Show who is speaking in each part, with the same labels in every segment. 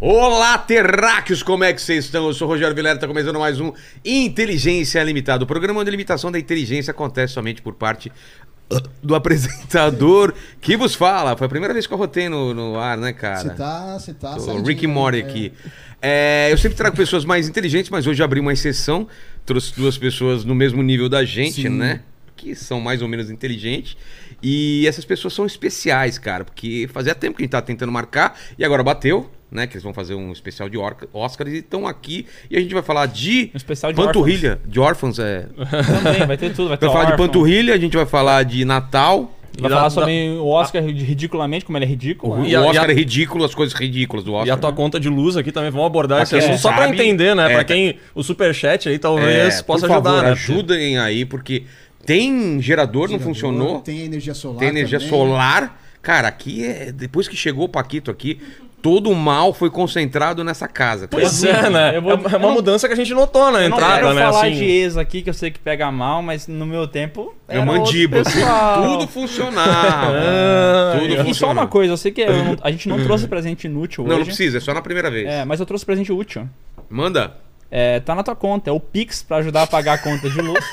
Speaker 1: Olá, terráqueos, como é que vocês estão? Eu sou o Rogério Vilela, está começando mais um Inteligência Limitada, o programa onde a limitação da inteligência acontece somente por parte ah, do apresentador que vos fala. Foi a primeira vez que eu rotei no, no ar, né, cara?
Speaker 2: Você tá, você tá.
Speaker 1: Tô
Speaker 2: saidinho,
Speaker 1: Rick Mori
Speaker 2: né?
Speaker 1: aqui. É, eu sempre trago pessoas mais inteligentes, mas hoje eu abri uma exceção. Trouxe duas pessoas no mesmo nível da gente,
Speaker 2: Sim.
Speaker 1: né? Que são mais ou menos inteligentes. E essas pessoas são especiais, cara, porque fazia tempo que a gente tá tentando marcar e agora bateu, né? Que eles vão fazer um especial de Orca- Oscars e estão aqui e a gente vai falar de
Speaker 3: Um especial de
Speaker 1: panturrilha, de órfãos, é.
Speaker 3: Também, vai ter tudo. Vai ter
Speaker 1: Vai falar de
Speaker 3: Orphan,
Speaker 1: panturrilha, a gente vai falar de Natal.
Speaker 3: Vai
Speaker 4: E
Speaker 3: falar
Speaker 4: da-
Speaker 3: sobre o Oscar ridiculamente, como ele é ridículo. né?
Speaker 1: O
Speaker 4: E a-
Speaker 1: Oscar
Speaker 4: e a-
Speaker 1: é ridículo, as coisas ridículas do Oscar.
Speaker 4: E a tua conta de luz aqui também, vamos abordar
Speaker 1: Pra
Speaker 4: esse
Speaker 1: quem
Speaker 4: assunto só pra
Speaker 1: sabe,
Speaker 4: entender, né?
Speaker 1: é,
Speaker 4: pra quem. O superchat aí talvez
Speaker 1: É,
Speaker 4: possa
Speaker 1: por favor,
Speaker 4: ajudar, né?
Speaker 1: Ajudem aí, porque tem gerador, não
Speaker 2: Gerador,
Speaker 1: funcionou. Tem,
Speaker 2: Tem energia solar.
Speaker 1: energia
Speaker 2: também.
Speaker 1: solar. Cara, aqui é. Depois que chegou o Paquito aqui, todo o mal foi concentrado nessa casa. tá cara.
Speaker 4: Pois é, né?
Speaker 3: Eu vou-
Speaker 4: é uma
Speaker 3: eu não-
Speaker 4: mudança que a gente notou na
Speaker 1: é
Speaker 3: Eu não
Speaker 4: entrada,
Speaker 3: quero
Speaker 4: né?
Speaker 3: falar
Speaker 4: assim.
Speaker 3: de ex aqui, que eu sei que pega mal, mas no meu tempo.
Speaker 1: É
Speaker 3: era
Speaker 1: o mandíbula.
Speaker 3: outro
Speaker 1: Tudo,
Speaker 3: pessoal. Ah,
Speaker 1: tudo funcionava. tudo
Speaker 3: E só uma
Speaker 1: funcionava.
Speaker 3: coisa, eu sei que eu não- a gente não trouxe presente inútil hoje.
Speaker 1: Uhum. Não, não precisa, é só na primeira vez.
Speaker 3: É, mas eu trouxe presente útil.
Speaker 1: Manda.
Speaker 3: É, tá na tua conta, é o Pix pra ajudar a pagar a conta de luz.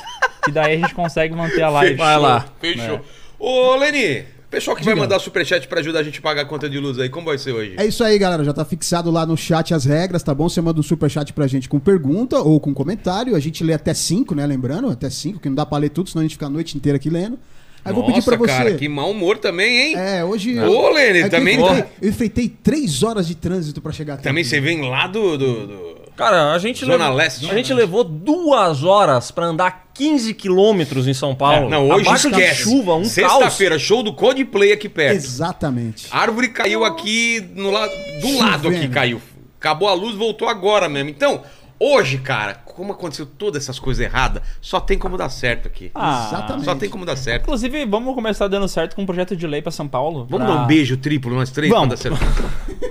Speaker 3: que daí a gente consegue manter a live.
Speaker 4: Vai lá.
Speaker 1: Fechou. Ô, Leni, o pessoal que vai mandar superchat pra ajudar a gente a pagar a conta de luz aí, como vai ser hoje?
Speaker 2: É isso aí, galera. Já tá fixado lá no chat as regras, tá bom? Você manda um superchat pra gente com pergunta ou com comentário. A gente lê até cinco, né? Lembrando, até cinco, que não dá pra ler tudo, senão a gente fica a noite inteira aqui lendo. Aí eu vou pedir pra você.
Speaker 1: cara, que mau humor também, hein?
Speaker 2: É, hoje.
Speaker 1: Ô, Lene,
Speaker 2: É que
Speaker 1: também
Speaker 2: Eu
Speaker 1: tá-
Speaker 2: enfrentei, eu enfrentei três horas de trânsito pra chegar até
Speaker 1: Também
Speaker 2: aqui.
Speaker 1: você vem lá do- do- do...
Speaker 4: Cara, a gente,
Speaker 1: Zona
Speaker 4: levou,
Speaker 1: Leste.
Speaker 4: a gente levou duas horas pra andar 15 quilômetros em São Paulo.
Speaker 1: É, Não, hoje
Speaker 4: Abaixo
Speaker 1: esquece.
Speaker 4: da chuva, um caos.
Speaker 1: Sexta-feira, show do Coldplay aqui perto.
Speaker 2: Exatamente.
Speaker 1: A árvore caiu aqui no lado, do lado aqui
Speaker 2: Chovendo.
Speaker 1: caiu. Acabou a luz, voltou agora mesmo. Então, hoje, cara, como aconteceu todas essas coisas erradas, só tem como dar certo aqui.
Speaker 3: Ah,
Speaker 2: Exatamente.
Speaker 1: só tem como dar certo.
Speaker 3: Inclusive, vamos começar dando certo com um projeto de lei pra São Paulo.
Speaker 1: Vamos
Speaker 3: pra-
Speaker 1: dar um beijo triplo nós três
Speaker 3: Vamos.
Speaker 1: pra dar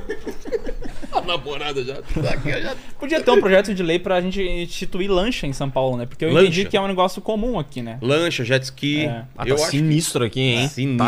Speaker 1: certo. a namorada já tá aqui, eu já
Speaker 3: Podia ter um projeto de lei pra gente instituir lancha em São Paulo, né? Porque eu
Speaker 1: Lancha?
Speaker 3: entendi que é um negócio comum aqui, né?
Speaker 1: lancha, jet ski.
Speaker 3: É.
Speaker 4: Ah, tá
Speaker 1: eu acho
Speaker 4: sinistro aqui, hein?
Speaker 1: Sinistro.
Speaker 4: Tá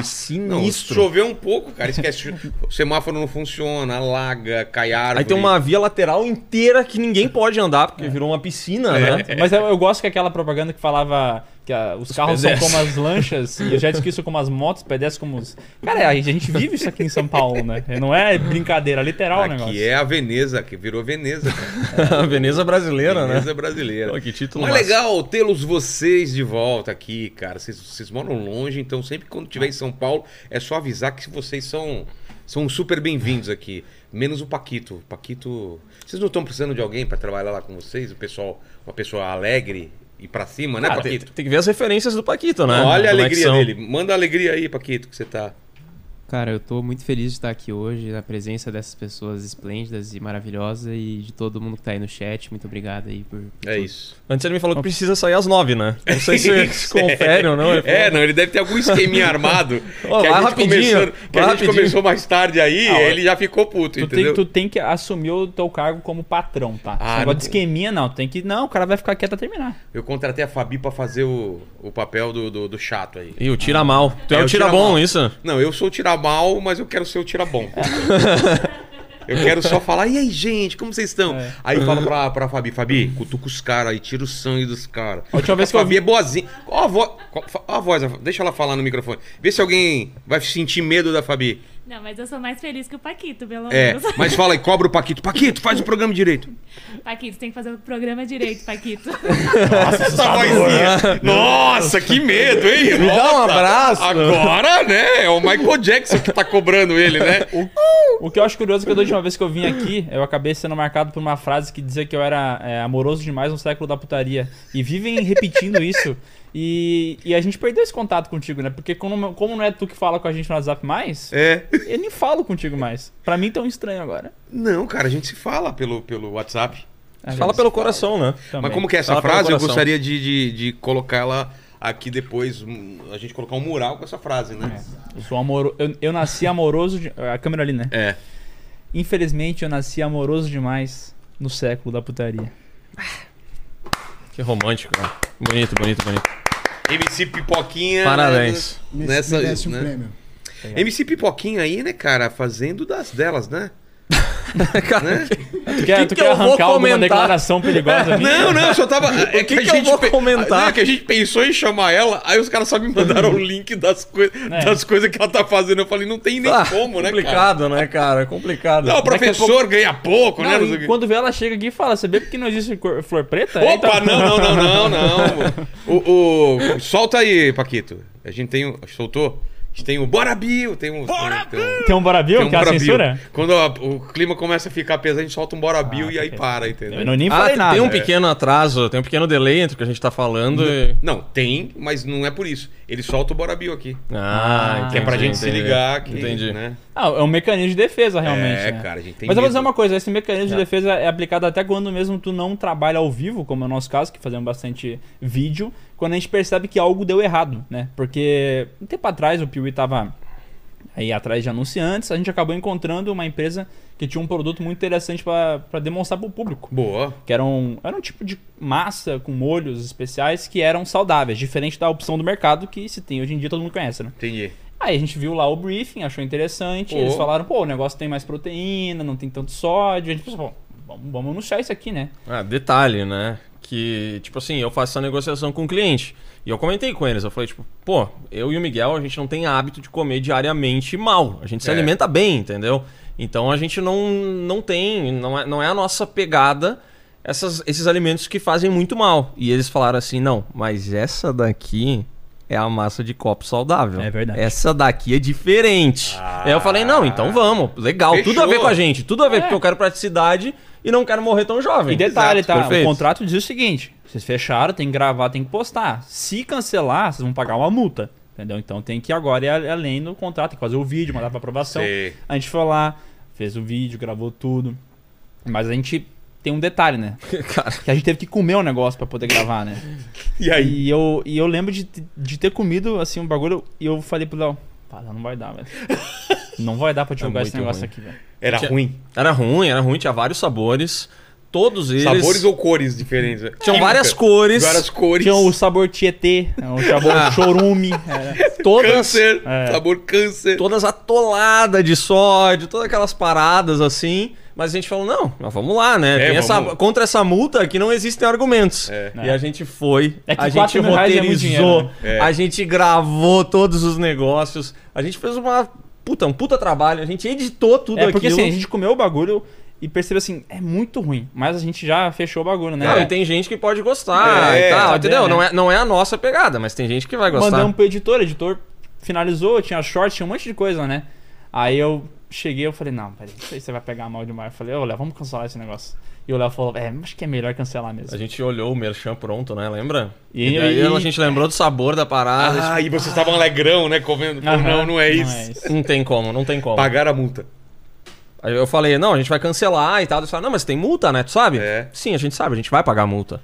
Speaker 1: Não,
Speaker 4: sinistro.
Speaker 1: choveu um pouco, cara. Esquece. o semáforo não funciona, alaga, cai árvore.
Speaker 4: Aí tem uma via lateral inteira que ninguém pode andar,
Speaker 1: É.
Speaker 4: porque virou uma piscina, né?
Speaker 3: Mas eu, eu gosto que aquela propaganda que falava que ah, os, carros
Speaker 4: pedestres.
Speaker 3: são como as lanchas e os jet skis são como as motos, pedestres como os. Cara, é, a gente, a gente vive isso aqui em São Paulo, né? Não é brincadeira, é literal o
Speaker 1: Aqui
Speaker 3: negócio.
Speaker 1: é a Veneza, que virou Veneza, cara.
Speaker 4: A Veneza brasileira, né?
Speaker 1: Veneza brasileira.
Speaker 4: Pô, que título
Speaker 1: Mas
Speaker 4: massa.
Speaker 1: legal tê-los vocês de volta aqui, cara. Vocês, vocês moram longe, então sempre quando tiver em São Paulo, é só avisar que vocês são, são super bem-vindos aqui. Menos o Paquito. O Paquito. Vocês não estão precisando de alguém pra trabalhar lá com vocês? O pessoal, uma pessoa alegre e pra cima, né,
Speaker 4: Ah, tem,
Speaker 1: Paquito?
Speaker 4: tem que ver as referências do Paquito, né?
Speaker 1: Olha a
Speaker 4: Como é que
Speaker 1: alegria
Speaker 4: são.
Speaker 1: dele. Manda a alegria aí, Paquito, que você tá.
Speaker 5: Cara, eu tô muito feliz de estar aqui hoje, na presença dessas pessoas esplêndidas e maravilhosas e de todo mundo que tá aí no chat. Muito obrigado aí por.
Speaker 1: É isso.
Speaker 4: Antes ele me falou que precisa sair às nove, né? Não sei se se confere ou não. Ele falou,
Speaker 1: É, não, ele deve ter algum esqueminha armado.
Speaker 4: Ó,
Speaker 1: que a
Speaker 4: vai
Speaker 1: gente
Speaker 4: rapidinho,
Speaker 1: começou- que a
Speaker 4: vai
Speaker 1: gente
Speaker 4: rapidinho.
Speaker 1: começou mais tarde aí,
Speaker 3: Ah, ó,
Speaker 1: ele já ficou puto,
Speaker 3: Tu
Speaker 1: entendeu?
Speaker 3: tem, tu tem que assumir o teu cargo como patrão, tá?
Speaker 1: Ah,
Speaker 3: Esse
Speaker 1: não.
Speaker 3: negócio de esqueminha, não. Tem que. Não, o cara vai ficar quieto até terminar.
Speaker 1: Eu contratei a Fabi pra fazer o, o papel do, do, do chato aí.
Speaker 4: E o tira mal. Tu
Speaker 1: É,
Speaker 4: é,
Speaker 1: o
Speaker 4: o
Speaker 1: tira
Speaker 4: tira bom,
Speaker 1: mal.
Speaker 4: isso?
Speaker 1: Não, eu sou o tirar mal, mas eu quero ser o tirar bom. Eu quero só falar, e aí, gente, como vocês estão?
Speaker 3: É.
Speaker 1: Aí fala pra, pra Fabi, Fabi, cutuca os caras aí, tira o sangue dos caras.
Speaker 3: A última vez que
Speaker 1: a
Speaker 3: eu
Speaker 1: Fabi é boazinha. Ó a, vo... ó a voz, deixa ela falar no microfone. Vê se alguém vai sentir medo da Fabi.
Speaker 6: Não, mas eu sou mais feliz que o Paquito, pelo
Speaker 1: É,
Speaker 6: menos.
Speaker 1: mas fala aí, cobra o Paquito. Paquito, faz o programa direito.
Speaker 6: Paquito, tem que fazer o programa direito, Paquito.
Speaker 1: Essa vozinha. Nossa, que medo, hein? Me
Speaker 4: Tá dá um abraço.
Speaker 1: Agora, né? É o Michael Jackson que tá cobrando ele, né?
Speaker 3: O que eu acho curioso é que da última vez que eu vim aqui, eu acabei sendo marcado por uma frase que dizia que eu era é, amoroso demais no século da putaria. E vivem repetindo isso. E, e a gente perdeu esse contato contigo, né? Porque como, como não é tu que fala com a gente no WhatsApp mais,
Speaker 1: É.
Speaker 3: eu nem falo contigo mais. Pra mim tão estranho agora.
Speaker 1: Não, cara, a gente se fala pelo, pelo WhatsApp.
Speaker 4: Fala pelo coração, né?
Speaker 1: Mas como que é essa
Speaker 4: Fala pelo
Speaker 1: frase? Eu
Speaker 4: coração.
Speaker 1: gostaria de, de, de colocar ela aqui depois. um, A gente colocar um mural com essa frase, né?
Speaker 3: Eu, sou amoro... eu, eu nasci amoroso... De... A câmera ali, né?
Speaker 1: É.
Speaker 3: Infelizmente eu nasci amoroso demais no século da putaria.
Speaker 4: Que romântico, né? Bonito, bonito, bonito.
Speaker 1: MC Pipoquinha.
Speaker 4: Parabéns.
Speaker 1: né,
Speaker 2: Nessa,
Speaker 1: Nessa,
Speaker 2: merece um
Speaker 1: né?
Speaker 2: prêmio.
Speaker 1: MC Pipoquinha aí, né, cara? Fazendo das delas, né?
Speaker 4: Cara,
Speaker 3: Tu quer,
Speaker 4: que
Speaker 3: tu
Speaker 4: que
Speaker 3: quer
Speaker 4: eu vou
Speaker 3: arrancar alguma
Speaker 4: comentar?
Speaker 3: declaração perigosa minha?
Speaker 1: Não, não, eu só tava. É que,
Speaker 4: que
Speaker 1: a
Speaker 4: que eu
Speaker 1: gente
Speaker 4: vou
Speaker 1: pe-
Speaker 4: comentar?
Speaker 1: Não, É que a gente pensou em chamar ela, aí os caras só me mandaram o link das, coi-
Speaker 3: É.
Speaker 1: das coisas que ela tá fazendo. Eu falei, não tem nem
Speaker 4: ah,
Speaker 1: como, né, cara?
Speaker 4: complicado, né, cara? É complicado.
Speaker 1: Não, o professor ganha pouco, né?
Speaker 3: Não,
Speaker 1: não
Speaker 3: e
Speaker 1: sei o quê.
Speaker 3: quando vê, ela chega aqui e fala: Você vê porque não existe cor- flor preta? Aí
Speaker 1: Opa,
Speaker 3: tá-
Speaker 1: não, não, não, não, não. O, o- solta aí, Paquito. A gente tem o. Soltou? A gente tem o Bora Bill, tem um. Bora tem, um-
Speaker 3: Tem um Borabil,
Speaker 1: tem um
Speaker 3: que é a
Speaker 1: Bora Bill.
Speaker 3: censura?
Speaker 1: Quando a- o clima começa a ficar pesado, a gente solta um Bora Bill e aí
Speaker 3: ok.
Speaker 1: para, entendeu?
Speaker 3: Eu não, nem
Speaker 4: Ah,
Speaker 3: falei
Speaker 4: tem
Speaker 3: nada.
Speaker 4: um
Speaker 1: é.
Speaker 4: pequeno atraso, tem um pequeno delay entre o que a gente tá falando e...
Speaker 1: Não, tem, mas não é por isso. Ele solta o Bora Bill aqui.
Speaker 4: Ah,
Speaker 1: Que é pra
Speaker 4: entendi,
Speaker 1: gente se
Speaker 4: entendi.
Speaker 1: ligar que,
Speaker 4: Entendi.
Speaker 1: né?
Speaker 3: Ah, é um mecanismo de defesa, realmente.
Speaker 1: É,
Speaker 3: né?
Speaker 1: cara, a gente tem
Speaker 3: Mas eu vou
Speaker 1: medo.
Speaker 3: dizer uma coisa, esse mecanismo
Speaker 4: Tá.
Speaker 3: de defesa é aplicado até quando mesmo tu não trabalha ao vivo, como é o nosso caso, que fazemos bastante vídeo, quando a gente percebe que algo deu errado, né? Porque um tempo atrás o Piuí tava aí atrás de anunciantes, a gente acabou encontrando uma empresa que tinha um produto muito interessante para demonstrar pro público.
Speaker 1: Boa.
Speaker 3: Que era um, era um tipo de massa com molhos especiais que eram saudáveis, diferente da opção do mercado que se tem hoje em dia, todo mundo conhece, né?
Speaker 1: Entendi.
Speaker 3: Aí a gente viu lá o briefing, achou interessante. Eles
Speaker 1: Oh.
Speaker 3: falaram, pô, o negócio tem mais proteína, não tem tanto sódio. A gente pensou, bom, vamos, vamos anunciar isso aqui, né?
Speaker 4: Ah, detalhe, né? Que, tipo assim, eu faço essa negociação com o cliente. E eu comentei com eles, eu falei, tipo, pô, eu e o Miguel, a gente não tem hábito de comer diariamente mal. A gente se
Speaker 1: É.
Speaker 4: alimenta bem, entendeu? Então a gente não, não tem, não é, não é a nossa pegada essas- esses alimentos que fazem muito mal. E eles falaram assim, não, mas essa daqui é a massa de copo saudável.
Speaker 3: É verdade.
Speaker 4: Essa daqui é diferente.
Speaker 1: Ah.
Speaker 4: Aí eu falei, não, então vamos, legal, tudo a ver
Speaker 1: Fechou.
Speaker 4: com a gente, tudo a ver,
Speaker 3: É.
Speaker 4: porque eu quero praticidade e não quero morrer tão jovem.
Speaker 3: E detalhe,
Speaker 4: Exato,
Speaker 3: tá?
Speaker 4: perfeito.
Speaker 3: O contrato diz o seguinte: vocês fecharam, tem que gravar, tem que postar. Se cancelar, vocês vão pagar uma multa. Entendeu? Então tem que ir agora ir a- além do contrato, tem que fazer o vídeo, mandar pra aprovação.
Speaker 1: Sei.
Speaker 3: A gente foi lá, fez o vídeo, gravou tudo. Mas a gente tem um detalhe, né?
Speaker 4: Cara.
Speaker 3: Que a gente teve que comer um negócio pra poder gravar, né?
Speaker 1: E aí?
Speaker 3: E eu, e eu lembro de, te- de ter comido, assim, um bagulho e eu falei pro Léo, pá, Léo, não vai dar, velho. Não vai dar pra te
Speaker 4: É
Speaker 3: jogar esse
Speaker 4: muito
Speaker 3: negócio
Speaker 4: ruim.
Speaker 3: aqui, velho.
Speaker 1: Era
Speaker 4: Tinha-
Speaker 1: ruim.
Speaker 4: Era ruim, era ruim, tinha vários sabores. Todos eles.
Speaker 1: Sabores ou cores diferentes? né?
Speaker 4: Tinham várias
Speaker 1: Química.
Speaker 4: cores.
Speaker 1: Várias cores.
Speaker 3: Tinha o sabor Tietê, né? o
Speaker 4: Ah.
Speaker 3: sabor chorume. era-
Speaker 4: Todas,
Speaker 1: câncer.
Speaker 3: É.
Speaker 1: Sabor câncer.
Speaker 4: todas atoladas de sódio, todas aquelas paradas assim. Mas a gente falou, não, mas vamos lá, né?
Speaker 1: É,
Speaker 4: Tem essa-
Speaker 1: vamos.
Speaker 4: contra essa multa aqui não existem argumentos.
Speaker 1: É.
Speaker 4: E a gente foi,
Speaker 3: É que
Speaker 4: a gente
Speaker 3: 4 mil reais é muito
Speaker 4: roteirizou,
Speaker 3: dinheiro,
Speaker 1: né? É.
Speaker 4: a gente gravou todos os negócios, a gente fez uma puta, um puta trabalho, a gente editou tudo
Speaker 3: É, porque
Speaker 4: aquilo.
Speaker 3: assim, a gente comeu o bagulho e percebeu assim, é muito ruim. Mas a gente já fechou o bagulho, né?
Speaker 4: Não, e tem gente que pode gostar
Speaker 1: É,
Speaker 4: e tal,
Speaker 3: saber,
Speaker 4: entendeu?
Speaker 3: né?
Speaker 4: Não, é, não é a nossa pegada, mas tem gente que vai gostar.
Speaker 3: Mandamos um pro editor, o editor finalizou, tinha short, tinha um monte de coisa, né? Aí eu cheguei, eu falei, não, peraí, isso aí você vai pegar mal demais. Eu falei, ô Léo, vamos cancelar esse negócio. E o Léo falou, é, acho que é melhor cancelar mesmo.
Speaker 4: A gente olhou o merchan pronto, né? Lembra?
Speaker 3: E-
Speaker 4: E, aí
Speaker 3: e-
Speaker 4: a gente lembrou do sabor da parada.
Speaker 1: Ah, e vocês estavam alegrão, né? Comendo. Pô,
Speaker 3: Aham,
Speaker 1: não, não é isso.
Speaker 4: tipo, Não tem como, não tem como.
Speaker 1: Pagaram a multa.
Speaker 4: Aí eu falei, não, a gente vai cancelar e tal. Eles falaram, não, mas tem multa, né? Tu sabe?
Speaker 1: É.
Speaker 4: Sim, a gente sabe, a gente vai pagar a multa.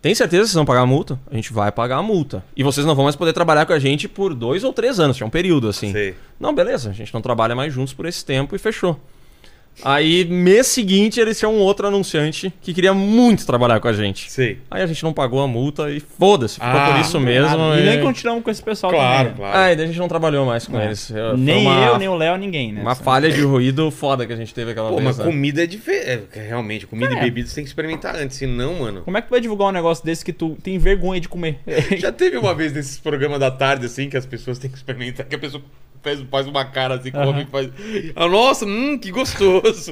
Speaker 4: Tem certeza que vocês vão pagar a multa? A gente vai pagar a multa. E vocês não vão mais poder trabalhar com a gente por dois ou três anos. Tinha um período, assim.
Speaker 1: Sei.
Speaker 4: Não, beleza, a gente não trabalha mais juntos por esse tempo e fechou. Aí, mês seguinte, eles tinham um outro anunciante que queria muito trabalhar com a gente.
Speaker 1: Sei.
Speaker 4: Aí a gente não pagou a multa e foda-se, ficou
Speaker 1: Ah,
Speaker 4: por isso mesmo. é.
Speaker 3: E
Speaker 4: e-
Speaker 3: nem continuamos com esse pessoal
Speaker 1: Claro,
Speaker 3: também. né?
Speaker 1: claro.
Speaker 4: Ah, e daí a gente não trabalhou mais com
Speaker 3: É.
Speaker 4: eles. Foi
Speaker 3: Nem
Speaker 4: uma-
Speaker 3: eu, nem o Léo, ninguém, né?
Speaker 4: Uma falha de ruído foda que a gente teve aquela
Speaker 1: Pô, mas
Speaker 4: vez. né?
Speaker 1: comida é diferente. Realmente, comida
Speaker 3: É.
Speaker 1: e bebida você tem que experimentar antes, senão, mano.
Speaker 3: Como é que tu vai divulgar um negócio desse que tu tem vergonha de comer?
Speaker 1: Já teve uma vez nesses programas da tarde, assim, que as pessoas têm que experimentar, que a pessoa faz, faz uma cara assim, come e faz. Ah, nossa, hum, que gostoso.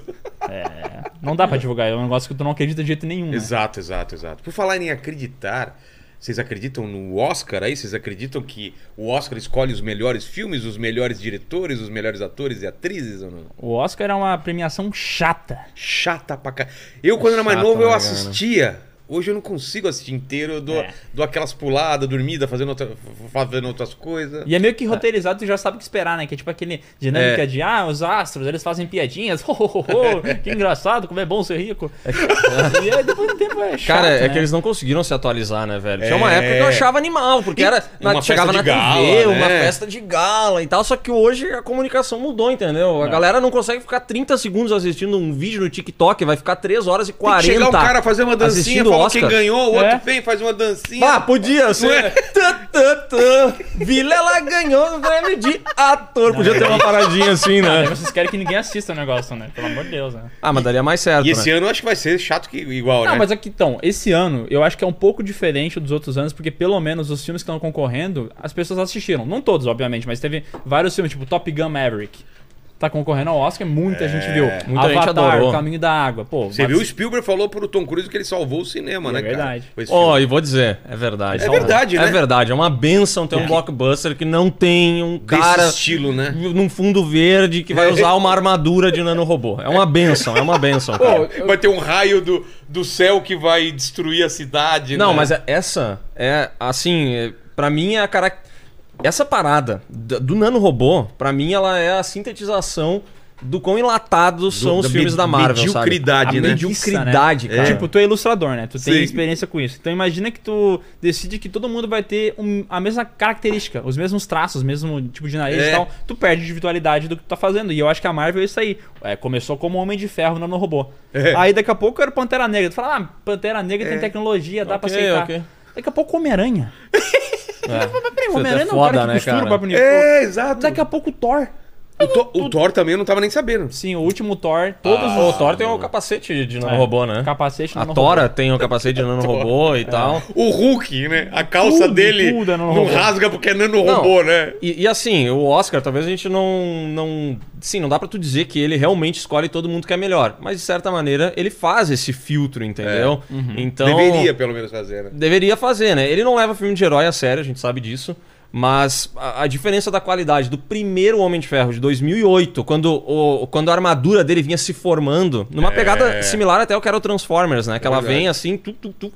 Speaker 3: É, não dá pra divulgar, é um negócio que tu não acredita de jeito nenhum. né?
Speaker 1: Exato, exato, exato. Por falar em acreditar, vocês acreditam no Oscar aí? Vocês acreditam que o Oscar escolhe os melhores filmes, os melhores diretores, os melhores atores e atrizes ou não?
Speaker 3: O Oscar é uma premiação chata.
Speaker 1: Chata pra cá. Eu, quando era mais
Speaker 4: Chata,
Speaker 1: novo, eu
Speaker 4: né,
Speaker 1: assistia. Hoje eu não consigo assistir inteiro, eu dou,
Speaker 3: É.
Speaker 1: dou aquelas puladas, dormida, fazendo, outra- fazendo outras coisas.
Speaker 3: E é meio que roteirizado, tu já sabe o que esperar, né? Que é tipo aquele dinâmica de, ah, os astros, eles fazem piadinhas, ho, ho, ho, ho, que engraçado, como é bom ser rico. e aí, depois de um tempo é chato,
Speaker 4: Cara, é
Speaker 3: né?
Speaker 4: que eles não conseguiram se atualizar, né, velho? Tinha
Speaker 1: É.
Speaker 4: uma época que eu achava animal, porque era.
Speaker 1: uma
Speaker 4: na- chegava na
Speaker 1: festa de
Speaker 4: TV,
Speaker 1: gala,
Speaker 4: uma
Speaker 1: né?
Speaker 4: festa de gala e tal. Só que hoje a comunicação mudou, entendeu? A
Speaker 1: É.
Speaker 4: galera não consegue ficar 30 segundos assistindo um vídeo no TikTok, vai ficar 3 horas e
Speaker 1: Tem que
Speaker 4: 40.
Speaker 1: chegar o cara fazer uma dancinha,
Speaker 4: assistindo
Speaker 1: falar fala
Speaker 4: Oscar.
Speaker 1: quem ganhou, o outro
Speaker 3: É.
Speaker 1: vem, faz uma dancinha.
Speaker 4: Ah, podia
Speaker 1: é?
Speaker 4: ser. Tã, tã, tã. Vilela ganhou no prêmio de ator. Podia ter uma paradinha assim,
Speaker 3: Aí
Speaker 4: né?
Speaker 3: Ah, vocês querem que ninguém assista o negócio, né? Pelo amor de Deus, né?
Speaker 4: Ah, mas daria mais certo,
Speaker 1: E esse
Speaker 4: né?
Speaker 1: ano eu acho que vai ser chato que igual,
Speaker 3: Não,
Speaker 1: né?
Speaker 3: mas aqui então, esse ano eu acho que é um pouco diferente dos outros anos, porque pelo menos os filmes que estão concorrendo, as pessoas assistiram. Não todos, obviamente, mas teve vários filmes, tipo Top Gun Maverick. Tá concorrendo ao Oscar, É, muita gente viu.
Speaker 4: muita gente
Speaker 3: Avatar,
Speaker 4: adorou.
Speaker 3: O Caminho da Água. Pô,
Speaker 1: Você viu o Spielberg falou pro Tom Cruise que ele salvou o cinema,
Speaker 3: É
Speaker 1: né,
Speaker 3: verdade.
Speaker 1: cara? Foi esse
Speaker 4: Ó,
Speaker 1: filme.
Speaker 4: e vou dizer, é verdade.
Speaker 1: É verdade,
Speaker 4: É
Speaker 1: né?
Speaker 4: verdade, é uma benção ter um blockbuster que não tem um
Speaker 1: Desse
Speaker 4: cara
Speaker 1: estilo, né? É.
Speaker 4: num fundo verde que vai usar uma armadura de nanorobô. É uma benção, é uma benção, cara.
Speaker 1: Vai ter um raio do, do céu que vai destruir a cidade.
Speaker 4: Não,
Speaker 1: né?
Speaker 4: mas é- essa é, assim, é- pra mim é a carac... Essa parada da- do nanorobô, pra mim ela é a sintetização do quão enlatados
Speaker 1: Do-
Speaker 4: são os
Speaker 1: da
Speaker 4: filmes
Speaker 1: me-
Speaker 4: da Marvel,
Speaker 1: mediocridade,
Speaker 4: sabe?
Speaker 1: né?
Speaker 4: A mediocridade,
Speaker 1: É.
Speaker 4: cara.
Speaker 3: Tipo, tu é ilustrador, né? Tu tem
Speaker 1: Sim.
Speaker 3: experiência com isso. Então imagina que tu decide que todo mundo vai ter um- a mesma característica, os mesmos traços, o mesmo tipo de nariz
Speaker 1: É.
Speaker 3: e tal. Tu perde individualidade do que tu tá fazendo. E eu acho que a Marvel é isso aí. É, começou como Homem de Ferro, não no robô.
Speaker 1: É.
Speaker 3: Aí daqui a pouco era o Pantera Negra. Tu fala, ah, Pantera Negra tem tecnologia, dá pra
Speaker 4: Ok,
Speaker 3: aceitar.
Speaker 4: ok. É.
Speaker 3: Daqui a pouco Homem-Aranha. Mas peraí, Homem-Aranha
Speaker 4: Isso
Speaker 3: é um cara
Speaker 4: é foda,
Speaker 3: que
Speaker 4: né,
Speaker 3: costura
Speaker 4: cara?
Speaker 3: o próprio uniforme.
Speaker 1: É, exato.
Speaker 3: Daqui a pouco Thor.
Speaker 1: O, Thor- o Thor também eu não tava nem sabendo.
Speaker 3: Sim, o último Thor, todos
Speaker 4: Ah, o Thor tem o capacete de nanorobô, né?
Speaker 3: os capacetes
Speaker 4: A é
Speaker 3: não
Speaker 4: Tora tem o capacete de nanorobô e tal.
Speaker 1: O Hulk, né? A calça
Speaker 3: Tudo,
Speaker 1: dele
Speaker 3: tudo é
Speaker 1: não
Speaker 3: nanorobô.
Speaker 1: rasga porque é nanorobô, né?
Speaker 4: E, e assim, o Oscar, talvez a gente não. não sim, não dá pra tu dizer que ele realmente escolhe todo mundo que é melhor. Mas de certa maneira, ele faz esse filtro, entendeu? Então.
Speaker 1: Deveria, pelo menos, fazer, né?
Speaker 4: Deveria fazer, né? Ele não leva filme de herói a sério, a gente sabe disso. Mas a, a diferença da qualidade do primeiro Homem de Ferro de 2008, quando, o, quando a armadura dele vinha se formando, numa pegada similar até ao que era o Transformers, né? Que ela
Speaker 1: verdade.
Speaker 4: vem assim, tu, tu, tu.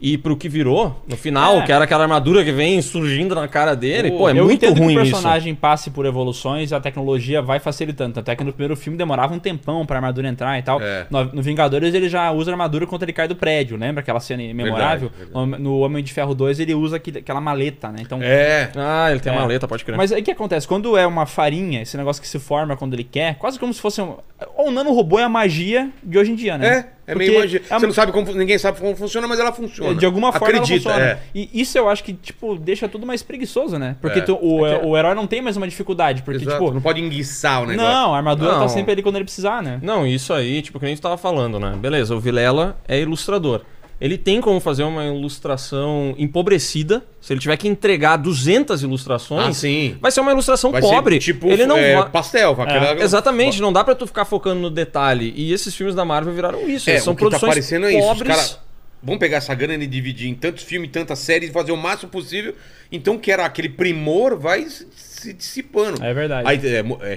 Speaker 4: E pro que virou, no final,
Speaker 3: É.
Speaker 4: que era aquela armadura que vem surgindo na cara dele, pô, é
Speaker 3: eu
Speaker 4: muito
Speaker 3: entendo
Speaker 4: ruim
Speaker 3: que o
Speaker 4: isso.
Speaker 3: personagem passe por evoluções a tecnologia vai facilitando. Até que no primeiro filme demorava um tempão pra armadura entrar e tal.
Speaker 1: É.
Speaker 3: No, no Vingadores ele já usa armadura quando ele cai do prédio, lembra aquela cena memorável? No Homem de Ferro 2 ele usa aquele- aquela maleta, né? Então.
Speaker 1: É.
Speaker 4: Ah, ele tem
Speaker 3: É.
Speaker 4: a maleta, pode crer.
Speaker 3: Mas aí o que acontece? Quando é uma farinha, esse negócio que se forma quando ele quer, quase como se fosse um. Ou um nanorobô é a magia de hoje em dia, né?
Speaker 1: É, é meio
Speaker 3: Porque
Speaker 1: magia.
Speaker 3: é
Speaker 1: Você não sabe como. Ninguém sabe como funciona, mas ela funciona.
Speaker 3: De alguma forma
Speaker 1: Acredita,
Speaker 3: ela funciona.
Speaker 1: é.
Speaker 3: E isso eu acho que, tipo, deixa tudo mais preguiçoso, né? Porque
Speaker 1: É.
Speaker 3: tu- o, o herói não tem mais uma dificuldade, porque,
Speaker 1: Exato.
Speaker 3: tipo,
Speaker 1: não pode enguiçar o negócio.
Speaker 3: Não, a armadura
Speaker 4: Não.
Speaker 3: tá sempre ali quando ele precisar, né?
Speaker 4: Não, isso aí, tipo, que nem tu tava falando, né? Beleza, o Vilela é ilustrador. Ele tem como fazer uma ilustração empobrecida. Se ele tiver que entregar 200 ilustrações,
Speaker 1: Ah, sim.
Speaker 4: vai ser uma ilustração
Speaker 1: Vai ser
Speaker 4: pobre.
Speaker 1: tipo
Speaker 4: ele não
Speaker 1: é,
Speaker 4: vai-
Speaker 1: pastel. aquela-
Speaker 4: Exatamente, não dá pra tu ficar focando no detalhe. E esses filmes da Marvel viraram isso.
Speaker 1: É,
Speaker 4: eles são
Speaker 1: o que tá
Speaker 4: produções
Speaker 1: parecendo é isso. Os
Speaker 4: pobres.
Speaker 1: caras vão pegar essa grana e dividir em tantos filmes, tantas séries, fazer o máximo possível. Então, que era aquele primor, vai se- se dissipando.
Speaker 3: É verdade.
Speaker 1: Aí é, mo- é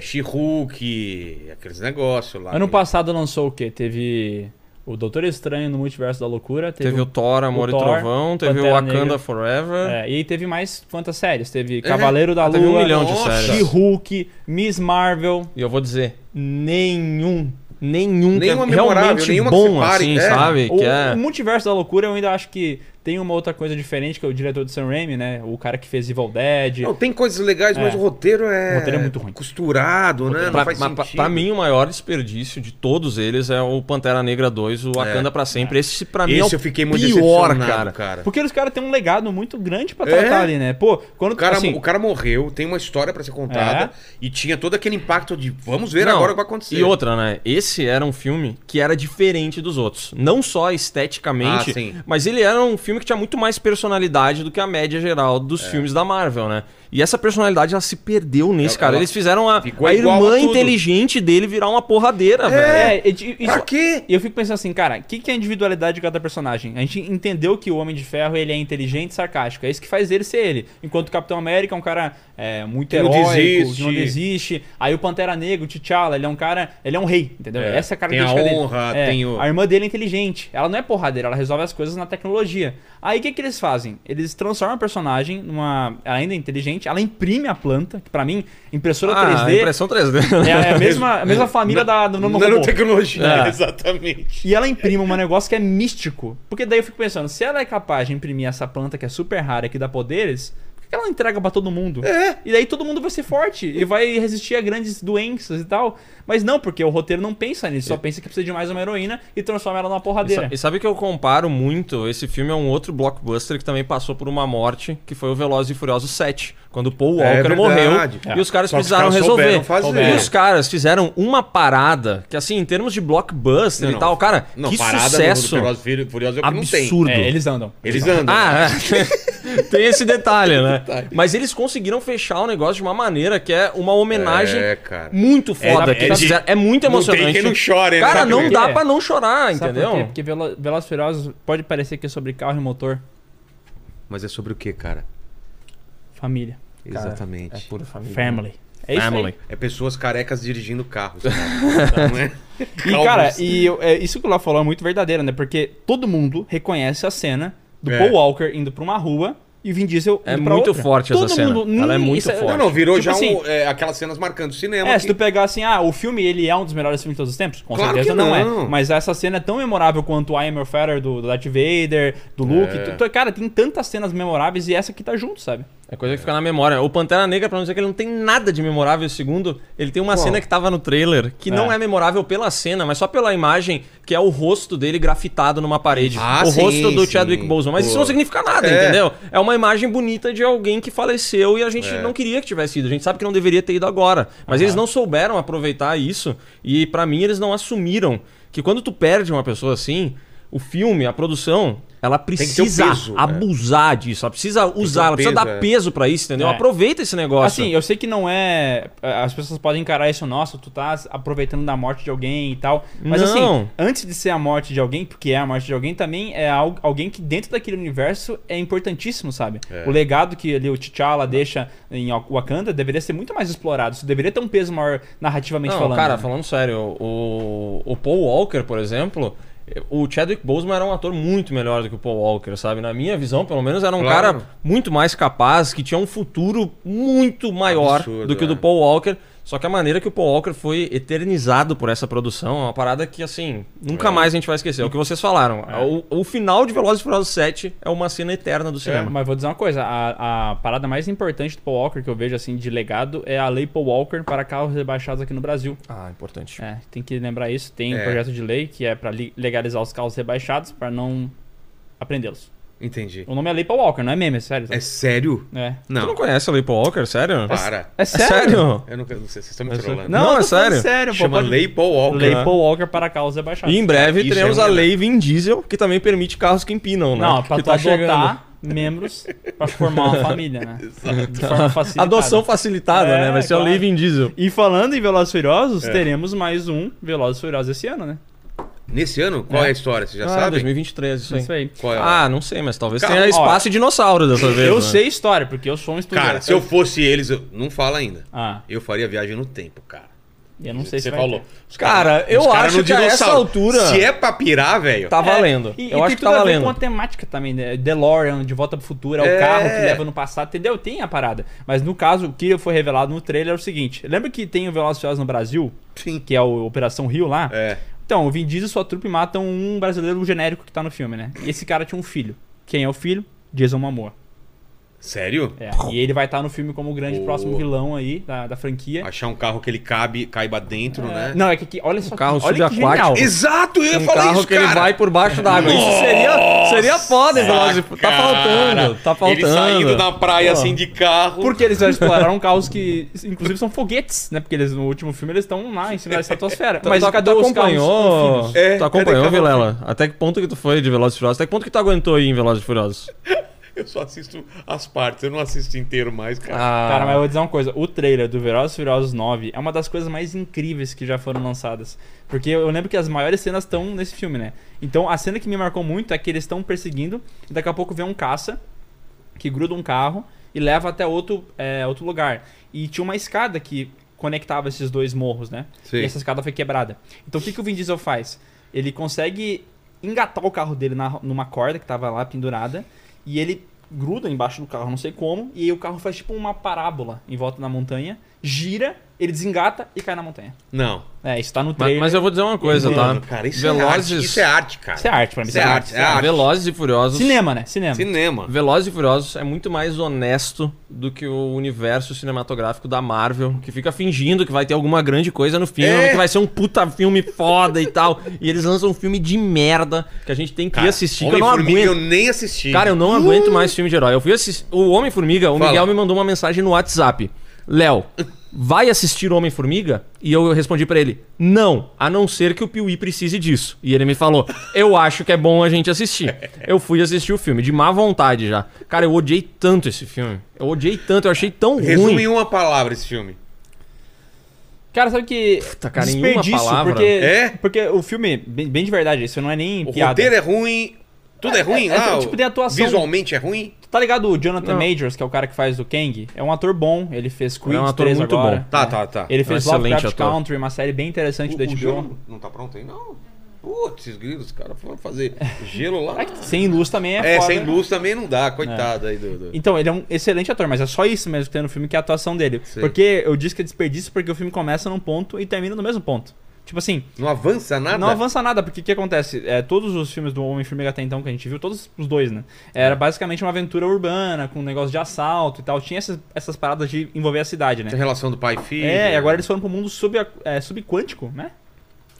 Speaker 1: She-Hulk, aqueles negócios lá.
Speaker 3: ano passado lançou o quê? Teve o Doutor Estranho no Multiverso da Loucura, teve,
Speaker 4: Teve o Thor, Amor
Speaker 3: o Thor,
Speaker 4: e Trovão, teve o
Speaker 3: Pantera
Speaker 4: Wakanda
Speaker 3: Negra.
Speaker 4: Forever.
Speaker 3: É, e aí teve mais quantas séries? Teve Cavaleiro da
Speaker 4: Ah, teve um
Speaker 3: Lua,
Speaker 4: milhão de
Speaker 3: Nossa.
Speaker 4: séries.
Speaker 3: She-Hulk, Miss Marvel.
Speaker 4: E eu vou dizer, nenhum, nenhum que é
Speaker 1: Nenhuma memorável,
Speaker 4: realmente
Speaker 1: nenhuma que
Speaker 4: bom,
Speaker 1: se pare,
Speaker 4: assim,
Speaker 1: é.
Speaker 4: sabe?
Speaker 3: O,
Speaker 4: que é...
Speaker 3: o Multiverso da Loucura eu ainda acho que tem uma outra coisa diferente, que é o diretor do Sam Raimi, né? O cara que fez Evil Dead.
Speaker 1: Não, tem coisas legais, mas
Speaker 3: É.
Speaker 1: o roteiro é.
Speaker 3: O roteiro é muito ruim. é
Speaker 1: Costurado, né? Não
Speaker 4: Pra,
Speaker 1: faz
Speaker 4: mas pra-
Speaker 1: sentido.
Speaker 4: pra mim, o maior desperdício de todos eles é o Pantera Negra 2, o Wakanda pra sempre. Esse, pra
Speaker 1: É,
Speaker 4: mim,
Speaker 1: Esse
Speaker 4: é
Speaker 1: eu
Speaker 4: o
Speaker 1: fiquei muito
Speaker 4: pior,
Speaker 1: decepcionado,
Speaker 4: cara.
Speaker 3: Porque os caras têm um legado muito grande pra
Speaker 1: É?
Speaker 3: tratar ali, né? Pô, quando
Speaker 1: O cara,
Speaker 3: assim, É.
Speaker 1: o cara morreu, tem uma história pra ser contada e tinha todo aquele impacto de vamos ver
Speaker 4: Não,
Speaker 1: agora o que vai acontecer.
Speaker 4: E outra, né? Esse era um filme que era diferente dos outros. Não só esteticamente,
Speaker 1: Ah, sim.
Speaker 4: mas ele era um filme que tinha muito mais personalidade do que a média geral dos
Speaker 1: É.
Speaker 4: filmes da Marvel, né? E essa personalidade, ela se perdeu nesse,
Speaker 1: Ela-
Speaker 4: cara.
Speaker 1: ela
Speaker 4: Eles fizeram a,
Speaker 1: ficou
Speaker 4: a
Speaker 1: igual a
Speaker 4: irmã
Speaker 1: tudo.
Speaker 4: inteligente dele virar uma porradeira, velho.
Speaker 3: É, e- e- isso-
Speaker 1: Pra quê?
Speaker 3: E eu fico pensando assim, cara, o que, que é a individualidade de cada personagem? A gente entendeu que o Homem de Ferro ele é inteligente e sarcástico. É isso que faz ele ser ele. Enquanto o Capitão América é um cara é, muito
Speaker 1: não
Speaker 3: heróico,
Speaker 1: desiste.
Speaker 3: que não desiste. Aí o Pantera Negra, o T'Challa, ele é um cara. Ele é um rei, entendeu?
Speaker 1: É,
Speaker 3: Essa é a
Speaker 1: tem a
Speaker 3: característica dele.
Speaker 1: honra,
Speaker 3: É,
Speaker 1: tem o-
Speaker 3: A irmã dele é inteligente. Ela não é porradeira, ela resolve as coisas na tecnologia. Aí o que, que eles fazem? Eles transformam a personagem numa. Ela ainda é inteligente, ela imprime a planta, que pra mim, impressora
Speaker 4: Ah,
Speaker 3: 3D.
Speaker 4: impressão né? 3D.
Speaker 3: É a mesma, a mesma família da, do Nano Robô.
Speaker 1: Nanotecnologia,
Speaker 4: É.
Speaker 1: exatamente.
Speaker 3: E ela imprime um negócio que é místico. Porque daí eu fico pensando, se ela é capaz de imprimir essa planta que é super rara e que dá poderes, por que Por que ela não entrega pra todo mundo? É. E daí todo mundo vai ser forte e vai resistir a grandes doenças e tal. Mas não, porque o roteiro não pensa nisso, só pensa que precisa de mais uma heroína e transforma ela numa
Speaker 4: E sa-
Speaker 3: porradeira.
Speaker 4: E sabe que eu comparo muito? Esse filme é um outro blockbuster que também passou por uma morte, que foi o Veloz e Furioso 7, quando Paul
Speaker 1: É
Speaker 4: Walker
Speaker 1: verdade.
Speaker 4: morreu
Speaker 1: É.
Speaker 4: e os caras
Speaker 1: Só que os
Speaker 4: precisaram
Speaker 1: caras
Speaker 4: resolver.
Speaker 1: souberam fazer.
Speaker 4: E os caras fizeram uma parada que, assim, em termos de blockbuster
Speaker 1: Não,
Speaker 4: e
Speaker 1: não.
Speaker 4: tal, cara,
Speaker 1: Não,
Speaker 4: que
Speaker 1: parada
Speaker 4: sucesso
Speaker 1: no Velozes e Furi- Furiosos é o que não tem.
Speaker 4: absurdo.
Speaker 3: É, eles andam.
Speaker 1: Eles andam.
Speaker 4: Ah, é. tem esse detalhe, né? Mas eles conseguiram fechar o negócio de uma maneira que é uma homenagem
Speaker 1: É, cara.
Speaker 4: muito foda.
Speaker 1: É,
Speaker 4: que
Speaker 1: é
Speaker 4: eles
Speaker 1: de-
Speaker 4: fizeram. É muito
Speaker 1: Não tem
Speaker 4: emocionante.
Speaker 1: quem não chore, né?
Speaker 4: Cara,
Speaker 1: Sabe
Speaker 4: não
Speaker 1: por
Speaker 4: dá
Speaker 3: quê?
Speaker 4: pra não chorar,
Speaker 3: Sabe por quê?
Speaker 4: entendeu?
Speaker 3: Porque Velo- Velozes e Furiosos pode parecer que é sobre carro e motor.
Speaker 1: Mas é sobre o que, cara?
Speaker 3: Família.
Speaker 1: Exatamente. É,
Speaker 4: Pura família.
Speaker 3: Family. É isso aí.
Speaker 4: Family.
Speaker 1: pessoas carecas dirigindo carros. cara. não é?
Speaker 3: E,
Speaker 1: Calvos.
Speaker 3: cara, e eu- é, isso que o Lá falou é muito verdadeiro, né? Porque todo mundo reconhece a cena do
Speaker 1: É.
Speaker 3: Paul Walker indo pra uma rua e o Vin Diesel
Speaker 4: É
Speaker 3: indo pra
Speaker 4: muito
Speaker 3: outra.
Speaker 4: forte essa
Speaker 3: Todo
Speaker 4: cena.
Speaker 3: mundo-
Speaker 4: Ela é
Speaker 3: Hum,
Speaker 4: muito
Speaker 3: isso
Speaker 4: forte.
Speaker 1: Não, não, virou
Speaker 3: Tipo
Speaker 1: já
Speaker 3: assim,
Speaker 1: um, é, aquelas cenas marcando cinema.
Speaker 3: É,
Speaker 1: que-
Speaker 3: se tu pegar assim, ah, o filme ele é um dos melhores filmes de todos os tempos? Com
Speaker 1: Claro
Speaker 3: certeza
Speaker 1: que
Speaker 3: não. é.
Speaker 1: não.
Speaker 3: Mas essa cena é tão memorável quanto I Am Your Father do, do Darth Vader, do Luke.
Speaker 1: É.
Speaker 3: Tu- tu- cara, tem tantas cenas memoráveis e essa aqui tá junto, sabe?
Speaker 4: É coisa que fica na memória. O Pantera Negra, pra não dizer que ele não tem nada de memorável, segundo, ele tem uma cena que tava no trailer que não
Speaker 3: É.
Speaker 4: é memorável pela cena, mas só pela imagem, que é o rosto dele grafitado numa parede.
Speaker 1: Ah,
Speaker 4: o
Speaker 1: sim,
Speaker 4: rosto do
Speaker 1: sim.
Speaker 4: Chadwick Boseman. Mas isso
Speaker 1: Pô.
Speaker 4: não significa nada,
Speaker 1: É.
Speaker 4: entendeu? É uma imagem bonita de alguém que faleceu e a gente
Speaker 1: É.
Speaker 4: não queria que tivesse ido. A gente sabe que não deveria ter ido agora. Mas eles não souberam aproveitar isso e pra mim eles não assumiram que quando tu perde uma pessoa assim, o filme, a produção, ela
Speaker 1: que ter o
Speaker 4: precisa
Speaker 1: peso, é.
Speaker 4: abusar disso, ela precisa usar, ela precisa
Speaker 1: peso,
Speaker 4: dar
Speaker 1: é.
Speaker 4: peso pra isso, entendeu?
Speaker 3: É.
Speaker 4: Aproveita esse negócio.
Speaker 3: Assim, eu sei que não é. As pessoas podem encarar isso, nossa, tu tá aproveitando da morte de alguém e tal. Mas assim,
Speaker 4: Não.
Speaker 3: antes de ser a morte de alguém, porque é a morte de alguém, também é al- alguém que dentro daquele universo é importantíssimo, sabe?
Speaker 4: É.
Speaker 3: O legado que ali o T'Challa deixa em Wakanda deveria ser muito mais explorado. Isso deveria ter um peso maior narrativamente
Speaker 4: não,
Speaker 3: falando.
Speaker 4: cara,
Speaker 3: né?
Speaker 4: falando sério, o, o Paul Walker, por exemplo, o Chadwick Boseman era um ator muito melhor do que o Paul Walker, sabe? Na minha visão, pelo menos, era um
Speaker 1: Claro.
Speaker 4: cara muito mais capaz, que tinha um futuro muito maior
Speaker 1: Absurdo,
Speaker 4: do que o do
Speaker 1: é.
Speaker 4: Paul Walker. Só que a maneira que o Paul Walker foi eternizado por essa produção é uma parada que, assim, nunca mais a gente vai esquecer. É o que vocês falaram. O, o final de Velozes e Furiosos 7 é uma cena eterna do
Speaker 3: É,
Speaker 4: cinema.
Speaker 3: mas vou dizer uma coisa, a, a parada mais importante do Paul Walker que eu vejo assim de legado é a lei Paul Walker para carros rebaixados aqui no Brasil.
Speaker 4: Ah, importante.
Speaker 3: É, tem que lembrar isso. Tem um
Speaker 1: É.
Speaker 3: projeto de lei que é pra li- legalizar os carros rebaixados pra não aprendê-los.
Speaker 1: Entendi.
Speaker 3: O nome é Lei Paul Walker, não é meme, é sério.
Speaker 1: É
Speaker 3: sabe?
Speaker 1: sério?
Speaker 3: É.
Speaker 4: Tu não
Speaker 1: Não.
Speaker 4: conhece a Lei Paul Walker, sério?
Speaker 1: Para.
Speaker 3: É
Speaker 4: É sério?
Speaker 1: Eu não, vocês estão me trolando.
Speaker 4: Não,
Speaker 3: eu tô falando
Speaker 4: é sério.
Speaker 3: sério pô,
Speaker 1: Chama
Speaker 3: pode-
Speaker 1: Lei Paul Walker. né?
Speaker 3: Lei Paul Walker para carros rebaixados.
Speaker 4: E em breve
Speaker 1: Isso
Speaker 4: teremos
Speaker 1: é
Speaker 4: a
Speaker 1: um
Speaker 4: lei Vin Diesel, que também permite carros que empinam, né?
Speaker 3: Não, pra
Speaker 4: que
Speaker 3: tu
Speaker 1: tá
Speaker 3: adotar membros pra formar uma família, né? De forma facilitada.
Speaker 4: Adoção facilitada,
Speaker 3: É,
Speaker 4: né? Vai ser a
Speaker 3: claro.
Speaker 4: lei Vin Diesel.
Speaker 3: E falando em Velozes e Furiosos,
Speaker 1: É.
Speaker 3: teremos mais um Velozes e Furiosos esse ano, né?
Speaker 1: Nesse ano? Qual é,
Speaker 3: É.
Speaker 1: a história? Você já
Speaker 4: Ah,
Speaker 1: sabe?
Speaker 4: 2023, isso aí.
Speaker 3: Isso aí.
Speaker 1: Qual é? a-
Speaker 4: Ah, não sei, mas talvez
Speaker 1: Cara,
Speaker 4: tenha
Speaker 1: ó,
Speaker 4: espaço e dinossauro dessa vez.
Speaker 3: Eu
Speaker 4: né?
Speaker 3: sei história, porque eu sou um estudioso.
Speaker 1: Cara, se eu fosse eles, eu... não fala ainda.
Speaker 3: Ah,
Speaker 1: Eu faria viagem no tempo, cara.
Speaker 3: eu não sei se
Speaker 1: Você
Speaker 3: vai
Speaker 1: falou.
Speaker 3: ter.
Speaker 1: Os
Speaker 4: Cara, eu
Speaker 1: os cara
Speaker 4: acho
Speaker 1: no
Speaker 4: que a essa
Speaker 1: dinossauro.
Speaker 4: altura-
Speaker 1: Se é pra pirar, velho.
Speaker 4: Tá
Speaker 3: É,
Speaker 4: valendo.
Speaker 3: E,
Speaker 4: eu
Speaker 3: e
Speaker 4: acho
Speaker 3: tem
Speaker 4: que
Speaker 3: tudo
Speaker 4: tá
Speaker 3: a ver
Speaker 4: valendo.
Speaker 3: com a temática também, né? DeLorean, De Volta pro Futuro, é, o
Speaker 1: É.
Speaker 3: carro que leva no passado, entendeu? Tem a parada. Mas no caso, o que foi revelado no trailer é o seguinte. Lembra que tem o Velozes e Furiosos no Brasil?
Speaker 1: Sim.
Speaker 3: Que é o Operação Rio lá?
Speaker 1: É.
Speaker 3: Então, o Vin Diesel e sua trupe matam um brasileiro genérico que tá no filme, né? E esse cara tinha um filho. Quem é o filho? Jason Momoa.
Speaker 1: Sério?
Speaker 3: É, E ele vai estar no filme como o grande
Speaker 1: Boa.
Speaker 3: próximo vilão aí da, da
Speaker 4: É.
Speaker 3: franquia.
Speaker 1: Achar um carro que ele cabe, caiba dentro, né?
Speaker 3: Não, é que, que- olha só
Speaker 4: carro
Speaker 3: que, olha que
Speaker 4: subaquático.
Speaker 3: genial.
Speaker 1: Exato, eu ia
Speaker 4: Um
Speaker 1: falar
Speaker 4: carro
Speaker 1: isso,
Speaker 4: que
Speaker 1: cara.
Speaker 4: ele vai por baixo d'água. Isso seria, seria foda, Velozes. e- Tá faltando, tá faltando.
Speaker 1: Ele saindo na praia
Speaker 4: Pô.
Speaker 1: assim de carro.
Speaker 3: Porque eles já exploraram carros que, inclusive, são foguetes, né? Porque eles no último filme eles estão lá em cima da estratosfera.
Speaker 4: Mas
Speaker 3: Mas
Speaker 4: tu,
Speaker 3: cadê
Speaker 4: tu
Speaker 3: os carros com
Speaker 4: acompanhou,
Speaker 3: filhos?
Speaker 1: É,
Speaker 4: tu acompanhou,
Speaker 1: cadê carro?
Speaker 4: Vilela? Até que ponto que tu foi de Velozes e Furiosos? Até que ponto que tu aguentou aí em Velozes e Furiosos?
Speaker 1: Eu só assisto as partes, eu não assisto inteiro mais, cara.
Speaker 4: Ah.
Speaker 3: Cara, mas eu vou dizer uma coisa. O trailer do Velozes e Furiosos 9 é uma das coisas mais incríveis que já foram lançadas. Porque eu lembro que as maiores cenas estão nesse filme, né? Então, a cena que me marcou muito é que eles estão perseguindo e daqui a pouco vem um caça que gruda um carro e leva até outro, é, outro lugar. E tinha uma escada que conectava esses dois morros, né?
Speaker 1: Sim.
Speaker 3: E essa escada foi quebrada. Então, o que, que o Vin Diesel faz? Ele consegue engatar o carro dele na- numa corda que tava lá pendurada e ele gruda embaixo do carro, não sei como, e aí o carro faz tipo uma parábola em volta da montanha, gira ele desengata e cai na montanha.
Speaker 1: Não.
Speaker 3: É, isso tá no
Speaker 4: Mas,
Speaker 3: trailer.
Speaker 4: mas eu vou dizer uma coisa,
Speaker 1: Mano,
Speaker 4: tá?
Speaker 1: cara, isso
Speaker 4: Velozes,
Speaker 1: é arte. Isso é arte, cara.
Speaker 3: Ah, Isso é arte pra mim.
Speaker 1: Isso é arte. é arte.
Speaker 4: Velozes e Furiosos.
Speaker 3: Cinema, né? Cinema.
Speaker 1: Cinema.
Speaker 4: Velozes e Furiosos é muito mais honesto do que o universo cinematográfico da Marvel, que fica fingindo que vai ter alguma grande coisa no filme,
Speaker 1: É.
Speaker 4: que vai ser um puta filme foda e tal. E eles lançam um filme de merda que a gente tem que
Speaker 1: Cara,
Speaker 4: assistir, que eu não
Speaker 1: Homem-Formiga
Speaker 4: aguento.
Speaker 1: eu nem assisti.
Speaker 4: Cara, eu não aguento mais filme de herói. Eu fui assistir. O Homem-Formiga, o
Speaker 1: Fala.
Speaker 4: Miguel me mandou uma mensagem no WhatsApp. Léo, vai assistir o Homem-Formiga? E eu respondi pra ele: Não, a não ser que o Piuí precise disso. E ele me falou: Eu acho que é bom a gente assistir. Eu fui assistir o filme, de má vontade já. Cara, eu odiei tanto esse filme. Eu odiei tanto, eu achei tão
Speaker 1: Resume
Speaker 4: ruim.
Speaker 1: em uma palavra esse filme.
Speaker 3: Cara, sabe que.
Speaker 4: Puta, cara, em uma palavra.
Speaker 3: Porque,
Speaker 1: É?
Speaker 3: porque o filme, bem, bem de verdade, isso não é nem
Speaker 1: O
Speaker 3: piada.
Speaker 1: roteiro é ruim. Tudo é, ruim
Speaker 3: é- é
Speaker 1: lá.
Speaker 3: tipo de atuação.
Speaker 1: Visualmente é ruim.
Speaker 3: Tá ligado o Jonathan
Speaker 4: Não.
Speaker 3: Majors, que é o cara que faz o Kang? É um ator bom, ele fez Creed
Speaker 4: É um ator
Speaker 3: 3
Speaker 4: muito
Speaker 3: agora.
Speaker 4: bom.
Speaker 1: Tá,
Speaker 3: É.
Speaker 1: tá, tá.
Speaker 3: Ele
Speaker 4: um
Speaker 3: fez
Speaker 4: excelente
Speaker 3: Lovecraft
Speaker 4: ator.
Speaker 3: Country, uma série bem interessante da
Speaker 1: o
Speaker 3: HBO.
Speaker 1: gelo não tá pronto aí? Não. Putz, grilos, os caras foram fazer gelo lá.
Speaker 3: É que sem luz também
Speaker 1: É,
Speaker 3: é, foda.
Speaker 1: sem
Speaker 3: né?
Speaker 1: luz também não dá, coitado aí do. do-
Speaker 3: Então, ele é um excelente ator, mas é só isso mesmo que tem no filme, que é a atuação dele.
Speaker 1: Sim.
Speaker 3: Porque eu disse que é desperdício porque o filme começa num ponto e termina no mesmo ponto. Tipo assim,
Speaker 1: Não avança nada?
Speaker 3: Não avança nada, porque o que acontece? É, todos os filmes do Homem-Formiga até então que a gente viu, todos os dois, né? Era
Speaker 1: É.
Speaker 3: basicamente uma aventura urbana, com um negócio de assalto e tal. Tinha essas, essas paradas de envolver a cidade,
Speaker 1: Tem
Speaker 3: né?
Speaker 1: relação do pai e filho.
Speaker 3: É, e agora eles foram pro mundo sub, é, subquântico, né?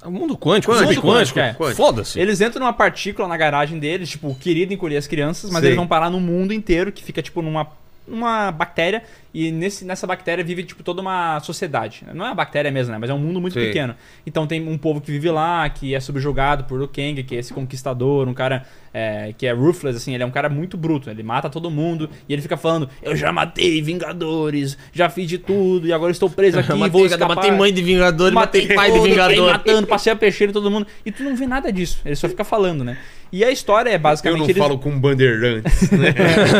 Speaker 4: O mundo quântico,
Speaker 1: Quântico,
Speaker 4: mundo quântico.
Speaker 3: é.
Speaker 1: Quântico.
Speaker 4: Foda-se.
Speaker 3: Eles entram numa partícula na garagem deles, tipo, o querido encolher as crianças, mas
Speaker 1: Sei.
Speaker 3: eles vão parar no mundo inteiro, que fica, tipo, numa uma bactéria e nesse, nessa bactéria vive tipo toda uma sociedade não é uma bactéria mesmo né mas é um mundo muito
Speaker 1: Sei.
Speaker 3: pequeno então tem um povo que vive lá que é subjugado por o Kang que é esse conquistador um cara é, que é ruthless assim ele é um cara muito bruto ele mata todo mundo e ele fica falando eu já matei vingadores já fiz de tudo e agora estou preso aqui vou escapar
Speaker 4: matei mãe de Vingador, matei, pai de
Speaker 3: todo, fiquei
Speaker 4: Vingador.
Speaker 3: matando, passei a peixeira em todo mundo. E tu não vê nada disso. Ele só fica falando, né? E a história é
Speaker 1: Eu
Speaker 3: basicamente.
Speaker 1: não
Speaker 3: eles-
Speaker 1: falo com bandeirantes, né?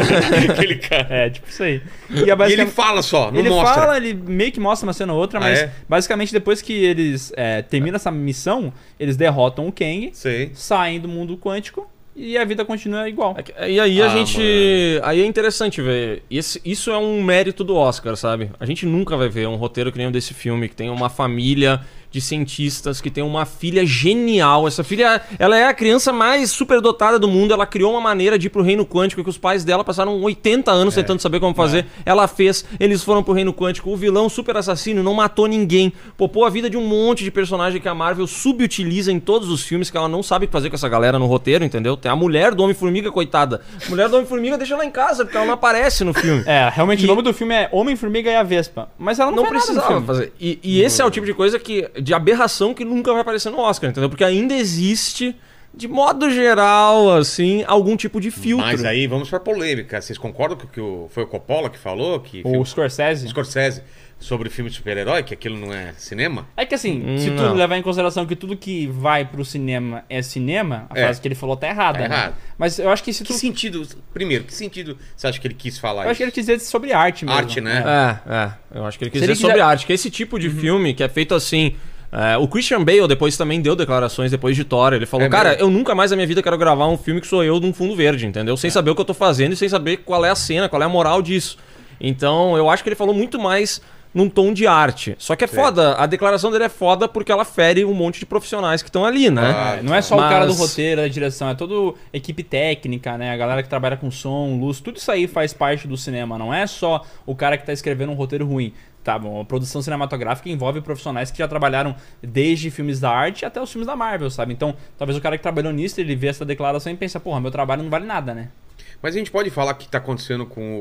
Speaker 1: Aquele cara.
Speaker 3: É, tipo isso aí. E, é
Speaker 1: E ele
Speaker 3: basicamente...
Speaker 1: fala só, não
Speaker 3: ele
Speaker 1: mostra.
Speaker 3: fala, ele meio que mostra uma cena ou outra,
Speaker 1: Ah,
Speaker 3: mas
Speaker 1: é?
Speaker 3: basicamente depois que eles é, terminam essa missão, eles derrotam o Kang,
Speaker 1: Sei.
Speaker 3: saem do mundo quântico e a vida continua igual.
Speaker 4: É que- E aí a
Speaker 1: Ah,
Speaker 4: gente. Aí é interessante ver. Esse- isso é um mérito do Oscar, sabe? A gente nunca vai ver um roteiro que nem o desse filme, que tem uma família de cientistas, que tem uma filha genial. Essa filha, ela é a criança mais superdotada do mundo. Ela criou uma maneira de ir pro reino quântico que os pais dela passaram 80 anos
Speaker 3: É.
Speaker 4: tentando saber como fazer. Ela fez, eles foram pro reino quântico. O vilão super assassino não matou ninguém. Popou a vida de um monte de personagem que a Marvel subutiliza em todos os filmes, que ela não sabe o que fazer com essa galera no roteiro, entendeu? Tem a mulher do Homem-Formiga, coitada. A mulher do Homem-Formiga deixa ela em casa, porque ela não aparece no filme.
Speaker 3: É, realmente o nome do filme é Homem-Formiga e a Vespa. Mas ela não,
Speaker 4: Não
Speaker 3: faz nada no
Speaker 4: precisava
Speaker 3: filme.
Speaker 4: fazer. E, e esse é o tipo de coisa que. de aberração que nunca vai aparecer no Oscar, entendeu? Porque ainda existe, de modo geral, assim, algum tipo de filtro.
Speaker 1: Mas aí vamos pra polêmica. Vocês concordam com o que o, foi o Coppola que falou? Que
Speaker 3: O
Speaker 1: filme-
Speaker 3: Scorsese.
Speaker 1: Scorsese sobre filme de super-herói, que aquilo não é cinema?
Speaker 3: É que assim, se tu
Speaker 4: não.
Speaker 3: levar em consideração que tudo que vai pro cinema é cinema, a
Speaker 1: É.
Speaker 3: frase que ele falou tá errada.
Speaker 1: Tá
Speaker 3: né?
Speaker 1: errado.
Speaker 3: Mas eu acho que se
Speaker 1: Que
Speaker 3: tu.
Speaker 1: sentido, primeiro, que sentido você acha que ele quis falar
Speaker 3: eu acho
Speaker 1: isso?
Speaker 3: que ele quis dizer sobre arte mesmo.
Speaker 1: Arte, né?
Speaker 4: É, é. Eu acho que ele quis
Speaker 3: Se ele
Speaker 4: dizer sobre
Speaker 3: quiser-
Speaker 4: arte, que esse tipo
Speaker 1: Uhum.
Speaker 4: de filme que é feito assim. é, o Christian Bale depois também deu declarações depois de Thor. Ele falou:
Speaker 1: É
Speaker 4: Cara,
Speaker 1: mesmo?
Speaker 4: eu nunca mais na minha vida quero gravar um filme que sou eu num fundo verde, entendeu?
Speaker 1: É.
Speaker 4: Sem saber o que eu tô fazendo e sem saber qual é a cena, qual é a moral disso. Então eu acho que ele falou muito mais num tom de arte. Só que é foda, a declaração dele é foda porque ela fere um monte de profissionais que estão ali, né?
Speaker 1: Ah,
Speaker 3: É, Não é só o cara do
Speaker 4: Mas-
Speaker 3: roteiro, da direção, é toda equipe técnica, né? A galera que trabalha com som, luz, tudo isso aí faz parte do cinema. Não é só o cara que tá escrevendo um roteiro ruim. Tá bom, a produção cinematográfica envolve profissionais que já trabalharam desde filmes da arte até os filmes da Marvel, sabe? Então, talvez o cara que trabalhou nisso, ele vê essa declaração e pensa, porra, meu trabalho não vale nada, né?
Speaker 1: Mas a gente pode falar que tá acontecendo com o,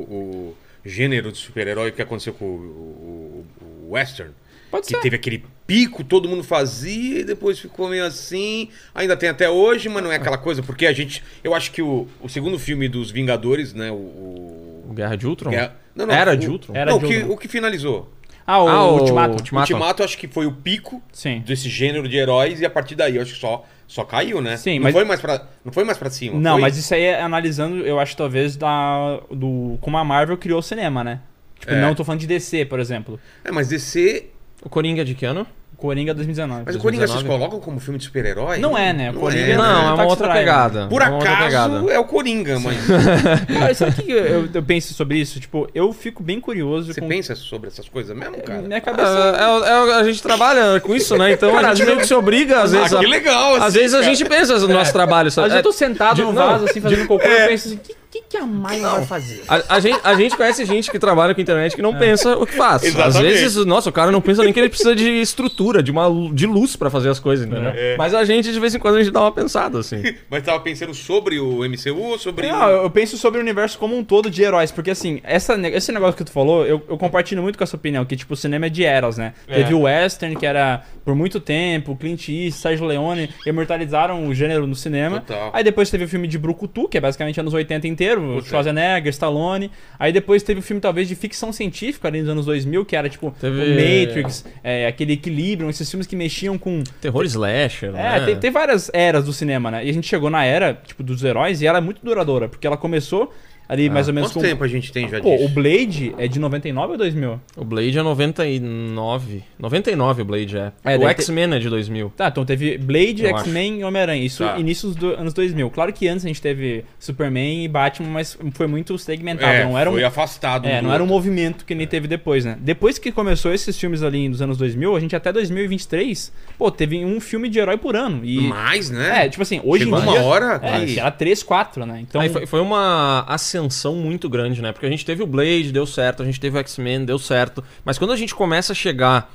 Speaker 1: o gênero de super-herói, o que aconteceu com o, o- o western?
Speaker 3: Pode
Speaker 1: que
Speaker 3: ser.
Speaker 1: teve aquele pico, todo mundo fazia e depois ficou meio assim. Ainda tem até hoje, mas não é aquela coisa, porque a gente. Eu acho que o, o segundo filme dos Vingadores, né? O. o-
Speaker 4: Guerra de Ultron?
Speaker 1: Guerra- É, não,
Speaker 4: Era
Speaker 1: o-
Speaker 4: de Ultron?
Speaker 3: Era
Speaker 1: não,
Speaker 3: de
Speaker 1: o que-
Speaker 3: Ultron.
Speaker 1: o que finalizou?
Speaker 3: Ah, o
Speaker 4: Ah, o
Speaker 3: Ultimato.
Speaker 4: Ultimato. Ultimato.
Speaker 1: Ultimato, acho que foi o pico
Speaker 3: Sim.
Speaker 1: desse gênero de heróis e a partir daí eu acho que só só caiu, né?
Speaker 3: Sim,
Speaker 1: não
Speaker 3: mas-
Speaker 1: foi mais para não foi mais para cima.
Speaker 3: Não,
Speaker 1: foi?
Speaker 3: mas isso aí é analisando, eu acho, talvez, da, do como a Marvel criou o cinema, né? Tipo,
Speaker 1: É.
Speaker 3: não tô falando de DC, por exemplo.
Speaker 1: é, mas DC
Speaker 4: O Coringa de que ano?
Speaker 3: Coringa 2019.
Speaker 1: Mas o Coringa vocês
Speaker 4: 2019?
Speaker 1: colocam como filme de super-herói?
Speaker 3: Não é, né? O
Speaker 1: Não
Speaker 3: Coringa
Speaker 1: é,
Speaker 4: Não,
Speaker 1: né?
Speaker 4: é uma
Speaker 3: Taxi
Speaker 4: outra
Speaker 3: Driver.
Speaker 4: pegada.
Speaker 1: Por
Speaker 4: é uma outra pegada.
Speaker 1: acaso é o Coringa, mas
Speaker 3: Cara, sabe o que que eu, eu penso sobre isso? Tipo, eu fico bem curioso
Speaker 1: você
Speaker 3: com...
Speaker 1: pensa sobre essas coisas mesmo, cara? Ah,
Speaker 3: Minha cabeça...
Speaker 4: É, é- é- a gente trabalha com isso, né? Então a gente meio que se obriga, às vezes.
Speaker 1: ah,
Speaker 4: a-
Speaker 1: que legal!
Speaker 4: Às
Speaker 1: assim,
Speaker 4: vezes a
Speaker 1: cara.
Speaker 4: gente pensa no nosso trabalho, sabe? É,
Speaker 3: Às vezes
Speaker 1: é
Speaker 3: eu tô sentado
Speaker 4: de-
Speaker 3: no
Speaker 4: não,
Speaker 3: vaso, assim, fazendo cocô, eu penso assim, o que, que, que a Maia vai fazer?
Speaker 4: A, a gente, a gente conhece gente que trabalha com internet que não pensa o que faz. Às
Speaker 1: Exatamente.
Speaker 4: vezes, nossa, o cara não pensa nem que ele precisa de estrutura, de, uma, lu- de luz pra fazer as coisas, entendeu? Mas a gente, de vez em quando, a gente dá uma pensada, assim.
Speaker 1: Mas tava pensando sobre o MCU, sobre.
Speaker 3: Não, É, eu eu penso sobre o universo como um todo de heróis, porque assim, essa, ne- esse negócio que tu falou, eu, eu compartilho muito com essa opinião, que tipo, o cinema é de eras, né? Teve o Western, que era por muito tempo, Clint Eastwood, Sérgio Leone, imortalizaram o gênero no cinema.
Speaker 1: Total.
Speaker 3: Aí depois teve o filme de Brucutu, que é basicamente anos 80 inteiro,
Speaker 1: Puta.
Speaker 3: Schwarzenegger, Stallone. Aí depois teve o filme, talvez, de ficção científica ali nos anos 2000, que era tipo
Speaker 4: Teve-
Speaker 3: o Matrix, é, aquele Equilibrium, esses filmes que mexiam com
Speaker 4: Terror slasher, né?
Speaker 3: é, tem, tem várias eras do cinema, né? E a gente chegou na era, tipo, dos heróis e ela é muito duradoura, porque ela começou ali mais ou menos
Speaker 1: Ah, Quanto
Speaker 3: com.
Speaker 1: tempo a gente tem já
Speaker 3: Ah, Pô, o
Speaker 1: disso?
Speaker 3: Blade é de 99 ou 2000?
Speaker 4: O Blade é 99. 99 o Blade é.
Speaker 3: É,
Speaker 4: o
Speaker 3: daí te-
Speaker 4: X-Men é de 2000.
Speaker 3: Tá, então teve Blade,
Speaker 4: Eu
Speaker 3: X-Men e Homem-Aranha. Isso
Speaker 1: Tá.
Speaker 3: inícios dos anos 2000. Claro que antes a gente teve Superman e Batman, mas foi muito segmentado.
Speaker 1: É,
Speaker 3: não era um,
Speaker 1: foi afastado.
Speaker 3: é,
Speaker 1: do
Speaker 3: não era um
Speaker 1: outro. É.
Speaker 3: movimento que nem teve depois, né? Depois que começou esses filmes ali dos anos 2000, a gente até 2023, pô, teve um filme de herói por ano. E,
Speaker 1: Mais, né?
Speaker 3: é, tipo assim, hoje
Speaker 1: Chegou
Speaker 3: em
Speaker 1: uma
Speaker 3: dia...
Speaker 1: hora
Speaker 3: É,
Speaker 1: que-
Speaker 3: era 3, 4, né? Então,
Speaker 4: Aí foi, foi uma ascensão muito grande, né? Porque a gente teve o Blade, deu certo, a gente teve o X-Men, deu certo. Mas quando a gente começa a chegar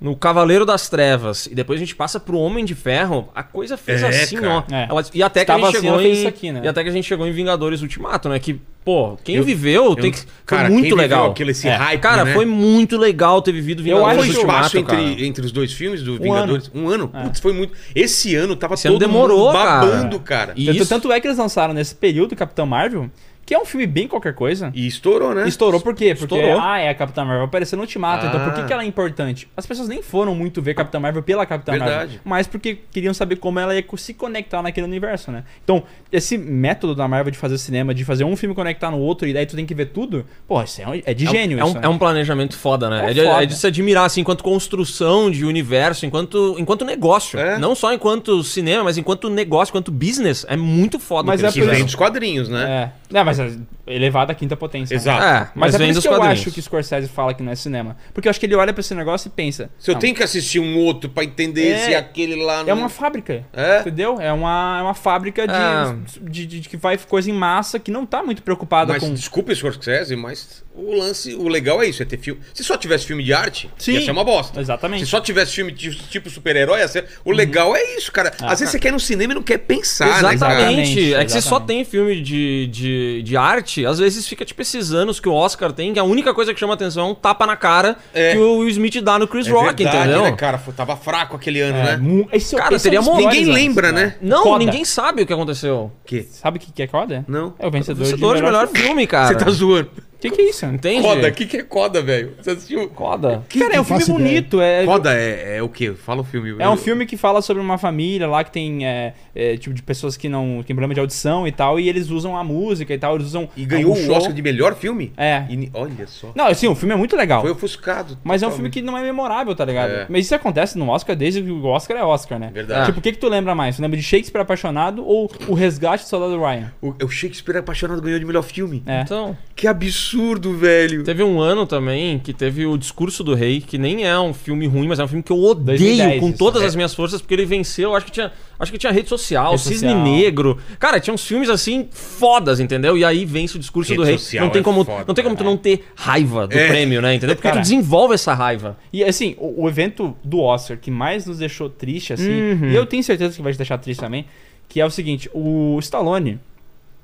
Speaker 4: no Cavaleiro das Trevas e depois a gente passa pro Homem de Ferro, a coisa fez
Speaker 1: É,
Speaker 4: assim,
Speaker 1: cara.
Speaker 4: ó.
Speaker 3: É.
Speaker 4: Ela- e até que a
Speaker 3: Estava
Speaker 4: gente
Speaker 3: assim,
Speaker 4: chegou
Speaker 3: ela fez
Speaker 4: em
Speaker 3: isso aqui, né?
Speaker 4: E até que a gente chegou em Vingadores Ultimato, né? Que, pô, quem
Speaker 1: Eu-
Speaker 4: viveu tem que. Foi
Speaker 1: Cara, quem
Speaker 4: muito
Speaker 1: viveu
Speaker 4: legal.
Speaker 1: Aquilo, esse
Speaker 3: É.
Speaker 1: hype,
Speaker 4: Cara,
Speaker 1: né?
Speaker 4: foi muito legal ter vivido
Speaker 3: Eu
Speaker 4: Vingadores
Speaker 3: acho
Speaker 1: o
Speaker 3: que
Speaker 1: espaço
Speaker 4: um Ultimato, cara.
Speaker 1: entre, entre os dois filmes do Vingadores. Um ano?
Speaker 3: É.
Speaker 1: Putz, foi muito. Esse ano tava
Speaker 4: Esse
Speaker 1: todo
Speaker 4: ano demorou,
Speaker 1: mundo
Speaker 4: cara.
Speaker 1: babando, cara.
Speaker 4: E
Speaker 3: Tanto,
Speaker 4: isso-
Speaker 3: tanto é que eles lançaram nesse período Capitão Marvel, que é um filme bem qualquer coisa.
Speaker 1: E estourou, né?
Speaker 3: Estourou por quê? Porque,
Speaker 4: É. Estourou.
Speaker 3: ah, é a Capitã Marvel apareceu no Ultimato, então por
Speaker 1: Ah.
Speaker 3: que, que ela é importante? As pessoas nem foram muito ver Capitã Marvel pela Capitã
Speaker 1: Verdade.
Speaker 3: Marvel, mas porque queriam saber como ela ia co- se conectar naquele universo, né? Então, esse método da Marvel de fazer cinema, de fazer um filme conectar no outro e daí tu tem que ver tudo, pô, isso é, um- é de
Speaker 4: É um-
Speaker 3: gênio
Speaker 4: É um,
Speaker 3: isso, né?
Speaker 4: é um planejamento foda, né?
Speaker 3: É
Speaker 4: É, de,
Speaker 3: foda.
Speaker 4: é de se admirar, assim, enquanto construção de universo, enquanto, enquanto negócio.
Speaker 1: É.
Speaker 4: Não só enquanto cinema, mas enquanto negócio, enquanto business. É muito foda.
Speaker 3: Mas
Speaker 4: o que
Speaker 1: Que
Speaker 3: é
Speaker 1: vem
Speaker 4: eles
Speaker 3: por
Speaker 4: fizeram.
Speaker 1: dos quadrinhos, né?
Speaker 3: É. Não, mas é elevada à quinta potência. né?
Speaker 1: Exato.
Speaker 4: É, mas,
Speaker 3: Mas, é por
Speaker 4: vem
Speaker 3: isso
Speaker 4: dos
Speaker 3: que eu
Speaker 4: quadrinhos.
Speaker 3: acho que o Scorsese fala que não é cinema. Porque eu acho que ele olha pra esse negócio e pensa...
Speaker 1: Se eu
Speaker 3: "Não,
Speaker 1: tenho que assistir um outro pra entender
Speaker 3: É.
Speaker 1: se aquele lá.
Speaker 3: É
Speaker 1: não-
Speaker 3: uma fábrica.
Speaker 1: É?
Speaker 3: Entendeu? É uma, é uma fábrica de,
Speaker 4: Ah.
Speaker 3: de, de- de que vai coisa em massa que não tá muito preocupada
Speaker 1: Mas
Speaker 3: com.
Speaker 1: desculpa, Scorsese, mas o lance, o legal é isso, é ter filme. Se só tivesse filme de arte,
Speaker 3: Sim.
Speaker 1: ia ser uma bosta.
Speaker 3: Exatamente.
Speaker 1: Se só tivesse filme de- tipo super-herói, ia ser... o legal é isso, cara. Às vezes você quer ir no cinema e não quer pensar, né,
Speaker 4: Exatamente.
Speaker 3: Exatamente,
Speaker 4: É que você só
Speaker 3: exatamente.
Speaker 4: tem filme de, de, de arte, às vezes fica tipo esses anos que o Oscar tem, que a única coisa que chama atenção é um tapa na cara
Speaker 1: É.
Speaker 4: que o Will Smith dá no Chris
Speaker 1: cara?
Speaker 4: Rock,
Speaker 1: é verdade,
Speaker 4: entendeu?
Speaker 1: né, cara? Foi- Tava fraco aquele ano,
Speaker 3: É,
Speaker 1: né?
Speaker 3: mu- esse-
Speaker 4: Cara,
Speaker 3: esse é
Speaker 4: teria
Speaker 3: um dos
Speaker 4: mo-
Speaker 3: piores
Speaker 1: Ninguém
Speaker 3: anos,
Speaker 1: lembra,
Speaker 3: cara.
Speaker 1: né?
Speaker 4: Não,
Speaker 3: Foda.
Speaker 4: ninguém sabe o que aconteceu.
Speaker 1: Que?
Speaker 3: Sabe o que, que é coda?
Speaker 1: Não.
Speaker 3: É o vencedor,
Speaker 4: Vencedor de melhor filme, cara.
Speaker 1: Você tá zoando.
Speaker 3: O que, que é isso?
Speaker 4: Entende?
Speaker 1: Coda, o que, que é coda, velho? Você assistiu?
Speaker 4: Coda.
Speaker 3: Cara, é um
Speaker 2: Não
Speaker 3: filme
Speaker 2: faço ideia.
Speaker 3: bonito. É,
Speaker 1: Coda é, é o quê? Fala o filme.
Speaker 3: é um filme que fala sobre uma família lá que tem é, é, tipo de pessoas que não. que tem problema de audição e tal, e eles usam a música e tal, eles usam.
Speaker 1: E ganhou
Speaker 3: algum
Speaker 1: o
Speaker 3: show.
Speaker 1: Oscar de melhor filme?
Speaker 3: É.
Speaker 1: E ni- olha só.
Speaker 3: Não, assim, o filme é muito legal.
Speaker 1: Foi ofuscado.
Speaker 3: Mas é um
Speaker 1: totalmente.
Speaker 3: filme que não é memorável, tá ligado?
Speaker 1: É.
Speaker 3: Mas isso acontece no Oscar desde que o Oscar é Oscar, né?
Speaker 1: Verdade.
Speaker 3: Tipo, o que, que tu lembra mais? Tu lembra de Shakespeare Apaixonado ou O Resgate do Soldado Ryan?
Speaker 1: O, o Shakespeare Apaixonado ganhou de melhor filme.
Speaker 3: É.
Speaker 4: Então.
Speaker 1: Que absurdo, velho.
Speaker 4: Teve um ano também que teve o Discurso do Rei, que nem é um filme ruim, mas é um filme que eu odeio
Speaker 3: 2010
Speaker 4: com
Speaker 3: isso,
Speaker 4: todas
Speaker 1: né?
Speaker 3: é.
Speaker 4: as minhas forças, porque ele venceu, acho que tinha, acho que tinha rede social,
Speaker 3: Rede
Speaker 4: Cisne
Speaker 3: Social.
Speaker 4: Negro. Cara, tinha uns filmes assim fodas, entendeu? E aí vence o Discurso
Speaker 1: Rede
Speaker 4: do Rei.
Speaker 1: Social
Speaker 4: não tem
Speaker 1: é
Speaker 4: como,
Speaker 1: foda,
Speaker 4: não tem como tu não ter raiva do
Speaker 1: É.
Speaker 4: prêmio, né? Entendeu? Porque
Speaker 3: Cara.
Speaker 4: tu desenvolve essa raiva.
Speaker 3: E assim, o, o evento do Oscar que mais nos deixou triste, assim,
Speaker 1: Uhum.
Speaker 3: e eu tenho certeza que vai te deixar triste também, que é o seguinte, o Stallone.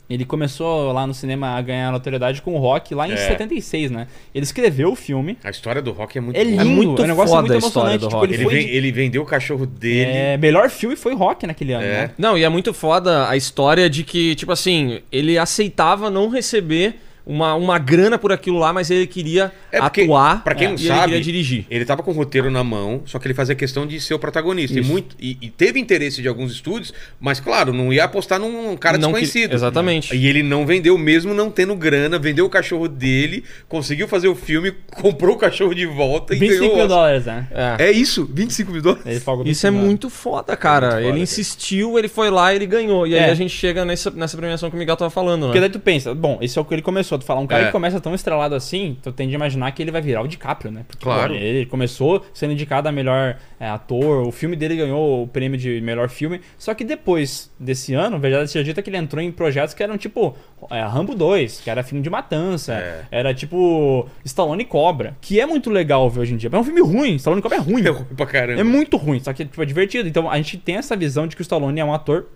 Speaker 3: Ele começou lá no cinema a ganhar notoriedade com o rock lá em
Speaker 1: É.
Speaker 3: 76, né? Ele escreveu o filme.
Speaker 1: A história do rock é muito
Speaker 3: É
Speaker 1: boa.
Speaker 3: lindo,
Speaker 4: É muito
Speaker 3: é um negócio
Speaker 4: foda
Speaker 3: muito
Speaker 4: a história
Speaker 3: emocionante.
Speaker 4: do
Speaker 3: Tipo,
Speaker 4: rock.
Speaker 3: ele,
Speaker 1: Ele,
Speaker 3: foi
Speaker 1: ven-
Speaker 3: de-
Speaker 1: ele vendeu o cachorro dele.
Speaker 3: é, melhor filme foi rock naquele ano,
Speaker 1: É.
Speaker 3: né?
Speaker 4: Não, e é muito foda a história de que, tipo assim, ele aceitava não receber uma, uma grana por aquilo lá, mas ele queria
Speaker 1: É porque,
Speaker 4: atuar
Speaker 1: pra quem não
Speaker 4: e ele
Speaker 1: sabe,
Speaker 4: queria dirigir.
Speaker 1: Ele tava com o roteiro na mão, só que ele fazia questão de ser o protagonista. E,
Speaker 4: Isso.
Speaker 1: muito, e, e teve interesse de alguns estúdios, mas claro, não ia apostar num cara
Speaker 4: Não que-
Speaker 1: desconhecido.
Speaker 4: exatamente.
Speaker 1: E ele não vendeu, mesmo não tendo grana, vendeu o cachorro dele, conseguiu fazer o filme, comprou o cachorro de volta e
Speaker 3: 25
Speaker 1: ganhou.
Speaker 3: mil
Speaker 1: o
Speaker 3: dólares, né?
Speaker 4: É.
Speaker 1: Oscar. É isso, 25 mil dólares.
Speaker 3: Ele pagou
Speaker 4: Isso é
Speaker 3: 25 mil.
Speaker 4: muito foda, cara.
Speaker 1: É muito foda,
Speaker 4: ele
Speaker 1: cara.
Speaker 4: insistiu, ele foi lá, ele ganhou. E aí
Speaker 3: É.
Speaker 4: a gente chega nessa, nessa premiação que o Miguel tava falando,
Speaker 3: Porque
Speaker 4: né?
Speaker 3: daí tu pensa, bom, esse é o que ele começou. Tu fala, um cara
Speaker 1: É.
Speaker 3: que começa tão estrelado assim, tu tende a imaginar que ele vai virar o DiCaprio, né? Porque,
Speaker 1: Claro.
Speaker 3: pô, ele começou sendo indicado a melhor é, ator, o filme dele ganhou o prêmio de melhor filme. Só que depois desse ano, verdade seja dita que ele entrou em projetos que eram tipo é, Rambo 2, que era filme de matança,
Speaker 1: É.
Speaker 3: era tipo Stallone e Cobra, que é muito legal ver hoje em dia. Mas é um filme ruim, Stallone e Cobra é ruim.
Speaker 1: É ruim pra caramba.
Speaker 3: É muito ruim, só que tipo, é divertido. Então a gente tem essa visão de que o Stallone é um ator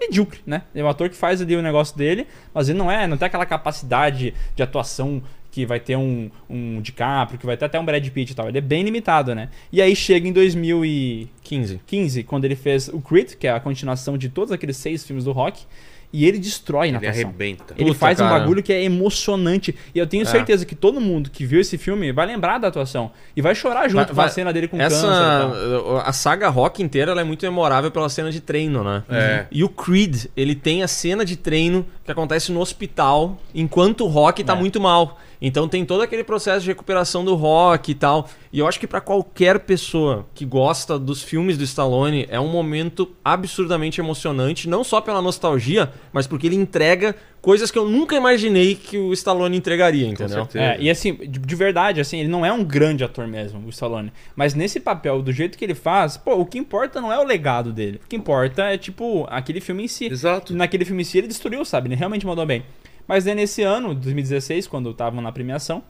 Speaker 3: medíocre, né? É um ator que faz ali o negócio dele, mas ele não é, não tem aquela capacidade de atuação que vai ter um, um DiCaprio, que vai ter até um Brad Pitt e tal. Ele é bem limitado, né? E aí chega em 2015,
Speaker 4: 15.
Speaker 3: quando ele fez o Creed, que é a continuação de todos aqueles seis filmes do Rock, e ele destrói na
Speaker 1: Ele
Speaker 3: atuação.
Speaker 1: arrebenta.
Speaker 3: Ele
Speaker 4: Puta,
Speaker 3: faz um
Speaker 4: cara. É.
Speaker 3: bagulho que é emocionante. E eu tenho certeza que todo mundo que viu esse filme vai lembrar da atuação. E vai chorar junto
Speaker 4: Vai-
Speaker 3: com a
Speaker 4: vai-
Speaker 3: cena dele com
Speaker 4: Essa,
Speaker 3: câncer. e tal.
Speaker 4: a saga rock inteira ela é muito memorável pela cena de treino, né?
Speaker 1: É.
Speaker 4: E o Creed, ele tem a cena de treino que acontece no hospital, enquanto o Rock tá muito mal. Então tem todo aquele processo de recuperação do Rock e tal. E eu acho que pra qualquer pessoa que gosta dos filmes do Stallone, é um momento absurdamente emocionante, não só pela nostalgia, mas porque ele entrega coisas que eu nunca imaginei que o Stallone entregaria,
Speaker 1: Com
Speaker 4: entendeu?
Speaker 1: certeza.
Speaker 3: É, e assim, de, de verdade, assim, ele não é um grande ator mesmo, o Stallone. Mas nesse papel, do jeito que ele faz, pô, o que importa não é o legado dele. O que importa é, tipo, aquele filme em si.
Speaker 1: Exato.
Speaker 3: Naquele filme em si ele destruiu, sabe? Ele realmente mandou bem. Mas daí nesse ano, 2016, quando estavam na premiação,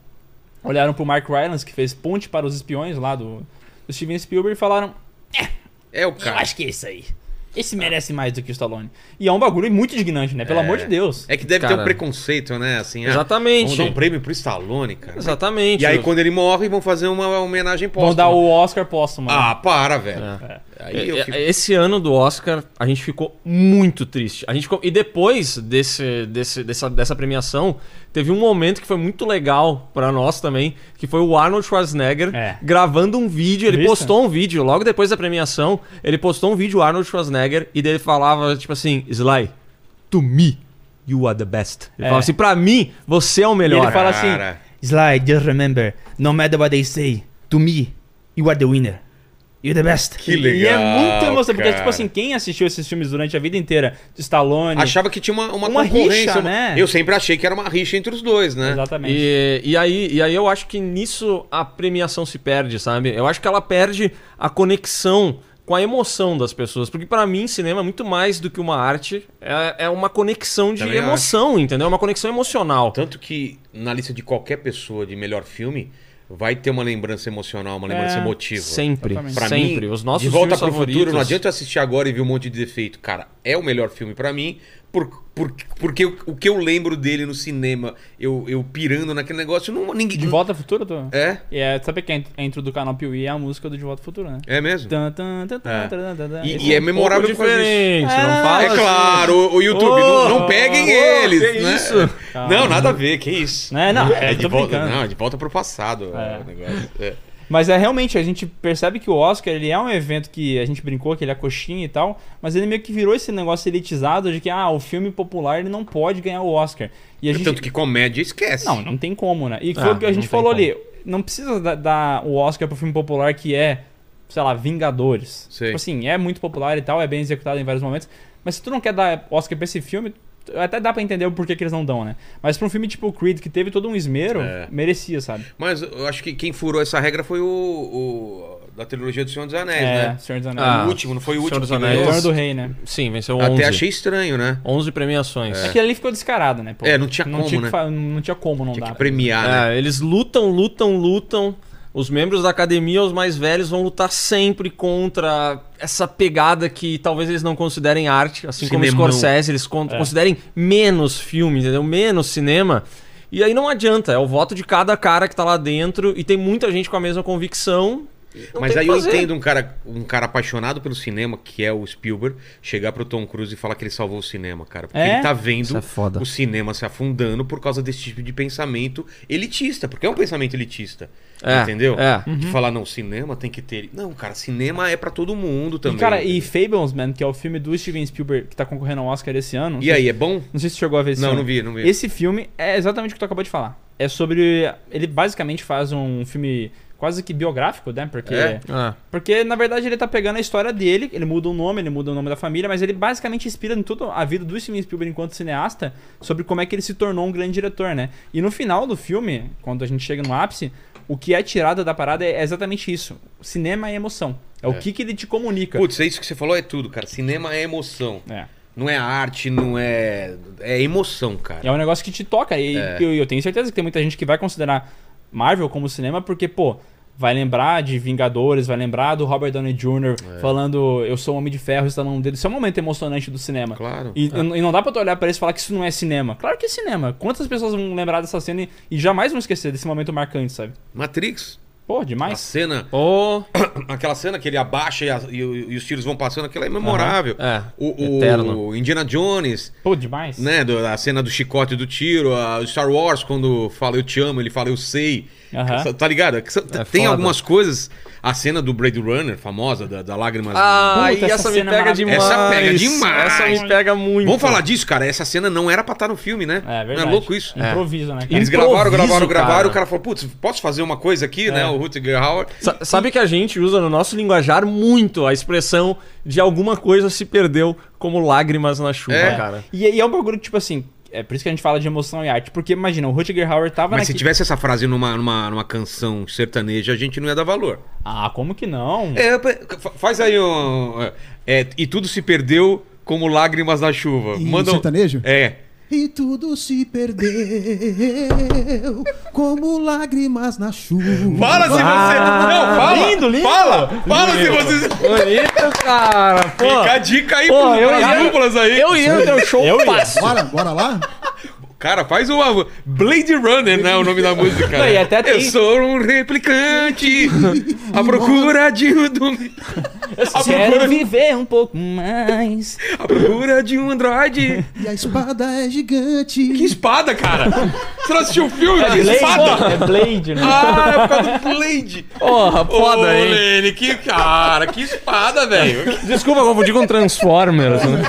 Speaker 3: olharam pro Mark Rylance, que fez Ponte para os Espiões lá do, do Steven Spielberg, e falaram:
Speaker 1: É o
Speaker 3: Eu
Speaker 1: cara.
Speaker 3: acho que é isso aí. Esse merece mais do que o Stallone. E é um bagulho muito indignante, né? Pelo
Speaker 1: É.
Speaker 3: amor de Deus.
Speaker 1: É que deve ter
Speaker 4: Cara.
Speaker 1: um preconceito, né? Assim, ah,
Speaker 4: Exatamente.
Speaker 1: Vamos dar um prêmio pro Stallone, cara.
Speaker 4: Exatamente.
Speaker 1: E aí, quando ele morre, vão fazer uma homenagem
Speaker 3: Vão
Speaker 1: póstuma.
Speaker 3: dar o Oscar póstumo. né?
Speaker 1: Ah, para, velho.
Speaker 4: É.
Speaker 1: Aí eu
Speaker 4: É,
Speaker 1: fico-
Speaker 4: é, Esse ano do Oscar, a gente ficou muito triste. A gente ficou- E depois desse, desse- dessa, dessa premiação, teve um momento que foi muito legal pra nós também, que foi o Arnold Schwarzenegger
Speaker 3: É.
Speaker 4: gravando um vídeo. Ele
Speaker 3: Vista?
Speaker 4: postou um vídeo, logo depois da premiação, ele postou um vídeo, o Arnold Schwarzenegger, e daí ele falava, tipo assim, Sly, to me, you are the best. Ele
Speaker 3: É.
Speaker 4: falava assim, pra mim, você é o melhor.
Speaker 3: E ele fala
Speaker 1: Cara.
Speaker 3: assim: Sly, just remember, no matter what they say, to me, you are the winner. You're the best.
Speaker 1: Que
Speaker 3: E é
Speaker 1: legal,
Speaker 3: muito emocionante, porque, tipo
Speaker 1: cara.
Speaker 3: assim, quem assistiu esses filmes durante a vida inteira, Stallone.
Speaker 1: Achava que tinha uma, uma,
Speaker 3: é, Uma
Speaker 1: concorrência.
Speaker 3: rixa,
Speaker 1: uma-
Speaker 3: né?
Speaker 1: Eu sempre achei que era uma rixa entre os dois, né?
Speaker 3: Exatamente.
Speaker 4: E, e aí, e aí eu acho que nisso a premiação se perde, sabe? Eu acho que ela perde a conexão com a emoção das pessoas. Porque pra mim, cinema é muito mais do que uma arte, é, é uma conexão de
Speaker 1: Também acho.
Speaker 4: emoção, entendeu? É uma conexão emocional.
Speaker 1: Tanto que na lista de qualquer pessoa de melhor filme, vai ter uma lembrança emocional, uma lembrança
Speaker 3: É,
Speaker 1: emotiva.
Speaker 4: Sempre,
Speaker 3: Exatamente.
Speaker 1: Pra
Speaker 4: sempre.
Speaker 1: mim,
Speaker 4: Os nossos
Speaker 1: de volta
Speaker 4: filmes
Speaker 1: pro
Speaker 4: favoritos.
Speaker 1: futuro, não adianta eu assistir agora e ver um monte de defeito. Cara, é o melhor filme pra mim, por, por, porque o, o que eu lembro dele no cinema, eu, eu pirando naquele negócio, não, ninguém.
Speaker 3: De Volta ao Futuro, tu?
Speaker 1: É?
Speaker 3: E é, sabe que a int- a intro do canal Piuí é a música do De Volta ao Futuro, né?
Speaker 1: É mesmo?
Speaker 3: Tan, tan, tan, tan,
Speaker 1: É.
Speaker 3: tan, tan, tan.
Speaker 1: E-
Speaker 3: Esse
Speaker 1: e é
Speaker 3: um
Speaker 4: Um pouco
Speaker 1: memorável por causa disso.
Speaker 4: diferente, não
Speaker 3: Ah,
Speaker 4: fala
Speaker 1: É
Speaker 4: assim.
Speaker 1: claro, o, o YouTube,
Speaker 4: Ô,
Speaker 1: não, não peguem
Speaker 4: ô,
Speaker 1: eles,
Speaker 4: que
Speaker 1: né?
Speaker 4: isso?
Speaker 1: Não, nada a ver, que isso.
Speaker 3: Não é, não,
Speaker 1: é
Speaker 3: eu
Speaker 1: de
Speaker 3: tô
Speaker 1: volta,
Speaker 3: brincando.
Speaker 1: não, é de volta pro passado
Speaker 3: É.
Speaker 1: é. o negócio. É.
Speaker 3: Mas é realmente, a gente percebe que o Oscar, ele é um evento que a gente brincou, que ele é coxinha e tal, mas ele meio que virou esse negócio elitizado de que, ah, o filme popular, ele não pode ganhar o Oscar. E a gente...
Speaker 1: Tanto que comédia esquece.
Speaker 3: Não, não tem como, né? E foi
Speaker 4: Ah,
Speaker 3: o que a gente
Speaker 4: não tem
Speaker 3: falou
Speaker 4: como.
Speaker 3: ali, não precisa da- dar o Oscar pro filme popular que é, sei lá, Vingadores.
Speaker 1: Sei.
Speaker 3: Tipo assim, é muito popular e tal, é bem executado em vários momentos, mas se tu não quer dar Oscar pra esse filme... Até dá pra entender o porquê que eles não dão, né? Mas pra um filme tipo Creed, que teve todo um esmero,
Speaker 1: É.
Speaker 3: merecia, sabe?
Speaker 1: Mas eu acho que quem furou essa regra foi o, o- da trilogia do Senhor dos Anéis,
Speaker 3: É,
Speaker 1: né?
Speaker 3: Senhor dos Anéis.
Speaker 4: Ah,
Speaker 1: o último, não foi o último
Speaker 4: Senhor dos
Speaker 1: que
Speaker 4: Anéis.
Speaker 1: ganhou?
Speaker 3: Retorno do Rei, né?
Speaker 4: Sim, venceu 11.
Speaker 1: Até achei estranho, né?
Speaker 4: 11 premiações.
Speaker 3: Aquilo ali ficou descarado, né? pô?
Speaker 1: É, não tinha como,
Speaker 3: tinha que
Speaker 1: né?
Speaker 3: fa- não tinha como não
Speaker 1: Tinha que
Speaker 3: dar.
Speaker 1: premiar, né?
Speaker 4: É, eles lutam, lutam, lutam. Os membros da academia, os mais velhos, vão lutar sempre contra essa pegada que talvez eles não considerem arte, assim como
Speaker 1: Cinemão. É.
Speaker 4: o Scorsese, eles con- considerem menos filme, entendeu? Menos cinema. E aí não adianta, é o voto de cada cara que tá lá dentro e tem muita gente com a mesma convicção Não
Speaker 1: Mas
Speaker 4: tem o
Speaker 1: aí
Speaker 4: que
Speaker 1: eu
Speaker 4: fazer.
Speaker 1: entendo um cara, um cara apaixonado pelo cinema, que é o Spielberg, chegar pro Tom Cruise e falar que ele salvou o cinema, cara. Porque
Speaker 3: É?
Speaker 1: ele tá vendo
Speaker 4: Isso é foda.
Speaker 1: o cinema se afundando por causa desse tipo de pensamento elitista, porque é um pensamento elitista.
Speaker 4: É,
Speaker 1: entendeu?
Speaker 4: é.
Speaker 1: De
Speaker 3: Uhum.
Speaker 1: falar, não, cinema tem que ter. Não, cara, cinema é pra todo mundo
Speaker 3: E,
Speaker 1: também. né?
Speaker 3: cara, e Fablesman, que é o filme do Steven Spielberg que tá concorrendo ao Oscar esse ano. não
Speaker 1: E
Speaker 3: sei-
Speaker 1: aí, é bom?
Speaker 3: Não sei se você chegou a ver esse
Speaker 1: Não,
Speaker 3: filme.
Speaker 1: não vi, não vi.
Speaker 3: Esse filme é exatamente o que tu acabou de falar. É sobre. Ele basicamente faz um filme quase que biográfico, né? Porque.
Speaker 1: É?
Speaker 4: Ah,
Speaker 3: Porque, na verdade, ele tá pegando a história dele, ele muda o nome, ele muda o nome da família, mas ele basicamente inspira em tudo a vida do Steven Spielberg enquanto cineasta sobre como é que ele se tornou um grande diretor, né? E no final do filme, quando a gente chega no ápice, o que é tirada da parada é exatamente isso. Cinema é emoção. É, o que, que ele te comunica.
Speaker 1: Putz, é isso que você falou, é tudo, cara. Cinema é emoção.
Speaker 3: É.
Speaker 1: Não é arte, não é. É emoção, cara.
Speaker 3: É um negócio que te toca. E
Speaker 1: É.
Speaker 3: e eu, eu tenho certeza que tem muita gente que vai considerar Marvel como cinema, porque, pô, vai lembrar de Vingadores, vai lembrar do Robert Downey Jr.
Speaker 1: É.
Speaker 3: falando Eu sou um homem de ferro, está na mão dele. Isso é um momento emocionante do cinema.
Speaker 1: Claro.
Speaker 3: E, e não dá pra tu olhar pra isso e falar que isso não é cinema. Claro que é cinema. Quantas pessoas vão lembrar dessa cena e, e jamais vão esquecer desse momento marcante, sabe?
Speaker 1: Matrix,
Speaker 3: Pô,
Speaker 1: a
Speaker 3: demais.
Speaker 1: cena.
Speaker 4: Ô,
Speaker 1: Aquela cena que ele abaixa e, as- e o- e os tiros vão passando, aquela é memorável.
Speaker 4: é,
Speaker 1: O, o
Speaker 4: eterno.
Speaker 1: Indiana Jones,
Speaker 3: Pô, demais.
Speaker 1: né? do- a cena do chicote e do tiro, a o Star Wars, quando fala eu te amo, ele fala eu sei.
Speaker 3: Aham.
Speaker 1: Essa- Tá ligado? É que essa-
Speaker 4: É
Speaker 1: tem
Speaker 4: foda.
Speaker 1: algumas coisas. A cena do Blade Runner, famosa, da, da lágrimas.
Speaker 4: Ah,
Speaker 3: Puta,
Speaker 4: e
Speaker 3: essa
Speaker 4: essa, me
Speaker 3: cena
Speaker 4: pega
Speaker 3: é
Speaker 4: demais.
Speaker 1: Essa pega demais.
Speaker 4: Essa me pega muito.
Speaker 1: Vamos falar disso, cara. Essa cena não era pra estar no filme, né?
Speaker 3: É verdade.
Speaker 1: Não é louco isso?
Speaker 3: Improviso, né? cara?
Speaker 1: Eles
Speaker 4: É. Improviso,
Speaker 1: gravaram, gravaram, gravaram.
Speaker 4: cara. É.
Speaker 1: O cara falou, putz, posso fazer uma coisa aqui, né? O Rutger Hauer.
Speaker 4: Sa- Sabe que a gente usa no nosso linguajar muito a expressão de alguma coisa se perdeu como lágrimas na chuva,
Speaker 1: É.
Speaker 4: cara.
Speaker 3: E, e é um bagulho que, tipo assim, é por isso que a gente fala de emoção e arte. Porque, imagina, o Rutger Hauer tava
Speaker 1: Mas se
Speaker 3: naqui-
Speaker 1: tivesse essa frase numa, numa, numa canção sertaneja, a gente não ia dar valor.
Speaker 3: Ah, como que não?
Speaker 1: É, pa- fa- faz aí um. é, e tudo se perdeu como lágrimas na chuva.
Speaker 2: Em
Speaker 1: Manda um-
Speaker 2: sertanejo?
Speaker 1: É.
Speaker 2: E tudo se perdeu, como lágrimas na chuva.
Speaker 1: Fala se você. não, fala!
Speaker 4: Ah, lindo, lindo.
Speaker 1: Fala! Fala se você.
Speaker 4: Bonito, cara.
Speaker 1: Fica a
Speaker 4: Pô,
Speaker 1: dica aí
Speaker 4: Pô, eu
Speaker 1: pras
Speaker 4: ia-
Speaker 1: duplas aí.
Speaker 4: eu ia no teu show fácil.
Speaker 2: Bora, bora lá?
Speaker 1: Cara, faz uma. Blade Runner, né? O nome da música.
Speaker 3: Não, e até tem-
Speaker 1: Eu sou um replicante à procura de um. do-
Speaker 3: Eu
Speaker 1: procura-
Speaker 3: quero viver um pouco mais.
Speaker 1: À procura de um androide.
Speaker 2: E a espada é gigante.
Speaker 1: Que espada, cara! Você não assistiu o filme? Que
Speaker 3: Blade,
Speaker 1: espada!
Speaker 3: É Blade, né?
Speaker 1: Ah, é por causa do Blade!
Speaker 4: Porra, foda,
Speaker 1: Ô,
Speaker 4: hein?
Speaker 1: Lene, que cara, que espada, velho.
Speaker 4: Desculpa, confundi com Transformers. né?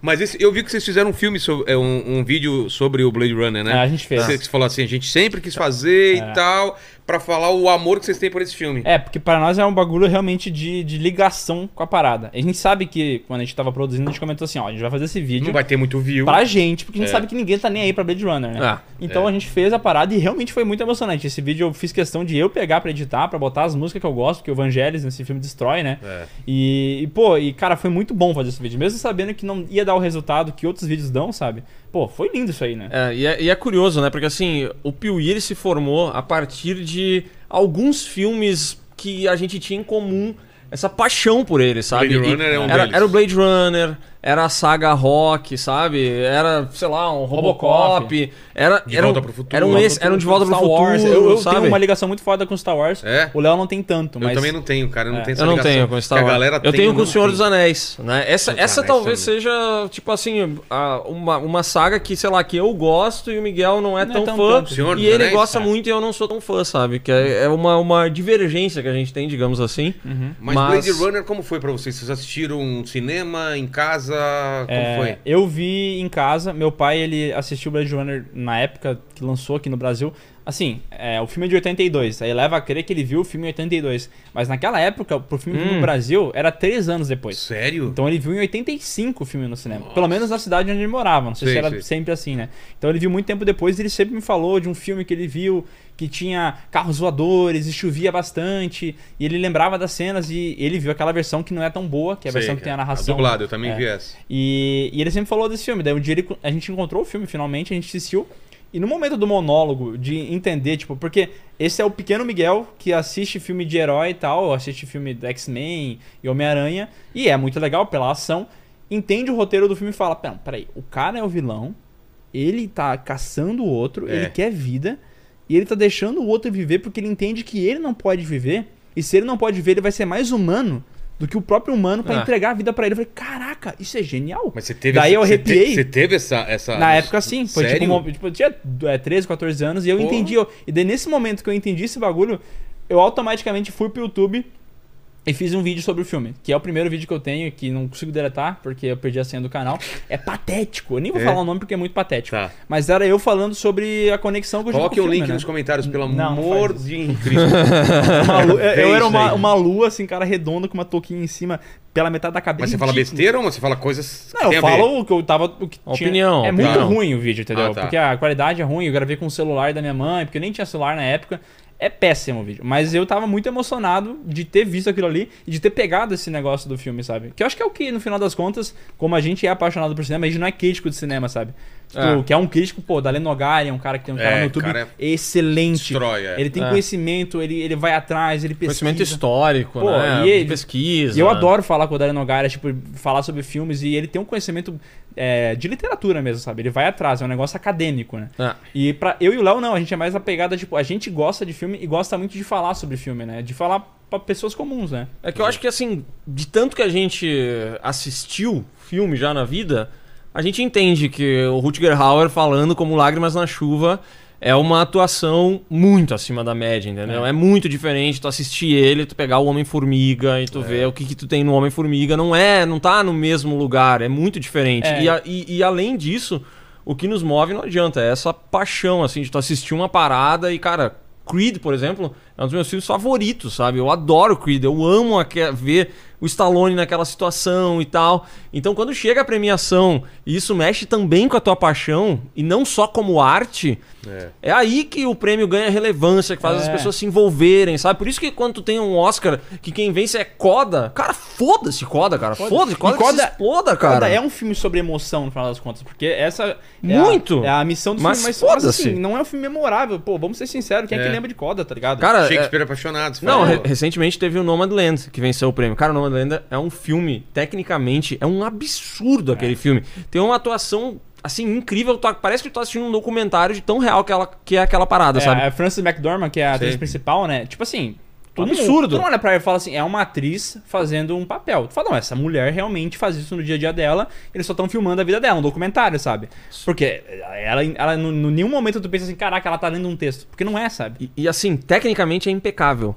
Speaker 1: Mas esse- eu vi que vocês fizeram um filme, sobre, é, um, um vídeo sobre o Blade Runner, né?
Speaker 3: É, a gente fez.
Speaker 1: Você falou assim, a gente sempre quis fazer e tal, pra falar o amor que vocês têm por esse filme.
Speaker 3: É, porque pra nós é um bagulho realmente de, de ligação com a parada. A gente sabe que quando a gente tava produzindo, a gente comentou assim, ó, a gente vai fazer esse
Speaker 1: Não
Speaker 3: vídeo
Speaker 1: vai ter muito view.
Speaker 3: pra gente, porque a gente sabe que ninguém tá nem aí pra Blade Runner, né?
Speaker 4: É. Ah,
Speaker 3: então a gente fez a parada e realmente foi muito emocionante. Esse vídeo eu fiz questão de eu pegar pra editar, pra botar as músicas que eu gosto, porque o Vangelis nesse filme destrói, né?
Speaker 4: É.
Speaker 3: E, e, pô, e cara, foi muito bom fazer esse vídeo, mesmo sabendo que não ia dar o resultado que outros vídeos dão, sabe? Pô, foi lindo isso aí, né?
Speaker 4: É, e é, e é curioso, né? Porque assim, o Piuí ele se formou a partir de alguns filmes que a gente tinha em comum essa paixão por ele, sabe?
Speaker 1: Blade
Speaker 4: E
Speaker 1: Runner é um
Speaker 4: era,
Speaker 1: deles.
Speaker 4: era o Blade Runner, era a saga Rock, sabe? Era, sei lá, um Robocop,
Speaker 3: Robocop.
Speaker 4: era
Speaker 1: De
Speaker 4: era
Speaker 1: Volta
Speaker 4: um,
Speaker 1: pro Futuro.
Speaker 4: era um
Speaker 1: Volta
Speaker 4: esse, era um de volta pro
Speaker 3: Star
Speaker 4: futuro,
Speaker 3: Wars. Eu, eu
Speaker 4: sabe?
Speaker 3: tenho uma ligação muito foda com Star Wars.
Speaker 1: É?
Speaker 3: O Léo não tem tanto,
Speaker 1: Eu
Speaker 3: mas
Speaker 1: também não tenho, cara. Eu não
Speaker 3: É.
Speaker 1: tenho essa
Speaker 4: Eu não
Speaker 1: ligação
Speaker 4: tenho com Star
Speaker 1: que
Speaker 4: Wars.
Speaker 1: A galera
Speaker 4: eu
Speaker 1: tem,
Speaker 4: tenho com o
Speaker 1: não
Speaker 4: Senhor
Speaker 1: tem.
Speaker 4: dos Anéis, né? Essa,
Speaker 1: Senhor dos
Speaker 4: essa
Speaker 1: Anéis
Speaker 4: talvez
Speaker 1: também.
Speaker 4: seja, tipo assim, a- uma, uma saga que, sei lá, que eu gosto e o Miguel não é
Speaker 3: Não é
Speaker 4: tão
Speaker 3: tão
Speaker 4: fã.
Speaker 3: tanto.
Speaker 1: Senhor dos
Speaker 4: e ele
Speaker 1: Anéis,
Speaker 4: gosta
Speaker 3: é.
Speaker 4: muito e eu não sou tão fã, sabe? Que é, é uma, uma divergência que a gente tem, digamos assim.
Speaker 3: Uhum.
Speaker 1: Mas,
Speaker 4: Mas-
Speaker 1: Blade Runner, como foi pra vocês? Vocês assistiram um cinema, em casa? Como
Speaker 3: É,
Speaker 1: foi?
Speaker 3: Eu vi em casa, meu pai ele assistiu Blade Runner na época que lançou aqui no Brasil. Assim, é, o filme é de 82, aí leva a crer que ele viu o filme em 82. Mas naquela época, pro filme vir
Speaker 1: Hum.
Speaker 3: no Brasil, era três anos depois.
Speaker 1: Sério?
Speaker 3: Então ele viu em 85 o filme no cinema. Pelo menos na cidade onde ele morava. Não sei
Speaker 1: Sim,
Speaker 3: se era
Speaker 1: sim.
Speaker 3: sempre assim, né? Então ele viu muito tempo depois e ele sempre me falou de um filme que ele viu que tinha carros voadores e chovia bastante. E ele lembrava das cenas e ele viu aquela versão que não é tão boa, que é a
Speaker 1: Sei,
Speaker 3: versão que tem a
Speaker 1: cara.
Speaker 3: narração.
Speaker 1: Dublado, eu também
Speaker 3: É.
Speaker 1: vi essa.
Speaker 3: E, e ele sempre falou desse filme. Daí um dia ele- a gente encontrou o filme finalmente, a gente assistiu. E no momento do monólogo, de entender, tipo, porque esse é o pequeno Miguel que assiste filme de herói e tal, assiste filme do X-Men e Homem-Aranha, e é muito legal pela ação. Entende o roteiro do filme e fala: Pera, peraí, o cara é o vilão, ele tá caçando o outro,
Speaker 1: É.
Speaker 3: ele quer vida, e ele tá deixando o outro viver porque ele entende que ele não pode viver. E E se ele não pode ver, ele vai ser mais humano do que o próprio humano pra
Speaker 4: Ah.
Speaker 3: entregar a vida pra ele. Eu falei, caraca, isso é genial.
Speaker 1: Mas você teve
Speaker 3: Daí eu
Speaker 1: você te-
Speaker 3: arrepiei.
Speaker 1: Você teve essa. essa Tá.
Speaker 3: Na época, sim. Foi
Speaker 1: Sério?
Speaker 3: tipo, uma- tipo, eu tinha é, 13, 14 anos e eu
Speaker 1: Porra.
Speaker 3: entendi. eu- e daí, nesse momento que eu entendi esse bagulho, eu automaticamente fui pro YouTube e fiz um vídeo sobre o filme. Que é o primeiro vídeo que eu tenho, que não consigo deletar, porque eu perdi a senha do canal. É patético. Eu nem vou
Speaker 1: É?
Speaker 3: falar o nome porque é muito patético.
Speaker 1: Tá.
Speaker 3: Mas era eu falando sobre a conexão que eu tive
Speaker 1: Coloque
Speaker 3: com
Speaker 1: um
Speaker 3: filme,
Speaker 1: link
Speaker 3: né?
Speaker 1: nos comentários, pelo
Speaker 3: Não, não
Speaker 1: amor
Speaker 3: faz
Speaker 1: de Cristo.
Speaker 3: Uma lua- eu- eu
Speaker 1: Vê
Speaker 3: era uma,
Speaker 1: É isso aí.
Speaker 3: uma lua, assim, cara redonda, com uma touquinha em cima, pela metade da cabeça.
Speaker 1: Mas você fala
Speaker 3: Ridículo.
Speaker 1: besteira ou você fala coisas. que
Speaker 3: Não,
Speaker 1: tem
Speaker 3: eu
Speaker 1: a ver?
Speaker 3: falo o que eu tava. O que
Speaker 4: A
Speaker 3: tinha.
Speaker 4: opinião,
Speaker 3: É
Speaker 4: a
Speaker 3: muito
Speaker 1: opinião.
Speaker 3: ruim o vídeo, entendeu?
Speaker 1: Ah, tá.
Speaker 3: Porque a qualidade é ruim. Eu gravei com o celular da minha mãe, porque eu nem tinha celular na época. É péssimo o vídeo. Mas eu tava muito emocionado de ter visto aquilo ali e de ter pegado esse negócio do filme, sabe? Que eu acho que é o que, no final das contas, como a gente é apaixonado por cinema, a gente não é crítico de cinema, sabe? Tu,
Speaker 4: É.
Speaker 3: Que é um crítico, pô, Dalen Nogari, é um cara que tem um canal
Speaker 1: É,
Speaker 3: no YouTube
Speaker 1: cara
Speaker 3: excelente.
Speaker 1: Destrói, é.
Speaker 3: Ele tem
Speaker 4: É.
Speaker 3: conhecimento, ele, ele vai atrás, ele pesquisa.
Speaker 4: Conhecimento histórico,
Speaker 3: Pô,
Speaker 4: né?
Speaker 3: e ele-
Speaker 4: Pesquisa.
Speaker 3: E eu adoro falar com o Dario Nogara, tipo, falar sobre filmes e ele tem um conhecimento é, de literatura mesmo, sabe? Ele vai atrás, é um negócio acadêmico, né?
Speaker 4: É.
Speaker 3: E pra eu e o Léo não, a gente é mais apegada, tipo, a gente gosta de filme e gosta muito de falar sobre filme, né? De falar pra pessoas comuns, né?
Speaker 4: É que eu acho que, assim, de tanto que a gente assistiu filme já na vida, a gente entende que o Rutger Hauer falando como Lágrimas na Chuva é uma atuação muito acima da média, entendeu? É, muito diferente tu assistir ele, tu pegar o Homem-Formiga e tu ver o que, que tu tem no Homem-Formiga. Não é, não tá no mesmo lugar, é muito diferente.
Speaker 3: É.
Speaker 4: E, a- e- e além disso, o que nos move não adianta, é essa paixão, assim, de tu assistir uma parada e, cara, Creed, por exemplo, é um dos meus filmes favoritos, sabe? Eu adoro Creed, eu amo aque- ver o Stallone naquela situação e tal. Então, quando chega a premiação e isso mexe também com a tua paixão, e não só como arte,
Speaker 1: É.
Speaker 4: é aí que o prêmio ganha relevância, que faz
Speaker 3: É.
Speaker 4: as pessoas se envolverem, sabe? Por isso que quando tu tem um Oscar que quem vence é Coda, cara, foda-se Coda, cara, foda-se, Coda, que
Speaker 3: Coda-
Speaker 4: se exploda, cara.
Speaker 3: Cara, é um filme sobre emoção, no final das contas, porque essa é a-
Speaker 4: Muito!
Speaker 3: é a, missão do
Speaker 4: Mas
Speaker 3: filme, mas, mas
Speaker 4: foda-se.
Speaker 3: assim, não é um filme memorável, pô, vamos ser sinceros, quem é, que
Speaker 1: É.
Speaker 3: lembra de Coda, tá ligado?
Speaker 4: Cara, é-
Speaker 1: Shakespeare um- apaixonado. você
Speaker 4: Não,
Speaker 1: fala,
Speaker 4: re- recentemente teve o Nomadland, que venceu o prêmio. Cara, o Nomadland é um filme, tecnicamente, é um absurdo aquele filme. Tem uma atuação, assim, incrível. Tu- parece que tu tá assistindo um documentário de tão real que, ela, que é aquela parada,
Speaker 3: É,
Speaker 4: sabe?
Speaker 3: A Frances McDormand, que é a atriz
Speaker 1: Sim.
Speaker 3: principal, né? Tipo assim. Todo
Speaker 4: Absurdo.
Speaker 3: Mundo, todo mundo olha pra ela e fala assim: é uma atriz fazendo um papel. Tu fala, não, essa mulher realmente faz isso no dia a dia dela, eles só estão filmando a vida dela, um documentário, sabe? Porque ela, ela no, no nenhum momento tu pensa assim: caraca, ela tá lendo um texto. Porque não é, sabe?
Speaker 4: E, e, assim, tecnicamente é impecável.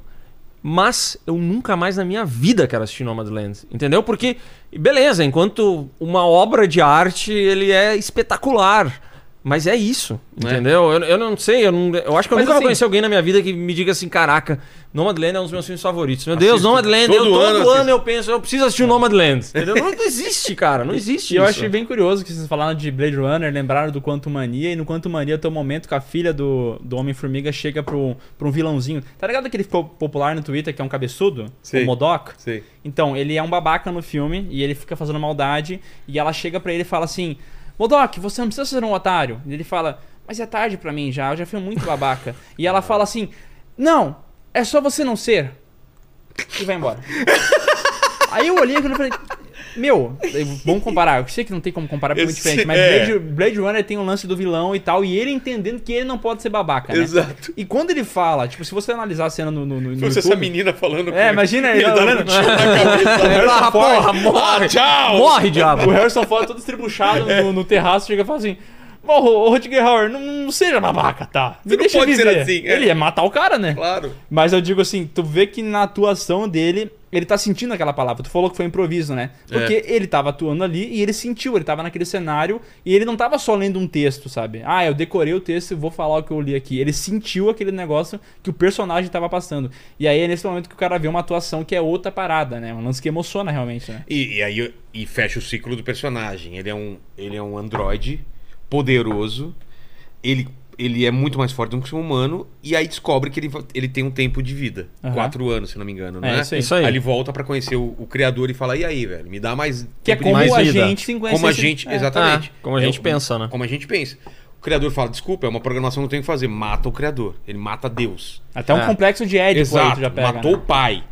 Speaker 4: Mas eu nunca mais na minha vida quero assistir Nomadland, entendeu? Porque, beleza, enquanto uma obra de arte, ele é espetacular. Mas é isso,
Speaker 1: É.
Speaker 4: entendeu? Eu, eu não sei, eu, não- eu acho que eu
Speaker 3: Mas assim-
Speaker 4: nunca vou conhecer alguém na minha vida que me diga assim, caraca, Nomadland é um dos meus filmes favoritos. Meu Deus,
Speaker 1: Assisto.
Speaker 4: Nomadland,
Speaker 1: Todo
Speaker 4: eu, todo
Speaker 1: ano
Speaker 4: ano,
Speaker 1: assisto.
Speaker 4: eu penso, eu preciso assistir o Nomadland, entendeu? Não existe, cara, não existe
Speaker 3: E eu
Speaker 4: isso.
Speaker 3: achei bem curioso que vocês falaram de Blade Runner, lembraram do Quanto Mania, e no Quanto Mania tem um momento que a filha do, do Homem-Formiga chega pro, pro um vilãozinho. Tá ligado aquele que ficou popular no Twitter, que é um cabeçudo?
Speaker 1: Sim.
Speaker 3: O Modoc?
Speaker 1: Sei.
Speaker 3: Então, ele é um babaca no filme e ele fica fazendo maldade. E ela chega pra ele e fala assim: Modoc, você não precisa ser um otário. E ele fala: Mas é tarde pra mim já, eu já fui muito babaca. e ela fala assim: Não, é só você não ser. E vai embora. Aí eu olhei aqui e falei. Meu, vamos comparar. Eu sei que não tem como comparar porque é muito
Speaker 1: Esse-
Speaker 3: diferente, mas
Speaker 1: é.
Speaker 3: Blade, Blade Runner tem um lance do vilão e tal, e ele entendendo que ele não pode ser babaca, né?
Speaker 1: Exato.
Speaker 3: E quando ele fala, tipo, se você analisar a cena no, no, no
Speaker 1: Se fosse
Speaker 3: YouTube-
Speaker 1: essa menina falando.
Speaker 3: É, imagina ele
Speaker 1: ele dando
Speaker 3: olhando-
Speaker 1: um tiro na cabeça.
Speaker 4: Ah,
Speaker 1: dela.
Speaker 4: porra, morre!
Speaker 1: Ah, tchau!
Speaker 4: Morre, diabo!
Speaker 3: O Harrison Ford todo estribuchado no, no terraço chega e fala assim: Ô, ô, ô, Rutger Hauer, não, não seja babaca, tá? Me
Speaker 1: Você não
Speaker 3: deixa
Speaker 1: pode ser
Speaker 3: viver."
Speaker 1: assim, é.
Speaker 3: Ele ia matar o cara, né?
Speaker 1: Claro.
Speaker 3: Mas eu digo assim, tu vê que na atuação dele, ele tá sentindo aquela palavra. Tu falou que foi improviso, né?
Speaker 1: É.
Speaker 3: Porque ele tava atuando ali e ele sentiu, ele tava naquele cenário e ele não tava só lendo um texto, sabe? Ah, eu decorei o texto e vou falar o que eu li aqui. Ele sentiu aquele negócio que o personagem tava passando. E aí é nesse momento que o cara vê uma atuação que é outra parada, né? Um lance que emociona realmente, né?
Speaker 1: E, e aí e fecha o ciclo do personagem. Ele é um, ele é um androide poderoso. Ele, ele é muito mais forte do que um humano. E aí descobre que ele, va- ele tem um tempo de vida.
Speaker 3: Aham.
Speaker 1: Quatro anos, se não me engano,
Speaker 3: É,
Speaker 1: né?
Speaker 3: isso aí.
Speaker 4: Isso aí.
Speaker 1: ele volta pra conhecer o, o criador e fala: E aí, velho? Me dá mais.
Speaker 3: Que é
Speaker 1: tempo de
Speaker 3: como
Speaker 1: vida."
Speaker 4: mais
Speaker 3: a
Speaker 4: vida.
Speaker 3: gente se conhece.
Speaker 1: Como a
Speaker 3: esse-
Speaker 1: gente,
Speaker 3: é.
Speaker 1: exatamente.
Speaker 4: Ah, como a gente
Speaker 1: o-
Speaker 4: pensa, né?
Speaker 1: Como a gente pensa. O criador fala, desculpa, é uma programação que eu tenho que fazer. Mata o criador. Ele mata Deus.
Speaker 3: Até um
Speaker 4: É.
Speaker 3: complexo de Édipo aí tu
Speaker 1: Exato.
Speaker 3: já pega.
Speaker 1: Matou o
Speaker 3: né?
Speaker 1: pai.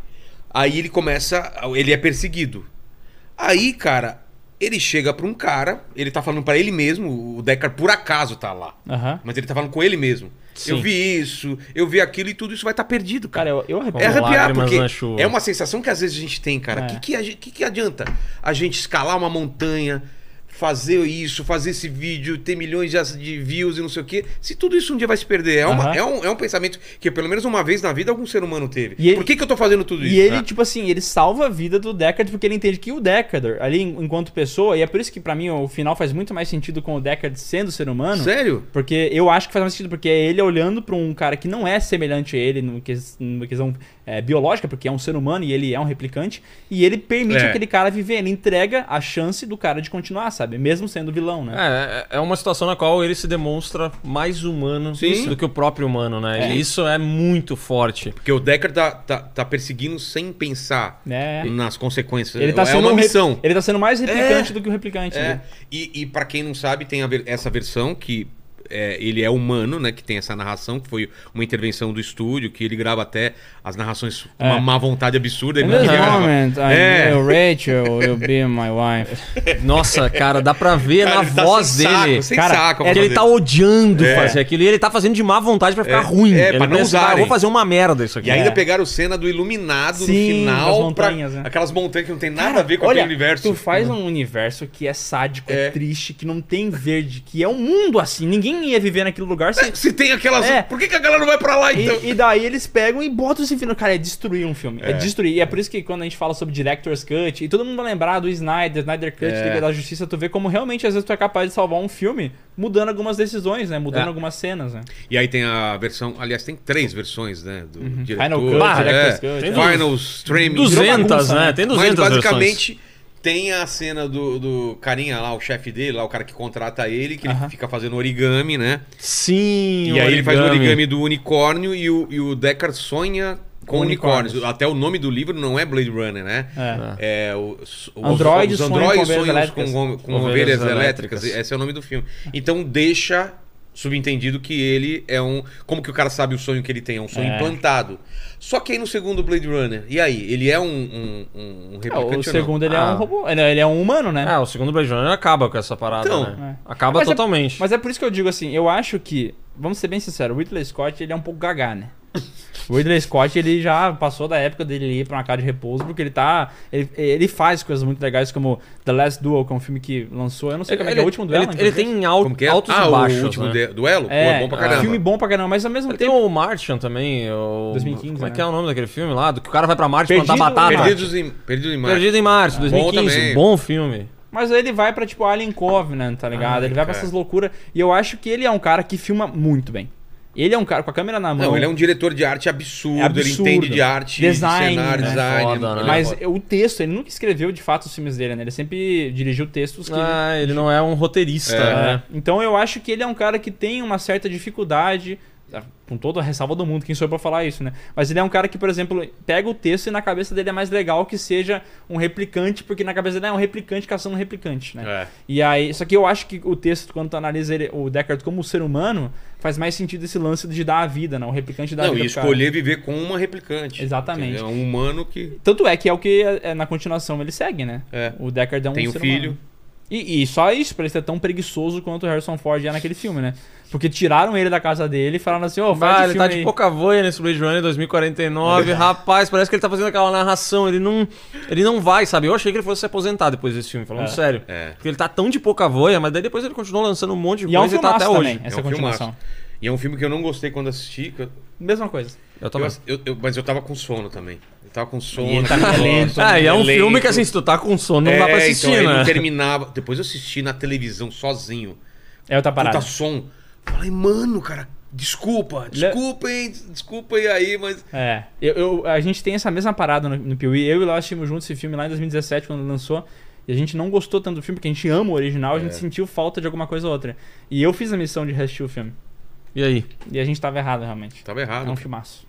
Speaker 1: Aí ele começa. Ele é perseguido. Aí, cara, Ele chega pra um cara, ele tá falando pra ele mesmo, o Deckard por acaso tá lá.
Speaker 3: Aham.
Speaker 1: Mas ele tá falando com ele mesmo. Eu
Speaker 4: Sim.
Speaker 1: vi isso, eu vi aquilo e tudo isso vai estar perdido, cara.
Speaker 3: Cara, eu, eu arrepio.
Speaker 1: É
Speaker 4: Como
Speaker 1: arrepiar,
Speaker 4: lágrimas
Speaker 1: porque
Speaker 4: na chuva.
Speaker 1: é uma sensação que às vezes a gente tem, cara. O
Speaker 3: É.
Speaker 1: que, que, a gente- que que adianta a gente escalar uma montanha, fazer isso, fazer esse vídeo, ter milhões de, as- de views e não sei o quê, se tudo isso um dia vai se perder? É, uma-
Speaker 3: Aham.
Speaker 1: é um, é um pensamento que pelo menos uma vez na vida algum ser humano teve.
Speaker 3: E ele-
Speaker 1: Por que, que eu tô fazendo tudo isso?
Speaker 3: E ele,
Speaker 1: né?
Speaker 3: tipo assim, ele salva a vida do Deckard porque ele entende que o Deckard, ali en- enquanto pessoa, e é por isso que pra mim o final faz muito mais sentido com o Deckard sendo ser humano.
Speaker 1: Sério?
Speaker 3: Porque eu acho que faz mais sentido, porque é ele olhando pra um cara que não é semelhante a ele numa ques- numa questão é, biológica, porque é um ser humano e ele é um replicante, e ele permite
Speaker 1: É.
Speaker 3: aquele cara viver, ele entrega a chance do cara de continuar, sabe? Mesmo sendo vilão, né?
Speaker 4: É, é é uma situação na qual ele se demonstra mais humano
Speaker 1: Sim.
Speaker 4: do que o próprio humano, né? E isso é muito forte.
Speaker 1: Porque o Decker tá, tá, tá perseguindo sem pensar
Speaker 3: É.
Speaker 1: nas consequências.
Speaker 3: Ele tá
Speaker 1: é
Speaker 3: sendo
Speaker 1: uma
Speaker 3: um rep-
Speaker 1: missão.
Speaker 3: Ele tá sendo mais replicante do que o replicante.
Speaker 1: É,
Speaker 3: né?
Speaker 1: e, e para quem não sabe, tem a ver- essa versão que é, ele é humano, né? Que tem essa narração, que foi uma intervenção do estúdio, que ele grava até as narrações com uma
Speaker 3: É.
Speaker 1: má vontade absurda. ele
Speaker 3: In
Speaker 1: não
Speaker 3: this
Speaker 1: grava.
Speaker 3: moment, I
Speaker 1: É.
Speaker 3: knew Rachel will be my wife.
Speaker 4: Nossa, cara, dá pra ver
Speaker 1: Cara,
Speaker 4: na
Speaker 1: ele tá
Speaker 4: voz
Speaker 1: sem saco,
Speaker 4: dele.
Speaker 1: sem
Speaker 4: cara,
Speaker 1: saco,
Speaker 4: é que
Speaker 1: a voz
Speaker 4: ele tá
Speaker 1: dele.
Speaker 4: odiando
Speaker 1: É.
Speaker 4: fazer aquilo. E ele tá fazendo de má vontade pra ficar
Speaker 1: É.
Speaker 4: ruim.
Speaker 1: É,
Speaker 4: ele
Speaker 1: pra não
Speaker 4: pensa, "Ah, eu
Speaker 1: usarem."
Speaker 4: vou fazer uma merda isso aqui.
Speaker 1: E ainda
Speaker 3: É.
Speaker 1: pegaram cena do iluminado
Speaker 3: Sim,
Speaker 1: no
Speaker 3: das
Speaker 1: final. pra-
Speaker 3: montanhas, né?
Speaker 1: Aquelas montanhas que não tem nada a ver com
Speaker 3: olha,
Speaker 1: aquele universo.
Speaker 3: Tu faz um universo que é sádico, é.
Speaker 1: É.
Speaker 3: triste, que não tem verde, que é um mundo assim. Ninguém ia viver naquele lugar se.
Speaker 1: Se tem aquelas.
Speaker 3: É.
Speaker 1: Por que, que a galera não vai pra lá então?
Speaker 3: E, e daí eles pegam e botam esse final. Cara, é destruir um filme. É. destruir. E é por isso que quando a gente fala sobre Director's Cut, e todo mundo vai lembrar do Snyder, Snyder Cut, Liga da Justiça, tu vê como realmente às vezes tu é capaz de salvar um filme mudando algumas decisões, né? Mudando
Speaker 4: É.
Speaker 3: algumas cenas, né?
Speaker 1: E aí tem a versão, aliás, tem três versões, né? Do diretor.
Speaker 3: Uhum. Final Cut,
Speaker 1: Bah,
Speaker 3: Director's
Speaker 1: é.
Speaker 3: Cut,
Speaker 4: é.
Speaker 1: Final Streaming.
Speaker 4: 200, né? Tem 200
Speaker 1: Mas
Speaker 4: versões.
Speaker 1: basicamente tem a cena do, do carinha lá, o chefe dele, lá o cara que contrata ele, que
Speaker 3: Aham.
Speaker 1: ele fica fazendo origami, né?
Speaker 4: Sim,
Speaker 1: E,
Speaker 4: o
Speaker 1: aí ele faz o origami do unicórnio e o, e o Deckard sonha com
Speaker 3: Unicórnios.
Speaker 1: unicórnios. Até o nome do livro não é Blade Runner, né? É. o- os, os-
Speaker 3: Androides
Speaker 1: os
Speaker 3: sonham com
Speaker 1: androides
Speaker 3: ovelhas
Speaker 1: sonham
Speaker 3: elétricas.
Speaker 1: com, com, com
Speaker 4: Ovelhas
Speaker 1: ovelhas,
Speaker 4: elétricas.
Speaker 1: elétricas. Esse é o nome do filme. Então deixa subentendido que ele é um. Como que o cara sabe o sonho que ele tem? É um sonho
Speaker 3: É.
Speaker 1: implantado. Só que aí no segundo Blade Runner, e aí? Ele é um, um, um- um
Speaker 3: Ah, o
Speaker 1: replicante ou não?
Speaker 3: segundo ele é
Speaker 4: Ah.
Speaker 3: um robô. Ele ele é um humano, né?
Speaker 4: Ah, o segundo Blade Runner acaba com essa parada,
Speaker 1: Então,
Speaker 4: né? Acaba
Speaker 3: Mas é-
Speaker 4: totalmente.
Speaker 3: Mas é por isso que eu digo assim, eu acho que, vamos ser bem sinceros, o Ridley Scott ele é um pouco gagá, né? O Ridley Scott ele já passou da época dele ir pra uma casa de repouso, porque ele tá. Ele, ele faz coisas muito legais como The Last Duel, que é um filme que lançou, eu não sei como é que é o último duelo.
Speaker 4: Ele,
Speaker 3: inclusive.
Speaker 4: ele tem al-
Speaker 1: Como que é?
Speaker 4: altos
Speaker 1: ah,
Speaker 4: e baixos,
Speaker 1: o último
Speaker 4: né?
Speaker 1: de- duelo? Pô,
Speaker 3: é,
Speaker 1: é bom pra
Speaker 3: é,
Speaker 1: caramba. um
Speaker 3: filme bom pra caramba, mas ao mesmo
Speaker 4: Ele tem
Speaker 3: tempo.
Speaker 4: o Martian também, o...
Speaker 3: 2015,
Speaker 4: Como é
Speaker 3: né?
Speaker 4: que é o nome daquele filme lá? Do que o cara vai pra Marte
Speaker 3: Perdido-
Speaker 4: plantar batata. Perdido,
Speaker 1: Perdidos em, Perdidos em Marte.
Speaker 4: em Marte, 2015.
Speaker 1: também.
Speaker 4: Bom, filme.
Speaker 3: Mas aí ele vai pra, tipo, Alien Covenant, tá ligado?
Speaker 1: Ai,
Speaker 3: ele vai pra
Speaker 1: cara.
Speaker 3: essas loucuras. E eu acho que ele é um cara que filma muito bem. Ele é um cara com a câmera na mão.
Speaker 1: Não, ele é um diretor de arte absurdo,
Speaker 3: É absurdo.
Speaker 1: ele entende de arte,
Speaker 3: Design,
Speaker 1: de cenário,
Speaker 3: né?
Speaker 1: design.
Speaker 4: Foda, né?
Speaker 1: ele é
Speaker 3: Mas
Speaker 1: foda.
Speaker 3: o texto, ele nunca escreveu de fato os filmes dele, né? Ele sempre dirigiu textos que.
Speaker 4: Ah, ele não é um roteirista,
Speaker 3: É.
Speaker 4: né?
Speaker 3: Então eu acho que ele é um cara que tem uma certa dificuldade, ah, com toda a ressalva do mundo, quem sou eu pra falar isso, né? Mas ele é um cara que, por exemplo, pega o texto e na cabeça dele é mais legal que seja um replicante, porque na cabeça dele é um replicante caçando um replicante, né?
Speaker 1: É.
Speaker 3: E aí, só que eu acho que o texto, quando tu analisa ele, o Deckard como ser humano, faz mais sentido esse lance de dar a vida, né? O replicante dar a
Speaker 1: Não,
Speaker 3: vida.
Speaker 1: e
Speaker 3: pro cara.
Speaker 1: escolher viver com uma replicante.
Speaker 3: Exatamente.
Speaker 1: É um humano que.
Speaker 3: Tanto é que é o que é, na continuação ele segue, né?
Speaker 1: É.
Speaker 3: O Deckard é um
Speaker 1: Tem o
Speaker 3: ser
Speaker 1: filho.
Speaker 3: humano. E, e só isso, pra ele ser tão preguiçoso quanto o Harrison Ford é naquele filme, né? Porque tiraram ele da casa dele e falaram assim, ô, faz
Speaker 4: Ah,
Speaker 3: esse
Speaker 4: ele
Speaker 3: filme
Speaker 4: tá de
Speaker 3: aí.
Speaker 4: pouca voia nesse Blade Runner
Speaker 1: É.
Speaker 4: 2049. Rapaz, parece que ele tá fazendo aquela narração. Ele não, ele não vai, sabe? Eu achei que ele fosse se aposentar depois desse filme, falando
Speaker 3: É.
Speaker 4: sério.
Speaker 1: É.
Speaker 4: Porque ele tá tão de pouca voia, mas daí depois ele continuou lançando um monte de
Speaker 3: E é um
Speaker 4: coisa e tá
Speaker 3: filmaço
Speaker 4: até
Speaker 3: também,
Speaker 4: hoje.
Speaker 3: essa
Speaker 1: É um
Speaker 3: continuação. Tá
Speaker 1: E é um filme que eu não gostei quando assisti. que eu-
Speaker 3: Mesma coisa.
Speaker 4: Eu também.
Speaker 1: eu- eu- mas eu tava com sono também. Eu tava com sono.
Speaker 3: ele tá
Speaker 1: com
Speaker 3: lento,
Speaker 1: sono,
Speaker 4: Ah, e é um
Speaker 1: lento.
Speaker 4: filme que assim, se tu tá com sono, não
Speaker 1: É,
Speaker 4: dá pra assistir,
Speaker 1: então, ele
Speaker 4: né?
Speaker 1: não terminava. Depois eu assisti na televisão sozinho.
Speaker 3: É outra parada.
Speaker 1: Puta som. Falei, mano, cara, desculpa, desculpem, desculpem aí, mas.
Speaker 3: É. Eu, eu- a gente tem essa mesma parada no, no Piuí. Eu e o Léo assistimos juntos esse filme lá em 2017, quando lançou. E a gente não gostou tanto do filme, porque a gente ama o original, a gente sentiu falta de alguma coisa ou outra. E eu fiz a missão de reassistir o filme.
Speaker 4: E aí?
Speaker 3: E a gente tava errado, realmente.
Speaker 1: Tava
Speaker 3: É
Speaker 1: errado.
Speaker 3: um filmaço.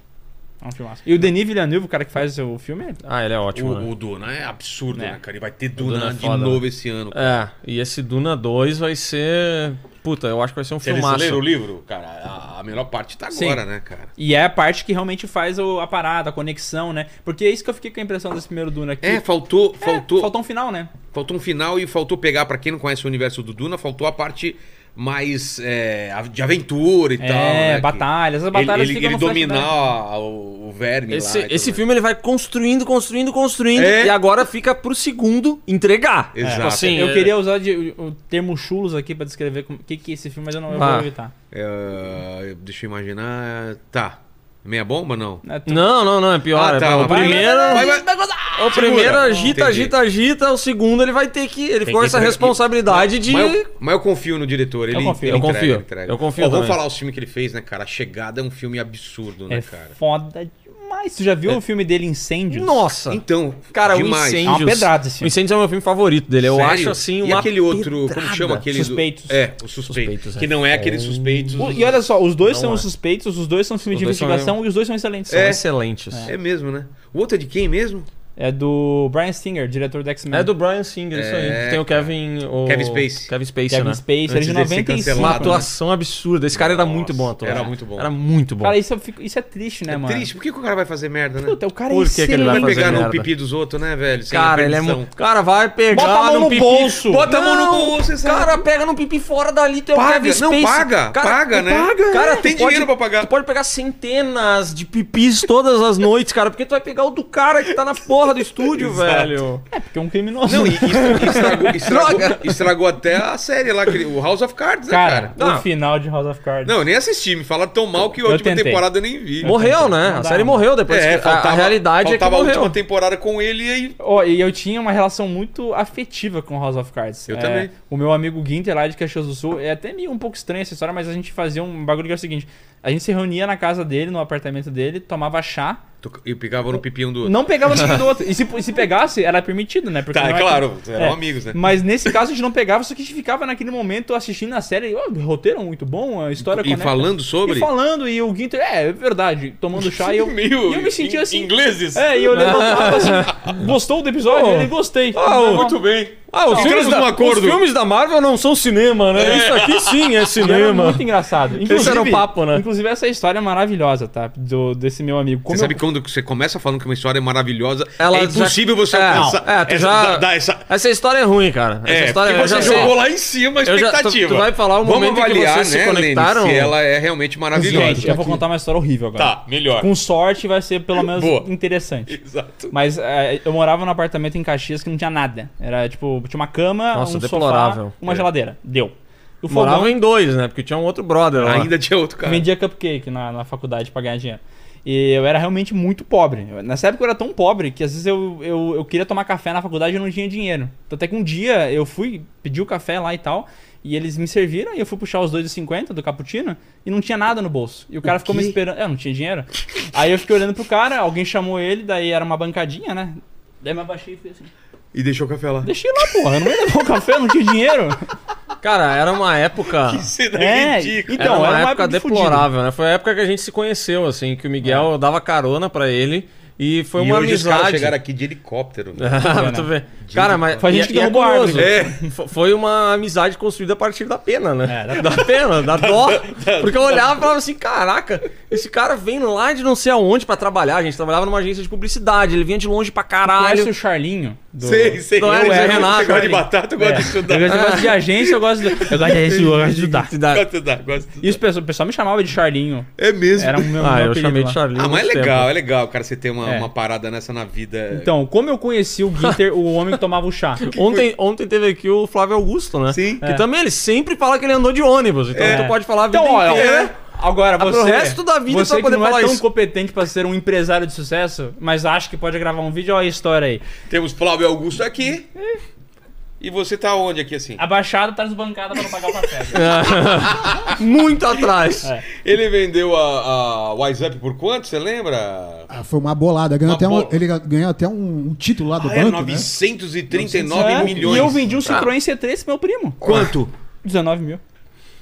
Speaker 3: É um filmaço. E o Denis Villeneuve, o cara que faz o filme,
Speaker 4: Ah, ele é ótimo. né?
Speaker 1: O, o Duna é absurdo,
Speaker 3: É.
Speaker 1: né, cara? E vai ter
Speaker 4: Duna
Speaker 1: Duna,
Speaker 4: é
Speaker 1: de
Speaker 4: foda,
Speaker 1: novo
Speaker 4: né?
Speaker 1: esse ano.
Speaker 4: É, e esse Duna 2 vai ser. Puta, eu acho que vai ser um
Speaker 1: Eles
Speaker 4: filmaço.
Speaker 1: leram o livro, cara? A, a a melhor parte tá
Speaker 3: Sim.
Speaker 1: agora, né, cara?
Speaker 3: E é a parte que realmente faz o- a parada, a conexão, né? Porque é isso que eu fiquei com a impressão desse primeiro Duna aqui.
Speaker 1: É, faltou, faltou,
Speaker 3: Faltou um final, né?
Speaker 1: Faltou um final e faltou pegar, pra quem não conhece o universo do Duna, faltou a parte mais é, a- de aventura e tal.
Speaker 3: é,
Speaker 1: né, que-
Speaker 3: batalhas. As batalhas
Speaker 1: ele, ele,
Speaker 3: ficam
Speaker 1: ele
Speaker 3: no flashback.
Speaker 1: dominar a- o, o verme
Speaker 4: Esse,
Speaker 1: lá. e tudo
Speaker 4: esse
Speaker 1: mais.
Speaker 4: filme ele vai construindo, construindo, construindo
Speaker 1: É.
Speaker 4: e agora fica pro segundo entregar.
Speaker 1: Exato.
Speaker 4: Tipo assim,
Speaker 3: Eu
Speaker 4: é-
Speaker 3: queria usar de- o termo chulos aqui pra descrever como- o que, que é esse filme, mas eu não eu
Speaker 4: Ah.
Speaker 3: vou evitar.
Speaker 1: É, deixa eu imaginar. Tá. Meia bomba, não?
Speaker 3: É, tu-
Speaker 4: Não, não, não, é pior.
Speaker 1: Ah,
Speaker 4: é
Speaker 1: tá,
Speaker 4: o
Speaker 1: vai,
Speaker 4: primeiro,
Speaker 1: vai, vai, vai.
Speaker 4: o primeiro
Speaker 1: Segura. Entendi.
Speaker 4: agita, agita, agita, o segundo ele vai ter que, ele ficou
Speaker 1: que
Speaker 4: essa
Speaker 1: entregar-
Speaker 4: responsabilidade de
Speaker 1: Mas eu, mas eu confio no diretor. Ele,
Speaker 3: confio.
Speaker 1: ele
Speaker 4: Eu
Speaker 1: entrega,
Speaker 4: confio.
Speaker 1: entrega.
Speaker 4: Eu confio
Speaker 1: Ó, vamos
Speaker 4: também.
Speaker 1: falar os filmes que ele fez, né, cara? A Chegada é um filme absurdo, né,
Speaker 3: é
Speaker 1: cara?
Speaker 3: foda demais. Tu já viu o filme dele Incêndios?
Speaker 4: É. Nossa.
Speaker 1: Então,
Speaker 4: Cara, o
Speaker 1: demais.
Speaker 4: Incêndios.
Speaker 3: É uma pedrada esse filme.
Speaker 4: O Incêndios é o meu filme favorito dele. Eu
Speaker 1: Sério?
Speaker 4: acho assim uma
Speaker 1: E aquele outro, como
Speaker 4: pedrada.
Speaker 1: que chama aquele do-
Speaker 3: Suspeitos.
Speaker 1: É, o suspeito.
Speaker 4: Suspeitos, é.
Speaker 1: Que não é aquele suspeitos.
Speaker 3: O- E olha só, os dois
Speaker 4: Não
Speaker 3: são
Speaker 4: é.
Speaker 3: os suspeitos, os dois são filmes
Speaker 4: Os
Speaker 3: de
Speaker 4: dois são
Speaker 3: investigação e os dois são excelentes.
Speaker 4: São
Speaker 3: É,
Speaker 4: excelentes.
Speaker 1: É mesmo, né? O outro é de quem mesmo?
Speaker 3: do Brian Singer, diretor do X-Men.
Speaker 4: É do Brian Singer, isso
Speaker 1: É,
Speaker 4: aí. Tem o
Speaker 1: cara.
Speaker 4: Kevin. O...
Speaker 1: Kevin Spacey.
Speaker 4: Kevin Spacey,
Speaker 3: Kevin
Speaker 4: né?
Speaker 3: Spacey, ele é
Speaker 1: Antes
Speaker 3: de
Speaker 1: dele ser
Speaker 3: 95.
Speaker 4: Uma
Speaker 1: cancelado,
Speaker 3: né?
Speaker 4: atuação absurda. Esse cara era
Speaker 1: Nossa,
Speaker 4: muito bom ator.
Speaker 1: era muito bom.
Speaker 4: Era muito bom.
Speaker 3: Cara, isso, eu fico- isso é triste, né,
Speaker 1: É
Speaker 3: mano?
Speaker 1: triste, por que, que o cara vai fazer merda, né?
Speaker 3: Puta, o cara
Speaker 4: Por
Speaker 3: é
Speaker 4: que que ele
Speaker 3: insano.
Speaker 4: vai
Speaker 1: vai
Speaker 4: fazer
Speaker 1: pegar no
Speaker 4: merda.
Speaker 1: pipi dos outros, né, velho? Sem
Speaker 4: Cara, ele é
Speaker 1: permissão.
Speaker 4: muito. Cara, vai pegar
Speaker 3: Bota a mão no
Speaker 4: pipi-
Speaker 3: bolso.
Speaker 4: Bota a mão no
Speaker 1: Não,
Speaker 4: bolso.
Speaker 1: você sabe.
Speaker 4: Cara, pega no pipi fora dali, tu é o
Speaker 1: Paga,
Speaker 4: Kevin
Speaker 1: não,
Speaker 4: Spacey.
Speaker 1: paga,
Speaker 4: Cara,
Speaker 1: paga,
Speaker 4: tu
Speaker 1: né?
Speaker 4: Cara,
Speaker 1: Tem
Speaker 4: tu pode-
Speaker 1: dinheiro pra pagar.
Speaker 4: Tu pode pegar centenas de pipis todas as noites, cara, porque tu vai pegar o do cara que tá na porra do estúdio,
Speaker 1: Exato.
Speaker 4: velho.
Speaker 3: É, porque é um criminoso.
Speaker 1: Não, e e estragou, estragou- estragou até a série lá, aquele- o House of Cards, né, cara?
Speaker 3: cara,
Speaker 4: Não.
Speaker 3: o final de House of Cards.
Speaker 1: Não, eu nem assisti, me falaram tão mal que a
Speaker 3: Eu
Speaker 1: última
Speaker 3: tentei.
Speaker 1: temporada eu nem vi.
Speaker 4: Morreu, né?
Speaker 3: Não
Speaker 4: A
Speaker 3: dá,
Speaker 4: série
Speaker 3: né?
Speaker 4: morreu depois.
Speaker 1: É,
Speaker 4: que- a- a, realidade é que
Speaker 1: faltava a
Speaker 4: morreu.
Speaker 1: última temporada com ele e aí.
Speaker 3: Ó, e eu tinha uma relação muito afetiva com House of Cards.
Speaker 1: Eu
Speaker 3: É,
Speaker 1: também.
Speaker 3: O meu amigo Ginter lá de Caxias do Sul, é até meio um pouco estranha essa história, mas a gente fazia um bagulho que era o seguinte: a gente se reunia na casa dele, no apartamento dele, tomava chá,
Speaker 1: Tu- E pegava no pipi um do outro.
Speaker 3: não pegava no do outro. E se, e se pegasse, era permitido, né? Porque
Speaker 1: tá,
Speaker 3: não
Speaker 1: é
Speaker 3: era-
Speaker 1: claro, eram
Speaker 3: é.
Speaker 1: amigos, né?
Speaker 3: Mas nesse caso a gente não pegava, só que a gente ficava naquele momento assistindo a série. E, ó, roteiro muito bom, a história
Speaker 1: E
Speaker 3: conecta.
Speaker 1: falando sobre.
Speaker 3: E falando, e o Ginter, é, é verdade, tomando chá e eu,
Speaker 1: Meio
Speaker 3: e eu me sentia
Speaker 1: in-
Speaker 3: assim.
Speaker 1: Ingleses?
Speaker 3: É, e eu levantava assim, gostou do episódio?
Speaker 4: Oh.
Speaker 3: Ele gostei.
Speaker 4: Oh,
Speaker 3: Não,
Speaker 1: Ah, Muito bem.
Speaker 4: Ah, os,
Speaker 1: Não,
Speaker 4: filmes
Speaker 1: entramos
Speaker 4: da,
Speaker 1: num um acordo.
Speaker 4: os filmes da Marvel não são cinema, né? Isso aqui sim é
Speaker 3: E era
Speaker 4: cinema.
Speaker 3: muito engraçado. Inclusive,
Speaker 4: era o papo, né?
Speaker 3: Inclusive, essa história é maravilhosa, tá? Do, desse meu amigo. Como
Speaker 1: você sabe
Speaker 3: eu...
Speaker 1: quando você começa falando que uma história é maravilhosa,
Speaker 4: Ela
Speaker 1: é
Speaker 4: já-
Speaker 1: impossível você
Speaker 4: É,
Speaker 1: alcançar.
Speaker 4: é, tu
Speaker 1: essa,
Speaker 4: já-
Speaker 1: dá- dá essa-
Speaker 4: Essa história é ruim, cara. Essa
Speaker 1: É,
Speaker 4: história
Speaker 1: porque
Speaker 4: eu já
Speaker 1: você
Speaker 4: sei.
Speaker 1: jogou lá em cima a
Speaker 4: Eu já- tu-
Speaker 1: expectativa.
Speaker 4: tu vai falar o momento
Speaker 1: Vamos
Speaker 4: em que
Speaker 1: avaliar,
Speaker 4: vocês se
Speaker 1: né, Lene,
Speaker 4: conectaram?
Speaker 1: se ela é realmente maravilhosa.
Speaker 3: Gente, eu vou contar uma história horrível agora.
Speaker 1: Tá, melhor.
Speaker 3: Com sorte, vai ser pelo menos
Speaker 1: Boa.
Speaker 3: interessante.
Speaker 1: Exato.
Speaker 3: Mas é, eu morava num apartamento em Caxias que não tinha nada. Era tipo, tinha uma cama,
Speaker 4: Nossa,
Speaker 3: um
Speaker 4: deplorável.
Speaker 3: sofá, uma
Speaker 1: É.
Speaker 3: geladeira. Deu. O
Speaker 4: Morava
Speaker 3: fogão
Speaker 4: em dois, né? Porque tinha um outro brother lá.
Speaker 1: Ainda tinha outro cara.
Speaker 3: vendia cupcake na, na faculdade pra ganhar dinheiro. E eu era realmente muito pobre. Eu- Nessa época eu era tão pobre que às vezes eu, eu, eu queria tomar café na faculdade e eu não tinha dinheiro. Então até que um dia eu fui pedir o café lá e tal, e eles me serviram e eu fui puxar os 2,50 do cappuccino e não tinha nada no bolso. E o cara ficou me
Speaker 1: quê?
Speaker 3: esperando. Eu não tinha dinheiro. Aí eu fiquei olhando pro cara, alguém chamou ele, daí era uma bancadinha, né? Daí eu me abaixei e falei assim:
Speaker 1: E deixou o café lá.
Speaker 3: Deixei lá, porra, eu não ia levar o café, eu não tinha dinheiro.
Speaker 4: Cara, era uma época.
Speaker 1: Isso daí
Speaker 3: É,
Speaker 1: ridículo.
Speaker 3: então,
Speaker 4: era uma, época,
Speaker 3: de fudido.
Speaker 4: deplorável, né? Foi a época que a gente se conheceu, assim, que o Miguel eu dava carona pra ele e foi
Speaker 1: e
Speaker 4: uma
Speaker 1: hoje os caras
Speaker 4: amizade.
Speaker 1: chegaram aqui de helicóptero. velho.
Speaker 4: Ah, tu vê. Cara, mas
Speaker 3: Foi a gente
Speaker 4: e-
Speaker 3: que
Speaker 4: e
Speaker 3: derrubou a
Speaker 4: curioso.
Speaker 3: árvore.
Speaker 1: É.
Speaker 4: Fo- Foi uma amizade construída a partir da pena, né?
Speaker 3: É,
Speaker 4: da... pena, da dó. Porque eu olhava e falava assim: caraca, esse cara vem lá de não sei aonde pra trabalhar. A gente trabalhava numa agência de publicidade, ele vinha de longe pra
Speaker 3: Conhece o
Speaker 4: caralho.
Speaker 3: Charlinho? do-
Speaker 1: Sei, sei.
Speaker 4: Não,
Speaker 1: eu
Speaker 4: é,
Speaker 1: sei,
Speaker 4: Renato,
Speaker 1: você gosta de
Speaker 4: aí.
Speaker 1: batata, eu gosto
Speaker 3: É.
Speaker 1: de estudar.
Speaker 3: Eu gosto de agência, eu gosto de. Eu gosto de agência, eu gosto de ajudar.
Speaker 1: Gosto de estudar, gosto de
Speaker 3: E os
Speaker 1: estudar.
Speaker 3: pessoal, o pessoal me chamava de Charlinho.
Speaker 1: É mesmo.
Speaker 3: Era o meu,
Speaker 4: Ah,
Speaker 3: meu
Speaker 4: eu
Speaker 3: apelido
Speaker 4: chamei
Speaker 3: lá.
Speaker 4: de Charlinho.
Speaker 1: Ah,
Speaker 4: há
Speaker 1: mas é
Speaker 4: muito
Speaker 1: legal,
Speaker 4: tempo.
Speaker 1: é legal, cara, você ter uma,
Speaker 3: É.
Speaker 1: uma parada nessa na vida.
Speaker 3: Então, como eu conheci o Ginter, o homem que tomava o chá?
Speaker 4: Ontem, ontem teve aqui o Flávio Augusto, né?
Speaker 1: é Sim. é.
Speaker 4: Que também ele sempre fala que ele andou de ônibus. Então
Speaker 3: É.
Speaker 4: tu pode falar a vida
Speaker 3: Então, ó,
Speaker 1: um-
Speaker 4: inteira.
Speaker 3: agora
Speaker 4: pro
Speaker 3: você.
Speaker 4: né? resto da vida
Speaker 3: você
Speaker 4: só
Speaker 3: que
Speaker 4: poder
Speaker 3: não
Speaker 4: falar
Speaker 3: é tão
Speaker 4: isso.
Speaker 3: competente pra ser um empresário de sucesso, mas acha que pode gravar um vídeo, olha a história aí.
Speaker 1: Temos Flávio Augusto aqui. E você tá onde aqui, assim?
Speaker 3: Abaixado, tá desbancada pra não pagar o café.
Speaker 4: Muito atrás.
Speaker 1: Ele vendeu a, a Wise Up por quanto, você lembra?
Speaker 2: Ah, foi uma bolada. Ganhou
Speaker 1: Uma
Speaker 2: até um-
Speaker 1: bola.
Speaker 2: ele ganhou até um, um título lá do
Speaker 1: Ah, é,
Speaker 2: banco. né?
Speaker 1: 939
Speaker 3: É,
Speaker 1: milhões.
Speaker 4: é.
Speaker 3: E eu vendi um Citroën C3 pro meu primo.
Speaker 1: Quanto?
Speaker 3: 19 mil.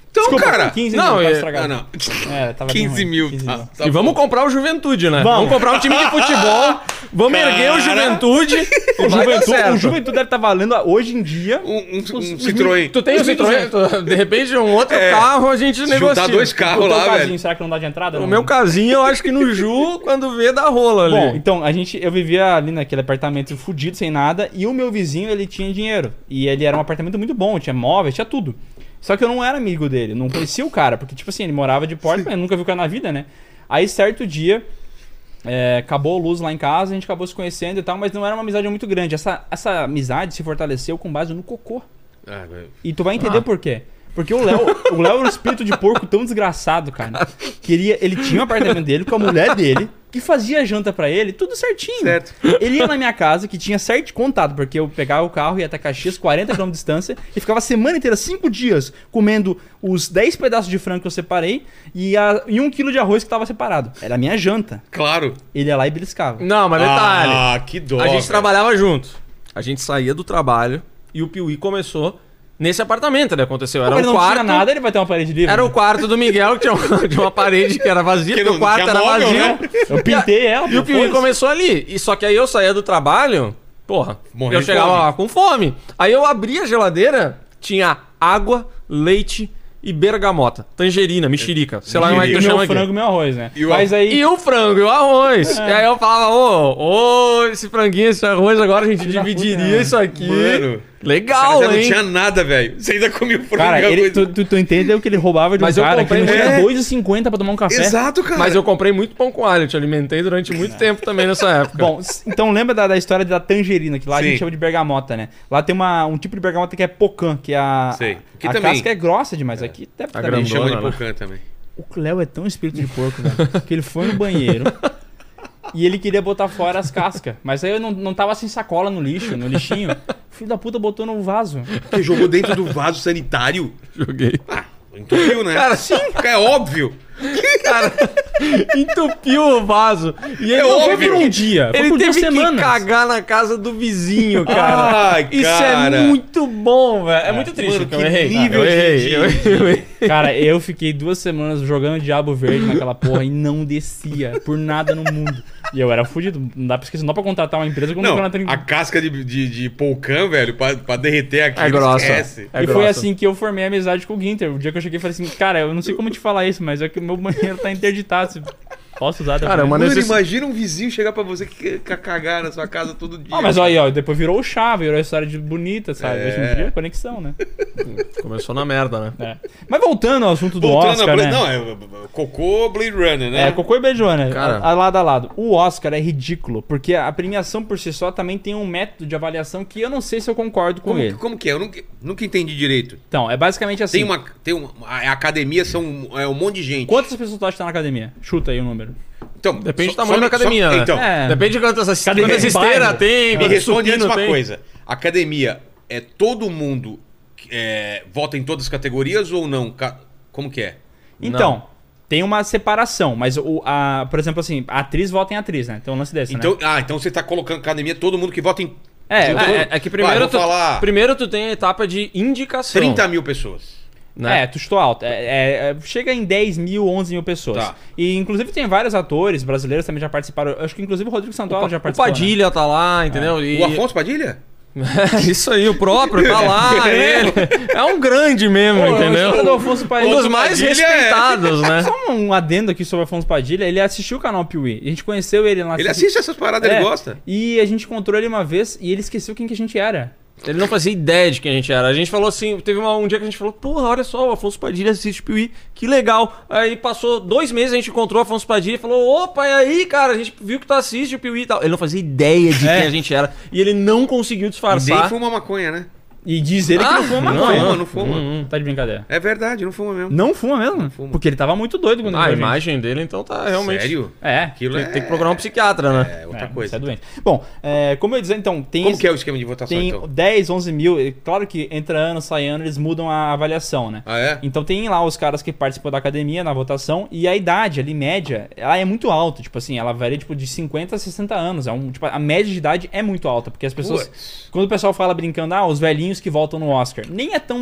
Speaker 1: Então,
Speaker 3: Desculpa,
Speaker 1: cara.
Speaker 3: 15
Speaker 4: não,
Speaker 3: mil, tava
Speaker 4: é-
Speaker 1: Ah,
Speaker 3: estragado.
Speaker 1: não.
Speaker 3: É, tava bem
Speaker 1: 15
Speaker 3: ruim,
Speaker 1: mil.
Speaker 3: 15
Speaker 1: tá,
Speaker 3: mil.
Speaker 1: tá
Speaker 4: e vamos
Speaker 1: bom.
Speaker 4: comprar o Juventude, né? Vamos, comprar um time de futebol. Vamos erguer o Juventude.
Speaker 3: O Juventude,
Speaker 4: certo.
Speaker 3: o Juventude deve estar valendo ah, hoje em dia.
Speaker 1: Um, um, um Citroën.
Speaker 4: Tu tem o Citroën? Tu- De repente, um outro carro a gente
Speaker 1: Se
Speaker 4: negocia.
Speaker 1: É. Juntar dois
Speaker 3: o
Speaker 1: carros
Speaker 3: teu
Speaker 1: lá,
Speaker 3: casinho,
Speaker 1: velho.
Speaker 3: será que não dá de entrada?
Speaker 4: O
Speaker 3: Não.
Speaker 4: meu casinho, eu acho que no Ju, quando vê, dá rola ali.
Speaker 3: Bom, então, a gente, eu vivia ali naquele apartamento fudido, sem nada, e o meu vizinho, ele tinha dinheiro. E ele era um apartamento muito bom, tinha móveis, tinha tudo. Só que eu não era amigo dele, não conhecia o cara, porque, tipo assim, ele morava de porta, mas nunca viu o cara na vida, né? Aí, certo dia, é, acabou a luz lá em casa, a gente acabou se conhecendo e tal, mas não era uma amizade muito grande. Essa, essa amizade se fortaleceu com base no cocô.
Speaker 1: Ah, velho.
Speaker 3: E tu vai entender por quê. Porque o Léo, o Léo era um espírito de porco tão desgraçado, cara. Que ele, ia- ele tinha um apartamento dele com a mulher dele, que fazia janta pra ele, tudo certinho.
Speaker 1: Certo.
Speaker 3: Ele ia na minha casa, que tinha certo contato, porque eu pegava o carro e ia até Caxias, 40 km de distância, e ficava a semana inteira, 5 dias, comendo os 10 pedaços de frango que eu separei e, a, e um quilo de arroz que tava separado. Era a minha janta.
Speaker 1: Claro.
Speaker 3: Ele ia lá e beliscava.
Speaker 4: Não, mas detalhe.
Speaker 1: Ah, que dó.
Speaker 4: a gente
Speaker 1: velho.
Speaker 4: trabalhava junto. A gente saía do trabalho e o Piuí começou nesse apartamento, né? Aconteceu. Era
Speaker 3: Como ele
Speaker 4: um
Speaker 3: não
Speaker 4: quarto.
Speaker 3: tinha nada, ele vai ter uma parede livre.
Speaker 4: Era
Speaker 3: né?
Speaker 4: o quarto do Miguel, que tinha uma, tinha uma parede que era vazia,
Speaker 1: Que
Speaker 4: porque o
Speaker 1: não
Speaker 4: quarto
Speaker 1: tinha
Speaker 4: era
Speaker 1: móvel,
Speaker 4: vazio.
Speaker 1: né?
Speaker 3: Eu pintei ela.
Speaker 4: E o
Speaker 3: pô,
Speaker 4: Piuí
Speaker 3: foda-se.
Speaker 4: começou ali. E só que aí eu saía do trabalho, porra,
Speaker 1: Morreu
Speaker 4: eu
Speaker 1: de
Speaker 4: chegava
Speaker 1: fome.
Speaker 4: lá com fome. Aí eu abria a geladeira, tinha água, leite e bergamota, tangerina, mexerica, sei lá como é que
Speaker 3: E
Speaker 4: eu
Speaker 3: o
Speaker 4: chamo
Speaker 3: meu
Speaker 4: aqui.
Speaker 3: frango e meu arroz, né?
Speaker 1: E o
Speaker 3: Mas aí.
Speaker 4: E o frango e o arroz. E aí eu falava, ô, ô, esse franguinho, esse arroz, agora a gente
Speaker 3: da puta,
Speaker 4: dividiria
Speaker 3: né?
Speaker 4: isso aqui.
Speaker 1: Mano. Cara,
Speaker 4: Legal,
Speaker 1: você não
Speaker 4: hein?
Speaker 1: tinha nada, velho. Você ainda comia o frango.
Speaker 3: Cara,
Speaker 1: e a
Speaker 3: ele,
Speaker 1: coisa.
Speaker 3: tu, tu, tu entendeu que ele roubava de um
Speaker 4: Mas eu
Speaker 3: cara que
Speaker 4: comprei-
Speaker 3: não tinha
Speaker 1: É.
Speaker 3: 2,50 pra tomar um café?
Speaker 1: Exato, cara.
Speaker 4: Mas eu comprei muito pão com alho, eu te alimentei durante muito tempo também nessa época.
Speaker 3: Bom, s- então lembra da, da história da tangerina, que lá a
Speaker 1: Sim.
Speaker 3: gente chama de bergamota, né? Lá tem uma, um tipo de bergamota que é pocan, que é a,
Speaker 1: Sei. Que
Speaker 3: a
Speaker 1: também-
Speaker 3: casca é grossa demais. Aqui até
Speaker 4: A
Speaker 1: Também
Speaker 3: também.
Speaker 1: chama de
Speaker 4: grandona, né?
Speaker 1: pocan também.
Speaker 3: O Léo é tão espírito de porco, velho, que ele foi no banheiro e ele queria botar fora as cascas. Mas aí eu não, não tava sem sacola no lixo, no lixinho. O filho da puta botou no vaso.
Speaker 1: Você jogou dentro do vaso sanitário?
Speaker 4: Joguei.
Speaker 1: Entupiu, né?
Speaker 4: Cara, sim.
Speaker 1: É óbvio.
Speaker 4: Cara, entupiu o vaso. E ele
Speaker 1: É
Speaker 4: não foi
Speaker 1: óbvio.
Speaker 4: por Ah, um dia.
Speaker 3: dia.
Speaker 4: Ele teve que
Speaker 3: semana.
Speaker 4: cagar na casa do vizinho, cara.
Speaker 1: Ai,
Speaker 4: Isso é muito bom, velho. É muito triste.
Speaker 1: Mano,
Speaker 4: que
Speaker 1: que
Speaker 4: eu errei. cara.
Speaker 1: nível
Speaker 4: eu
Speaker 1: de-
Speaker 4: errei.
Speaker 1: de-
Speaker 4: Eu errei. eu errei.
Speaker 3: Cara, eu fiquei duas semanas jogando Diabo Verde naquela porra e não descia por nada no mundo. E eu era fudido. Não dá pra esquecer, não dá pra contratar uma empresa como
Speaker 1: Não,
Speaker 3: contratar ninguém.
Speaker 1: a casca de, de, de polcã, velho, pra, pra derreter aqui,
Speaker 4: É grossa.
Speaker 1: esquece.
Speaker 4: É
Speaker 3: e foi
Speaker 4: grossa.
Speaker 3: assim que eu formei amizade com o Ginter. O dia que eu cheguei, eu falei assim: Cara, eu não sei como te falar isso, mas é que o meu banheiro tá interditado. se- Posso usar
Speaker 4: Cara,
Speaker 3: mas...
Speaker 4: uma
Speaker 1: Mano,
Speaker 4: necessidade.
Speaker 1: imagina um vizinho chegar pra você que quer cagar na sua casa todo dia.
Speaker 3: Ah, mas aí, ó, depois virou o chá, virou a história de bonita, sabe?
Speaker 1: É.
Speaker 3: Hoje em dia, conexão, né?
Speaker 4: Começou na merda, né?
Speaker 3: É. Mas voltando ao assunto do
Speaker 1: Voltando a
Speaker 3: Oscar,
Speaker 1: Blade...
Speaker 3: né?
Speaker 1: Não, é, é, é, Cocô Blade Runner, né?
Speaker 3: É, Cocô e Beijona,
Speaker 4: Cara.
Speaker 3: a- a lado a lado. O Oscar é ridículo, porque a premiação por si só também tem um método de avaliação que eu não sei se eu concordo com
Speaker 1: como,
Speaker 3: ele.
Speaker 1: como que é? Eu nunca, nunca entendi direito.
Speaker 3: Então, é basicamente assim.
Speaker 1: Tem uma... Tem uma a academia são, é um monte de gente.
Speaker 3: Quantas pessoas tu acha que tá na academia? Chuta aí o número.
Speaker 1: Então,
Speaker 4: Depende
Speaker 1: só-
Speaker 4: do tamanho
Speaker 1: só-
Speaker 4: da academia,
Speaker 1: só-
Speaker 4: né?
Speaker 1: Então,
Speaker 3: É.
Speaker 4: Depende de quantas, quantas
Speaker 3: Cadê meu
Speaker 4: esteiras
Speaker 3: bairro?
Speaker 4: tem.
Speaker 1: me
Speaker 4: quantos
Speaker 1: responde
Speaker 4: supino
Speaker 1: antes uma
Speaker 4: tem.
Speaker 1: coisa. Academia é todo mundo que, é, vota em todas as categorias ou não? Ca- Como que é?
Speaker 3: Então, tem uma separação, mas o, a, por exemplo, assim, a atriz vota em atriz, né? Tem um lance desse,
Speaker 1: Então,
Speaker 3: né?
Speaker 1: ah, então você tá colocando academia todo mundo que vota em
Speaker 3: É,
Speaker 4: É, é,
Speaker 3: é,
Speaker 4: é que primeiro,
Speaker 1: Vai, Então, vou
Speaker 4: tu,
Speaker 1: falar.
Speaker 4: primeiro tu tem a etapa de indicação.
Speaker 1: 30 mil pessoas.
Speaker 4: né?
Speaker 3: é, tu chutou alto. É, é, é, chega em 10 mil, 11 mil pessoas.
Speaker 1: Tá.
Speaker 3: E inclusive tem vários atores brasileiros também já participaram. Eu Acho que inclusive o Rodrigo Santoro já
Speaker 4: o
Speaker 3: participou. né?
Speaker 4: Padilha tá lá, entendeu? E-
Speaker 1: É.
Speaker 4: É
Speaker 1: O Afonso Padilha?
Speaker 4: Isso aí, o próprio tá lá, ele. É um grande mesmo,
Speaker 3: Pô, a
Speaker 4: entendeu?
Speaker 3: história do Afonso Padilha-
Speaker 4: Um dos mais
Speaker 1: Padilha é-
Speaker 4: respeitados, né?
Speaker 3: Só um adendo aqui sobre o Afonso Padilha, ele assistiu o canal Piuí. A gente conheceu ele lá.
Speaker 1: Ele assiste essas paradas,
Speaker 3: É,
Speaker 1: ele gosta.
Speaker 3: E a gente encontrou ele uma vez e ele esqueceu quem que a gente era.
Speaker 4: Ele não fazia ideia de quem a gente era. A gente falou assim, teve uma- um dia que a gente falou, porra, olha só, o Afonso Padilha assiste Piuí, que legal. Aí passou dois meses, a gente encontrou o Afonso Padilha e falou, opa, e aí, cara, a gente viu que tu assiste o Piuí e tal. Ele não fazia ideia de quem a gente era. E ele não conseguiu
Speaker 1: É. Ninguém
Speaker 4: disfarçar.
Speaker 1: fuma maconha, né?
Speaker 3: E diz ele que não fuma
Speaker 1: Não,
Speaker 3: maconha.
Speaker 1: fuma, não fuma.
Speaker 3: Tá de brincadeira.
Speaker 1: É verdade, não fuma mesmo.
Speaker 3: Não fuma mesmo? Porque ele tava muito doido
Speaker 1: um
Speaker 3: quando
Speaker 4: Ah, a
Speaker 3: ele viu gente.
Speaker 4: imagem dele, então tá realmente...
Speaker 1: Sério?
Speaker 3: É.
Speaker 1: Aquilo
Speaker 4: Tem,
Speaker 1: é,
Speaker 4: tem que procurar um psiquiatra, né?
Speaker 1: é outra
Speaker 3: é,
Speaker 1: coisa.
Speaker 3: Isso é doente. Bom, é, como eu ia dizer, então, tem.
Speaker 1: Como que é o esquema de votação,
Speaker 3: Tem
Speaker 1: então?
Speaker 3: 10, 11 mil. e Claro que entra ano, sai ano, eles mudam a avaliação, né?
Speaker 1: Ah, é?
Speaker 3: Então tem lá os caras que participam da academia na votação e a idade ali média, ela é muito alta, tipo assim, ela varia tipo de 50 a 60 anos, é um, tipo, a média de idade é muito alta, porque as pessoas
Speaker 1: Putz.
Speaker 3: quando o pessoal fala brincando, ah, os velhinhos quadrinhos que voltam no Oscar. Nem é tão.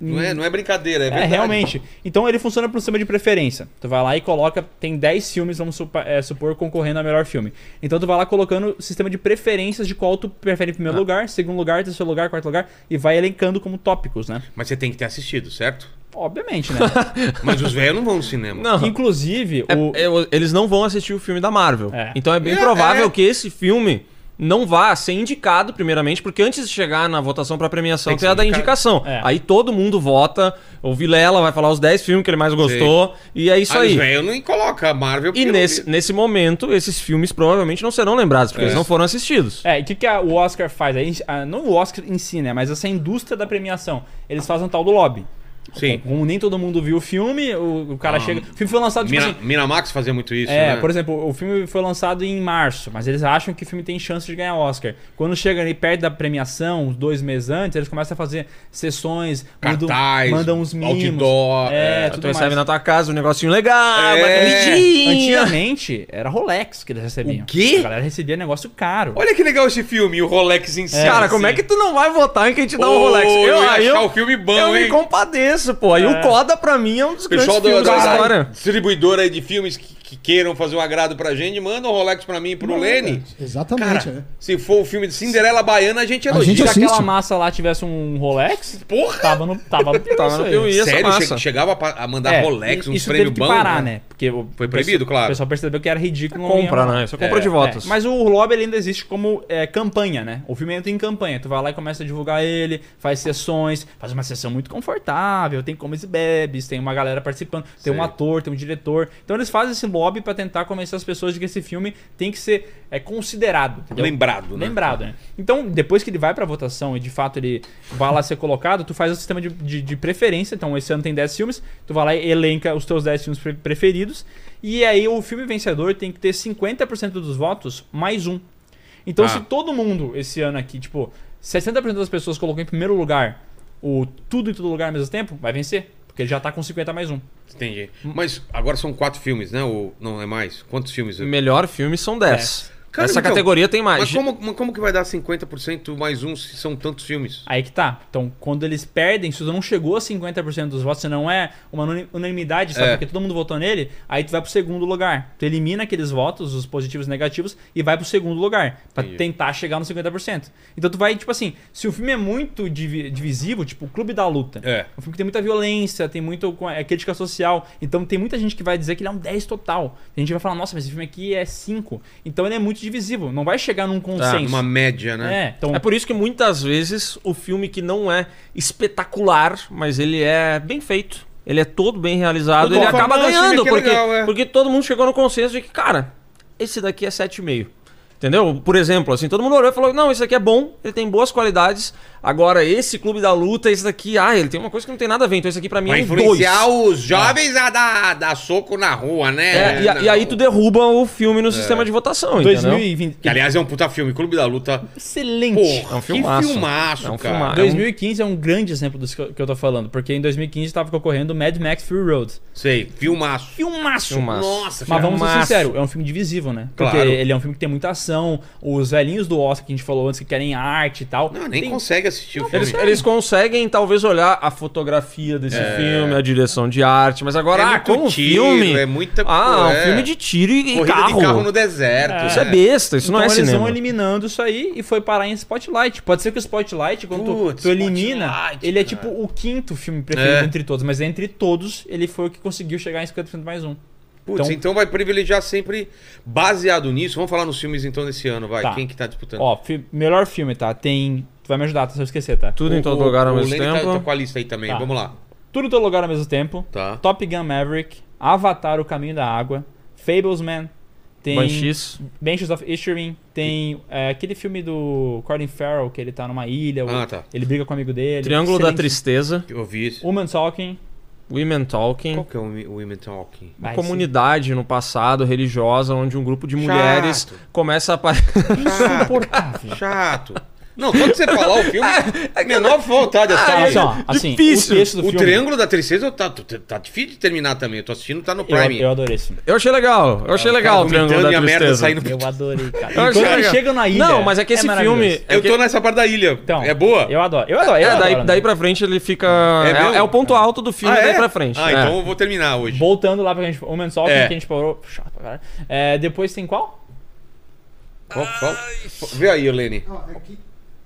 Speaker 1: Não é, não é brincadeira, é
Speaker 3: É,
Speaker 1: verdade.
Speaker 3: realmente. Então ele funciona por sistema de preferência. Tu vai lá e coloca, tem 10 filmes, vamos supa- é, supor, concorrendo a melhor filme. Então tu vai lá colocando o sistema de preferências de qual tu prefere em
Speaker 1: Ah.
Speaker 3: primeiro lugar, segundo lugar, terceiro lugar, quarto lugar, e vai elencando como tópicos, né?
Speaker 1: Mas você tem que ter assistido, certo?
Speaker 3: Obviamente, né?
Speaker 1: Mas os velhos não vão no cinema.
Speaker 4: Não.
Speaker 3: Inclusive,
Speaker 4: É-
Speaker 3: o.
Speaker 4: eu- eles não vão assistir o filme da Marvel.
Speaker 3: É.
Speaker 4: Então é bem
Speaker 1: É,
Speaker 4: provável
Speaker 1: é.
Speaker 4: que esse filme não vá ser indicado, primeiramente, porque antes de chegar na votação pra premiação
Speaker 1: Tem que
Speaker 4: tem, a
Speaker 1: ser
Speaker 4: da
Speaker 1: indicado.
Speaker 4: indicação.
Speaker 3: É.
Speaker 4: Aí todo mundo vota, o Vilela vai falar os 10 filmes que ele mais gostou, e é isso
Speaker 1: Aí
Speaker 4: aí.
Speaker 1: os velhos não coloca a Marvel.
Speaker 4: E
Speaker 1: porque
Speaker 4: nesse,
Speaker 1: Não...
Speaker 4: nesse momento, esses filmes provavelmente não serão lembrados, porque
Speaker 1: É.
Speaker 4: eles não foram assistidos.
Speaker 3: É, e o que, que a- o Oscar faz? Aí, a- não o Oscar em si, né? Mas essa indústria da premiação. Eles fazem o tal do lobby.
Speaker 1: Sim.
Speaker 3: Como nem todo mundo viu o filme, o, o cara chega. O filme foi lançado tipo
Speaker 1: Mina,
Speaker 3: assim.
Speaker 1: Miramax fazia muito Ah, isso,
Speaker 3: É,
Speaker 1: né?
Speaker 3: por exemplo, o filme foi lançado em março, mas eles acham que o filme tem chance de ganhar Oscar. Quando chega ali perto da premiação, uns dois meses antes, eles começam a fazer sessões, mandam-
Speaker 1: Cartaz,
Speaker 3: mandam uns mimos.
Speaker 1: outdoor,
Speaker 3: é,
Speaker 1: é.
Speaker 4: tu
Speaker 3: tudo mais.
Speaker 4: recebe Então na tua casa um negocinho legal,
Speaker 1: É.
Speaker 4: bonitinho.
Speaker 3: Antigamente, era Rolex que eles recebiam.
Speaker 1: O quê?
Speaker 3: A galera recebia negócio caro.
Speaker 1: Olha que legal esse filme, o Rolex em si.
Speaker 4: Cara, como é que tu não vai votar em quem te dá um Rolex?
Speaker 1: Eu, ia
Speaker 4: aí
Speaker 1: achar o filme bom,
Speaker 4: eu me
Speaker 1: hein?
Speaker 4: compadeço, pô. E
Speaker 3: É.
Speaker 4: o Coda, pra mim, é um dos grandes
Speaker 1: Pessoal do-
Speaker 4: filmes da,
Speaker 1: da- da
Speaker 4: história.
Speaker 1: distribuidora aí de filmes que, que queiram fazer um agrado pra gente, manda um Rolex pra mim e pro Lene.
Speaker 2: Exatamente.
Speaker 1: Cara,
Speaker 2: é.
Speaker 1: se for o filme de Cinderela Baiana, a gente elogia.
Speaker 2: gente
Speaker 3: Se aquela
Speaker 2: assiste.
Speaker 3: massa lá tivesse um Rolex,
Speaker 1: Porra!
Speaker 3: tava no. Tava no pior
Speaker 4: Tava
Speaker 3: isso
Speaker 4: no
Speaker 3: aí.
Speaker 4: pior isso. essa
Speaker 1: Sério, che-
Speaker 4: massa.
Speaker 1: chegava pra- a mandar
Speaker 3: É,
Speaker 1: Rolex, um uns
Speaker 3: isso
Speaker 1: prêmios
Speaker 3: teve que
Speaker 1: bons.
Speaker 3: parar, né? Porque o
Speaker 1: Foi
Speaker 3: pessoal-
Speaker 1: proibido, claro.
Speaker 3: O pessoal percebeu que era ridículo. não
Speaker 4: Compra,
Speaker 3: ia-
Speaker 4: né? Isso é compra
Speaker 1: É,
Speaker 4: de
Speaker 1: é.
Speaker 4: votos.
Speaker 3: É, mas o lobby ele ainda existe como é, campanha, né? O filme entra em campanha. Tu vai lá e começa a divulgar ele, faz sessões, faz uma sessão muito confortável, tem comes e bebes, tem uma galera participando, tem
Speaker 1: Sei.
Speaker 3: um ator, tem um diretor. Então eles fazem esse lobby pra tentar convencer as pessoas de que esse filme tem que ser é, considerado. entendeu?
Speaker 1: Lembrado, né?
Speaker 3: Lembrado, né? Então, depois que ele vai pra votação e de fato ele vai lá ser colocado, tu faz o sistema de, de, de preferência. Então, esse ano tem 10 filmes, tu vai lá e elenca os teus 10 filmes pre- preferidos. E aí o filme vencedor tem que ter 50% dos votos mais um. Então,
Speaker 1: Tá.
Speaker 3: se todo mundo esse ano aqui, tipo, 60% das pessoas colocou em primeiro lugar o tudo em todo lugar ao mesmo tempo, vai vencer. Porque ele já tá com 50 mais um.
Speaker 1: Entendi. Mas agora são quatro filmes, né? Ou não é mais? Quantos filmes?
Speaker 4: Melhor filme são 10.
Speaker 1: Cara,
Speaker 4: Essa
Speaker 1: então,
Speaker 4: categoria tem mais.
Speaker 1: Mas como, mas como que vai dar 50% mais um se são tantos filmes?
Speaker 3: Aí que tá. Então, quando eles perdem, se tu não chegou a 50% dos votos, se não é uma unani- unanimidade,
Speaker 1: É.
Speaker 3: sabe? Porque todo mundo votou nele, aí tu vai pro segundo lugar. Tu elimina aqueles votos, os positivos e negativos, e vai pro segundo lugar. Pra
Speaker 1: Entendi.
Speaker 3: tentar chegar no 50%. Então tu vai, tipo assim, se o filme é muito divi- divisivo, tipo o Clube da Luta.
Speaker 1: É.
Speaker 3: Um filme que tem muita violência, tem muito co- é, crítica social. Então tem muita gente que vai dizer que ele é um 10 total. A gente vai falar, nossa, mas esse filme aqui é 5. Então ele é muito divisivo. Não vai chegar num consenso.
Speaker 1: Ah, Uma média, né?
Speaker 3: Ah, É, então
Speaker 4: É por isso que muitas vezes o filme que não é espetacular, mas ele é bem feito, ele é todo bem realizado,
Speaker 1: Todo
Speaker 4: ele
Speaker 1: conforme
Speaker 4: acaba
Speaker 1: o filme
Speaker 4: ganhando,
Speaker 1: que é
Speaker 4: porque,
Speaker 1: legal, é.
Speaker 4: porque todo mundo chegou no consenso de que, cara, esse daqui é 7,5. Entendeu? Por exemplo, assim, todo mundo olhou e falou: não, esse aqui é bom, ele tem boas qualidades. Agora, esse clube da luta, esse daqui, ah, ele tem uma coisa que não tem nada a ver, então esse aqui pra mim
Speaker 1: Vai
Speaker 4: é um 2.
Speaker 1: influenciar os jovens a dar, dar soco na rua, né?
Speaker 4: É, e, a- e aí tu
Speaker 1: tudo.
Speaker 4: derruba o filme no sistema de votação, entendeu?
Speaker 3: 2020.
Speaker 1: Que, aliás, é um puta filme. Clube da Luta.
Speaker 3: Excelente.
Speaker 1: Porra,
Speaker 4: É um
Speaker 1: que
Speaker 4: filmaço.
Speaker 1: filmaço,
Speaker 4: É um
Speaker 1: cara.
Speaker 4: filmaço.
Speaker 3: 2015 é um grande exemplo disso que eu- que eu tô falando, porque em 2015 tava concorrendo Mad Max Fury Road.
Speaker 1: Sei, filmaço.
Speaker 3: Filmaço!
Speaker 4: Filmaço.
Speaker 1: Nossa,
Speaker 3: Mas vamos ser
Speaker 4: Filmaço.
Speaker 3: sinceros, é um filme divisivo, né? Porque
Speaker 1: Claro.
Speaker 3: ele é um filme que tem muita ação, os velhinhos do Oscar que a gente falou antes que querem arte e tal.
Speaker 1: Não, nem
Speaker 3: tem...
Speaker 1: consegue assistir o filme.
Speaker 4: Eles, eles conseguem talvez olhar a fotografia desse filme, a direção de arte, mas agora,
Speaker 1: É
Speaker 4: ah,
Speaker 1: muito
Speaker 4: como
Speaker 1: tiro,
Speaker 4: filme?
Speaker 1: é muita
Speaker 4: Ah,
Speaker 1: é.
Speaker 4: um filme de tiro e, e
Speaker 1: Corrida
Speaker 4: carro.
Speaker 1: de carro no deserto.
Speaker 4: Isso é
Speaker 1: né?
Speaker 4: besta, isso
Speaker 3: Então
Speaker 4: não é
Speaker 3: eles vão
Speaker 4: cinema.
Speaker 3: eliminando isso aí e foi parar em Spotlight. Pode ser que o Spotlight, quando tu-
Speaker 1: Putz,
Speaker 3: tu elimina,
Speaker 1: Spotlight,
Speaker 3: ele é
Speaker 1: cara.
Speaker 3: tipo o quinto filme preferido
Speaker 1: É.
Speaker 3: entre todos, mas entre todos ele foi o que conseguiu chegar em 50% mais um.
Speaker 1: Putz, então... vai privilegiar sempre baseado nisso. Vamos falar nos filmes então desse ano, vai.
Speaker 3: Tá.
Speaker 1: Quem que tá disputando?
Speaker 3: Ó, fi- melhor filme, tá? Tem. Tu vai me ajudar, tá? Se eu esquecer, tá?
Speaker 4: Tudo em
Speaker 1: O-
Speaker 4: todo
Speaker 1: o-
Speaker 4: lugar ao
Speaker 1: o
Speaker 4: mesmo
Speaker 1: Lenny tá-
Speaker 4: tempo.
Speaker 1: Tá, com a lista aí também,
Speaker 3: Tá.
Speaker 1: vamos lá.
Speaker 3: Tudo em todo lugar ao mesmo tempo.
Speaker 1: Tá.
Speaker 3: Top Gun Maverick, Avatar, O Caminho da Água, Fablesman, tem
Speaker 4: Banshees.
Speaker 3: Benches of Inisherin, tem é, aquele filme do Colin Farrell que ele tá numa ilha, o-
Speaker 1: Ah, tá.
Speaker 3: ele briga com um amigo dele.
Speaker 4: Triângulo da
Speaker 3: Excelente.
Speaker 4: Tristeza,
Speaker 1: Eu vi isso.
Speaker 3: Woman Talking.
Speaker 4: Women Talking,
Speaker 1: Qual que é o Women- Women Talking?
Speaker 3: Vai,
Speaker 4: comunidade no passado religiosa onde um grupo de mulheres
Speaker 1: Chato.
Speaker 4: começa a aparecer.
Speaker 3: sim. Insuportável.
Speaker 1: Chato. Não, quando você falar o filme,
Speaker 4: É
Speaker 1: menor vontade. assim,
Speaker 4: Ah,
Speaker 3: Então, assim,
Speaker 1: ó,
Speaker 3: ó, assim,
Speaker 4: Difícil.
Speaker 3: o texto do
Speaker 1: o
Speaker 3: filme...
Speaker 1: Triângulo da Tristeza tá, tá difícil de terminar também. Eu tô assistindo, tá no
Speaker 3: Eu,
Speaker 1: Prime.
Speaker 3: eu adorei esse filme.
Speaker 4: Eu achei legal,
Speaker 1: É,
Speaker 4: eu achei legal o Triângulo da
Speaker 1: e a merda
Speaker 4: Tristeza.
Speaker 1: saindo.
Speaker 3: Eu adorei, cara.
Speaker 4: Eu
Speaker 3: Quando
Speaker 4: achei
Speaker 3: eles
Speaker 4: legal.
Speaker 3: chegam na ilha...
Speaker 4: Não, mas é que esse filme.
Speaker 3: maravilhoso.
Speaker 4: é
Speaker 1: Eu
Speaker 4: que-
Speaker 1: tô nessa parte da ilha.
Speaker 3: Então,
Speaker 1: é boa?
Speaker 3: Eu adoro. Eu adoro. Eu
Speaker 4: É,
Speaker 3: adoro
Speaker 4: daí,
Speaker 3: né?
Speaker 4: daí pra frente ele fica.
Speaker 1: É
Speaker 4: É,
Speaker 1: mesmo?
Speaker 4: é o ponto alto do filme,
Speaker 1: ah,
Speaker 4: daí
Speaker 1: é?
Speaker 4: pra frente.
Speaker 1: Ah,
Speaker 4: é.
Speaker 1: então eu vou terminar hoje.
Speaker 3: Voltando lá pra gente... O Man Solve,
Speaker 1: É.
Speaker 3: que a gente parou... Chato pra caralho. É, depois tem qual?
Speaker 1: Qual- qual- Vê aí, Helene.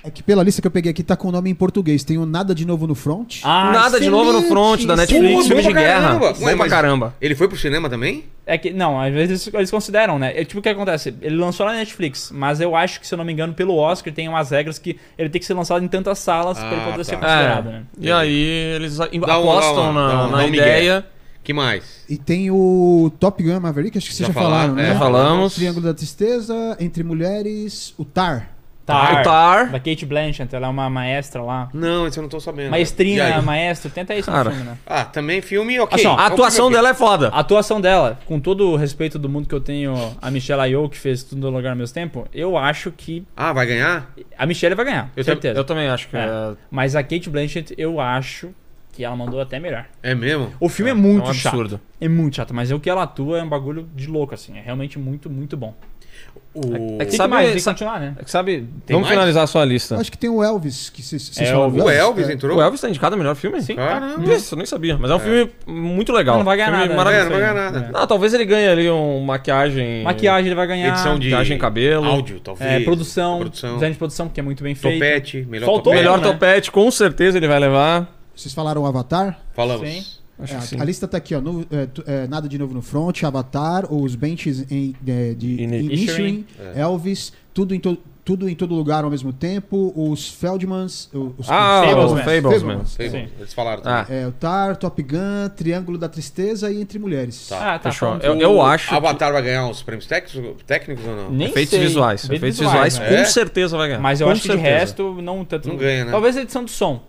Speaker 2: É que, pela lista que eu peguei aqui tá com o nome em português. Tem o Nada de Novo no Front.
Speaker 3: Ah,
Speaker 4: Nada de novo no front da
Speaker 2: excelente,
Speaker 4: Netflix,
Speaker 1: excelente.
Speaker 4: filme de
Speaker 1: Bom pra
Speaker 4: guerra.
Speaker 1: caramba. Ué,
Speaker 4: Bom pra
Speaker 1: mas-
Speaker 4: caramba.
Speaker 1: Ele foi pro cinema também?
Speaker 3: É que, não, às vezes eles consideram, né? É tipo o que acontece, ele lançou na Netflix, mas eu acho que, se eu não me engano, pelo Oscar tem umas regras que ele tem que ser lançado em tantas salas
Speaker 1: Ah,
Speaker 3: pra ele poder
Speaker 1: tá.
Speaker 3: ser considerado, né?
Speaker 4: É. E aí eles a-
Speaker 1: dá um-
Speaker 4: apostam na,
Speaker 1: dá um-
Speaker 4: na
Speaker 1: dá um migué.
Speaker 4: ideia.
Speaker 1: Que mais?
Speaker 2: E tem o Top Gun Maverick, acho que vocês já,
Speaker 1: Já
Speaker 2: falaram,
Speaker 1: falaram,
Speaker 2: né?
Speaker 1: é.
Speaker 4: Já falamos.
Speaker 2: Triângulo da Tristeza, Entre Mulheres, o Tar.
Speaker 4: O Tar.
Speaker 3: Da Kate Blanchett, ela é uma maestra lá.
Speaker 1: Não, isso eu não tô sabendo. E
Speaker 3: Maestrinha,
Speaker 1: aí?
Speaker 3: maestro, tenta isso
Speaker 4: Cara.
Speaker 3: no filme, né?
Speaker 1: Ah, também filme, ok.
Speaker 3: Assim, ó, Ah,
Speaker 4: A atuação dela é foda.
Speaker 3: A atuação dela, com todo o respeito do mundo que eu tenho, a Michelle Ayew, que fez tudo no lugar ao mesmo tempo, eu acho que
Speaker 1: Ah, vai ganhar?
Speaker 3: a Michelle vai ganhar,
Speaker 1: Eu
Speaker 3: certeza.
Speaker 4: Eu também acho que
Speaker 3: É.
Speaker 4: é.
Speaker 3: Mas a Kate Blanchett, eu acho que ela mandou até melhor.
Speaker 1: É mesmo?
Speaker 3: O filme é, muito
Speaker 4: é um
Speaker 3: chato.
Speaker 4: absurdo.
Speaker 3: É muito chato, mas o que ela atua é um bagulho de louco, assim. É realmente muito, muito bom.
Speaker 1: O...
Speaker 4: É
Speaker 3: Tem
Speaker 4: que sabe-
Speaker 3: que mais, tem que
Speaker 4: sabe-
Speaker 3: continuar, né?
Speaker 4: É que sabe.
Speaker 1: Tem
Speaker 4: vamos
Speaker 1: mais?
Speaker 4: finalizar a sua lista.
Speaker 2: Acho que tem o Elvis, que vocês vocês
Speaker 3: É,
Speaker 2: falaram do
Speaker 1: Tá. O Elvis
Speaker 2: É.
Speaker 1: entrou?
Speaker 4: O Elvis tá indicado a melhor filme?
Speaker 3: Sim.
Speaker 1: Caramba.
Speaker 4: Isso, eu nem sabia. Mas é um filme muito legal.
Speaker 3: Não vai ganhar
Speaker 4: filme
Speaker 3: nada. né?
Speaker 1: É,
Speaker 4: maravilhoso.
Speaker 1: não vai ganhar nada.
Speaker 4: Ah, talvez ele ganhe ali um maquiagem.
Speaker 3: É. Maquiagem ele vai ganhar.
Speaker 1: Edição de...
Speaker 4: Maquiagem, cabelo.
Speaker 1: Áudio, talvez.
Speaker 3: é, produção,
Speaker 1: Produção.
Speaker 3: Design de produção, que é muito bem feito.
Speaker 1: Topete. Melhor
Speaker 3: Faltou
Speaker 1: topete.
Speaker 4: Melhor
Speaker 3: né?
Speaker 4: topete, com certeza ele vai levar.
Speaker 1: então.
Speaker 2: Vocês falaram Avatar?
Speaker 1: Falamos.
Speaker 3: Sim.
Speaker 4: Acho
Speaker 2: É,
Speaker 4: que sim.
Speaker 2: a, a lista tá aqui, ó. no- é, tu- é, nada de novo no front, Avatar, os benches em, é, de
Speaker 4: Ini-
Speaker 2: Inisherin,
Speaker 1: é.
Speaker 2: Elvis, tudo em, to- tudo em todo lugar ao mesmo tempo, os Feldmans, o- os
Speaker 4: Ah,
Speaker 3: Fables,
Speaker 4: Fables,
Speaker 3: man.
Speaker 4: Fables, man.
Speaker 1: Sei,
Speaker 3: Sim.
Speaker 1: bom, Eles falaram
Speaker 4: Ah,
Speaker 1: também.
Speaker 2: É, o Tar, Top Gun, Triângulo da Tristeza e Entre Mulheres.
Speaker 1: Tá.
Speaker 3: Ah, tá.
Speaker 4: Fechou.
Speaker 3: falando
Speaker 4: Eu,
Speaker 3: tudo.
Speaker 4: eu acho.
Speaker 1: Avatar vai ganhar os prêmios técnicos, técnicos ou não?
Speaker 3: Nem
Speaker 4: Efeitos
Speaker 3: sei.
Speaker 4: visuais. Efeitos visuais,
Speaker 3: né?
Speaker 1: né?
Speaker 4: com
Speaker 1: É.
Speaker 4: certeza vai ganhar.
Speaker 3: Mas eu
Speaker 4: Com
Speaker 3: acho que de
Speaker 4: certeza.
Speaker 3: resto, não tanto.
Speaker 1: Não ganha, né?
Speaker 3: Talvez a edição do som.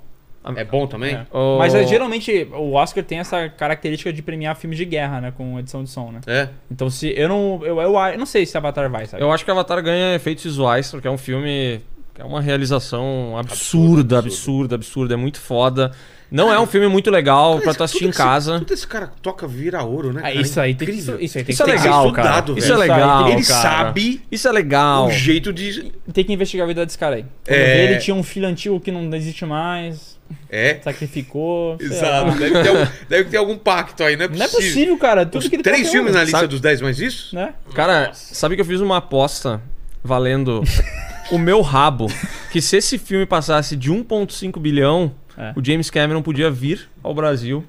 Speaker 1: É bom também?
Speaker 3: É.
Speaker 4: O-
Speaker 3: Mas é, geralmente o Oscar tem essa característica de premiar filmes de guerra, né? Com edição de som, né?
Speaker 1: É.
Speaker 3: Então se. Eu não. Eu, eu, eu não sei se Avatar vai, sabe?
Speaker 4: Eu acho que Avatar ganha efeitos visuais, porque é um filme. É uma realização absurda, absurda, absurda, É muito foda. Não é um filme muito legal pra tu assistir
Speaker 1: Tudo
Speaker 4: em
Speaker 1: esse-
Speaker 4: casa.
Speaker 1: Tudo esse cara toca vira ouro, né?
Speaker 3: Ah,
Speaker 1: cara?
Speaker 3: isso aí tem que-
Speaker 1: Incrível.
Speaker 3: isso aí tem
Speaker 4: Isso é
Speaker 3: que ser
Speaker 4: legal, cara.
Speaker 1: estudado,
Speaker 4: Isso é
Speaker 1: velho.
Speaker 4: legal.
Speaker 1: Ele
Speaker 4: cara.
Speaker 1: sabe
Speaker 4: Isso é legal.
Speaker 1: o jeito de.
Speaker 3: Tem que investigar a vida desse cara aí. Quando
Speaker 1: É.
Speaker 3: vê, ele tinha um filho antigo que não existe mais,
Speaker 1: É.
Speaker 3: sacrificou. sei
Speaker 1: Exato.
Speaker 3: lá.
Speaker 1: Deve ter, algum- deve ter algum pacto aí, não é possível.
Speaker 3: Não é possível, cara. Tudo que ele tá
Speaker 1: Três
Speaker 3: tendo,
Speaker 1: filmes na lista
Speaker 4: Sabe-
Speaker 1: dos 10 mais isso?
Speaker 3: Né?
Speaker 4: Cara, sabe que eu fiz uma aposta valendo o meu rabo? Que se esse filme passasse de 1,5 bilhão,
Speaker 3: É.
Speaker 4: o James Cameron podia vir ao Brasil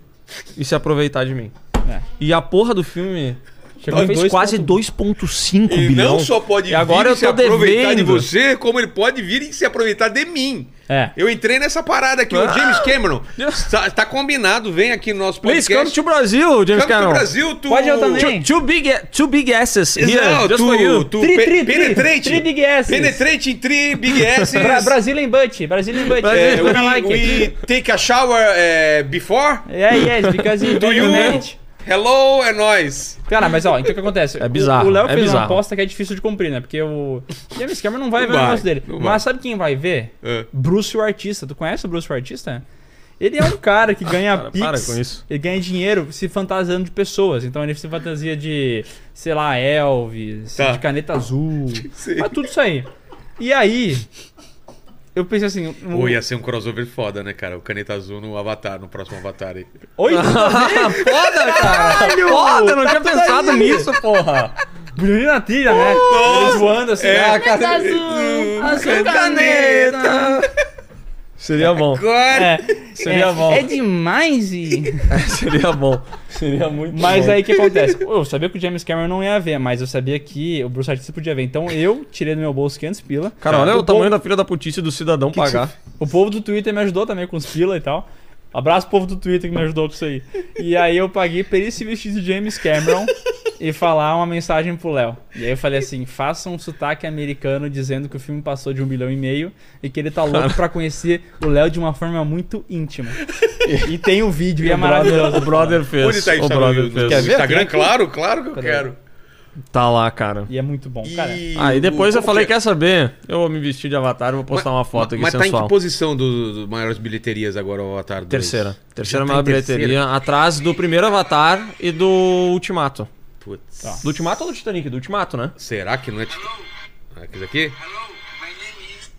Speaker 4: e se aproveitar de mim.
Speaker 3: É.
Speaker 4: E a porra do filme
Speaker 3: Chegou em
Speaker 4: fez
Speaker 3: 2,1.
Speaker 4: quase 2,5
Speaker 1: Ele
Speaker 4: Um bilhão.
Speaker 1: não só pode
Speaker 4: E agora
Speaker 1: vir
Speaker 4: eu
Speaker 1: e se
Speaker 4: tô
Speaker 1: aproveitar de
Speaker 4: devendo.
Speaker 1: você, como ele pode vir e se aproveitar de mim.
Speaker 3: É.
Speaker 1: Eu entrei nessa parada
Speaker 3: Ah.
Speaker 1: aqui, o James Cameron. tá, tá combinado, vem aqui no nosso
Speaker 4: Please
Speaker 1: podcast.
Speaker 4: come to Brasil, James
Speaker 1: Come to
Speaker 4: Cameron.
Speaker 1: Brasil, tu.
Speaker 3: Pode eu também.
Speaker 4: Two, two big, two big asses here,
Speaker 1: Não,
Speaker 4: just for
Speaker 1: tu,
Speaker 4: you.
Speaker 1: tu
Speaker 3: Tri,
Speaker 1: pe-
Speaker 3: tri, tri.
Speaker 1: penetrate.
Speaker 3: Tri Big S's.
Speaker 1: Penetrate em tri Big S.
Speaker 3: Bra Brazilian Butt. Brazilian Butt.
Speaker 1: É,
Speaker 3: You're gonna
Speaker 1: we,
Speaker 3: like
Speaker 1: we
Speaker 3: it. É,
Speaker 1: take a shower eh, before.
Speaker 3: Yeah, yes, because it's
Speaker 1: Do
Speaker 3: very
Speaker 1: you?
Speaker 3: united.
Speaker 1: Hello, é nós.
Speaker 3: assim, Cara, mas ó, então o que acontece?
Speaker 4: É bizarro,
Speaker 3: O Léo
Speaker 4: é
Speaker 3: fez uma
Speaker 4: bizarro.
Speaker 3: aposta que é difícil de cumprir, né? Porque o James Cameron não vai
Speaker 1: Não
Speaker 3: ver o
Speaker 1: vai,
Speaker 3: negócio dele.
Speaker 1: não
Speaker 3: Mas
Speaker 1: vai.
Speaker 3: sabe quem vai ver?
Speaker 1: É.
Speaker 3: Bruce o Artista. Tu conhece o Bruce o Artista? Ele é um cara que ganha
Speaker 4: Cara,
Speaker 3: pix,
Speaker 4: para com isso.
Speaker 3: ele ganha dinheiro se fantasiando de pessoas. Então ele se fantasia de, sei lá, Elvis,
Speaker 1: Tá.
Speaker 3: de caneta azul,
Speaker 1: Sei.
Speaker 3: mas tudo isso aí. E aí, eu pensei assim... o-
Speaker 1: Pô,
Speaker 4: é-
Speaker 1: ia ser um crossover foda, né, cara? O caneta azul no Avatar, no próximo Avatar aí.
Speaker 3: Oi,
Speaker 4: Foda, cara. Foda, eu não
Speaker 3: Tá
Speaker 4: tinha Tá pensado nisso, porra.
Speaker 3: Bruninho na trilha, né? Ele zoando assim.
Speaker 1: É,
Speaker 3: ah,
Speaker 1: cara.
Speaker 6: Mas
Speaker 4: Tá
Speaker 6: azul, azul caneta.
Speaker 4: Caneta. Seria bom.
Speaker 1: Agora!
Speaker 3: É,
Speaker 4: Seria
Speaker 3: é,
Speaker 4: bom.
Speaker 3: É demais, e...
Speaker 4: Seria bom. é Seria muito
Speaker 3: Mas
Speaker 4: bom.
Speaker 3: aí o que acontece? Eu sabia que o James Cameron não ia ver, mas eu sabia que o Bruce Artista podia ver. Então eu tirei do meu bolso 500 pila.
Speaker 4: Cara,
Speaker 1: É.
Speaker 4: olha o
Speaker 3: povo-
Speaker 4: tamanho da filha da putice do cidadão pagar.
Speaker 3: O povo do Twitter me ajudou também com os pila e tal. Abraço povo do Twitter que me ajudou com isso aí. E aí eu paguei pra ele se vestir de James Cameron e falar uma mensagem pro Léo. E aí eu falei assim, faça um sotaque americano dizendo que o filme passou de um bilhão e meio e que ele tá louco pra conhecer o Léo de uma forma muito íntima. E tem o vídeo e é
Speaker 4: o brother,
Speaker 3: maravilhoso.
Speaker 4: o brother fez.
Speaker 1: Onde tá
Speaker 4: o
Speaker 1: isso?
Speaker 4: brother
Speaker 1: No, no
Speaker 4: fez.
Speaker 3: Quer ver?
Speaker 1: Instagram? Claro, claro que eu
Speaker 3: Cadê?
Speaker 1: quero.
Speaker 4: Tá lá, cara.
Speaker 3: E é muito bom, cara.
Speaker 1: E
Speaker 4: Aí Ah, depois
Speaker 1: o-
Speaker 4: eu falei,
Speaker 1: como é?
Speaker 4: quer saber? Eu vou me vestir de avatar e vou postar uma foto aqui
Speaker 1: Mas tá em
Speaker 4: sensual.
Speaker 1: que posição dos do maiores bilheterias agora o Avatar 2?
Speaker 4: Terceira. Terceira
Speaker 1: tá
Speaker 4: maior
Speaker 1: em terceira.
Speaker 4: bilheteria, atrás do primeiro Avatar e do Ultimato.
Speaker 1: Putz.
Speaker 3: Tá.
Speaker 4: Do Ultimato ou do Titanic? Do Ultimato, né?
Speaker 1: Será que não é... Tit- Aquele aqui?
Speaker 7: Hello, my name is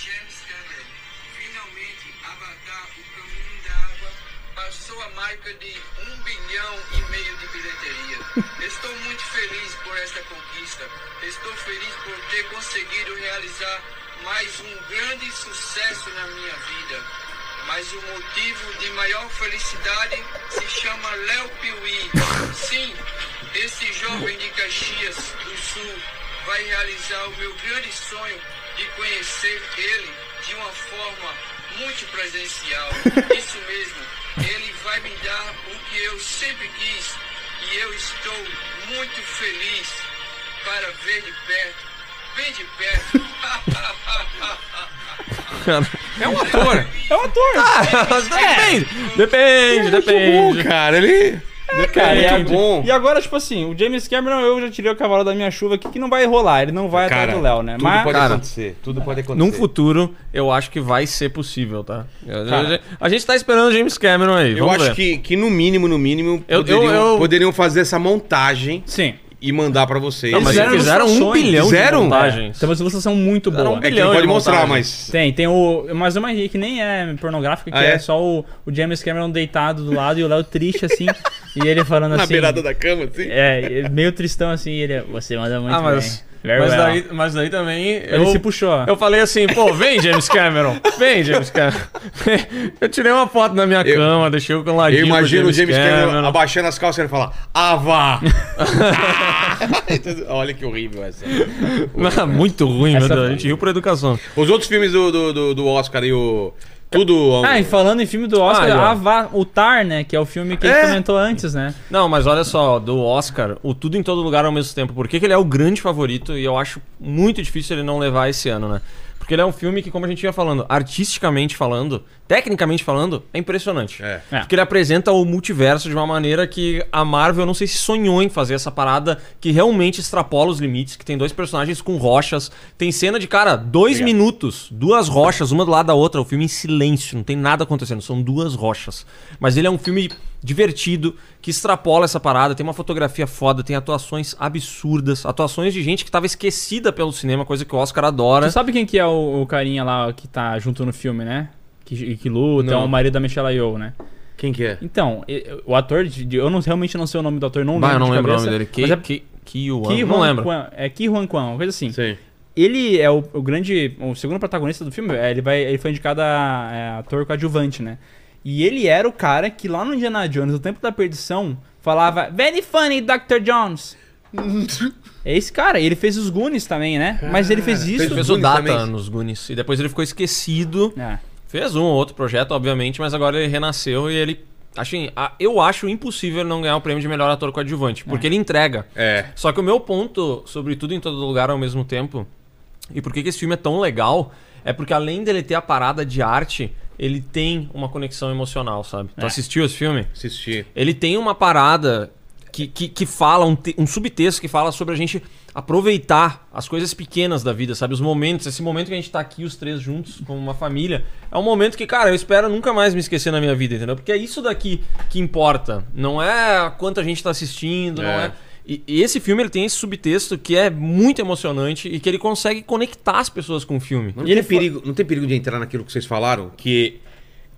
Speaker 7: James Cameron. Finalmente, Avatar, o caminho da água, passou a marca de um bilhão e meio de bilheteria. Estou muito feliz por esta conquista. Estou feliz por ter conseguido realizar mais um grande sucesso na minha vida. Mas o motivo de maior felicidade se chama Léo Piuí. Sim, esse jovem de Caxias do Sul vai realizar o meu grande sonho de conhecer ele de uma forma muito presencial. Isso mesmo, ele vai me dar o que eu sempre quis e eu estou muito feliz para ver de perto, bem de perto.
Speaker 1: É um ator.
Speaker 3: É um ator.
Speaker 4: depende, depende,
Speaker 1: Muito É. bom,
Speaker 4: depende.
Speaker 1: cara. Ele...
Speaker 3: É, cara, é
Speaker 1: Entendi.
Speaker 3: bom. E agora, tipo assim, o James Cameron, eu já tirei o cavalo da minha chuva aqui, que não vai rolar. Ele não vai
Speaker 1: Cara,
Speaker 3: atrás do Léo, né?
Speaker 1: Tudo
Speaker 3: Mas
Speaker 1: pode
Speaker 4: Cara,
Speaker 1: acontecer. Tudo pode acontecer.
Speaker 4: Num futuro, eu acho que vai ser possível, tá? Eu- eu-
Speaker 1: Cara.
Speaker 4: a gente tá esperando o James Cameron aí.
Speaker 1: Eu
Speaker 4: vamos
Speaker 1: acho
Speaker 4: ver.
Speaker 1: que, que no mínimo, no mínimo,
Speaker 4: Eu- eu-
Speaker 1: poderiam,
Speaker 4: eu-
Speaker 1: poderiam fazer essa montagem
Speaker 3: sim.
Speaker 1: e mandar pra vocês. É
Speaker 4: Não, mas
Speaker 3: Eles
Speaker 4: eles
Speaker 3: fizeram
Speaker 4: fizeram um
Speaker 3: ilustrações.
Speaker 4: bilhão
Speaker 1: Fizeram?
Speaker 4: de montagens.
Speaker 3: Tem uma ilustração muito
Speaker 4: Era
Speaker 3: boa.
Speaker 4: um
Speaker 1: É que
Speaker 4: bilhão
Speaker 1: não pode
Speaker 4: de
Speaker 1: mostrar,
Speaker 4: montagem.
Speaker 1: mas...
Speaker 3: Tem, tem o. Mas é uma que nem é pornográfica, que
Speaker 1: Ah,
Speaker 3: é?
Speaker 1: é?
Speaker 3: só o, o James Cameron deitado do lado e o Léo triste assim. e ele falando assim.
Speaker 1: Na beirada da cama, assim.
Speaker 3: É, é, meio tristão assim, e ele. Você manda muito
Speaker 4: Ah, mas,
Speaker 3: bem. Very
Speaker 4: mas,
Speaker 3: well."
Speaker 4: daí, mas daí também.
Speaker 3: Ele
Speaker 4: eu-
Speaker 3: se puxou.
Speaker 4: Eu falei assim, pô, vem James Cameron, vem James Cameron. Eu tirei uma foto na minha
Speaker 1: Eu-
Speaker 4: cama, deixei o coladinho
Speaker 1: Eu
Speaker 4: pro
Speaker 1: imagino o James Cameron, abaixando as calças e ele falar, Ava! Entendeu? Olha que horrível essa.
Speaker 4: Ah, muito ruim,
Speaker 3: Essa
Speaker 4: meu Deus.
Speaker 3: foi-
Speaker 4: A gente riu por educação.
Speaker 1: Os outros filmes do, do, do, do Oscar e o. Tudo.
Speaker 3: Ah, e falando em filme do Oscar,
Speaker 4: Ah, eu-
Speaker 3: Ava- o Tar, né? Que é o filme que a gente
Speaker 4: É.
Speaker 3: comentou antes, né?
Speaker 4: Não, mas olha só, do Oscar, o Tudo em Todo Lugar ao mesmo tempo. Por que, que ele é o grande favorito e eu acho muito difícil ele não levar esse ano, né? Porque ele é um filme que, como a gente ia falando, artisticamente falando, tecnicamente falando, é impressionante.
Speaker 1: É.
Speaker 3: É.
Speaker 4: Porque ele apresenta o multiverso de uma maneira que a Marvel, eu não sei se sonhou em fazer essa parada que realmente extrapola os limites, que tem dois personagens com rochas, tem cena de, cara, dois minutos, duas rochas, uma do lado da outra, o filme em silêncio, não tem nada acontecendo, são duas rochas. Mas ele é um filme divertido, que extrapola essa parada, tem uma fotografia foda, tem atuações absurdas, atuações de gente que tava esquecida pelo cinema, coisa que o Oscar adora.
Speaker 3: Tu sabe quem que é o, o carinha lá que tá junto no filme, né? Que, que luta, é
Speaker 1: Não.
Speaker 3: o marido da Michelle Yeoh, né?
Speaker 1: Quem que é?
Speaker 3: Então, e- o ator, de- de- eu não, realmente não sei o nome do ator, não
Speaker 4: Bah, eu
Speaker 3: lembro né,
Speaker 4: não
Speaker 3: de
Speaker 4: lembro o nome
Speaker 3: cabeça,
Speaker 4: dele.
Speaker 3: mas é
Speaker 4: Que, que, que, Yuan?
Speaker 3: Ki
Speaker 4: não
Speaker 3: Huan
Speaker 4: lembro.
Speaker 3: Kwan, é Ki Huan Kwan, uma coisa assim.
Speaker 1: Sim.
Speaker 3: Ele é o, o grande, o segundo protagonista do filme, é, ele, vai, ele foi indicado a é, ator coadjuvante, né? E ele era o cara que lá no Indiana Jones, no Tempo da Perdição, falava Very funny, Dr. Jones. é esse cara, ele fez os Goonies também, né? Mas ele fez isso...
Speaker 4: Ele fez o
Speaker 1: Goonies
Speaker 4: Data
Speaker 1: também.
Speaker 4: nos Goonies. E depois ele ficou esquecido.
Speaker 3: É.
Speaker 4: Fez um ou outro projeto, obviamente, mas agora ele renasceu e ele. Assim, a- eu acho impossível ele não ganhar o prêmio de melhor ator coadjuvante, porque ele entrega.
Speaker 1: É.
Speaker 4: Só que o meu ponto, sobretudo em todo lugar ao mesmo tempo, e por que, que esse filme é tão legal, é porque além dele ter a parada de arte, ele tem uma conexão emocional, sabe? Tu assistiu esse filme?
Speaker 1: Assisti.
Speaker 4: Ele tem uma parada que, que, que fala, um, te- um subtexto que fala sobre a gente aproveitar as coisas pequenas da vida, sabe? Os momentos, esse momento que a gente tá aqui, os três juntos, como uma família, é um momento que, cara, eu espero nunca mais me esquecer na minha vida, entendeu? Porque é isso daqui que importa. Não é quanta gente tá assistindo, não
Speaker 1: É.
Speaker 4: é. E, e esse filme ele tem esse subtexto que é muito emocionante e que ele consegue conectar as pessoas com o filme.
Speaker 1: Não,
Speaker 3: E
Speaker 1: tem
Speaker 3: ele foi-
Speaker 1: perigo, não tem perigo de entrar naquilo que vocês falaram? Que,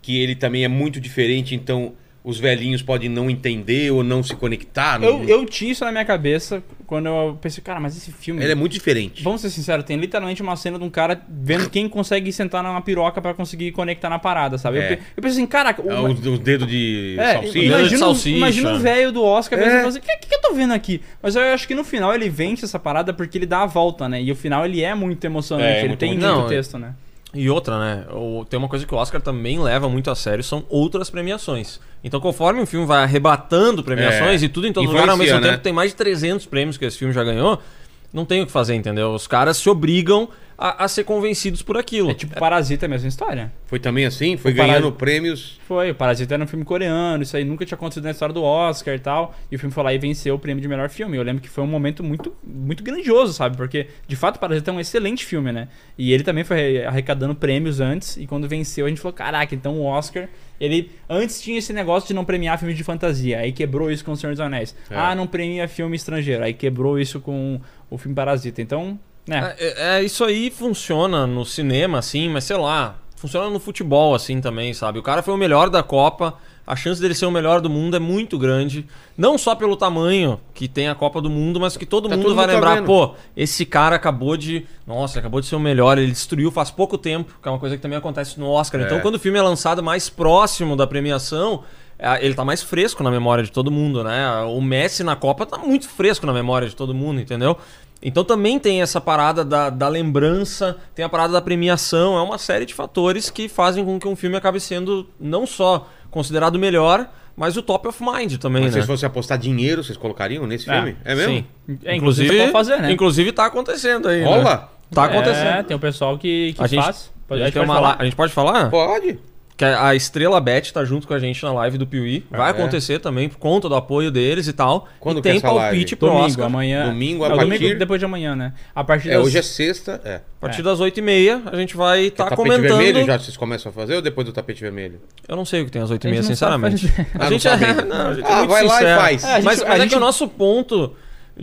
Speaker 1: que ele também é muito diferente, então os velhinhos podem não entender ou não se conectar.
Speaker 3: Eu,
Speaker 1: não-
Speaker 3: eu tinha isso na minha cabeça quando eu pensei, cara, mas esse filme...
Speaker 1: Ele é muito diferente.
Speaker 3: Vamos ser sinceros, tem literalmente uma cena de um cara vendo quem consegue sentar numa piroca pra conseguir conectar na parada, sabe? Eu
Speaker 1: É.
Speaker 3: pe- Eu, penso assim, caraca, o-
Speaker 1: É, Os, os dedos de
Speaker 3: é,
Speaker 1: salsicha.
Speaker 4: Grande
Speaker 3: imagina, um-
Speaker 4: salsicha.
Speaker 3: imagina um velho do Oscar
Speaker 1: É.
Speaker 3: pensando assim, o que, que eu tô vendo aqui? Mas eu acho que no final ele vence essa parada porque ele dá a volta, né? E o final ele é muito emocionante,
Speaker 1: É,
Speaker 3: ele
Speaker 1: muito
Speaker 3: tem muito
Speaker 4: emocionante. Não, é-
Speaker 3: texto, né?
Speaker 4: E outra, né? o- Tem uma coisa que o Oscar também leva muito a sério, são outras premiações. Então, conforme o filme vai arrebatando premiações
Speaker 1: É.
Speaker 4: e tudo em todo lugar ao
Speaker 1: Influencia,
Speaker 4: mesmo
Speaker 1: né?
Speaker 4: tempo, tem mais de 300 prêmios que esse filme já ganhou, não tem o que fazer, entendeu? Os caras se obrigam a, a ser convencidos por aquilo.
Speaker 3: É tipo Parasita, a mesma história.
Speaker 1: Foi também assim? Foi
Speaker 3: Vou parar
Speaker 1: ganhando
Speaker 3: de-
Speaker 1: prêmios.
Speaker 3: Foi, o Parasita era um filme coreano, isso aí nunca tinha acontecido na história do Oscar e tal. E o filme foi lá e venceu o prêmio de melhor filme. Eu lembro que foi um momento muito, muito grandioso, sabe? Porque, de fato, Parasita é um excelente filme, né? E ele também foi arrecadando prêmios antes, e quando venceu, a gente falou: caraca, então o Oscar. Ele antes tinha esse negócio de não premiar filmes de fantasia, aí quebrou isso com O Senhor dos Anéis.
Speaker 1: É.
Speaker 3: Ah, não premia filme estrangeiro, aí quebrou isso com o filme Parasita. Então, né?
Speaker 4: É, é, isso aí funciona no cinema, assim, mas sei lá. Funciona no futebol, assim, também, sabe? O cara foi o melhor da Copa, a chance dele ser o melhor do mundo é muito grande. Não só pelo tamanho que tem a Copa do Mundo, mas que todo
Speaker 1: Tá
Speaker 4: mundo
Speaker 1: todo
Speaker 4: vai
Speaker 1: mundo
Speaker 4: lembrar,
Speaker 1: sabendo.
Speaker 4: pô, esse cara acabou de. Nossa, acabou de ser o melhor, ele destruiu faz pouco tempo, que é uma coisa que também acontece no Oscar. Então,
Speaker 1: É.
Speaker 4: quando o filme é lançado mais próximo da premiação. é, Ele tá mais fresco na memória de todo mundo, né? O Messi na Copa tá muito fresco na memória de todo mundo, entendeu? Então também tem essa parada da, da lembrança, tem a parada da premiação, é uma série de fatores que fazem com que um filme acabe sendo não só considerado o melhor, mas o top of mind também,
Speaker 1: Mas Ah, se vocês
Speaker 4: né?
Speaker 1: fossem apostar dinheiro, vocês colocariam nesse
Speaker 3: Ah,
Speaker 1: filme? É mesmo?
Speaker 4: Sim.
Speaker 3: É, inclusive, pode fazer, né?
Speaker 4: inclusive tá acontecendo aí. né?
Speaker 1: Rola?
Speaker 4: Tá
Speaker 3: É,
Speaker 4: acontecendo.
Speaker 3: tem o pessoal que, que
Speaker 4: A gente-
Speaker 3: faz.
Speaker 4: A
Speaker 3: Pode-
Speaker 4: gente, tem
Speaker 3: pode
Speaker 4: uma
Speaker 3: falar.
Speaker 4: la- a gente pode falar?
Speaker 1: Pode.
Speaker 4: Que a a Estrela Bet tá junto com a gente na live do Piuí. Vai
Speaker 1: é?
Speaker 4: acontecer também por conta do apoio deles e tal.
Speaker 1: Quando
Speaker 4: e
Speaker 1: que é
Speaker 4: tem
Speaker 1: essa
Speaker 4: palpite
Speaker 1: live?
Speaker 4: pro
Speaker 3: Domingo,
Speaker 4: Oscar.
Speaker 3: amanhã.
Speaker 1: Domingo,
Speaker 3: é,
Speaker 1: a
Speaker 3: Domingo
Speaker 1: partir-
Speaker 3: depois de amanhã, né? A partir
Speaker 1: É,
Speaker 3: das...
Speaker 1: hoje é sexta. É.
Speaker 4: A partir das 8h30 a gente vai
Speaker 1: Que é
Speaker 4: estar
Speaker 1: tapete
Speaker 4: Tá comentando.
Speaker 1: vermelho já vocês começam a fazer ou depois do tapete vermelho?
Speaker 4: Eu não sei o que tem às
Speaker 3: A gente
Speaker 4: 8h30,
Speaker 3: não
Speaker 4: sinceramente.
Speaker 3: sabe
Speaker 1: Ah,
Speaker 4: A
Speaker 1: não
Speaker 4: gente
Speaker 1: sabe
Speaker 4: é.
Speaker 1: ainda.
Speaker 4: Não, a gente é
Speaker 1: Ah,
Speaker 4: muito
Speaker 1: vai lá e
Speaker 4: sincero.
Speaker 1: faz.
Speaker 3: É, a gente-
Speaker 4: mas
Speaker 3: a
Speaker 4: mas é
Speaker 3: gente-
Speaker 4: que o nosso ponto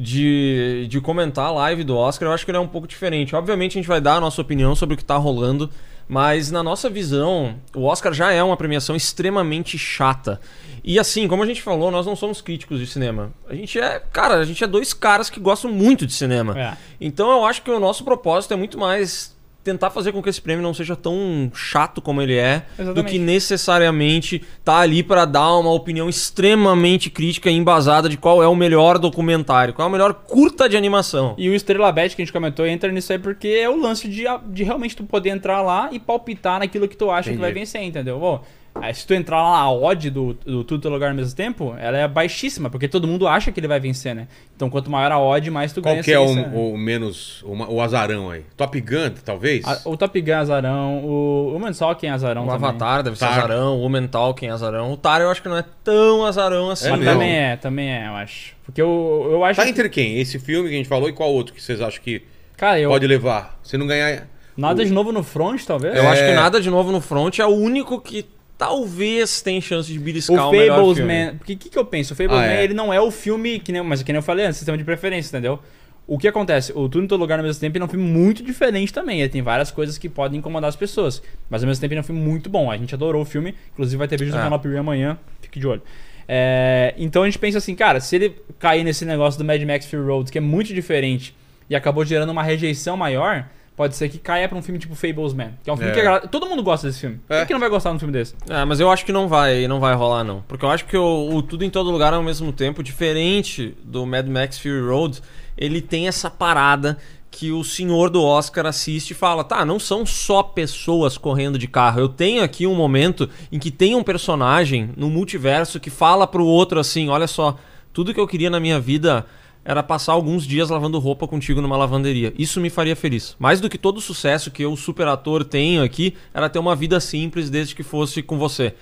Speaker 4: de, de comentar a live do Oscar, eu acho que ele é um pouco diferente. Obviamente a gente vai dar a nossa opinião sobre o que tá rolando, mas na nossa visão, o Oscar já é uma premiação extremamente chata. E assim, como a gente falou, nós não somos críticos de cinema. A gente é, cara, a gente é dois caras que gostam muito de cinema.
Speaker 3: É.
Speaker 4: Então eu acho que o nosso propósito é muito mais tentar fazer com que esse prêmio não seja tão chato como ele é, do
Speaker 3: Exatamente.
Speaker 4: que necessariamente tá ali para dar uma opinião extremamente crítica e embasada de qual é o melhor documentário, qual é o melhor curta de animação.
Speaker 3: E o Estrela Bet que a gente comentou entra nisso aí porque é o lance de, de realmente tu poder entrar lá e palpitar naquilo que tu acha que
Speaker 1: Entendi.
Speaker 3: vai vencer, entendeu? Bom, aí se tu entrar lá, a odd do, do Tudo Teu Lugar ao mesmo tempo, ela é baixíssima, porque todo mundo acha que ele vai vencer, né? Então quanto maior a odd, mais tu
Speaker 1: Qual
Speaker 3: ganha.
Speaker 1: que é
Speaker 3: assim, isso
Speaker 1: o, o menos. O, ma- o azarão aí? Top Gun, talvez?
Speaker 3: A- o Top Gun é azarão, o Human Talking é azarão
Speaker 4: O
Speaker 3: também.
Speaker 4: Um Avatar deve ser
Speaker 1: Tar.
Speaker 4: azarão, o Woman Talking é azarão. O Tar eu acho que não é tão azarão assim.
Speaker 1: É
Speaker 3: Mas
Speaker 1: mesmo?
Speaker 3: também é, também é, eu acho. Porque eu, eu acho
Speaker 1: Tá
Speaker 3: que-
Speaker 1: entre quem? Esse filme que a gente falou e qual outro que vocês acham que
Speaker 3: Cara, eu...
Speaker 1: pode levar? Se não ganhar.
Speaker 3: Nada de novo no front, talvez?
Speaker 4: Eu acho que
Speaker 1: É.
Speaker 4: nada de novo no front é o único que talvez tem chance de
Speaker 3: O
Speaker 4: beliscar o, melhor filme.
Speaker 3: Fablesman. O que, que, que eu penso? O Fablesman,
Speaker 1: é Ah, é.
Speaker 3: ele não é o filme, que nem, mas que nem eu falei antes, sistema de preferência, entendeu? O que acontece? O Tudo em Todo Lugar ao mesmo tempo ele é um filme muito diferente também. Ele tem várias coisas que podem incomodar as pessoas. Mas ao mesmo tempo ele é um filme muito bom. A gente adorou o filme. Inclusive vai ter vídeo no
Speaker 4: É.
Speaker 1: Ah.
Speaker 3: canal Piuí amanhã. Fique de olho. É, então a gente pensa assim, cara, se ele cair nesse negócio do Mad Max Fury Road, que é muito diferente, e acabou gerando uma rejeição maior, pode ser que caia pra um filme tipo Fablesman. Que é um filme
Speaker 1: É.
Speaker 3: que a galera- todo mundo gosta desse filme.
Speaker 1: É.
Speaker 3: Quem que não vai gostar de um filme desse?
Speaker 4: É, mas eu acho que não vai, não vai rolar não, porque eu acho que o, o tudo em todo lugar ao mesmo tempo, diferente do Mad Max Fury Road, ele tem essa parada que o senhor do Oscar assiste e fala: "Tá, não são só pessoas correndo de carro. Eu tenho aqui um momento em que tem um personagem no multiverso que fala pro outro assim: "Olha só, tudo que eu queria na minha vida era passar alguns dias lavando roupa contigo numa lavanderia. Isso me faria feliz. Mais do que todo o sucesso que eu, super ator, tenho aqui, era ter uma vida simples desde que fosse com você.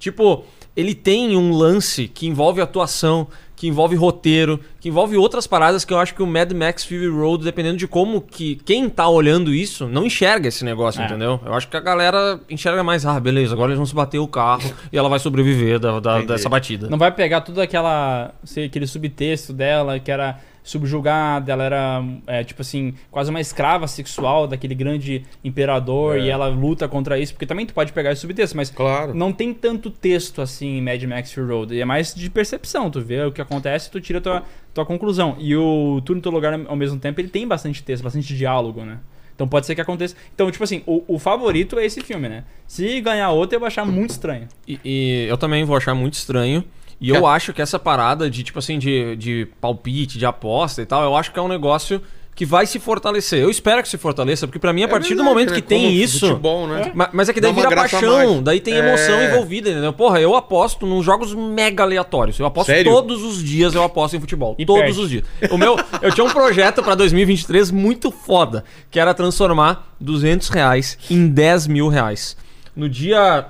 Speaker 4: Tipo, ele tem um lance que envolve atuação, que envolve roteiro, que envolve outras paradas que eu acho que o Mad Max Fury Road, dependendo de como que quem tá olhando isso, não enxerga esse negócio,
Speaker 3: É.
Speaker 4: entendeu? Eu acho que a galera enxerga mais, ah, beleza, agora eles vão se bater o carro e ela vai sobreviver da, da-
Speaker 1: Entendi.
Speaker 4: dessa batida.
Speaker 3: Não vai pegar toda aquela. sei, aquele subtexto dela, que era subjugada, ela era, é, tipo assim, quase uma escrava sexual daquele grande imperador e ela luta contra isso, porque também tu pode pegar esse subtexto, mas.
Speaker 1: Claro.
Speaker 3: Não tem tanto texto assim em Mad Max Fury Road. É mais de percepção. Tu vê o que acontece tu tira a tua, tua conclusão. E o Tudo em Teu Lugar, ao mesmo tempo, ele tem bastante texto, bastante diálogo, né? Então pode ser que aconteça. Então, tipo assim, o, o favorito é esse filme, né? Se ganhar outro, eu vou achar muito estranho.
Speaker 4: E, e eu também vou achar muito estranho. E eu acho que essa parada de, tipo assim, de, de palpite, de aposta e tal, eu acho que é um negócio que vai se fortalecer. Eu espero que se fortaleça, porque pra mim, a
Speaker 1: É
Speaker 4: partir do
Speaker 1: verdade,
Speaker 4: momento
Speaker 1: né?
Speaker 4: que
Speaker 1: Como
Speaker 4: tem isso.
Speaker 1: Futebol, né?
Speaker 4: Ma- Mas é que
Speaker 1: Dá
Speaker 4: daí
Speaker 1: uma
Speaker 4: vira
Speaker 1: graça a
Speaker 4: paixão,
Speaker 1: mais.
Speaker 4: daí tem
Speaker 1: É.
Speaker 4: emoção envolvida, entendeu? Porra, eu aposto nos jogos mega aleatórios. Eu aposto
Speaker 1: Sério?
Speaker 4: todos os dias, eu aposto em futebol.
Speaker 3: E
Speaker 4: todos
Speaker 3: perde.
Speaker 4: os dias. O meu, eu tinha um projeto pra 2023 muito foda, que era transformar 200 reais em 10 mil reais. No dia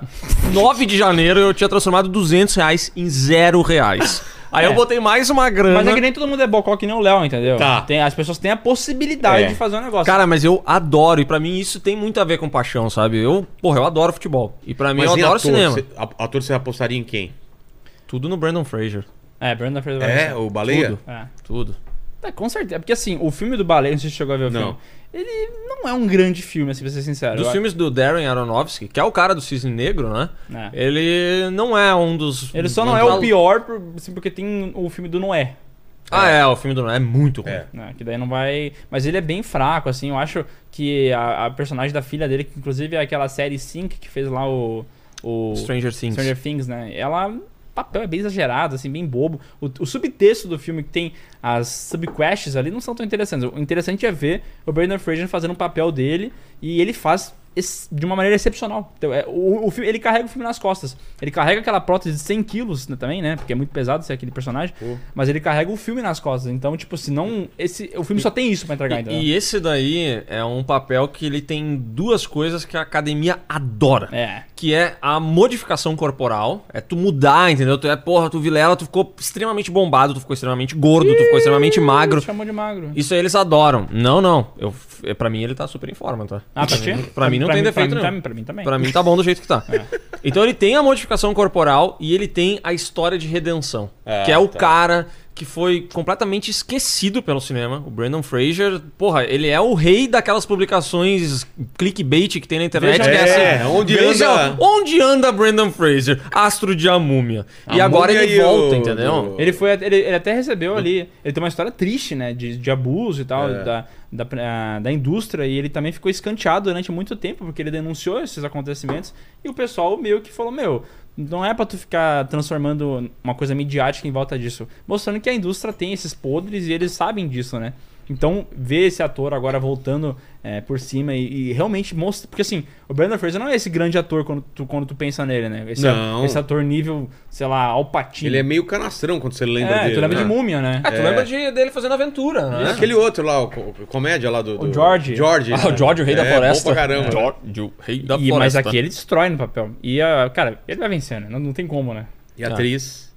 Speaker 4: 9 de janeiro, eu tinha transformado 200 reais em zero reais. Aí eu
Speaker 3: É.
Speaker 4: botei mais uma grana.
Speaker 3: Mas é que nem todo mundo é bocó que nem o Léo, entendeu?
Speaker 1: Tá.
Speaker 3: Tem, as pessoas têm a possibilidade
Speaker 1: É.
Speaker 3: de fazer um negócio.
Speaker 4: Cara, mas eu adoro, e pra mim isso tem muito a ver com paixão, sabe? Eu, porra, eu adoro futebol. E pra mim eu
Speaker 1: e
Speaker 4: adoro cinema.
Speaker 1: Cê, a- ator você apostaria em quem?
Speaker 4: Tudo no Brandon Fraser.
Speaker 3: é, Brandon Fraser vai
Speaker 1: É,
Speaker 3: vencer.
Speaker 1: o Baleia?
Speaker 4: Tudo.
Speaker 3: É.
Speaker 4: Tudo.
Speaker 3: Tá, com certeza. Porque assim, o filme do Baleia, não sei se você chegou a ver o
Speaker 1: Não.
Speaker 3: filme. Ele não é um grande filme, assim, pra ser sincero.
Speaker 4: Dos
Speaker 3: Eu-
Speaker 4: filmes do Darren Aronofsky, que é o cara do Cisne Negro, né?
Speaker 3: É.
Speaker 4: Ele não é um dos.
Speaker 3: Ele só não é o pior por- assim, porque tem o filme do Noé.
Speaker 4: Ah, é, o filme do Noé é muito ruim.
Speaker 1: É.
Speaker 3: né, Que daí não vai. Mas ele é bem fraco, assim. Eu acho que a, a personagem da filha dele, que inclusive é aquela série Sync que fez lá o. o
Speaker 4: Stranger Things.
Speaker 3: Stranger Things, né? Ela. O papel é bem exagerado, assim, bem bobo. O, o subtexto do filme que tem as subquests ali não são tão interessantes. O interessante é ver o Brendan Fraser fazendo o papel dele e ele faz ex- de uma maneira excepcional. Então, é, o, o filme- ele carrega o filme nas costas. Ele carrega aquela prótese de 100 quilos né, também, né? Porque é muito pesado ser aquele personagem. Mas ele carrega o filme nas costas. Então, tipo, se não. Esse, o filme só tem isso pra entregar,
Speaker 4: E,
Speaker 3: entendeu?
Speaker 4: e esse daí é um papel que ele tem duas coisas que a academia adora.
Speaker 3: É.
Speaker 4: Que é a modificação corporal. É tu mudar, entendeu? Tu é, porra, tu vilela, tu ficou extremamente bombado, tu ficou extremamente gordo, tu ficou extremamente magro.
Speaker 3: Chamou de magro.
Speaker 4: Isso aí eles adoram. Não, não. Eu, é, pra mim ele tá super em forma, tá?
Speaker 3: Ah, pra ti?
Speaker 4: Pra mim não tem defeito
Speaker 3: pra mim, pra
Speaker 4: nenhum.
Speaker 3: mim- pra mim também.
Speaker 4: Pra mim tá bom do jeito que tá. Então ele tem a modificação corporal e ele tem a história de redenção.
Speaker 1: Ah,
Speaker 4: que é o
Speaker 1: tá.
Speaker 4: cara que foi completamente esquecido pelo cinema. O Brandon Fraser, porra, ele é o rei daquelas publicações clickbait que tem na internet.
Speaker 3: Veja-
Speaker 4: que
Speaker 1: É,
Speaker 4: assim,
Speaker 1: onde
Speaker 4: veja
Speaker 1: anda-
Speaker 4: Onde anda Brandon Fraser? Astro de Amúmia. E
Speaker 1: A
Speaker 4: agora
Speaker 1: múmia
Speaker 4: ele
Speaker 1: e o-
Speaker 4: volta, entendeu?
Speaker 1: do-
Speaker 3: Ele foi, ele, ele até recebeu ali. Ele tem uma história triste, né? De, de abuso e tal,
Speaker 1: É.
Speaker 3: da, da, ah, da indústria. E ele também ficou escanteado durante muito tempo, porque ele denunciou esses acontecimentos. E o pessoal meio que falou: Meu, não é pra tu ficar transformando uma coisa midiática em volta disso. Mostrando que a indústria tem esses podres e eles sabem disso, né? Então, ver esse ator agora voltando é, por cima e, e realmente mostra. Porque assim, o Brandon Fraser não é esse grande ator quando tu, quando tu pensa nele, né? Esse,
Speaker 1: Não.
Speaker 3: esse ator nível, sei lá, Alpatino.
Speaker 1: Ele é meio canastrão quando você lembra
Speaker 3: É,
Speaker 1: dele.
Speaker 3: tu lembra
Speaker 1: né?
Speaker 3: de Múmia, né?
Speaker 4: Ah, tu lembra de- dele fazendo aventura,
Speaker 1: É
Speaker 4: né?
Speaker 1: Aquele outro lá, o, co- comédia lá do, do.
Speaker 3: O George.
Speaker 1: George.
Speaker 4: Ah, o George, o rei da
Speaker 1: É,
Speaker 4: floresta.
Speaker 1: Bom pra caramba.
Speaker 4: George, o rei da
Speaker 3: E, mas
Speaker 4: floresta.
Speaker 3: aqui ele destrói no papel. E, ah, cara, ele vai vencendo, não, não tem como, né?
Speaker 4: É
Speaker 1: E
Speaker 4: Ah.
Speaker 1: a atriz.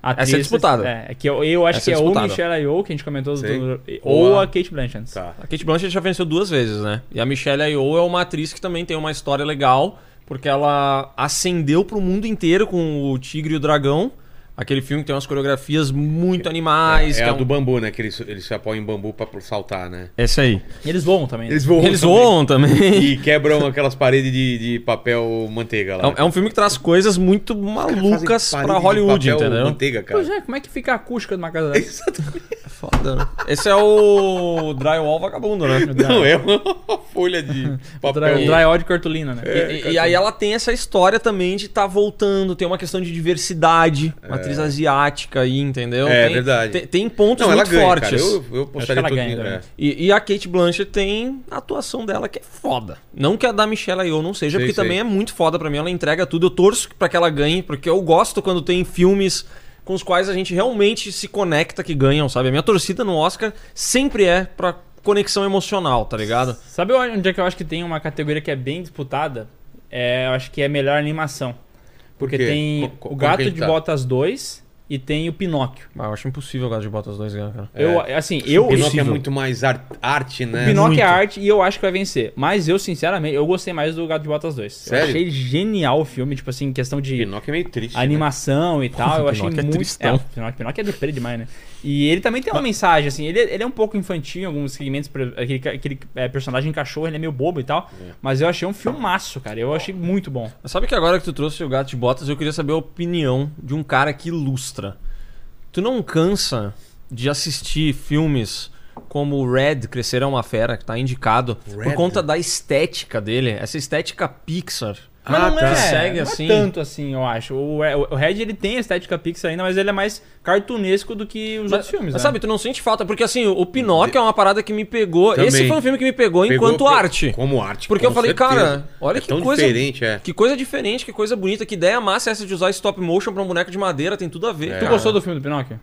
Speaker 3: A
Speaker 4: Essa é disputada.
Speaker 3: É, é que eu, eu acho que
Speaker 4: Essa é
Speaker 3: é ou
Speaker 4: disputada.
Speaker 3: Michelle Yeoh, que a gente comentou, do-
Speaker 1: Sim.
Speaker 3: ou
Speaker 1: Ou
Speaker 3: a
Speaker 1: a-
Speaker 3: Kate Blanchett.
Speaker 1: Tá.
Speaker 4: A Kate Blanchett já venceu duas vezes, né? E a Michelle Yeoh é uma atriz que também tem uma história legal, porque ela ascendeu pro mundo inteiro com o Tigre e o Dragão, aquele filme que tem umas coreografias muito animais.
Speaker 1: é
Speaker 4: que
Speaker 1: a
Speaker 4: um-
Speaker 1: do bambu, né? Que eles, eles se apoiam em bambu pra saltar, né?
Speaker 4: Esse aí.
Speaker 3: Eles voam também. né?
Speaker 1: Eles voam.
Speaker 4: Eles voam também.
Speaker 1: E quebram aquelas paredes de, de papel manteiga lá.
Speaker 4: É um- É um filme que traz coisas muito malucas pra Hollywood, entendeu?
Speaker 1: Manteiga, cara.
Speaker 3: Pois é, como é que fica a acústica de uma casa dessa?
Speaker 4: Foda. né? Esse é o drywall vagabundo, né?
Speaker 1: Não, é uma folha de
Speaker 3: Dry,
Speaker 1: papel.
Speaker 3: dry de cartolina,
Speaker 1: É,
Speaker 3: né?
Speaker 4: E, e aí ela tem essa história também de estar voltando, tem uma questão de diversidade, uma atriz asiática aí, entendeu?
Speaker 1: É,
Speaker 4: Tem-
Speaker 1: verdade.
Speaker 4: Tem, tem pontos
Speaker 1: Não, ela
Speaker 4: muito
Speaker 1: ganha,
Speaker 4: fortes.
Speaker 1: cara. Eu, eu postaria
Speaker 3: ela
Speaker 1: tudo.
Speaker 3: ganha
Speaker 1: é.
Speaker 3: também.
Speaker 4: E, e a Kate Blanchett tem a atuação dela que é foda. Não que a da Michelle Yeoh não seja,
Speaker 1: Sei,
Speaker 4: porque
Speaker 1: sei.
Speaker 4: também é muito foda pra mim, ela entrega tudo, eu torço pra que ela ganhe, porque eu gosto quando tem filmes com os quais a gente realmente se conecta que ganham, sabe? A minha torcida no Oscar sempre é pra conexão emocional, tá ligado?
Speaker 3: Sabe onde é que eu acho que tem uma categoria que é bem disputada? É, eu acho que é melhor animação.
Speaker 1: Por
Speaker 3: Porque
Speaker 1: quê?
Speaker 3: tem
Speaker 1: Co- co-
Speaker 3: o
Speaker 1: como
Speaker 3: Gato
Speaker 1: que ele
Speaker 3: de
Speaker 1: tá?
Speaker 3: Botas 2 e tem o Pinóquio.
Speaker 4: Mas eu acho impossível o Gato de Botas 2 ganhar, cara.
Speaker 3: Eu, assim, eu...
Speaker 1: O Pinóquio é
Speaker 4: Possível.
Speaker 1: muito mais ar- arte, né?
Speaker 3: O Pinóquio é
Speaker 4: Muito.
Speaker 3: arte e eu acho que vai vencer. Mas eu, sinceramente, eu gostei mais do Gato de Botas 2. Eu
Speaker 1: Sério?
Speaker 3: achei genial o filme, tipo assim, em questão de
Speaker 1: Pinóquio é meio triste. né?
Speaker 3: animação e tal. Eu achei
Speaker 4: Pinóquio é
Speaker 3: muito.
Speaker 4: tristão.
Speaker 3: o Pinóquio, Pinóquio é deprê demais, né? E ele também tem uma mensagem, assim. Ele, ele é um pouco infantil em alguns segmentos. por exemplo, Aquele, ca- aquele é, personagem cachorro, ele é meio bobo e tal. Mas eu achei um filmaço, cara. Eu achei muito bom.
Speaker 4: Mas Sabe que agora que tu trouxe o gato de botas, eu queria saber a opinião de um cara que ilustra. Tu não cansa de assistir filmes como Red, Crescer é uma Fera, que tá indicado, por
Speaker 1: Red?
Speaker 4: conta da estética dele, essa estética Pixar. Mas não é, segue
Speaker 3: não
Speaker 4: assim.
Speaker 3: Ah, tá. é tanto assim, eu acho. O, o Red ele tem a estética pixel ainda, mas ele é mais cartunesco do que os outros filmes.
Speaker 4: Mas,
Speaker 3: né?
Speaker 4: sabe, tu não sente falta, porque assim, o Pinóquio é uma parada que me pegou.
Speaker 1: Também.
Speaker 4: Esse foi um filme que me pegou,
Speaker 1: Pegou
Speaker 4: enquanto
Speaker 1: pe-
Speaker 4: arte.
Speaker 1: Como arte.
Speaker 4: Porque
Speaker 1: com
Speaker 4: eu falei,
Speaker 1: certeza.
Speaker 4: cara, olha
Speaker 1: É
Speaker 4: que
Speaker 1: tão
Speaker 4: coisa-
Speaker 1: diferente, é.
Speaker 4: Que coisa diferente, que coisa bonita, que ideia massa é essa de usar stop motion pra um boneco de madeira, tem tudo a ver.
Speaker 1: É.
Speaker 4: Tu
Speaker 3: Tu gostou do filme do Pinóquio?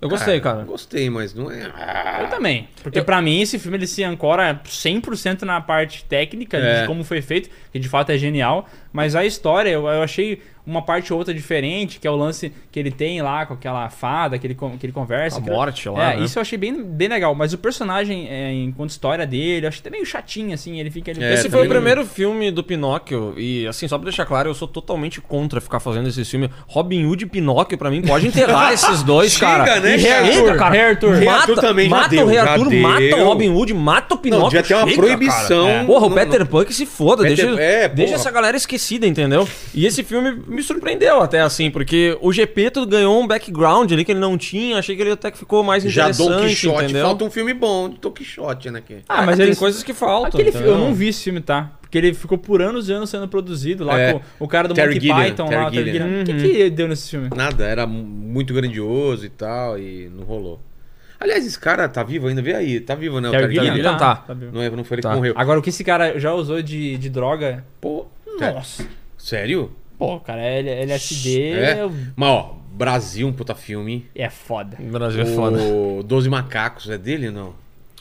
Speaker 4: Eu gostei, cara.
Speaker 1: Gostei, mas não é. Ah,
Speaker 3: Eu também. Porque pra mim esse filme ele se ancora 100% na parte técnica
Speaker 1: É.
Speaker 3: de como foi feito, que de fato é genial, mas a história eu, eu achei uma parte ou outra diferente, que é o lance que ele tem lá com aquela fada, que ele, con- que ele conversa.
Speaker 4: A
Speaker 3: aquilo-
Speaker 4: morte lá,
Speaker 3: É,
Speaker 4: né?
Speaker 3: isso eu achei bem, bem legal, mas o personagem, é, enquanto história dele, eu achei até meio chatinho, assim, ele fica ali...
Speaker 1: É, também
Speaker 4: Esse foi o
Speaker 1: não-
Speaker 4: primeiro filme do Pinóquio, e assim, só pra deixar claro, eu sou totalmente contra ficar fazendo esse filme. Robin Hood e Pinóquio, pra mim, pode enterrar esses dois,
Speaker 1: Chega,
Speaker 4: cara.
Speaker 1: né,
Speaker 4: E
Speaker 1: cara?
Speaker 4: chega, cara.
Speaker 3: Rei Arthur.
Speaker 1: Rei
Speaker 4: Mata,
Speaker 1: Arthur também já
Speaker 4: mata
Speaker 1: deu,
Speaker 4: o Rei
Speaker 1: já
Speaker 4: Arthur,
Speaker 1: deu.
Speaker 4: mata o Robin Hood, mata o
Speaker 1: devia
Speaker 4: Pinóquio.
Speaker 1: ter uma
Speaker 4: chega,
Speaker 1: proibição.
Speaker 4: cara. É. Porra, o
Speaker 1: Não,
Speaker 4: Peter Pan que se foda,
Speaker 1: Peter-
Speaker 4: deixa,
Speaker 1: é,
Speaker 4: deixa
Speaker 1: porra.
Speaker 4: essa galera esquecida, entendeu? E esse filme me surpreendeu até assim, porque o Gepeto ganhou um background ali que ele não tinha, achei que ele até que ficou mais
Speaker 1: Já
Speaker 4: interessante,
Speaker 1: Don Quixote.
Speaker 4: entendeu?
Speaker 1: Falta um filme bom de Don Quixote, né? Que...
Speaker 4: Ah, mas
Speaker 3: mas
Speaker 4: tem
Speaker 3: eles-
Speaker 4: coisas que faltam. então.
Speaker 3: Aquele fi- eu
Speaker 4: entendeu?
Speaker 3: não vi esse filme, tá? Porque ele ficou por anos e anos sendo produzido lá
Speaker 1: É.
Speaker 3: com o cara do
Speaker 1: Terry
Speaker 3: Monty
Speaker 1: Gilliam,
Speaker 3: Python lá.
Speaker 1: Terry
Speaker 3: Terry
Speaker 1: Gilliam.
Speaker 3: Gilliam. O
Speaker 4: Uhum.
Speaker 3: que, que deu nesse filme?
Speaker 1: Nada, era mu- muito grandioso e tal, e não rolou. Aliás, esse cara tá vivo ainda? Vê aí, tá vivo, né? O
Speaker 3: Terry
Speaker 1: Terry
Speaker 3: Gilliam,
Speaker 1: Gilliam?
Speaker 4: Gilliam tá.
Speaker 3: vivo.
Speaker 1: Não, é, não foi ele
Speaker 4: Tá.
Speaker 1: que morreu.
Speaker 3: Agora, o que esse cara já usou de, de droga?
Speaker 1: Pô, é.
Speaker 3: Nossa.
Speaker 1: sério?
Speaker 3: É. Pô, cara, L- LSD
Speaker 1: É.
Speaker 3: é,
Speaker 1: Mas, ó, Brasil, um puta filme.
Speaker 3: é foda.
Speaker 4: O Brasil é foda.
Speaker 1: O Doze Macacos, é dele ou não?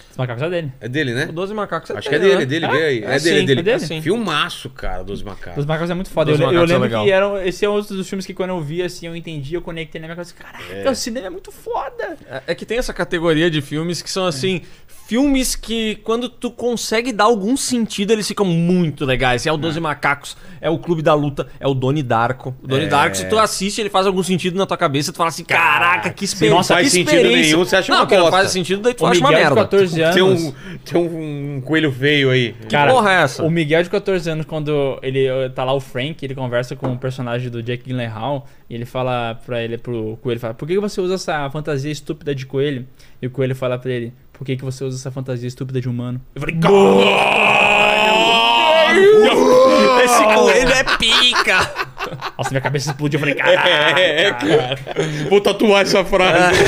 Speaker 3: Os macacos é dele.
Speaker 1: É dele, né?
Speaker 4: O 12 Macacos
Speaker 1: Acho que é dele, é dele, vê aí.
Speaker 4: É
Speaker 1: É dele,
Speaker 4: sim,
Speaker 1: é dele.
Speaker 3: é dele?
Speaker 1: Sim. Filmaço, cara, Doze Macacos.
Speaker 3: Os macacos é muito foda.
Speaker 4: Os
Speaker 3: Eu, eu
Speaker 4: macacos é
Speaker 3: lembro
Speaker 4: legal.
Speaker 3: que eram. Esse é outro dos filmes que quando eu vi, assim, eu entendi, eu conectei na minha cabeça. Caraca, o cinema é muito foda.
Speaker 4: É- É que tem essa categoria de filmes que são assim. Filmes que, quando tu consegue dar algum sentido, eles ficam muito legais. É o Doze Macacos, é o Clube da Luta, é o Doni Darko. O
Speaker 1: É.
Speaker 4: Doni Darko, se tu assiste, ele faz algum sentido na tua cabeça, tu fala assim: caraca, que
Speaker 1: se
Speaker 4: experiência.
Speaker 1: não faz
Speaker 4: que
Speaker 1: sentido
Speaker 4: experiência."
Speaker 1: nenhum, você acha
Speaker 4: não,
Speaker 1: uma
Speaker 4: que não
Speaker 1: bosta.
Speaker 4: faz sentido, daí tu
Speaker 3: O
Speaker 4: acha uma
Speaker 3: Miguel de
Speaker 4: merda.
Speaker 3: 14 anos.
Speaker 1: Tem um, tem um coelho feio aí.
Speaker 3: Cara,
Speaker 4: porra é essa?
Speaker 3: O Miguel de 14 anos, quando ele eh, tá lá o Frank, ele conversa com o personagem do Jack Gyllenhaal e ele fala pra ele, pro coelho, fala, por que que você usa essa fantasia estúpida de coelho? E o coelho fala pra ele, por que que você usa essa fantasia estúpida de humano? Eu falei,
Speaker 4: Esse coelho é pica!
Speaker 3: nossa, minha cabeça explodiu, eu falei, caraca,
Speaker 1: É, cara. Vou tatuar essa frase.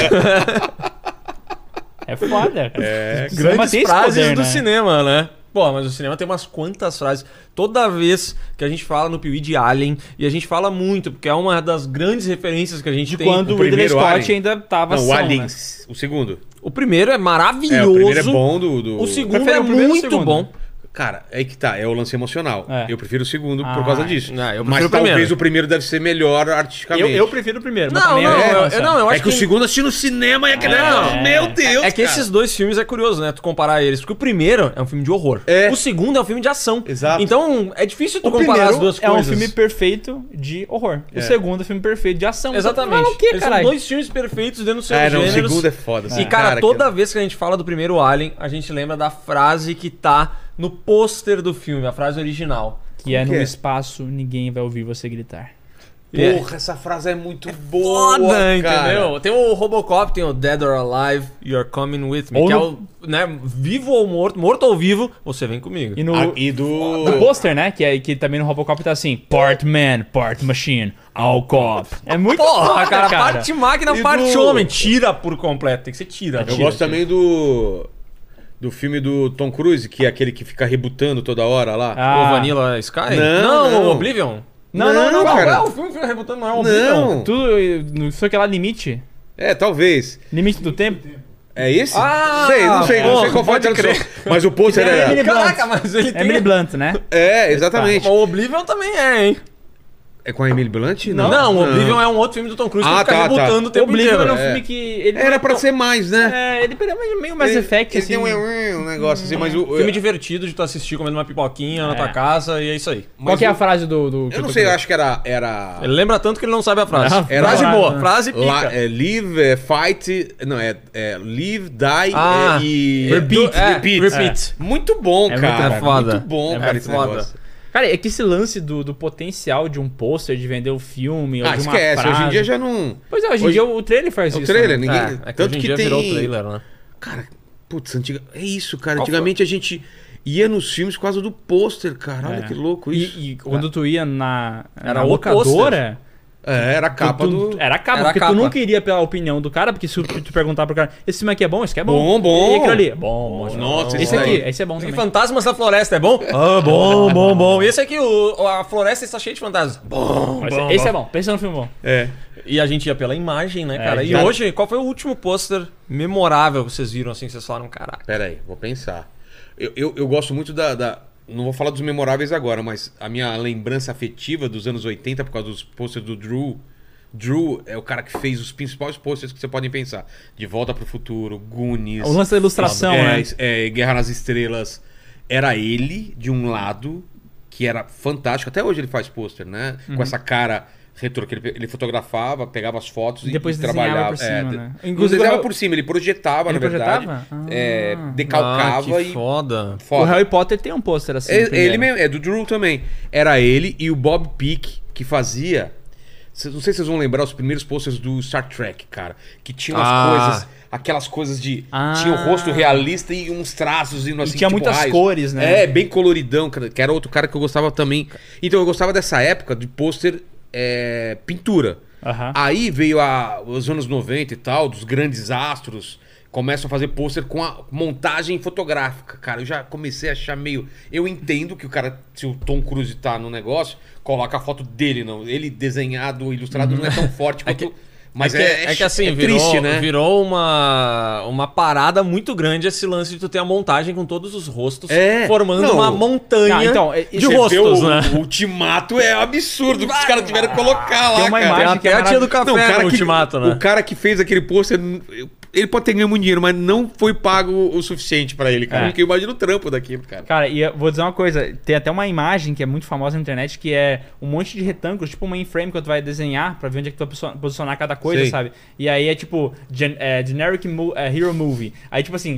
Speaker 3: é foda, cara.
Speaker 1: É,
Speaker 3: Cinema
Speaker 4: Grandes
Speaker 3: tem esse
Speaker 4: frases
Speaker 3: poder,
Speaker 4: do
Speaker 3: né?
Speaker 4: cinema, né? Pô, mas o cinema tem umas quantas frases. Toda vez que a gente fala no Piuí de Alien, e a gente fala muito, porque é uma das grandes referências que a gente tem.
Speaker 3: Quando
Speaker 1: O
Speaker 3: o Ridley
Speaker 1: primeiro
Speaker 3: Scott
Speaker 1: Alien.
Speaker 3: ainda tava
Speaker 1: Não, o
Speaker 3: são,
Speaker 1: Alien.
Speaker 3: né?
Speaker 1: O segundo.
Speaker 4: O primeiro é maravilhoso.
Speaker 1: É, o primeiro é bom do. do-
Speaker 4: O segundo
Speaker 3: Prefere
Speaker 4: é
Speaker 3: o primeiro ou o
Speaker 4: muito
Speaker 3: segundo?
Speaker 4: bom.
Speaker 1: Cara, é que tá, é o lance emocional.
Speaker 3: É.
Speaker 1: Eu prefiro o segundo
Speaker 3: Ah.
Speaker 1: por causa disso.
Speaker 4: Não, é, eu prefiro
Speaker 1: Mas
Speaker 4: o
Speaker 1: talvez
Speaker 4: primeiro.
Speaker 1: o primeiro deve ser melhor
Speaker 3: Eu,
Speaker 1: artisticamente.
Speaker 3: eu prefiro o primeiro, mas
Speaker 4: Não,
Speaker 3: também
Speaker 4: não,
Speaker 3: é,
Speaker 4: eu, eu- não, eu
Speaker 1: é
Speaker 4: acho
Speaker 1: que, o segundo assisti no cinema e aquele.
Speaker 4: É.
Speaker 1: Meu Deus!
Speaker 4: É que
Speaker 1: cara.
Speaker 4: esses dois filmes é curioso, né? Tu comparar eles. Porque o primeiro é um filme de horror.
Speaker 1: É.
Speaker 4: O segundo é um filme de ação.
Speaker 1: Exato.
Speaker 4: Então é difícil tu
Speaker 3: O
Speaker 4: comparar
Speaker 3: primeiro
Speaker 4: as duas
Speaker 3: é um
Speaker 4: coisas.
Speaker 3: filme perfeito de horror. O segundo é um filme perfeito de ação.
Speaker 4: Exatamente.
Speaker 3: Então, fala o quê,
Speaker 4: Eles são
Speaker 3: caralho?
Speaker 4: dois filmes perfeitos dentro dos seus
Speaker 1: Ah, não, o
Speaker 4: gêneros.
Speaker 1: segundo é foda. assim,
Speaker 4: E, cara,
Speaker 1: que-
Speaker 4: toda vez que a gente fala do primeiro Alien, a gente lembra da frase que tá no pôster do filme, a frase original.
Speaker 3: Que é
Speaker 1: Como
Speaker 3: no
Speaker 1: que é?
Speaker 3: espaço, ninguém vai ouvir você gritar.
Speaker 1: Porra, essa frase é muito boa.
Speaker 4: Foda,
Speaker 1: cara.
Speaker 4: entendeu? Tem o Robocop, tem o Dead or Alive, You're Coming With Me,
Speaker 3: Ou
Speaker 4: que é
Speaker 3: no-
Speaker 4: o, né, vivo ou morto, morto ou vivo, você vem comigo.
Speaker 3: E no
Speaker 1: Ah, e do.
Speaker 3: do pôster, né? Que, é, que também no Robocop tá assim: Part Man, Part Machine, All Cop. É muito
Speaker 4: Porra,
Speaker 3: foda,
Speaker 4: cara, parte máquina,
Speaker 1: E
Speaker 4: parte
Speaker 1: do-
Speaker 4: homem. Tira por completo, tem que ser tira.
Speaker 1: Eu gosto também do. Do filme do Tom Cruise, que é aquele que fica rebutando toda hora lá.
Speaker 4: O
Speaker 3: Ah,
Speaker 4: Vanilla Sky?
Speaker 1: Não, não.
Speaker 4: o Oblivion.
Speaker 3: Não, não, não,
Speaker 4: Qual é
Speaker 1: cara.
Speaker 4: o filme que fica rebutando? Não é o Oblivion?
Speaker 1: Não.
Speaker 3: tudo. Não sei o que lá, limite.
Speaker 1: É, talvez.
Speaker 3: Limite do tempo.
Speaker 1: É esse?
Speaker 4: Ah,
Speaker 1: sei, não sei, não
Speaker 4: porra,
Speaker 1: sei qual foi a
Speaker 4: pode
Speaker 1: tradução. Mas o pôster
Speaker 3: É Emily
Speaker 1: era.
Speaker 4: Caraca,
Speaker 3: Blunt.
Speaker 4: mas ele tem...
Speaker 3: Emily Blunt, né?
Speaker 1: É, exatamente.
Speaker 4: Mas o Oblivion também é, hein?
Speaker 1: É com a Emily Blunt?
Speaker 4: Não, o Oblivion é um outro filme do Tom Cruise
Speaker 1: Hum. Ah,
Speaker 4: que fica
Speaker 1: tá,
Speaker 4: rebutando
Speaker 1: tá.
Speaker 4: o tempo
Speaker 3: Oblivion
Speaker 4: inteiro.
Speaker 3: era um
Speaker 1: é.
Speaker 3: filme que. Ele
Speaker 1: Era pra ser mais, né?
Speaker 3: É, ele era meio mais
Speaker 1: Ele-
Speaker 3: effect,
Speaker 1: ele
Speaker 3: assim.
Speaker 1: tem um, um negócio assim, mas o.
Speaker 4: Filme divertido de tu assistir comendo uma pipoquinha na tua casa e é isso aí.
Speaker 3: Qual
Speaker 1: mas
Speaker 3: que é a
Speaker 1: o-
Speaker 3: frase do. do que
Speaker 1: Eu não
Speaker 3: tô
Speaker 1: sei, eu
Speaker 3: querendo?
Speaker 1: acho que era. Era.
Speaker 4: Ele lembra tanto que ele não sabe a frase.
Speaker 3: Não,
Speaker 1: Era-
Speaker 4: frase boa,
Speaker 1: Não.
Speaker 4: frase pica.
Speaker 1: La- é, live, é, fight. Não, é, é live, die
Speaker 4: Ah,
Speaker 1: é, e.
Speaker 4: repeat,
Speaker 1: é,
Speaker 4: repeat.
Speaker 1: repeat. Muito bom,
Speaker 3: É
Speaker 1: cara.
Speaker 4: muito bom. É foda.
Speaker 1: Muito bom,
Speaker 4: É
Speaker 1: cara,
Speaker 4: muito
Speaker 1: esse
Speaker 4: foda.
Speaker 1: negócio. Ah,
Speaker 3: Cara, é que esse lance do, do potencial de um pôster, de vender o filme, ou
Speaker 1: Ah,
Speaker 3: de uma
Speaker 1: esquece.
Speaker 3: frase.
Speaker 1: Hoje em dia já não.
Speaker 3: Pois é, hoje em
Speaker 1: hoje-
Speaker 3: dia o trailer faz
Speaker 1: É o
Speaker 3: isso.
Speaker 1: trailer,
Speaker 3: né?
Speaker 1: ninguém.
Speaker 4: É, é que
Speaker 1: tanto
Speaker 4: hoje em
Speaker 1: que
Speaker 4: dia
Speaker 1: tem.
Speaker 4: virou trailer, né?
Speaker 1: Cara, putz, antiga... é isso, cara.
Speaker 4: Qual
Speaker 1: Antigamente a gente ia nos filmes por causa do pôster, cara. Olha
Speaker 3: É.
Speaker 1: que louco isso.
Speaker 3: E, e quando tu ia na, na
Speaker 4: Era o
Speaker 3: locadora,
Speaker 1: É, era a capa
Speaker 3: tu-
Speaker 1: do.
Speaker 3: era a capa,
Speaker 4: Era a
Speaker 3: porque
Speaker 4: capa.
Speaker 3: tu não queria pela opinião do cara, porque se tu tu perguntar pro cara, esse filme aqui é bom, esse aqui é bom.
Speaker 1: Bom, bom.
Speaker 3: E aquilo ali, é bom, bom.
Speaker 1: Nossa,
Speaker 3: Esse
Speaker 1: isso
Speaker 3: aqui,
Speaker 1: aí.
Speaker 3: esse é bom
Speaker 4: E
Speaker 3: também.
Speaker 4: Fantasmas da Floresta é bom? Ah, bom, bom, bom. E esse aqui, o, a floresta está cheia de fantasmas. Bom,
Speaker 3: Mas
Speaker 4: bom.
Speaker 3: esse é bom, pensa no filme bom.
Speaker 1: É.
Speaker 4: E a gente ia pela imagem, né, cara? e
Speaker 1: já-
Speaker 4: hoje, qual foi o último pôster memorável que vocês viram assim? que Vocês falaram, caraca.
Speaker 1: Pera aí, vou pensar. Eu, eu, eu gosto muito da, da- Não vou falar dos memoráveis agora, mas a minha lembrança afetiva dos anos 80 por causa dos posters do Drew. Drew é o cara que fez os principais posters que você podem pensar. De Volta pro Futuro, Goonies.
Speaker 3: O lance da ilustração,
Speaker 1: é,
Speaker 3: né?
Speaker 1: é, Guerra nas Estrelas. Era ele, de um lado, que era fantástico. Até hoje ele faz pôster, né?
Speaker 3: Uhum.
Speaker 1: Com essa cara retrô que ele, ele fotografava, pegava as fotos e-
Speaker 3: Depois
Speaker 1: e
Speaker 3: desenhava
Speaker 1: trabalhava.
Speaker 3: por
Speaker 1: é,
Speaker 3: cima,
Speaker 1: de-
Speaker 3: né?
Speaker 1: não
Speaker 3: Inclusive,
Speaker 1: desenhava
Speaker 3: eu-
Speaker 1: por cima, ele projetava,
Speaker 3: Ele
Speaker 1: na verdade.
Speaker 3: projetava?
Speaker 1: É,
Speaker 3: Ah.
Speaker 1: decalcava
Speaker 4: ah, que
Speaker 1: e
Speaker 4: foda.
Speaker 3: O
Speaker 1: Foda.
Speaker 3: Harry Potter tem um pôster assim.
Speaker 1: É-
Speaker 3: primeiro.
Speaker 1: ele mesmo, é do Drew também. Era ele e o Bob Peak que fazia. cês- Não sei se vocês vão lembrar os primeiros posters do Star Trek, cara. Que tinham as
Speaker 4: Ah.
Speaker 1: coisas. Aquelas coisas de.
Speaker 3: Ah.
Speaker 1: Tinha o rosto realista e uns traços indo
Speaker 3: E
Speaker 1: assim.
Speaker 3: tinha
Speaker 1: tipo
Speaker 3: muitas
Speaker 1: raios.
Speaker 3: cores, né?
Speaker 1: É, bem coloridão, cara, que era outro cara que eu gostava também. Então eu gostava dessa época de pôster é, pintura.
Speaker 3: Aham.
Speaker 1: Aí veio a- os anos 90 e tal, dos grandes astros, começam a fazer pôster com a montagem fotográfica, cara. Eu já comecei a achar meio. Eu entendo que o cara, se o Tom Cruise tá no negócio, coloca a foto dele, não. Ele desenhado, ilustrado, não é tão forte quanto. Mas
Speaker 4: é Uhum. que,
Speaker 1: é,
Speaker 4: é que, assim,
Speaker 1: é
Speaker 4: virou,
Speaker 1: triste, né?
Speaker 4: virou uma, uma parada muito grande esse lance de tu ter a montagem com todos os rostos
Speaker 1: É.
Speaker 4: formando
Speaker 1: Não.
Speaker 4: uma montanha
Speaker 3: Ah, então, é-
Speaker 4: de
Speaker 3: isso é
Speaker 1: Você vê
Speaker 4: rostos,
Speaker 1: o,
Speaker 4: né?
Speaker 1: o ultimato é absurdo que os caras tiveram que colocar lá,
Speaker 3: Tem uma
Speaker 1: cara. é
Speaker 3: imagem
Speaker 4: Até a tia do café
Speaker 1: o cara
Speaker 4: no
Speaker 1: que-
Speaker 4: ultimato, né?
Speaker 1: O cara que fez aquele pôster, ele pode ter ganho muito dinheiro, mas não foi pago o suficiente pra ele, cara.
Speaker 3: É.
Speaker 1: Porque eu imagino o trampo daquilo, cara.
Speaker 3: Cara, e eu vou dizer uma coisa, tem até uma imagem que é muito famosa na internet, que é um monte de retângulos, tipo um mainframe que tu vai desenhar pra ver onde é que tu vai posicion- posicionar cada coisa,
Speaker 1: Sei.
Speaker 3: sabe? E aí é tipo, gen- é, generic mo- é, hero movie. Aí tipo assim,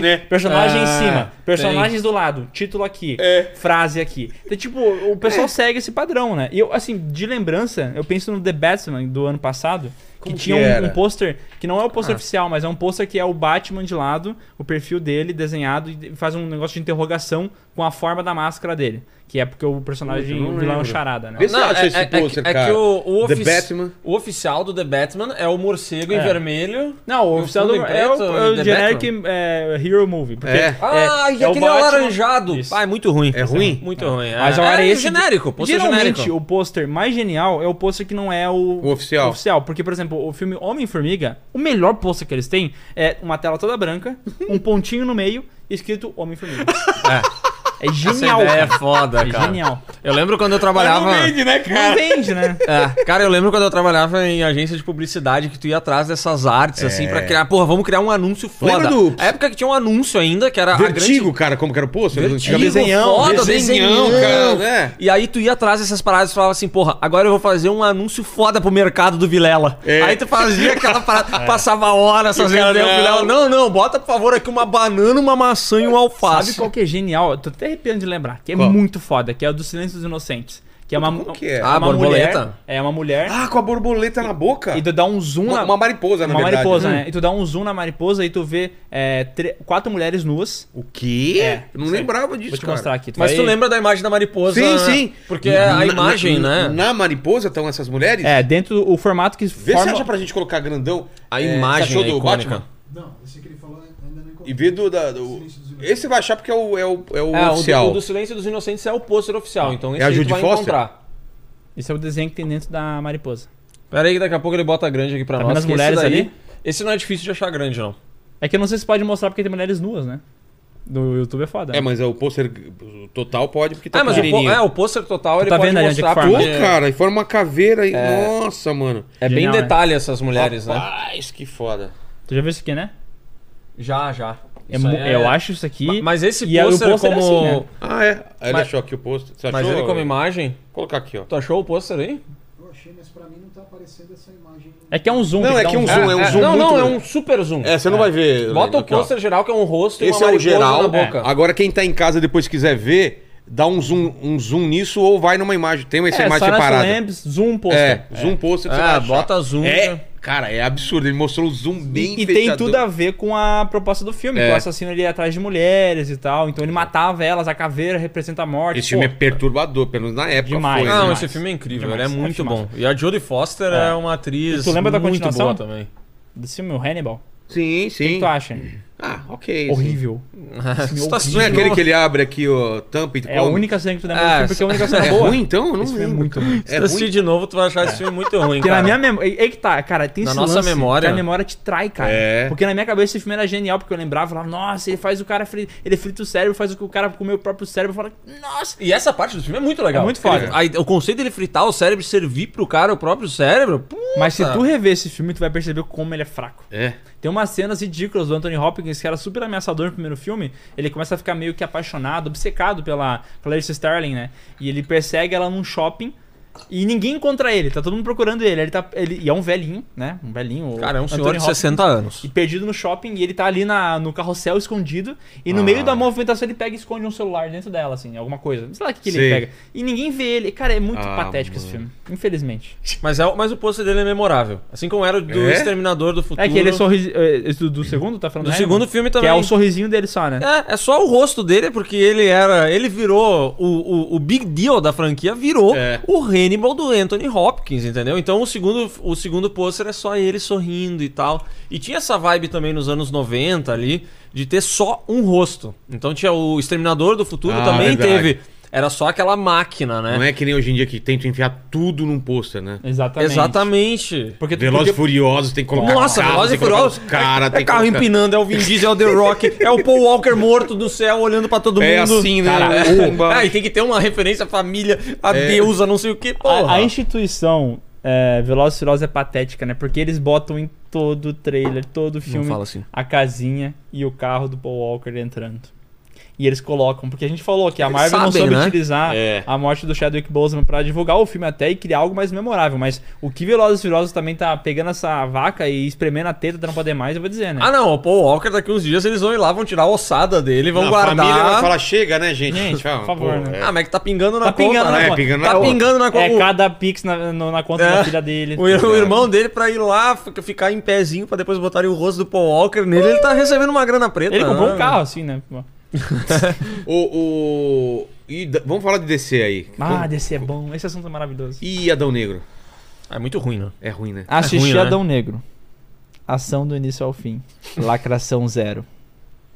Speaker 1: tem, né?
Speaker 3: personagem
Speaker 4: Ah,
Speaker 3: em cima,
Speaker 4: tem.
Speaker 3: personagens do lado, título aqui,
Speaker 1: É.
Speaker 3: frase aqui. Então tipo, o pessoal segue esse padrão, né? E eu, assim, de lembrança, eu penso no The Batman do ano passado,
Speaker 1: Como
Speaker 3: que
Speaker 1: que
Speaker 3: tinha um,
Speaker 1: era?
Speaker 3: um pôster, que não é o pôster oficial, mas é um pôster que é o Batman de lado, o perfil dele desenhado e faz um negócio de interrogação com a forma da máscara dele. Que é porque o personagem
Speaker 1: Puta, não
Speaker 3: o vilão é um
Speaker 1: lembro.
Speaker 3: charada, né?
Speaker 1: Vê se acha esse pôster,
Speaker 4: que- é
Speaker 1: cara.
Speaker 4: que o, o,
Speaker 1: The
Speaker 4: ofici-
Speaker 1: Batman.
Speaker 4: o oficial do The Batman é o morcego em
Speaker 3: É.
Speaker 4: vermelho.
Speaker 3: Não, o
Speaker 4: No
Speaker 3: oficial
Speaker 4: fundo
Speaker 3: do,
Speaker 4: em
Speaker 3: é
Speaker 4: preto,
Speaker 3: o, é o
Speaker 4: The
Speaker 3: generic é, hero movie. Porque
Speaker 1: É.
Speaker 4: Ah, e
Speaker 3: é o
Speaker 4: aquele
Speaker 3: Batman-
Speaker 4: alaranjado.
Speaker 3: Isso.
Speaker 4: Ah, é muito ruim.
Speaker 1: É ruim?
Speaker 4: Muito ruim. É,
Speaker 3: Mas agora
Speaker 4: é
Speaker 3: esse
Speaker 4: genérico, pôster
Speaker 3: Geralmente,
Speaker 4: genérico.
Speaker 3: o pôster mais genial é o pôster que não é o,
Speaker 1: O oficial.
Speaker 3: Porque, por exemplo, o filme Homem-Formiga, o melhor pôster que eles têm é uma tela toda branca, um pontinho no meio, escrito Homem-Formiga. É. genial.
Speaker 4: Essa ideia é
Speaker 3: cara.
Speaker 4: foda,
Speaker 3: É
Speaker 4: cara.
Speaker 3: genial.
Speaker 4: Eu lembro quando eu trabalhava.
Speaker 1: né,
Speaker 3: Não vende, né?
Speaker 4: É, cara, eu lembro quando eu trabalhava em agência de publicidade que tu ia atrás dessas artes, assim, pra criar. Porra, vamos criar um anúncio foda.
Speaker 1: É. Lembra do-
Speaker 4: A época que tinha um anúncio ainda, que era a
Speaker 1: Vertigo,
Speaker 4: grande.
Speaker 1: cara, como que era o pôster?
Speaker 4: Vertigo,
Speaker 1: Antigamente-
Speaker 4: foda,
Speaker 1: Desenhão, cara, né?
Speaker 4: E aí tu ia atrás dessas paradas e falava assim, porra, agora eu vou fazer um anúncio foda pro mercado do Vilela.
Speaker 1: É.
Speaker 4: Aí tu fazia aquela parada, passava horas fazendo
Speaker 1: cara,
Speaker 4: o
Speaker 1: não.
Speaker 4: Vilela. Não, não, bota por favor aqui uma banana, uma maçã e um alface.
Speaker 3: Sabe qual que é genial? Eu tô até arrepiando de lembrar, que é
Speaker 1: Qual?
Speaker 3: muito foda, que é o do Silêncio dos Inocentes. Que é uma,
Speaker 1: como que é?
Speaker 4: Ah,
Speaker 3: uma
Speaker 4: borboleta?
Speaker 3: mulher. É uma mulher.
Speaker 1: Ah, com a borboleta na boca?
Speaker 3: E tu dá um zoom
Speaker 1: Uma-
Speaker 3: na.
Speaker 1: uma mariposa, na
Speaker 3: uma
Speaker 1: verdade.
Speaker 3: mariposa,
Speaker 1: Hum.
Speaker 3: né? E tu dá um zoom na mariposa e tu vê é, tre- quatro mulheres nuas.
Speaker 1: O quê?
Speaker 3: É,
Speaker 1: eu não
Speaker 3: isso aí.
Speaker 1: lembrava disso,
Speaker 3: Vou te
Speaker 1: cara.
Speaker 3: mostrar aqui.
Speaker 4: Mas
Speaker 3: vai-
Speaker 4: tu lembra da imagem da mariposa?
Speaker 1: é? Sim, sim.
Speaker 4: Porque é a
Speaker 1: Na-
Speaker 4: imagem,
Speaker 1: na-
Speaker 4: né?
Speaker 1: Na mariposa estão essas mulheres?
Speaker 3: É, dentro do formato que
Speaker 1: Vê
Speaker 3: forma...
Speaker 1: se acha pra gente colocar grandão.
Speaker 4: A
Speaker 1: É,
Speaker 4: imagem
Speaker 1: você achou
Speaker 4: é
Speaker 1: do
Speaker 4: icônica.
Speaker 1: Batman?
Speaker 2: Não, esse que ele falou ainda não
Speaker 1: E vê do, da- do- Esse você vai achar porque é o, é o, é o
Speaker 4: É,
Speaker 1: oficial.
Speaker 4: O do, o do Silêncio dos Inocentes é o pôster oficial, então esse
Speaker 1: É a
Speaker 4: aí tu
Speaker 1: Judy
Speaker 4: vai
Speaker 1: Foster?
Speaker 4: encontrar.
Speaker 3: Esse é o desenho que tem dentro da mariposa.
Speaker 4: Pera aí que daqui a pouco ele bota grande aqui pra
Speaker 3: Tá
Speaker 4: nós.
Speaker 3: vendo as
Speaker 4: que
Speaker 3: mulheres
Speaker 4: esse daí-
Speaker 3: ali?
Speaker 4: Esse não é difícil de achar grande, não.
Speaker 3: É que eu não sei se pode mostrar porque tem mulheres nuas, né? Do YouTube é foda.
Speaker 1: É,
Speaker 3: né?
Speaker 1: mas é o pôster total pode, porque tá
Speaker 4: ah, mas o, po-
Speaker 1: pequenininho.
Speaker 4: é, o pôster total ele
Speaker 3: tá
Speaker 4: pode
Speaker 3: vendo ali onde é que
Speaker 4: mostrar
Speaker 3: forma?
Speaker 4: porque
Speaker 1: Pô, cara, e forma uma caveira aí. Nossa, mano.
Speaker 4: É bem
Speaker 3: Genial, né?
Speaker 4: detalhe essas mulheres, né?
Speaker 1: Rapaz, que foda.
Speaker 3: Tu já viu isso aqui, né?
Speaker 4: Já, já.
Speaker 3: É
Speaker 4: Isso
Speaker 3: mu-
Speaker 4: aí é-
Speaker 3: Eu acho isso aqui.
Speaker 4: Ma- Mas esse
Speaker 3: E aí o
Speaker 4: pôster
Speaker 3: pôster é
Speaker 4: como...
Speaker 3: assim, né?
Speaker 1: Ah, é. Aí ele
Speaker 4: Mas-
Speaker 1: achou aqui o pôster. Você
Speaker 4: Mas
Speaker 1: achou?
Speaker 4: ele como imagem...
Speaker 1: Vou colocar aqui, ó.
Speaker 4: Tu achou o pôster aí?
Speaker 2: Eu achei, mas pra mim não tá aparecendo essa imagem.
Speaker 3: É que é um zoom.
Speaker 1: Não,
Speaker 3: tem
Speaker 1: é
Speaker 3: dar
Speaker 1: que é um zoom, é um zoom
Speaker 4: Não,
Speaker 1: muito
Speaker 4: não, é
Speaker 1: grande.
Speaker 4: um super zoom.
Speaker 1: É, você não vai ver.
Speaker 4: Bota o
Speaker 1: aqui, ó.
Speaker 4: pôster geral, que é um rosto e uma
Speaker 1: Esse é o
Speaker 4: mariposa
Speaker 1: geral.
Speaker 4: na boca.
Speaker 1: Agora, quem tá em casa e depois quiser ver, dá um zoom, um zoom nisso ou vai numa imagem. Tem essa
Speaker 3: É,
Speaker 1: imagem
Speaker 3: Silence
Speaker 1: separada.
Speaker 3: Lambs, zoom, pôster.
Speaker 1: É, zoom pôster. você vai
Speaker 4: É,
Speaker 1: achar.
Speaker 3: né?
Speaker 4: bota zoom.
Speaker 1: É, Cara, é absurdo. Ele mostrou o zoom bem
Speaker 3: E tem
Speaker 1: fechadão.
Speaker 3: tudo a ver com a proposta do filme,
Speaker 1: É.
Speaker 3: que o assassino ele ia atrás de mulheres e tal. Então ele matava elas, a caveira representa a morte.
Speaker 1: Esse filme é
Speaker 3: pô.
Speaker 1: perturbador, pelo menos na época
Speaker 3: Demais.
Speaker 1: foi.
Speaker 4: Ah, não,
Speaker 1: né?
Speaker 3: demais.
Speaker 4: esse filme é incrível,
Speaker 3: Demais.
Speaker 4: ele é
Speaker 3: É
Speaker 4: muito
Speaker 3: filmaço.
Speaker 4: bom. E a Jodie Foster é, uma atriz
Speaker 3: E tu lembra da
Speaker 4: muito
Speaker 3: continuação?
Speaker 4: boa também.
Speaker 3: Desse filme, o Hannibal.
Speaker 1: Sim,
Speaker 3: O que
Speaker 1: é sim.
Speaker 3: tu acha?
Speaker 1: Ah, ok. sim.
Speaker 3: Horrível.
Speaker 4: tá
Speaker 1: Não é aquele que ele abre aqui, ó, tampa e
Speaker 3: É a
Speaker 1: come?
Speaker 3: única cena que tu lembra
Speaker 4: Ah,
Speaker 3: do filme, porque é a única cena
Speaker 1: É
Speaker 3: boa.
Speaker 1: ruim, então? Eu não
Speaker 3: Esse filme é
Speaker 1: lembro.
Speaker 3: muito ruim.
Speaker 4: Se
Speaker 1: É
Speaker 4: tu assistir
Speaker 1: ruim.
Speaker 4: de novo, tu vai achar esse filme muito ruim,
Speaker 3: Porque
Speaker 4: cara.
Speaker 3: na minha memória. É que tá, cara, tem
Speaker 4: Na
Speaker 3: esse
Speaker 4: nossa
Speaker 3: lance
Speaker 4: memória.
Speaker 3: Que a memória te trai, cara.
Speaker 1: É.
Speaker 3: Porque na minha cabeça esse filme era genial, porque eu lembrava, falava, nossa, ele faz o cara. fri- Ele frita o cérebro, faz o que o cara comer o próprio cérebro. "Hum". Fala, nossa.
Speaker 4: E essa parte do filme é muito legal.
Speaker 3: É muito foda.
Speaker 4: Ele- aí, o conceito dele fritar o cérebro e servir pro cara o próprio cérebro, puta.
Speaker 3: Mas
Speaker 4: Tá.
Speaker 3: se tu rever esse filme, tu vai perceber como ele é fraco.
Speaker 1: É.
Speaker 3: Tem umas cenas ridículas do Anthony Hopkins, que era super ameaçador no primeiro filme. Ele começa a ficar meio que apaixonado, obcecado pela Clarice Starling, né? E ele persegue ela num shopping e ninguém encontra ele, tá todo mundo procurando ele. ele, tá, ele e é um velhinho, né? Um velhinho. o
Speaker 4: Cara, é um
Speaker 3: Anthony
Speaker 4: senhor de
Speaker 3: Hopkins.
Speaker 4: 60 anos.
Speaker 3: E perdido no shopping, e ele tá ali na, no carrossel escondido, e no
Speaker 4: Ah.
Speaker 3: meio da movimentação ele pega e esconde um celular dentro dela, assim, alguma coisa. Não sei lá o que, que ele
Speaker 1: Sei.
Speaker 3: pega. E ninguém vê ele. Cara, é muito
Speaker 1: Ah,
Speaker 3: patético esse
Speaker 1: mano.
Speaker 3: filme, infelizmente.
Speaker 4: Mas, é, o- mas o pôster dele é memorável. Assim como era o do
Speaker 1: É?
Speaker 4: Exterminador do Futuro.
Speaker 3: É que ele é sorriso. é, Do, do segundo, tá falando
Speaker 4: Do
Speaker 3: do
Speaker 4: segundo filme
Speaker 3: Que
Speaker 4: também.
Speaker 3: é o sorrisinho dele só, né?
Speaker 4: É, é só o rosto dele, porque ele era. Ele virou. O, o, o big deal da franquia virou
Speaker 1: É.
Speaker 4: o Hannibal do Anthony Hopkins, entendeu? Então o segundo, o segundo pôster é só ele sorrindo e tal. E tinha essa vibe também nos anos 90 ali, de ter só um rosto. Então tinha o Exterminador do Futuro
Speaker 1: Ah,
Speaker 4: também
Speaker 1: verdade.
Speaker 4: teve. Era só aquela máquina, né?
Speaker 1: Não é que nem hoje em dia que tentam enfiar tudo num pôster, né?
Speaker 3: Exatamente.
Speaker 4: É. Exatamente.
Speaker 3: É, Porque tu
Speaker 1: Velozes e
Speaker 3: podia-
Speaker 1: Furiosos tem que colocar
Speaker 4: Nossa,
Speaker 1: carro,
Speaker 4: Velozes
Speaker 1: tem
Speaker 4: e
Speaker 1: que colocar
Speaker 4: Furiosos.
Speaker 1: os Cara,
Speaker 4: É
Speaker 1: tem que
Speaker 4: carro
Speaker 1: colocar-
Speaker 4: empinando, é o Vin Diesel, é o The Rock, é o Paul Walker morto do céu olhando pra todo
Speaker 1: É
Speaker 4: mundo.
Speaker 1: assim, né?
Speaker 4: Cara,
Speaker 1: É.
Speaker 4: o- Ah, e tem que ter uma referência à família, a
Speaker 1: É.
Speaker 4: deusa, não sei o que.
Speaker 3: a,
Speaker 4: Porra.
Speaker 3: a instituição é, Velozes e Furiosos é patética, né? Porque eles botam em todo trailer, todo filme,
Speaker 4: fala assim.
Speaker 3: a casinha e o carro do Paul Walker entrando. E eles colocam, porque a gente falou que a
Speaker 4: Eles
Speaker 3: Marvel
Speaker 4: sabem,
Speaker 3: não soube
Speaker 4: né?
Speaker 3: utilizar
Speaker 1: É.
Speaker 3: a morte do Chadwick Boseman pra divulgar o filme até e criar algo mais memorável. Mas o que Velozes e Furiosos também tá pegando essa vaca e espremendo a teta pra não poder mais, eu vou dizer, né?
Speaker 4: Ah, não, o Paul Walker daqui uns dias eles vão ir lá, vão tirar a ossada dele, vão
Speaker 1: Não, A
Speaker 4: guardar.
Speaker 1: família vai falar, chega, né, gente?
Speaker 3: Gente,
Speaker 1: Fala,
Speaker 3: por favor, né?
Speaker 1: é.
Speaker 4: Ah, mas é que tá pingando na
Speaker 3: Tá
Speaker 4: conta,
Speaker 3: pingando na
Speaker 4: né?
Speaker 1: conta. É, pingando na
Speaker 4: tá
Speaker 1: conta.
Speaker 4: pingando na
Speaker 3: é
Speaker 4: conta.
Speaker 3: cada pix na, no- na conta
Speaker 4: É.
Speaker 3: da filha dele.
Speaker 4: O, o irmão dele pra ir lá, fica- ficar em pezinho pra depois botarem o rosto do Paul Walker nele, ele tá recebendo uma grana preta.
Speaker 3: Ele comprou
Speaker 4: né?
Speaker 3: um carro, assim, né?
Speaker 1: O, o... E da- Vamos falar de DC aí.
Speaker 3: Ah, DC é bom. Esse assunto é maravilhoso.
Speaker 1: E Adão Negro?
Speaker 4: Ah, É muito ruim, né?
Speaker 1: É ruim, né?
Speaker 3: Assisti
Speaker 4: ruim, né?
Speaker 3: Adão Negro. Ação do início ao fim. Lacração zero.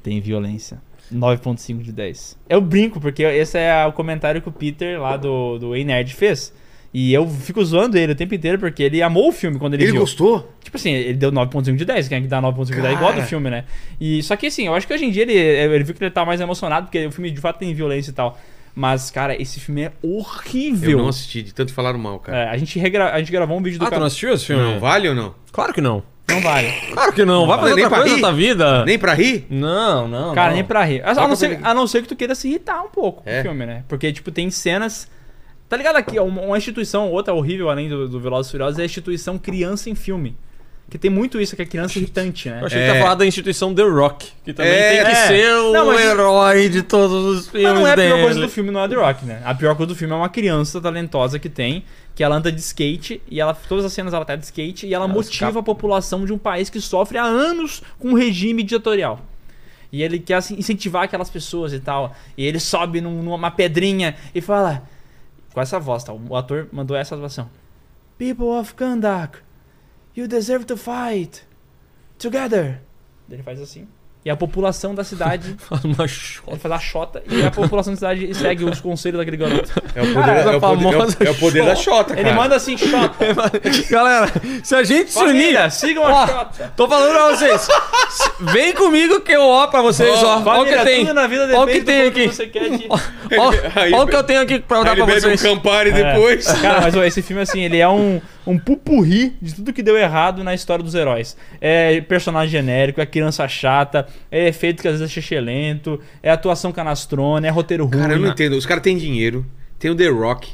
Speaker 3: Tem violência. 9.5 de 10. Eu brinco, porque esse é o comentário que o Peter lá do, do Ei Nerd fez. E eu fico zoando ele o tempo inteiro, porque ele amou o filme quando ele,
Speaker 1: Ele,
Speaker 3: viu.
Speaker 1: gostou?
Speaker 3: Tipo assim, ele deu 9.5 de 10, quem é que dá 9.5 de 10 igual do filme, né? E, só que assim, eu acho que hoje em dia ele, ele viu que ele tá mais emocionado, porque o filme de fato tem violência e tal. Mas, cara, esse filme é
Speaker 1: Eu
Speaker 3: horrível.
Speaker 1: não assisti, de tanto falaram mal, cara.
Speaker 3: É, a, gente regra... a gente gravou um vídeo do
Speaker 4: Ah, tu não
Speaker 3: canal.
Speaker 4: assistiu esse filme?
Speaker 3: é.
Speaker 1: Não vale ou não?
Speaker 4: Claro que não.
Speaker 3: Não vale.
Speaker 4: Claro que não. Vai
Speaker 1: Não,
Speaker 4: fazer
Speaker 1: nem
Speaker 4: outra
Speaker 1: pra
Speaker 4: coisa
Speaker 1: rir.
Speaker 4: da
Speaker 3: É.
Speaker 4: vida.
Speaker 1: Nem pra rir?
Speaker 4: Não, não.
Speaker 3: Cara,
Speaker 4: não.
Speaker 3: nem pra rir. A,
Speaker 1: Só
Speaker 3: a não
Speaker 1: pra
Speaker 3: ser,
Speaker 1: ver-
Speaker 3: a não ser que tu queira se irritar um pouco com
Speaker 1: É.
Speaker 3: o filme, né? Porque, tipo, tem cenas. Tá ligado aqui? ó, Uma, uma instituição, outra horrível além do, do Velozes e Furiosos, é a instituição criança em filme. Que tem muito isso, que é criança irritante, né?
Speaker 4: Eu achei que tu ia falar da instituição The Rock, que também
Speaker 1: É.
Speaker 4: tem que
Speaker 3: É.
Speaker 4: ser o
Speaker 3: Não, mas-
Speaker 4: herói de todos os filmes
Speaker 3: Mas não é a
Speaker 4: dele.
Speaker 3: pior coisa do filme, não é The Rock, né? A pior coisa do filme é uma criança talentosa que tem, que ela anda de skate, e ela todas as cenas ela tá de skate, e ela, motiva a população de um país que sofre há anos com um regime ditatorial. E ele quer assim, incentivar aquelas pessoas e tal. E ele sobe num- numa pedrinha e fala. Com essa voz, tá? O ator mandou essa atuação. People of Kandak, you deserve to fight. Together. Ele faz assim. E a população da cidade
Speaker 4: Faz uma chota.
Speaker 3: ele faz a xota e a população da cidade segue os conselhos daquele garoto.
Speaker 1: É o poder,
Speaker 4: Cara,
Speaker 1: é
Speaker 4: essa
Speaker 1: o poder, é o- é o poder da Xota, cara.
Speaker 3: Ele manda assim, xota.
Speaker 4: Galera, se a gente se unir...
Speaker 3: Família, sigam
Speaker 4: Ó,
Speaker 3: a xota.
Speaker 4: Tô falando pra vocês. se- Vem comigo que eu ó pra vocês, ó. Ó o
Speaker 3: Família,
Speaker 4: que tem.
Speaker 3: tudo na vida
Speaker 4: Ó o
Speaker 3: depende
Speaker 4: que
Speaker 3: do
Speaker 4: tem
Speaker 3: quanto
Speaker 4: aqui.
Speaker 3: Você quer de...
Speaker 4: Ó,
Speaker 1: Aí
Speaker 4: ó o
Speaker 1: ele-
Speaker 4: que eu tenho aqui pra
Speaker 1: Aí
Speaker 4: dar
Speaker 1: ele
Speaker 4: pra
Speaker 1: bebe
Speaker 4: vocês.
Speaker 1: um
Speaker 3: É.
Speaker 1: Campari depois.
Speaker 3: Cara, mas ó, esse filme, assim, ele é um, um pupurri de tudo que deu errado na história dos heróis. É personagem genérico, é criança chata, é efeito que às vezes é xixi lento, é atuação canastrona, é roteiro ruim.
Speaker 1: Cara, eu não entendo. Os caras têm dinheiro, tem o The Rock.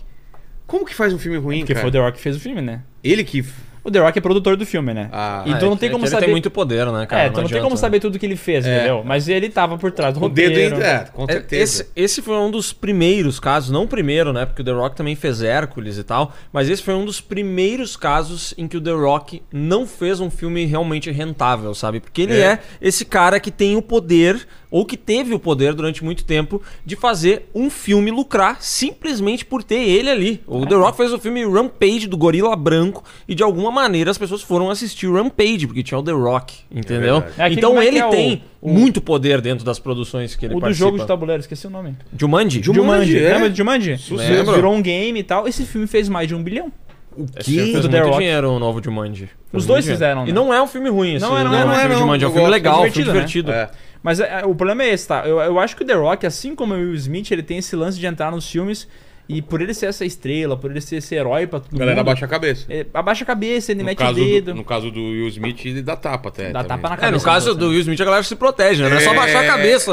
Speaker 1: Como que faz um filme ruim,
Speaker 3: Porque
Speaker 1: cara?
Speaker 3: foi o The Rock que fez o filme, né?
Speaker 1: Ele que...
Speaker 3: O The Rock é produtor do filme, né?
Speaker 1: Ah,
Speaker 3: e tu não tem como
Speaker 4: é ele
Speaker 3: saber.
Speaker 4: tem muito poder, né, cara?
Speaker 3: é, tu não, tem
Speaker 4: adianta,
Speaker 3: como
Speaker 4: né?
Speaker 3: saber tudo que ele fez,
Speaker 1: É.
Speaker 3: entendeu? Mas ele tava por trás do
Speaker 1: O dedo
Speaker 3: roteiro.
Speaker 1: ainda. É, com
Speaker 4: É,
Speaker 1: certeza.
Speaker 4: Esse, esse foi um dos primeiros casos, não o primeiro, né? Porque o The Rock também fez Hércules e tal, mas esse foi um dos primeiros casos em que o The Rock não fez um filme realmente rentável, sabe? Porque ele é,
Speaker 1: É.
Speaker 4: esse cara que tem o poder, ou que teve o poder durante muito tempo, de fazer um filme lucrar simplesmente por ter ele ali. O The Rock fez o filme Rampage do Gorila Branco e de alguma maneira as pessoas foram assistir Rampage, porque tinha o The Rock, entendeu?
Speaker 1: verdade.
Speaker 3: É aquele-
Speaker 4: então
Speaker 3: como é que
Speaker 4: ele
Speaker 3: é o-
Speaker 4: tem
Speaker 3: o-
Speaker 4: muito poder dentro das produções que ele
Speaker 3: O do
Speaker 4: participa.
Speaker 3: jogo de tabuleiro, esqueci o nome.
Speaker 4: Jumanji?
Speaker 1: Jumanji, é?
Speaker 3: Lembra de Jumanji?
Speaker 1: Sucesso.
Speaker 4: Lembro.
Speaker 3: Virou um game e tal. Esse filme fez mais de um bilhão.
Speaker 1: O
Speaker 4: Esse filme fez
Speaker 3: Do The
Speaker 4: muito
Speaker 3: Rock.
Speaker 4: dinheiro, o novo Jumanji. Fez
Speaker 3: Os
Speaker 4: muito
Speaker 3: dois
Speaker 4: dinheiro.
Speaker 3: fizeram, né?
Speaker 4: E não é um filme ruim, assim.
Speaker 3: Não é, não
Speaker 4: né?
Speaker 3: é, não
Speaker 4: um
Speaker 3: é,
Speaker 4: filme
Speaker 1: não.
Speaker 4: Jumanji, é um
Speaker 1: Eu
Speaker 4: filme
Speaker 1: gosto,
Speaker 4: legal, um
Speaker 3: é
Speaker 4: filme
Speaker 3: divertido,
Speaker 4: divertido.
Speaker 1: É.
Speaker 3: Mas é, o problema é esse, tá? Eu, eu acho que o The Rock, assim como o Will Smith, ele tem esse lance de entrar nos filmes e por ele ser essa estrela, por ele ser esse herói pra
Speaker 1: A
Speaker 3: todo
Speaker 1: galera
Speaker 3: mundo...
Speaker 1: abaixa a cabeça.
Speaker 3: é, abaixa a cabeça, ele
Speaker 1: No
Speaker 3: mete o
Speaker 1: caso,
Speaker 3: dedo.
Speaker 1: do, no caso do Will Smith, ele dá tapa até.
Speaker 3: Dá
Speaker 1: também.
Speaker 3: tapa na
Speaker 4: É, no
Speaker 3: cabeça
Speaker 4: caso
Speaker 3: dos
Speaker 4: do
Speaker 3: outros,
Speaker 4: Will Smith, a galera se protege, né? Não é só
Speaker 1: É.
Speaker 4: baixar a cabeça.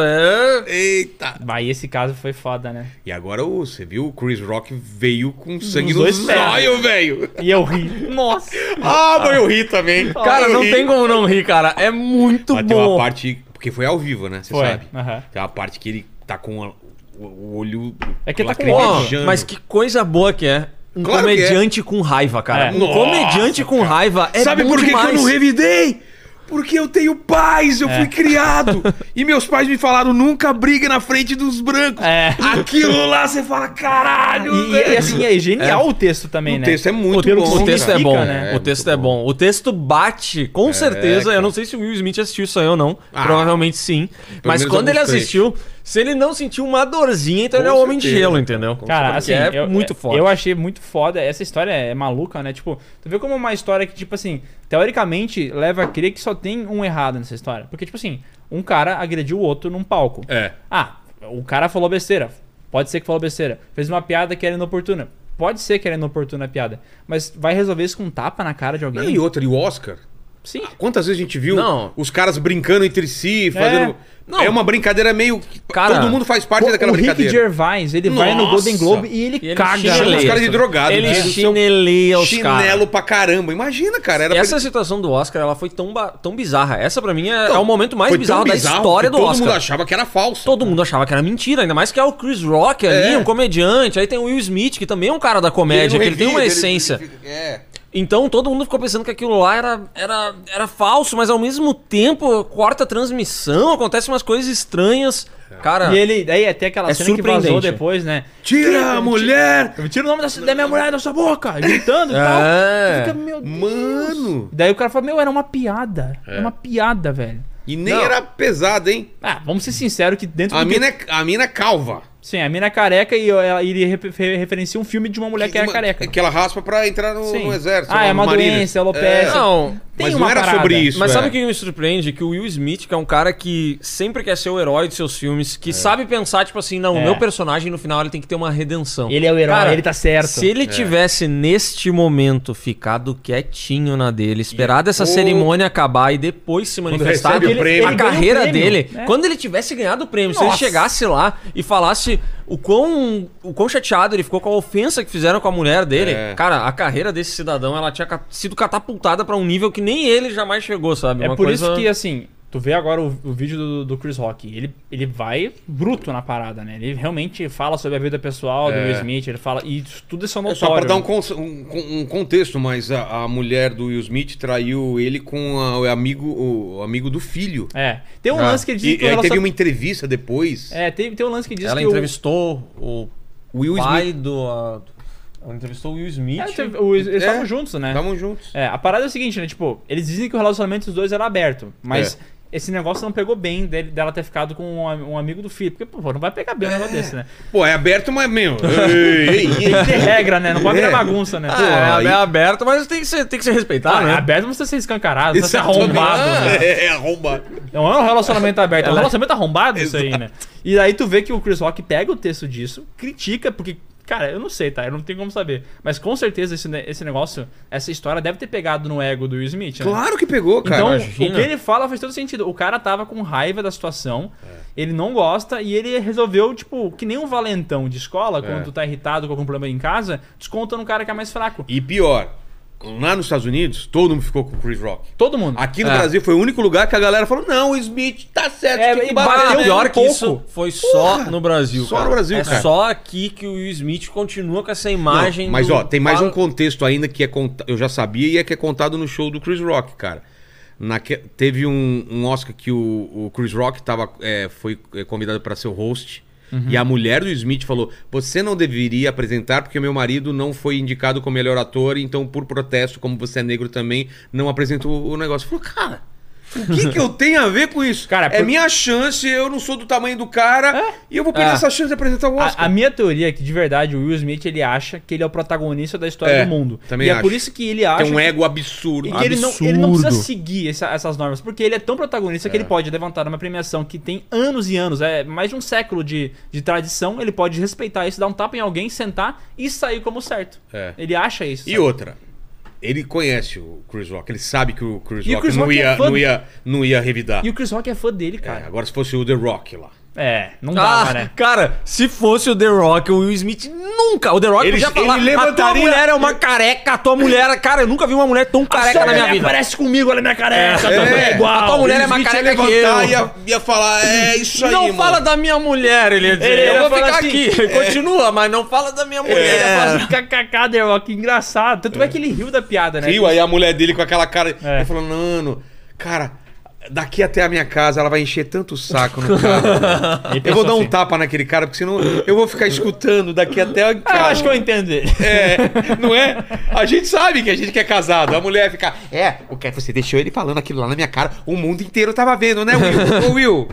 Speaker 4: É...
Speaker 1: Eita!
Speaker 3: Vai, esse caso foi foda, né?
Speaker 1: E agora o- você viu? O Chris Rock veio com sangue
Speaker 3: Nos
Speaker 1: no
Speaker 3: dois pés.
Speaker 1: zóio, velho!
Speaker 3: E eu ri. Nossa!
Speaker 1: Ah, mas eu ri também.
Speaker 4: Cara,
Speaker 1: Eu
Speaker 4: não
Speaker 1: ri.
Speaker 4: tem como não rir, cara. É muito
Speaker 1: Mas tem uma
Speaker 4: bom.
Speaker 1: parte. Porque foi ao vivo, né? Você
Speaker 3: Foi,
Speaker 1: sabe.
Speaker 3: aham.
Speaker 1: Tem uma parte que ele tá com a- o, o olho.
Speaker 3: É que tá com
Speaker 4: Ó,
Speaker 1: lacrimejando.
Speaker 4: mas que coisa boa que é. Um
Speaker 1: Claro que é.
Speaker 4: comediante com raiva,
Speaker 3: É.
Speaker 4: cara. Um
Speaker 1: Nossa,
Speaker 4: comediante com raiva é
Speaker 1: Sabe
Speaker 4: bom
Speaker 1: por que, que
Speaker 4: demais. É.
Speaker 1: eu não revidei? Porque eu tenho paz, eu fui criado. e meus pais me falaram: nunca brigue na frente dos brancos.
Speaker 3: É.
Speaker 1: Aquilo lá você fala: caralho,
Speaker 3: E, e,
Speaker 1: velho."
Speaker 3: assim, é genial o texto também,
Speaker 1: O
Speaker 3: né?
Speaker 1: texto é muito
Speaker 3: pelo que
Speaker 1: bom.
Speaker 4: O texto é
Speaker 1: cara.
Speaker 4: bom,
Speaker 3: né?
Speaker 4: O texto é
Speaker 1: muito
Speaker 4: bom. O texto bate, com certeza. Eu
Speaker 1: É, cara.
Speaker 4: não sei se o Will Smith assistiu isso aí ou não.
Speaker 1: Ah.
Speaker 4: Provavelmente sim. Mas
Speaker 1: menos
Speaker 4: quando ele
Speaker 1: alguns
Speaker 4: assistiu, se ele não sentiu uma dorzinha, então
Speaker 1: Com
Speaker 4: ele é um homem de
Speaker 1: certeza.
Speaker 4: gelo, entendeu?
Speaker 3: Cara, assim,
Speaker 4: Porque é
Speaker 3: eu,
Speaker 4: muito
Speaker 3: é-
Speaker 4: forte.
Speaker 3: Eu achei muito foda. Essa história é maluca, né? Tipo, tu vê como uma história que, tipo assim, teoricamente leva a crer que só tem um errado nessa história. Porque, tipo assim, um cara agrediu o outro num palco.
Speaker 1: É.
Speaker 3: Ah, o cara falou besteira. Pode ser que falou besteira. Fez uma piada que era inoportuna. Pode ser que era inoportuna a piada. Mas vai resolver isso com um tapa na cara de alguém?
Speaker 1: Não, e outra, e o Oscar?
Speaker 3: Sim.
Speaker 1: Quantas vezes a gente viu
Speaker 4: Não.
Speaker 1: os caras brincando entre si, fazendo.
Speaker 4: Não.
Speaker 1: É uma brincadeira meio. que
Speaker 4: Cara,
Speaker 1: Todo mundo faz parte daquela
Speaker 3: o Rick
Speaker 1: brincadeira.
Speaker 3: Gervais, ele vai no
Speaker 1: Nossa.
Speaker 3: Golden Globe e ele,
Speaker 4: E ele
Speaker 3: caga.
Speaker 1: Chama os
Speaker 4: Chama
Speaker 1: caras de drogado.
Speaker 4: Ele
Speaker 1: diz o seu
Speaker 4: chineleia os caras.
Speaker 1: Chinelo pra caramba. Imagina, cara. Era
Speaker 4: E
Speaker 1: pra
Speaker 4: essa situação do Oscar, ela foi tão, ba- tão bizarra. Essa pra mim é, é o momento mais
Speaker 1: Então, Foi tão
Speaker 4: bizarro, da
Speaker 1: bizarro
Speaker 4: história
Speaker 1: que
Speaker 4: do
Speaker 1: todo
Speaker 4: Oscar.
Speaker 1: mundo achava que era falso.
Speaker 4: Todo mundo achava que era mentira, ainda mais que é o Chris Rock ali,
Speaker 1: É.
Speaker 4: um comediante. Aí tem o Will Smith, que também é um cara da comédia, que ele tem uma essência.
Speaker 1: É.
Speaker 4: Então todo mundo ficou pensando que aquilo lá era, era, era falso, mas ao mesmo tempo corta a transmissão, acontecem umas coisas estranhas.
Speaker 1: É.
Speaker 4: Cara,
Speaker 3: E ele, daí até aquela
Speaker 4: É
Speaker 3: cena que vazou
Speaker 4: surpreendente.
Speaker 3: depois, né?
Speaker 1: Tira a mulher!
Speaker 3: Eu tiro o nome da, da minha mulher da sua boca, gritando e tal.
Speaker 4: É.
Speaker 3: Você Fica, meu Deus.
Speaker 1: Mano!
Speaker 3: Daí o cara fala, meu, era uma piada. É uma piada, velho.
Speaker 1: E nem era pesado, hein?
Speaker 3: Ah, vamos ser sinceros que dentro
Speaker 1: A
Speaker 3: do... que-
Speaker 1: mina, é, a mina é calva.
Speaker 3: Sim, a mina é careca e ela- ele refe- referencia um filme de uma mulher que, era
Speaker 1: uma-
Speaker 3: careca.
Speaker 1: Que ela raspa pra entrar no,
Speaker 3: Sim.
Speaker 1: no exército.
Speaker 3: Ah,
Speaker 1: no
Speaker 3: é uma
Speaker 1: Marines.
Speaker 3: doença, alopecia.
Speaker 4: não,
Speaker 3: Tem
Speaker 1: mas
Speaker 3: uma
Speaker 1: não era
Speaker 3: parada.
Speaker 1: sobre isso.
Speaker 4: Mas sabe
Speaker 1: é.
Speaker 4: o que me surpreende? Que o Will Smith, que é um cara que sempre quer ser o herói de seus filmes,
Speaker 1: É.
Speaker 4: que sabe pensar, tipo assim, não, o
Speaker 3: É.
Speaker 4: meu personagem no final ele tem que ter uma redenção.
Speaker 3: Ele é o herói,
Speaker 4: Cara,
Speaker 3: ele tá certo.
Speaker 4: Se
Speaker 1: É.
Speaker 4: ele tivesse, neste momento, ficado quietinho na dele, esperado essa
Speaker 1: Ou-
Speaker 4: cerimônia acabar e depois se manifestar,
Speaker 1: recebe o
Speaker 4: ele-
Speaker 1: prêmio.
Speaker 4: a
Speaker 1: Ele
Speaker 4: carreira
Speaker 3: ganha o prêmio,
Speaker 4: dele,
Speaker 3: né?
Speaker 4: quando ele tivesse ganhado o prêmio, se ele
Speaker 3: Nossa.
Speaker 4: chegasse lá e falasse o quão, o quão chateado ele ficou com a ofensa que fizeram com a mulher dele,
Speaker 1: É.
Speaker 4: cara, a carreira desse cidadão, ela tinha ca- sido catapultada pra um nível que nem ele jamais chegou, sabe?
Speaker 3: É
Speaker 4: Uma
Speaker 3: por
Speaker 4: coisa-
Speaker 3: isso que, assim, tu vê agora o, o vídeo do, do Chris Rock. Ele, ele vai bruto na parada, né? Ele realmente fala sobre a vida pessoal do
Speaker 1: É.
Speaker 3: Will Smith, ele fala. E isso tudo isso é
Speaker 1: É
Speaker 3: notório.
Speaker 1: só pra dar um,
Speaker 3: né?
Speaker 1: cons- um- um- um contexto, mas a, a mulher do Will Smith traiu ele com a- o, amigo, o amigo do filho.
Speaker 3: É. Tem
Speaker 4: Ah.
Speaker 3: um lance que ele diz
Speaker 1: E,
Speaker 3: que o
Speaker 1: e aí teve
Speaker 3: relacion-
Speaker 1: uma entrevista depois.
Speaker 3: É, tem, tem um lance que diz
Speaker 4: Ela
Speaker 3: que
Speaker 4: entrevistou o,
Speaker 1: O Will
Speaker 4: pai
Speaker 1: Smith.
Speaker 4: do... a- Ela entrevistou o Will
Speaker 3: o...
Speaker 4: Smith.
Speaker 3: É, teve- o- eles estavam
Speaker 1: É.
Speaker 3: juntos, né?
Speaker 1: Estavam juntos.
Speaker 3: É, a parada é o seguinte, né? Tipo, eles dizem que o relacionamento dos dois era aberto, mas esse negócio não pegou bem dele- dela ter ficado com um, am- um amigo do filho. Porque, pô, não vai pegar bem um negócio desse, né?
Speaker 1: Pô, é aberto, mas meu. ei, ei, ei.
Speaker 3: Tem que ter regra, né? Não pode virar
Speaker 1: É.
Speaker 3: bagunça, né?
Speaker 4: É,
Speaker 3: Pô,
Speaker 4: é aberto, mas tem que ser, tem que ser respeitado,
Speaker 3: Ah,
Speaker 4: né?
Speaker 3: é aberto não precisa ser escancarado, não
Speaker 1: Isso é
Speaker 3: precisa ser arrombado.
Speaker 1: tudo-
Speaker 3: né?
Speaker 1: É, é arrombado.
Speaker 3: Não é um relacionamento aberto, é um relacionamento arrombado isso aí, né? E aí tu vê que o Chris Rock pega o texto disso, critica, porque, cara, eu não sei, tá? Eu não tenho como saber. Mas com certeza esse, ne- esse negócio, essa história deve ter pegado no ego do Will Smith, né?
Speaker 1: Claro que pegou, cara.
Speaker 3: Então,
Speaker 4: imagina.
Speaker 3: o que ele fala faz todo sentido. O cara tava com raiva da situação, ele não gosta e ele resolveu, tipo, que nem um valentão de escola, quando tu tá irritado com algum problema em casa, desconta no cara que é mais é fraco.
Speaker 1: E pior, lá nos Estados Unidos, todo mundo ficou com o Chris Rock.
Speaker 3: Todo mundo.
Speaker 1: Aqui no
Speaker 4: É.
Speaker 1: Brasil foi o único lugar que a galera falou: não, o Smith tá certo,
Speaker 3: É,
Speaker 1: tinha que
Speaker 3: e
Speaker 1: bater.
Speaker 3: bateu
Speaker 1: né?
Speaker 4: Pior
Speaker 3: um
Speaker 4: que
Speaker 3: pouco.
Speaker 4: isso foi só no Brasil.
Speaker 1: Só
Speaker 4: cara.
Speaker 1: no Brasil,
Speaker 4: é
Speaker 1: cara.
Speaker 4: só aqui que o Will Smith continua com essa
Speaker 1: Não,
Speaker 4: imagem.
Speaker 1: mas
Speaker 4: do-
Speaker 1: ó, tem mais um
Speaker 4: Fala-
Speaker 1: contexto ainda que é cont- eu já sabia e é que é contado no show do Chris Rock, cara. Naque- Teve um, um Oscar que o, o Chris Rock tava, é, foi é, convidado para ser o host.
Speaker 3: Uhum.
Speaker 1: E a mulher do Smith falou: Você não deveria apresentar porque meu marido não foi indicado como melhor ator, então, por protesto, como você é negro também, não apresentou o negócio. Falou, cara, o que, que eu tenho a ver com isso?
Speaker 3: Cara,
Speaker 1: é
Speaker 3: por-
Speaker 1: minha chance, eu não sou do tamanho do cara e eu vou perder
Speaker 4: É.
Speaker 1: essa chance de apresentar o Oscar.
Speaker 3: Ah. A, a minha teoria é que, de verdade, o Will Smith ele acha que ele é o protagonista da história
Speaker 1: É,
Speaker 3: do mundo.
Speaker 1: também
Speaker 3: e é
Speaker 1: acho.
Speaker 3: por isso que ele acha.
Speaker 1: Tem um
Speaker 3: que-
Speaker 1: ego absurdo.
Speaker 3: E que ele não, ele não
Speaker 5: Absurdo.
Speaker 3: precisa seguir essa- essas normas, porque ele é tão protagonista que ele pode levantar uma premiação que tem anos e anos, é mais de um século de, de tradição, ele pode respeitar isso, dar um tapa em alguém, sentar e sair como certo.
Speaker 1: É.
Speaker 3: Ele acha isso.
Speaker 1: E
Speaker 3: sabe?
Speaker 1: outra, ele conhece o Chris Rock, ele sabe que o Chris
Speaker 3: E o
Speaker 1: Rock,
Speaker 3: Chris
Speaker 1: não,
Speaker 3: Rock é
Speaker 1: ia,
Speaker 3: fã
Speaker 1: não,
Speaker 3: do-
Speaker 1: ia, não ia revidar.
Speaker 3: E o Chris Rock é fã dele,
Speaker 1: É,
Speaker 3: cara.
Speaker 1: agora se fosse o The Rock lá.
Speaker 3: É, não dava,
Speaker 4: Ah,
Speaker 3: né?
Speaker 4: cara, se fosse o The Rock, o Will Smith nunca. O The Rock
Speaker 1: Ele-
Speaker 4: já
Speaker 1: ele
Speaker 4: falar, a tua
Speaker 1: levantaria-
Speaker 4: mulher é uma careca, a tua mulher, é-" cara, eu nunca vi uma mulher tão careca
Speaker 3: Só
Speaker 4: na
Speaker 3: ele
Speaker 4: minha vida.
Speaker 3: Aparece comigo, ela é minha careca, é. é igual.
Speaker 4: a tua mulher
Speaker 1: O
Speaker 4: é uma
Speaker 1: Smith ia
Speaker 4: careca que eu.
Speaker 1: Ia, ia falar, é isso aí,
Speaker 4: Não
Speaker 1: mano.
Speaker 4: fala da minha mulher, ele ia dizer.
Speaker 3: Ele ia
Speaker 4: eu vou
Speaker 3: falar
Speaker 4: ficar
Speaker 3: assim,
Speaker 4: aqui.
Speaker 1: é.
Speaker 4: Continua, mas não fala da minha
Speaker 3: Ele ia falar
Speaker 4: mulher.
Speaker 3: assim, kkk, The Rock, que engraçado. Tanto é que ele riu da piada, né?
Speaker 1: Rio, aí a mulher dele com aquela cara.
Speaker 3: É.
Speaker 1: Ele falou, Nano, cara, daqui até a minha casa ela vai encher tanto o saco no cara. velho. eu vou dar um tapa naquele cara, porque senão eu vou ficar escutando daqui até a
Speaker 3: Ah,
Speaker 1: casa.
Speaker 3: eu acho que eu entendo ele.
Speaker 1: É, não é? A gente sabe que a gente que é casado. A mulher fica. É, o que você deixou ele falando aquilo lá na minha cara. O mundo inteiro tava vendo, né, Will? Ô, Will.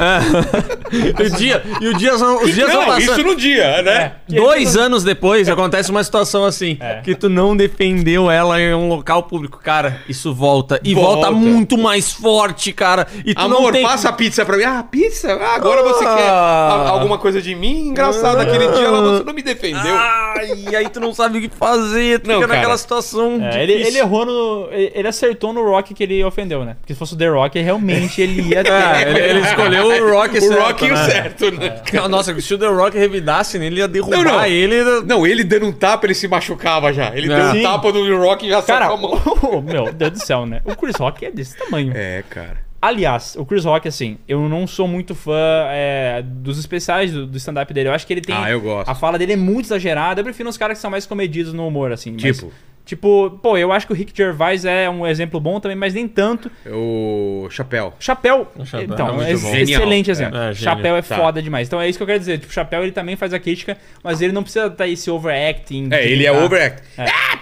Speaker 4: E o dia, e o dia, É, os dias vão
Speaker 1: não,
Speaker 4: passando. É.
Speaker 1: isso no dia, né?
Speaker 4: Dois anos depois acontece uma situação assim,
Speaker 1: É.
Speaker 4: que tu não defendeu ela em um local público. Cara, isso volta. E volta,
Speaker 1: Volta.
Speaker 4: muito mais forte, cara. E tu não
Speaker 1: Amor,
Speaker 4: tem...
Speaker 1: passa a pizza pra mim. Ah, pizza? Ah, agora você
Speaker 4: Ah.
Speaker 1: quer a- alguma coisa de mim? Engraçado, aquele dia ela você não me defendeu.
Speaker 4: Ah, e aí tu não sabe o que fazer, tu
Speaker 1: Não,
Speaker 4: fica
Speaker 1: cara.
Speaker 4: naquela situação
Speaker 3: É, ele, ele
Speaker 4: difícil.
Speaker 3: errou no. Ele ele acertou no Rock que ele ofendeu, né? Porque se fosse o The Rock, realmente ele ia ter.
Speaker 1: Ah,
Speaker 4: É, ele, ele escolheu o Rock
Speaker 1: o Rock e o
Speaker 4: né?
Speaker 1: certo, né?
Speaker 4: Nossa, se o The Rock revidasse nele, ele ia derrubar
Speaker 1: Não, não.
Speaker 4: ele.
Speaker 1: Não, ele dando um tapa, ele se machucava já. Ele
Speaker 4: É.
Speaker 1: deu um
Speaker 4: Sim.
Speaker 1: tapa no Rock e já
Speaker 3: Cara,
Speaker 1: sacou a mão.
Speaker 3: o- meu Deus do céu, né? O Chris Rock é desse tamanho.
Speaker 1: É, cara.
Speaker 3: Aliás, o Chris Rock, assim, eu não sou muito fã é, dos especiais do, do stand-up dele. Eu acho que ele tem.
Speaker 1: Ah, eu gosto.
Speaker 3: A fala dele é muito exagerada. Eu prefiro uns caras que são mais comedidos no humor, assim. mas-
Speaker 1: Tipo?
Speaker 3: tipo, pô, eu acho que o Rick Gervais é um exemplo bom também, mas nem tanto.
Speaker 1: O chapéu.
Speaker 3: Chapéu.
Speaker 4: Chapéu é
Speaker 3: Então,
Speaker 4: muito
Speaker 3: é
Speaker 4: bom.
Speaker 1: Genial.
Speaker 3: excelente exemplo.
Speaker 4: É, é, gênio.
Speaker 3: Chapéu é
Speaker 1: Tá.
Speaker 3: foda demais. Então é isso que eu quero dizer. Tipo, Chapéu ele também faz a crítica, mas ele não precisa ter esse overacting.
Speaker 1: É,
Speaker 3: de
Speaker 1: ele é
Speaker 3: gritar.
Speaker 1: overact. Ah, ah,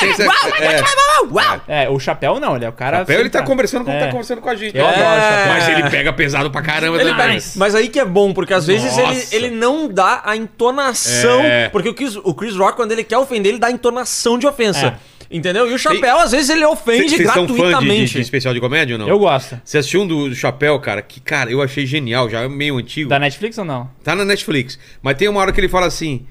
Speaker 1: tem essa- é.
Speaker 3: É, o Chapéu não, ele é o cara.
Speaker 1: Chapéu, ele tá
Speaker 3: sempre-
Speaker 1: conversando como
Speaker 3: É.
Speaker 1: tá conversando com a gente.
Speaker 3: Eu
Speaker 1: É.
Speaker 3: adoro o Chapéu.
Speaker 1: Mas ele pega pesado pra caramba
Speaker 4: Ele
Speaker 1: também.
Speaker 4: pega- mas aí que é bom, porque às vezes
Speaker 1: Nossa.
Speaker 4: ele, ele não dá a entonação.
Speaker 1: É.
Speaker 4: Porque o Chris, o Chris Rock, quando ele quer ofender, ele dá a entonação de ofensa.
Speaker 3: É.
Speaker 4: Entendeu? E o chapéu, às vezes, ele ofende
Speaker 1: Vocês são fã de- de,
Speaker 4: gratuitamente.
Speaker 1: de especial de comédia ou não?
Speaker 3: Eu gosto.
Speaker 1: Você assistiu um do, do Chapéu, cara, que, cara, eu achei genial, já é meio antigo.
Speaker 3: Da Netflix ou não?
Speaker 1: Tá na Netflix. Mas tem uma hora que ele fala assim: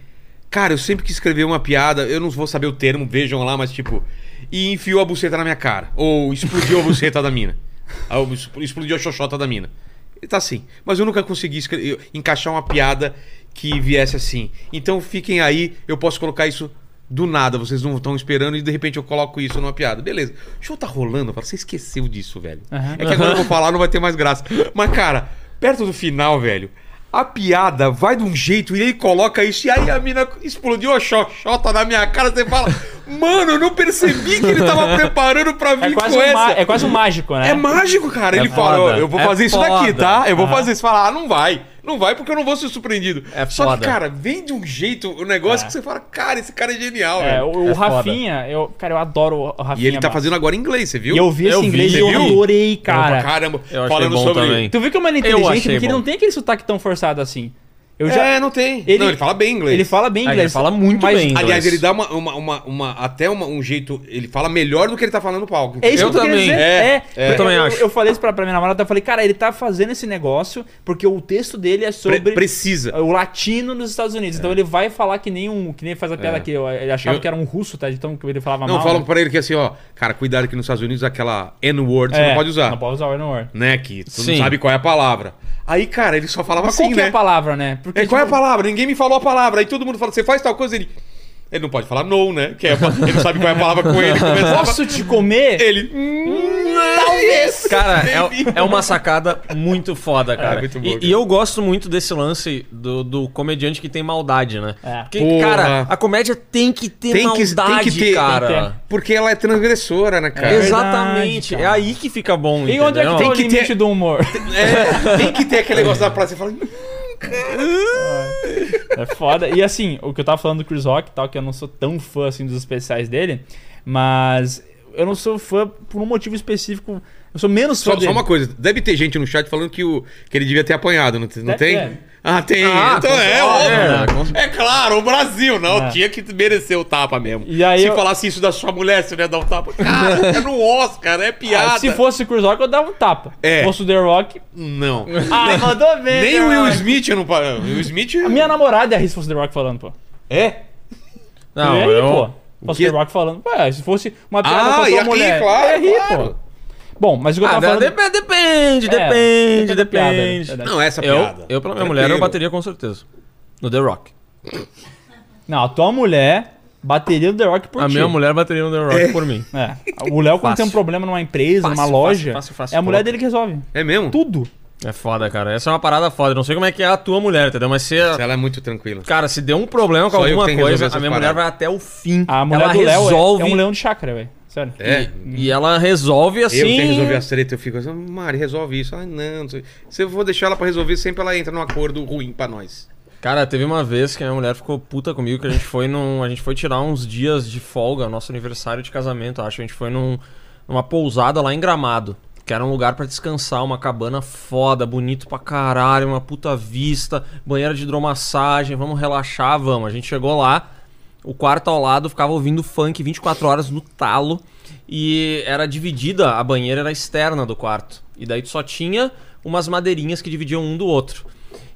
Speaker 1: Cara, eu sempre quis escrever uma piada, eu não vou saber o termo, vejam lá, mas tipo. E enfiou a buceta na minha cara. Ou explodiu a buceta da mina. Ah, ou es- Explodiu a xoxota da mina. Ele tá assim. Mas eu nunca consegui escre- eu- encaixar uma piada que viesse assim. Então fiquem aí, eu posso colocar isso. Do nada, vocês não estão esperando e de repente eu coloco isso numa piada. Beleza. O show tá rolando, eu falo, você esqueceu disso, velho.
Speaker 3: Aham.
Speaker 1: É que agora eu vou falar, não vai ter mais graça. Mas, cara, perto do final, velho, a piada vai de um jeito e ele coloca isso, e aí a mina explodiu a xoxota na minha cara. Você fala, mano, eu não percebi que ele tava preparando pra vir
Speaker 3: É quase,
Speaker 1: com
Speaker 3: um ma-
Speaker 1: essa.
Speaker 3: é quase um mágico, né?
Speaker 1: É mágico, cara. ele
Speaker 4: foda,
Speaker 1: fala, "Ó, eu vou
Speaker 4: é
Speaker 1: fazer isso daqui,
Speaker 4: foda."
Speaker 1: tá? Eu vou fazer isso. Fala, ah, não vai. Não vai porque eu não vou ser surpreendido.
Speaker 4: É
Speaker 1: Só que,
Speaker 4: foda.
Speaker 1: cara, vem de um jeito o negócio que você fala, cara, esse cara é genial,
Speaker 3: É,
Speaker 1: velho.
Speaker 3: o, o
Speaker 4: É foda.
Speaker 3: Rafinha, eu, cara, eu adoro o Rafinha.
Speaker 1: E ele tá
Speaker 3: Bastos.
Speaker 1: fazendo agora em inglês, você viu?
Speaker 3: E eu vi esse
Speaker 4: Eu vi,
Speaker 3: inglês e
Speaker 1: você
Speaker 3: eu
Speaker 1: viu?
Speaker 3: adorei,
Speaker 1: Pra
Speaker 3: cara.
Speaker 1: Caramba,
Speaker 4: Eu achei
Speaker 1: falando
Speaker 4: bom
Speaker 1: sobre.
Speaker 4: também.
Speaker 3: Tu viu como ele é
Speaker 4: Eu
Speaker 3: inteligente?
Speaker 4: achei
Speaker 3: Porque ele
Speaker 4: bom.
Speaker 3: não tem aquele sotaque tão forçado assim. Eu já.
Speaker 1: É, não tem.
Speaker 3: Ele-
Speaker 1: Não, ele fala bem inglês.
Speaker 3: Ele fala bem
Speaker 4: Ah,
Speaker 3: inglês.
Speaker 4: ele fala muito
Speaker 3: mas-
Speaker 4: bem.
Speaker 1: Aliás,
Speaker 4: Dois.
Speaker 1: ele dá uma, uma, uma, uma- até uma- um jeito. Ele fala melhor do que ele tá falando no palco.
Speaker 3: É isso
Speaker 4: Eu
Speaker 3: que eu queria
Speaker 4: também.
Speaker 3: dizer.
Speaker 1: É,
Speaker 3: É,
Speaker 1: é.
Speaker 3: Eu também
Speaker 4: Eu-
Speaker 3: acho. Eu falei isso pra, pra minha namorada, eu falei, cara, ele tá fazendo esse negócio porque o texto dele é
Speaker 1: Pre-
Speaker 3: sobre
Speaker 1: Precisa. É.
Speaker 3: o latino nos Estados Unidos. Então ele vai falar que nem um. Que nem faz a piada que eu, ele achava
Speaker 1: Eu-
Speaker 3: que era um russo, tá? Então que ele falava
Speaker 1: Não,
Speaker 3: mal.
Speaker 1: falam
Speaker 3: né?
Speaker 1: pra ele que assim, ó, cara, cuidado que nos Estados Unidos aquela N-word você
Speaker 3: É,
Speaker 1: não pode usar.
Speaker 3: Não pode usar o N-word.
Speaker 1: Né? Que tu
Speaker 4: Sim.
Speaker 1: não sabe qual é a palavra. Aí, cara, ele só falava
Speaker 3: Mas
Speaker 1: assim,
Speaker 3: qual que é
Speaker 1: né?
Speaker 3: a palavra, né? Porque,
Speaker 1: É, qual é a
Speaker 3: tipo,
Speaker 1: palavra? Ninguém me falou a palavra. Aí todo mundo fala, você faz tal coisa, ele. Ele não pode falar não, né? Que é uma- ele não sabe qual é a palavra com ele. começava-
Speaker 3: tipo, Posso te comer?
Speaker 1: Ele. "Hum, Talvez.
Speaker 4: Cara, é, é uma sacada muito foda, cara.
Speaker 1: É, muito boa,
Speaker 4: e,
Speaker 1: cara.
Speaker 4: e eu gosto muito desse lance do, do comediante que tem maldade, né?
Speaker 3: É.
Speaker 4: Porque,
Speaker 1: Porra.
Speaker 4: cara, a comédia tem que ter
Speaker 1: Tem que- tem
Speaker 4: maldade,
Speaker 1: que ter,
Speaker 4: cara.
Speaker 1: Porque ela é transgressora, né, cara?
Speaker 3: Exato. Verdade,
Speaker 4: Exatamente. é
Speaker 3: cara.
Speaker 4: aí que fica bom,
Speaker 3: E onde é que
Speaker 4: entendeu?
Speaker 3: tá o
Speaker 1: Tem que
Speaker 3: limite
Speaker 1: ter-
Speaker 3: do humor?
Speaker 1: É, tem que ter aquele negócio da praça. Você fala. "Hum,
Speaker 3: É foda. E assim, o que eu tava falando do Chris Rock e tal, que eu não sou tão fã assim dos especiais dele, mas eu não sou fã por um motivo específico. Eu sou menos fã
Speaker 1: Só,
Speaker 3: dele.
Speaker 1: só uma coisa, deve ter gente no chat falando que, o, que ele devia ter apanhado, não, te- não
Speaker 3: Deve
Speaker 1: tem?
Speaker 3: ter.
Speaker 1: Ah, tem.
Speaker 4: Ah,
Speaker 1: então
Speaker 4: com
Speaker 1: é,
Speaker 4: certeza.
Speaker 1: óbvio. É claro, o Brasil, não.
Speaker 3: É.
Speaker 1: Tinha que merecer o tapa mesmo.
Speaker 3: E aí
Speaker 1: se
Speaker 3: eu-
Speaker 1: falasse isso da sua mulher, você não ia dar um tapa. Cara, é no Oscar, é piada.
Speaker 3: Ah, se fosse o Chris Rock, eu dava um tapa.
Speaker 1: É.
Speaker 3: Se fosse o The Rock.
Speaker 1: Não.
Speaker 3: Ah, mandou bem.
Speaker 1: Nem
Speaker 3: The
Speaker 1: o Will
Speaker 3: Rock.
Speaker 1: Smith eu não. pa- o Will Smith.
Speaker 3: A minha namorada ia rir se fosse o The Rock falando, pô.
Speaker 1: É?
Speaker 4: Não,
Speaker 3: e aí,
Speaker 4: eu-
Speaker 3: pô? Se fosse
Speaker 1: que-
Speaker 3: o The Rock falando. Ué, se fosse uma piada
Speaker 1: Ah,
Speaker 3: contra
Speaker 1: ia
Speaker 3: uma
Speaker 1: rir,
Speaker 3: mulher.
Speaker 1: claro,
Speaker 3: ia rir,
Speaker 1: claro.
Speaker 3: pô. Bom, mas o que eu
Speaker 4: Ah,
Speaker 3: tava falando.
Speaker 4: dep- depende,
Speaker 3: É,
Speaker 4: depende,
Speaker 3: da piada, né?
Speaker 4: depende.
Speaker 3: Verdade.
Speaker 1: Não, essa piada. É
Speaker 4: Eu, eu, pela minha mulher, eu
Speaker 1: Tranquilo.
Speaker 4: bateria com certeza. No The Rock.
Speaker 3: Não, a tua mulher bateria do The Rock por
Speaker 4: a
Speaker 3: ti.
Speaker 4: minha mulher bateria no The Rock por mim.
Speaker 3: É. O Léo, quando
Speaker 4: Fácil.
Speaker 3: tem um problema numa empresa,
Speaker 4: Fácil,
Speaker 3: numa
Speaker 4: fácil,
Speaker 3: loja,
Speaker 4: fácil, fácil,
Speaker 3: é a mulher
Speaker 4: coloca.
Speaker 3: dele que resolve.
Speaker 1: É mesmo?
Speaker 3: Tudo.
Speaker 4: É foda, cara. Essa é uma parada foda. Eu Não sei como é que é a tua mulher, entendeu? Mas se,
Speaker 1: Se Ela é muito tranquila.
Speaker 4: Cara, se deu um problema
Speaker 1: Só
Speaker 4: com
Speaker 1: eu
Speaker 4: alguma
Speaker 1: que tenho que
Speaker 4: coisa,
Speaker 1: resolver
Speaker 4: a
Speaker 1: essas
Speaker 4: minha mulher
Speaker 1: paradas.
Speaker 4: vai até o fim.
Speaker 3: A mulher
Speaker 4: ela
Speaker 3: do Léo é-
Speaker 4: resolve,
Speaker 3: é, um leão de chácara, velho. Sério.
Speaker 1: É.
Speaker 4: E ela resolve assim.
Speaker 1: Eu tenho que resolver as tretas, eu fico assim, Mari, resolve isso. Ai, não, não sei. Se eu vou deixar ela pra resolver, sempre ela entra num acordo ruim pra nós.
Speaker 4: Cara, teve uma vez que a minha mulher ficou puta comigo que a gente foi num, a gente foi tirar uns dias de folga, nosso aniversário de casamento, acho. A gente foi num, numa pousada lá em Gramado, que era um lugar pra descansar, uma cabana foda, bonito pra caralho, uma puta vista, banheiro de hidromassagem, vamos relaxar, vamos. A gente chegou lá, o quarto ao lado ficava ouvindo funk 24 horas no talo e era dividida, a banheira era externa do quarto. E daí tu só tinha umas madeirinhas que dividiam um do outro.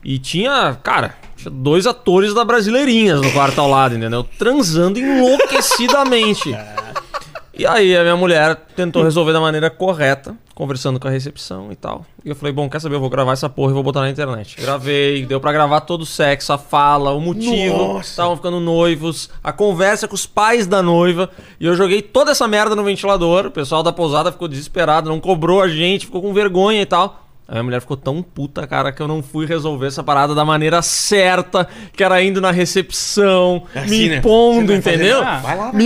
Speaker 4: E tinha, cara, tinha dois atores da Brasileirinhas no quarto ao lado, entendeu? Transando enlouquecidamente. E aí a minha mulher tentou resolver da maneira correta, conversando com a recepção e tal. E eu falei, bom, quer saber, eu vou gravar essa porra e vou botar na internet. Gravei, deu pra gravar todo o sexo, a fala, o motivo.
Speaker 1: Nossa.
Speaker 4: Estavam ficando noivos, a conversa com os pais da noiva. E eu joguei toda essa merda no ventilador. O pessoal da pousada ficou desesperado, não cobrou a gente, ficou com vergonha e tal. A minha mulher ficou tão puta, cara, que eu não fui resolver essa parada da maneira certa, que era indo na recepção,
Speaker 1: assim,
Speaker 4: me
Speaker 1: né?
Speaker 4: impondo,
Speaker 1: Você vai fazer-
Speaker 4: entendeu?
Speaker 3: Ah, vai
Speaker 4: me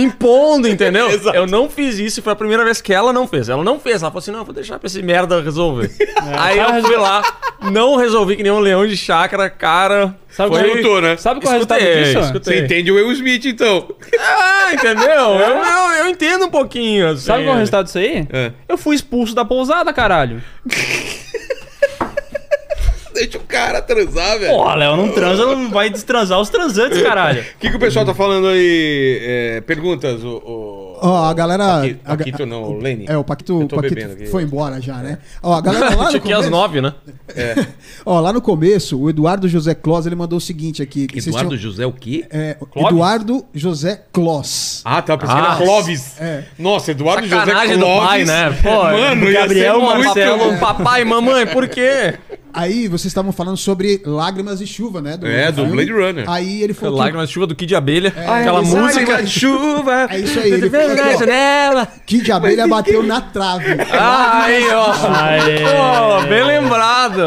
Speaker 4: impondo, entendeu? eu não fiz isso e foi a primeira vez que ela não fez. Ela não fez, ela falou assim: não, eu vou deixar pra esse merda resolver.
Speaker 1: É.
Speaker 4: Aí eu fui lá, não resolvi que nem um leão de chácara, cara.
Speaker 3: Sabe qual
Speaker 4: foi...
Speaker 3: é o
Speaker 1: Escutou, né?
Speaker 3: Sabe qual é o
Speaker 4: Escutei,
Speaker 3: resultado disso?
Speaker 4: escutei.
Speaker 1: Você entende o Will Smith, então.
Speaker 4: Ah, entendeu? Eu, eu, eu entendo um pouquinho. assim.
Speaker 3: Sabe qual é o resultado disso aí?
Speaker 4: Ah.
Speaker 1: É.
Speaker 3: Eu fui expulso da pousada, caralho.
Speaker 1: Ah. Deixa o cara transar, velho.
Speaker 3: Porra, Léo, não transa, não vai destransar os transantes, caralho.
Speaker 1: O que, que o pessoal tá falando aí? É, perguntas, o. o-
Speaker 2: Ó, a galera.
Speaker 1: Paqui-
Speaker 2: a ga-
Speaker 1: Paquito não, o Lenny.
Speaker 2: É, o Paquito,
Speaker 1: Eu
Speaker 2: o
Speaker 1: tô bebendo aqui. É.
Speaker 2: Paquito foi embora já, né? Ó, a galera lá no
Speaker 4: Tinha que ir às
Speaker 2: começo,
Speaker 4: nove, né?
Speaker 2: ó, lá no começo, o Eduardo José Clós, ele mandou o seguinte aqui. que vocês
Speaker 1: Eduardo
Speaker 2: tinham-
Speaker 1: José, o quê?
Speaker 2: é,
Speaker 3: Clóvis?
Speaker 2: Eduardo José Clós.
Speaker 1: Ah, tá, pensei que
Speaker 4: Ah.
Speaker 1: era Clóvis.
Speaker 2: É.
Speaker 1: Nossa, Eduardo
Speaker 4: Sacanagem
Speaker 1: Tá José
Speaker 4: do
Speaker 1: Clóvis.
Speaker 4: pai, né? Pô,
Speaker 1: Mano, ia
Speaker 3: Gabriel,
Speaker 1: ser muito
Speaker 3: Marcelo,
Speaker 1: bom.
Speaker 4: Papai, mamãe, por quê?
Speaker 2: Aí vocês estavam falando sobre Lágrimas e Chuva, né?
Speaker 1: É, do
Speaker 2: filme.
Speaker 1: Blade Runner.
Speaker 2: Aí ele falou.
Speaker 4: Lágrimas de chuva do Kid Abelha. aquela
Speaker 2: Lágrimas
Speaker 4: música.
Speaker 1: de chuva.
Speaker 2: Que, é isso aí, ele falou aqui, ó, Kid de Abelha bateu na trave.
Speaker 1: Ah.
Speaker 4: Aí, ó.
Speaker 3: Aê.
Speaker 4: Pô, bem lembrado.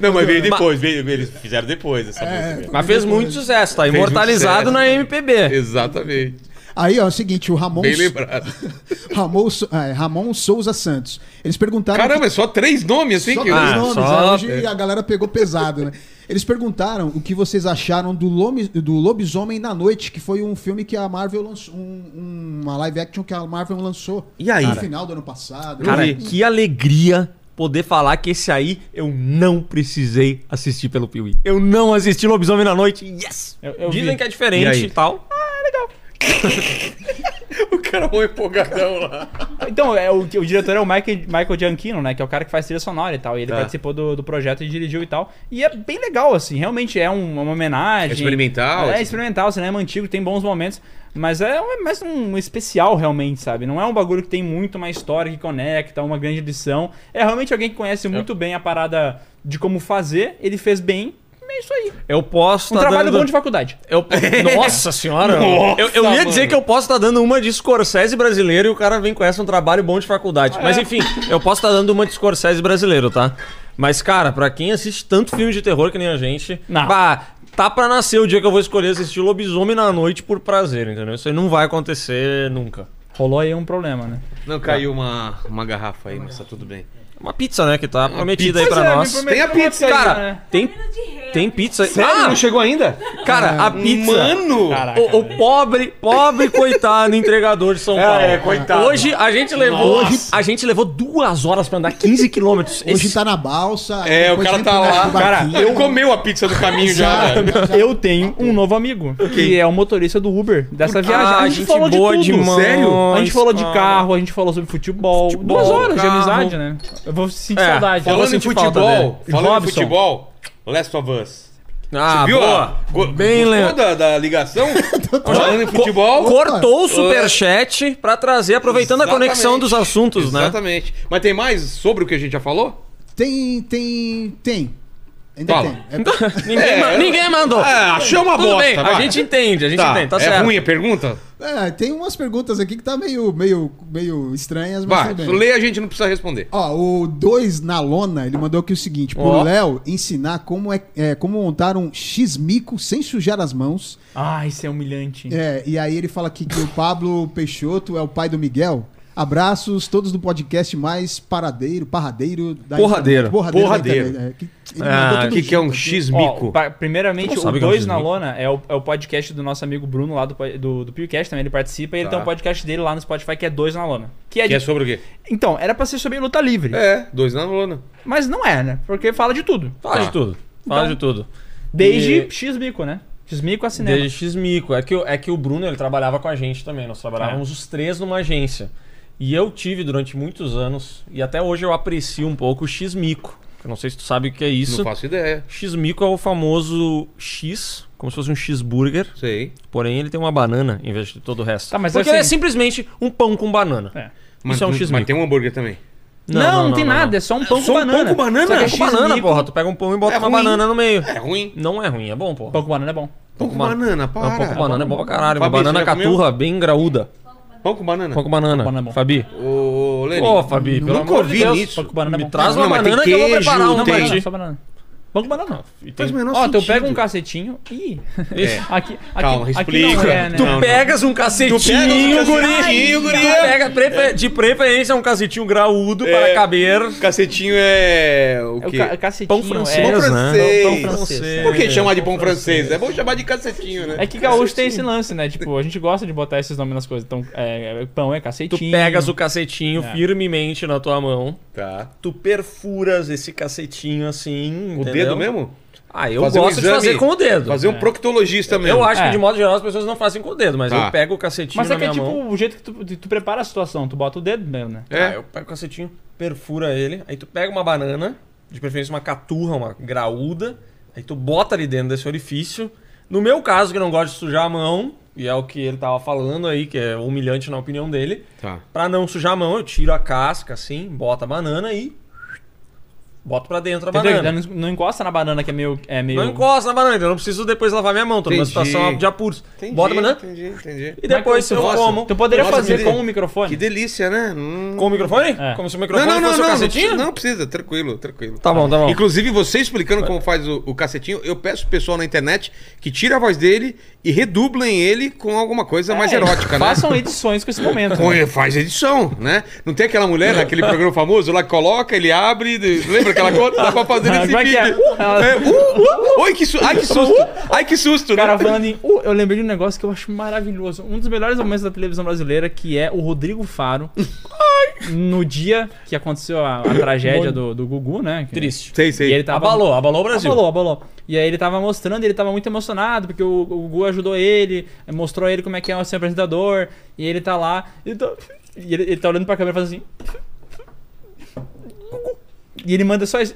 Speaker 1: Não, mas veio depois, veio, eles fizeram depois essa
Speaker 2: É.
Speaker 1: música.
Speaker 4: Mas fez muito sucesso, tá?
Speaker 1: muito
Speaker 4: Imortalizado
Speaker 1: sucesso.
Speaker 4: na MPB.
Speaker 1: Exatamente.
Speaker 2: Aí, ó, é o seguinte, o Ramon,
Speaker 1: Bem lembrado.
Speaker 2: Ramon, Sou- é, Ramon Souza Santos. Eles perguntaram.
Speaker 1: Caramba, é só três nomes assim
Speaker 2: Só
Speaker 1: que
Speaker 2: três
Speaker 4: Ah,
Speaker 2: nomes,
Speaker 4: só-
Speaker 2: né? Hoje a galera pegou pesado, né? Eles perguntaram o que vocês acharam do, Lome- do Lobisomem na Noite, que foi um filme que a Marvel lançou, um- uma live action que a Marvel lançou
Speaker 1: E aí?
Speaker 2: no final do ano passado.
Speaker 4: Cara,
Speaker 1: vi.
Speaker 4: que alegria poder falar que esse aí eu não precisei assistir pelo Piuí. Eu não assisti Lobisomem na Noite. Yes!
Speaker 3: Eu- eu
Speaker 4: Dizem
Speaker 3: vi.
Speaker 4: que é
Speaker 1: E
Speaker 4: diferente
Speaker 1: aí?
Speaker 4: e tal.
Speaker 3: Ah,
Speaker 1: o cara foi um empolgadão lá.
Speaker 3: Então, é, o, o diretor é o Michael, Michael Gianchino, né? Que é o cara que faz trilha sonora e tal. E ele
Speaker 1: Tá.
Speaker 3: participou do, do projeto e dirigiu e tal. E é bem legal, assim. Realmente é um- uma homenagem.
Speaker 1: É experimental,
Speaker 3: É,
Speaker 1: assim.
Speaker 3: experimental, cinema antigo, tem bons momentos. Mas é um- é mais um especial, realmente, sabe? Não é um bagulho que tem muito uma história que conecta, uma
Speaker 1: É.
Speaker 3: grande lição. É realmente alguém que conhece muito bem a parada de como fazer. Ele fez bem. é isso aí.
Speaker 4: Eu posso
Speaker 3: Um
Speaker 4: tá
Speaker 3: trabalho
Speaker 4: dando...
Speaker 3: bom de faculdade.
Speaker 4: Eu... Nossa senhora!
Speaker 1: Nossa,
Speaker 4: eu, eu ia
Speaker 1: mano.
Speaker 4: dizer que eu posso estar dando uma de Scorsese brasileiro e o cara vem com essa um trabalho bom de faculdade. Mas enfim, eu posso estar dando uma de Scorsese brasileiro, tá? Mas, cara, pra quem assiste tanto filme de terror que nem a gente,
Speaker 3: Não.
Speaker 4: bah, tá pra nascer o dia que eu vou escolher assistir lobisomem na noite por prazer, entendeu? Isso aí não vai acontecer nunca.
Speaker 3: Rolou aí um problema, né?
Speaker 1: Não, caiu uma, uma garrafa aí, mas tá tudo bem.
Speaker 4: Uma pizza, né, que tá prometida aí pra
Speaker 3: Pois é, me
Speaker 4: nós.
Speaker 3: prometeu
Speaker 1: Tem a
Speaker 3: uma
Speaker 1: pizza,
Speaker 3: coisa,
Speaker 4: Cara,
Speaker 3: né?
Speaker 4: tem,
Speaker 6: de ré.
Speaker 4: tem pizza aí.
Speaker 1: Sério?
Speaker 4: Ah,
Speaker 1: não chegou ainda?
Speaker 4: cara, a pizza.
Speaker 1: Mano!
Speaker 3: Caraca,
Speaker 4: O, o
Speaker 3: velho.
Speaker 4: pobre, pobre coitado entregador de São Paulo.
Speaker 1: é, coitado.
Speaker 4: Hoje a gente levou,
Speaker 1: Nossa.
Speaker 4: a gente levou duas horas pra andar 15 quilômetros.
Speaker 2: Hoje
Speaker 4: Esse-
Speaker 2: tá na balsa.
Speaker 1: É, o
Speaker 2: depois
Speaker 1: cara
Speaker 2: vem
Speaker 1: tá
Speaker 2: pro-
Speaker 1: lá.
Speaker 2: pro barquinho.
Speaker 1: Cara, eu comeu a pizza do caminho já, velho.
Speaker 3: Eu tenho um novo amigo, que é o motorista do Uber dessa viagem.
Speaker 4: Ah,
Speaker 3: a gente, falou de tudo.
Speaker 1: sério?
Speaker 3: A gente falou de carro, a gente falou sobre futebol. duas horas de
Speaker 4: carro.
Speaker 3: amizade, né? Eu vou sentir
Speaker 4: É,
Speaker 3: saudade. Eu vou
Speaker 1: Falando em
Speaker 3: sentir
Speaker 1: futebol,
Speaker 3: falta dele.
Speaker 1: falando em
Speaker 3: Robson.
Speaker 1: futebol, Last of Us.
Speaker 4: Ah,
Speaker 1: Viu?
Speaker 4: boa.
Speaker 1: a- go-
Speaker 4: Bem
Speaker 1: gostou
Speaker 4: le-
Speaker 1: da, da ligação? Tá falando em futebol.
Speaker 4: Cortou o superchat pra trazer, aproveitando a conexão
Speaker 1: Exatamente.
Speaker 4: dos assuntos, né?
Speaker 1: Exatamente. Mas tem mais sobre o que a gente já falou?
Speaker 2: Tem, tem, tem. Ainda
Speaker 1: Fala.
Speaker 2: tem. É-
Speaker 4: Ninguém, ma- ninguém mandou.
Speaker 1: Ah, achei uma
Speaker 4: Tudo
Speaker 1: bosta.
Speaker 4: bem, a
Speaker 1: vai.
Speaker 4: gente entende, a gente
Speaker 1: tá,
Speaker 4: entende, tá
Speaker 1: é
Speaker 4: certo.
Speaker 1: ruim a pergunta?
Speaker 2: É, tem umas perguntas aqui que tá meio, meio, meio estranhas, mas
Speaker 1: Vai,
Speaker 2: tudo bem.
Speaker 1: lê a gente não precisa responder.
Speaker 2: Ó, o 2 na lona, ele mandou aqui o seguinte: pro
Speaker 4: Ó.
Speaker 2: Léo ensinar como, é, é, como montar um X-mico sem sujar as mãos.
Speaker 3: Ah, isso é humilhante.
Speaker 2: É, e aí ele fala aqui que o Pablo Peixoto é o pai do Miguel. Abraços todos do podcast mais paradeiro, parradeiro da
Speaker 4: Porradeiro.
Speaker 2: internet. Porradeiro. da
Speaker 1: Porradeiro.
Speaker 2: internet, é, que ele
Speaker 4: Ah,
Speaker 2: mandou
Speaker 1: O
Speaker 2: tudo
Speaker 1: que, que é um
Speaker 2: junto aqui.
Speaker 1: X-mico?
Speaker 3: Ó, pa- primeiramente,
Speaker 4: Tu não
Speaker 3: o
Speaker 4: sabe o que é um
Speaker 3: 2 na
Speaker 4: desmico.
Speaker 3: lona é o, é o podcast do nosso amigo Bruno lá do, po- do, do PewCast também, ele participa e ele
Speaker 1: Tá.
Speaker 3: tem um podcast dele lá no Spotify que é 2 na lona. Que é,
Speaker 1: que
Speaker 3: de-
Speaker 1: é sobre o quê?
Speaker 3: Então, era pra ser sobre luta livre,
Speaker 1: É, dois na lona.
Speaker 3: mas não é, né? Porque fala de tudo.
Speaker 4: Fala
Speaker 1: Tá.
Speaker 4: de tudo. Fala
Speaker 3: Então-
Speaker 4: de tudo.
Speaker 3: Desde
Speaker 4: E-
Speaker 3: X-Mico, né? X-Mico a cinema.
Speaker 4: Desde X-Mico. É que, o- é que o Bruno ele trabalhava com a gente também. Nós trabalhávamos
Speaker 1: É.
Speaker 4: os três numa agência. E eu tive durante muitos anos, e até hoje eu aprecio um pouco o X-Mico. Eu não sei se tu sabe o que é isso.
Speaker 1: Não faço ideia.
Speaker 4: X-Mico é o famoso X, como se fosse um X-Burger.
Speaker 1: Sei.
Speaker 4: Porém, ele tem uma banana em vez de todo o resto.
Speaker 3: Tá, mas
Speaker 4: Porque
Speaker 3: assim-
Speaker 4: ele é simplesmente um pão com banana.
Speaker 3: É.
Speaker 1: Mas,
Speaker 4: Isso é um
Speaker 1: tu-
Speaker 4: X-mico.
Speaker 1: Mas tem um hambúrguer também.
Speaker 3: Não, não, tem nada, é só um pão
Speaker 1: só
Speaker 3: com
Speaker 1: um
Speaker 3: banana.
Speaker 1: pão com banana?
Speaker 3: Só que é
Speaker 4: Pão com banana,
Speaker 3: X-Mico.
Speaker 4: porra. Tu pega um pão e bota
Speaker 1: É
Speaker 4: uma
Speaker 1: ruim.
Speaker 4: banana no meio.
Speaker 1: É ruim.
Speaker 4: Não é ruim, é bom, porra.
Speaker 3: Pão com banana é bom.
Speaker 1: Pão com
Speaker 4: com ba-
Speaker 1: banana,
Speaker 4: Não,
Speaker 1: para.
Speaker 4: pão com banana é bom pra caralho. Uma
Speaker 1: Fabi, você
Speaker 4: banana
Speaker 1: já comeu?
Speaker 4: caturra, bem graúda.
Speaker 1: Pão com banana?
Speaker 4: Pão com
Speaker 3: Pão
Speaker 4: banana.
Speaker 3: com banana é bom.
Speaker 4: Fabi.
Speaker 1: Ô, Lenny.
Speaker 4: Ô, Fabi, pelo
Speaker 1: nunca
Speaker 4: amor de
Speaker 1: ouvi
Speaker 4: Deus.
Speaker 1: nisso.
Speaker 3: Pão com banana é
Speaker 4: Me
Speaker 3: bom.
Speaker 4: traz
Speaker 1: Não,
Speaker 4: uma
Speaker 1: mas tem
Speaker 4: banana que eu vou preparar
Speaker 1: queijo,
Speaker 4: um
Speaker 3: Não,
Speaker 1: tem.
Speaker 3: banana,
Speaker 4: pra
Speaker 3: só
Speaker 4: ti.
Speaker 3: banana. Pão com banana.
Speaker 4: E
Speaker 1: Faz o
Speaker 4: tem-
Speaker 1: menor
Speaker 3: Ó, tu
Speaker 1: sentido.
Speaker 3: pega um cacetinho e...
Speaker 4: Ixi.
Speaker 3: Aqui, aqui,
Speaker 1: Calma,
Speaker 3: aqui não
Speaker 1: explica.
Speaker 3: é, né?
Speaker 4: Tu
Speaker 1: Não, não.
Speaker 4: pegas um cacetinho,
Speaker 1: um cacetinho,
Speaker 4: guri.
Speaker 1: guri.
Speaker 4: Tu pega, prefe- de preferência, um cacetinho graúdo
Speaker 1: É.
Speaker 4: para caber.
Speaker 1: Cacetinho é. O
Speaker 3: É o
Speaker 1: quê?
Speaker 3: ca- cacetinho,
Speaker 4: Pão
Speaker 1: Pão
Speaker 4: francês, né?
Speaker 1: francês.
Speaker 3: francês.
Speaker 1: Por que chamar de pão francês? É bom chamar de cacetinho, né?
Speaker 3: É, é que gaúcho tem esse lance, né? Tipo, a gente gosta de botar esses nomes nas coisas. Então, é, é, pão é
Speaker 4: Tu
Speaker 3: cacetinho.
Speaker 4: pegas o cacetinho
Speaker 3: É.
Speaker 4: firmemente na tua mão.
Speaker 1: Tá.
Speaker 4: Tu perfuras esse cacetinho assim.
Speaker 1: O
Speaker 4: entendeu?
Speaker 1: dedo mesmo?
Speaker 4: Ah, eu
Speaker 1: Fazer um
Speaker 4: gosto de
Speaker 1: exame.
Speaker 4: fazer com o dedo. É.
Speaker 1: Fazer um proctologista mesmo.
Speaker 4: Eu acho
Speaker 3: É.
Speaker 4: que de modo geral as pessoas não fazem com o dedo, mas
Speaker 1: Tá.
Speaker 4: eu pego o cacetinho
Speaker 3: Mas
Speaker 4: na
Speaker 3: é que é
Speaker 4: minha
Speaker 3: tipo
Speaker 4: mão.
Speaker 3: o jeito que tu, tu prepara a situação. Tu bota o dedo mesmo, né?
Speaker 1: É.
Speaker 4: Ah, eu pego o cacetinho, perfura ele, aí tu pega uma banana, de preferência uma caturra, uma graúda, aí tu bota ali dentro desse orifício. No meu caso, que eu não gosto de sujar a mão, e é o que ele tava falando aí, que é humilhante na opinião dele,
Speaker 1: Tá.
Speaker 4: pra não sujar a mão, eu tiro a casca assim, bota a banana e boto pra dentro a
Speaker 3: Entendeu?
Speaker 4: É banana.
Speaker 3: Não, não encosta na banana que é meio... É meio...
Speaker 4: Não encosta na banana, então eu não preciso depois lavar minha mão, tô numa
Speaker 1: Entendi.
Speaker 4: situação de apuros. Bota a banana
Speaker 1: Entendi, entendi.
Speaker 3: é
Speaker 4: e depois
Speaker 3: Mas
Speaker 4: eu
Speaker 1: nossa,
Speaker 4: como.
Speaker 3: Tu poderia
Speaker 1: Nossa,
Speaker 3: fazer
Speaker 1: que
Speaker 3: com
Speaker 1: de-
Speaker 3: o microfone.
Speaker 1: Que delícia, né? Hum.
Speaker 4: Com o microfone?
Speaker 3: É.
Speaker 4: Como se o
Speaker 1: Não,
Speaker 4: microfone
Speaker 1: não, não, não.
Speaker 4: fosse o
Speaker 1: Não
Speaker 4: cacetinho?
Speaker 1: precisa, não precisa, tranquilo, tranquilo.
Speaker 4: Tá bom, tá bom.
Speaker 1: Inclusive, você explicando como faz o, o cacetinho, eu peço pro pessoal na internet que tire a voz dele e redublem ele com alguma coisa mais
Speaker 3: É,
Speaker 1: erótica, né?
Speaker 3: Façam edições com esse momento. né?
Speaker 1: Põe- Faz edição, né? Não tem aquela mulher naquele programa famoso lá que coloca, ele abre, de- lembra aquela conta? Dá pra fazer
Speaker 3: Ah,
Speaker 1: nesse
Speaker 3: como é que
Speaker 1: vídeo.
Speaker 3: é? Ela-
Speaker 1: É, uh, uh, oi, que su- Ai, que susto! Ai, que susto!
Speaker 3: O
Speaker 1: né?
Speaker 3: cara falando em. Uh, eu lembrei de um negócio que eu acho maravilhoso. Um dos melhores momentos da televisão brasileira, que é o Rodrigo Faro. no dia que aconteceu a, a tragédia do, do Gugu, né? Que-
Speaker 4: Triste.
Speaker 1: Sei,
Speaker 3: E ele tá-
Speaker 1: sei.
Speaker 3: tava.
Speaker 4: Abalou, abalou o Brasil.
Speaker 3: Abalou, abalou. E aí ele tava mostrando, ele tava muito emocionado, porque o, o Gugu ajudou ele, mostrou ele como é que é ser apresentador, e ele tá lá, e, tá- e ele, ele tá olhando pra câmera e fazendo assim. Gugu. E ele manda só isso.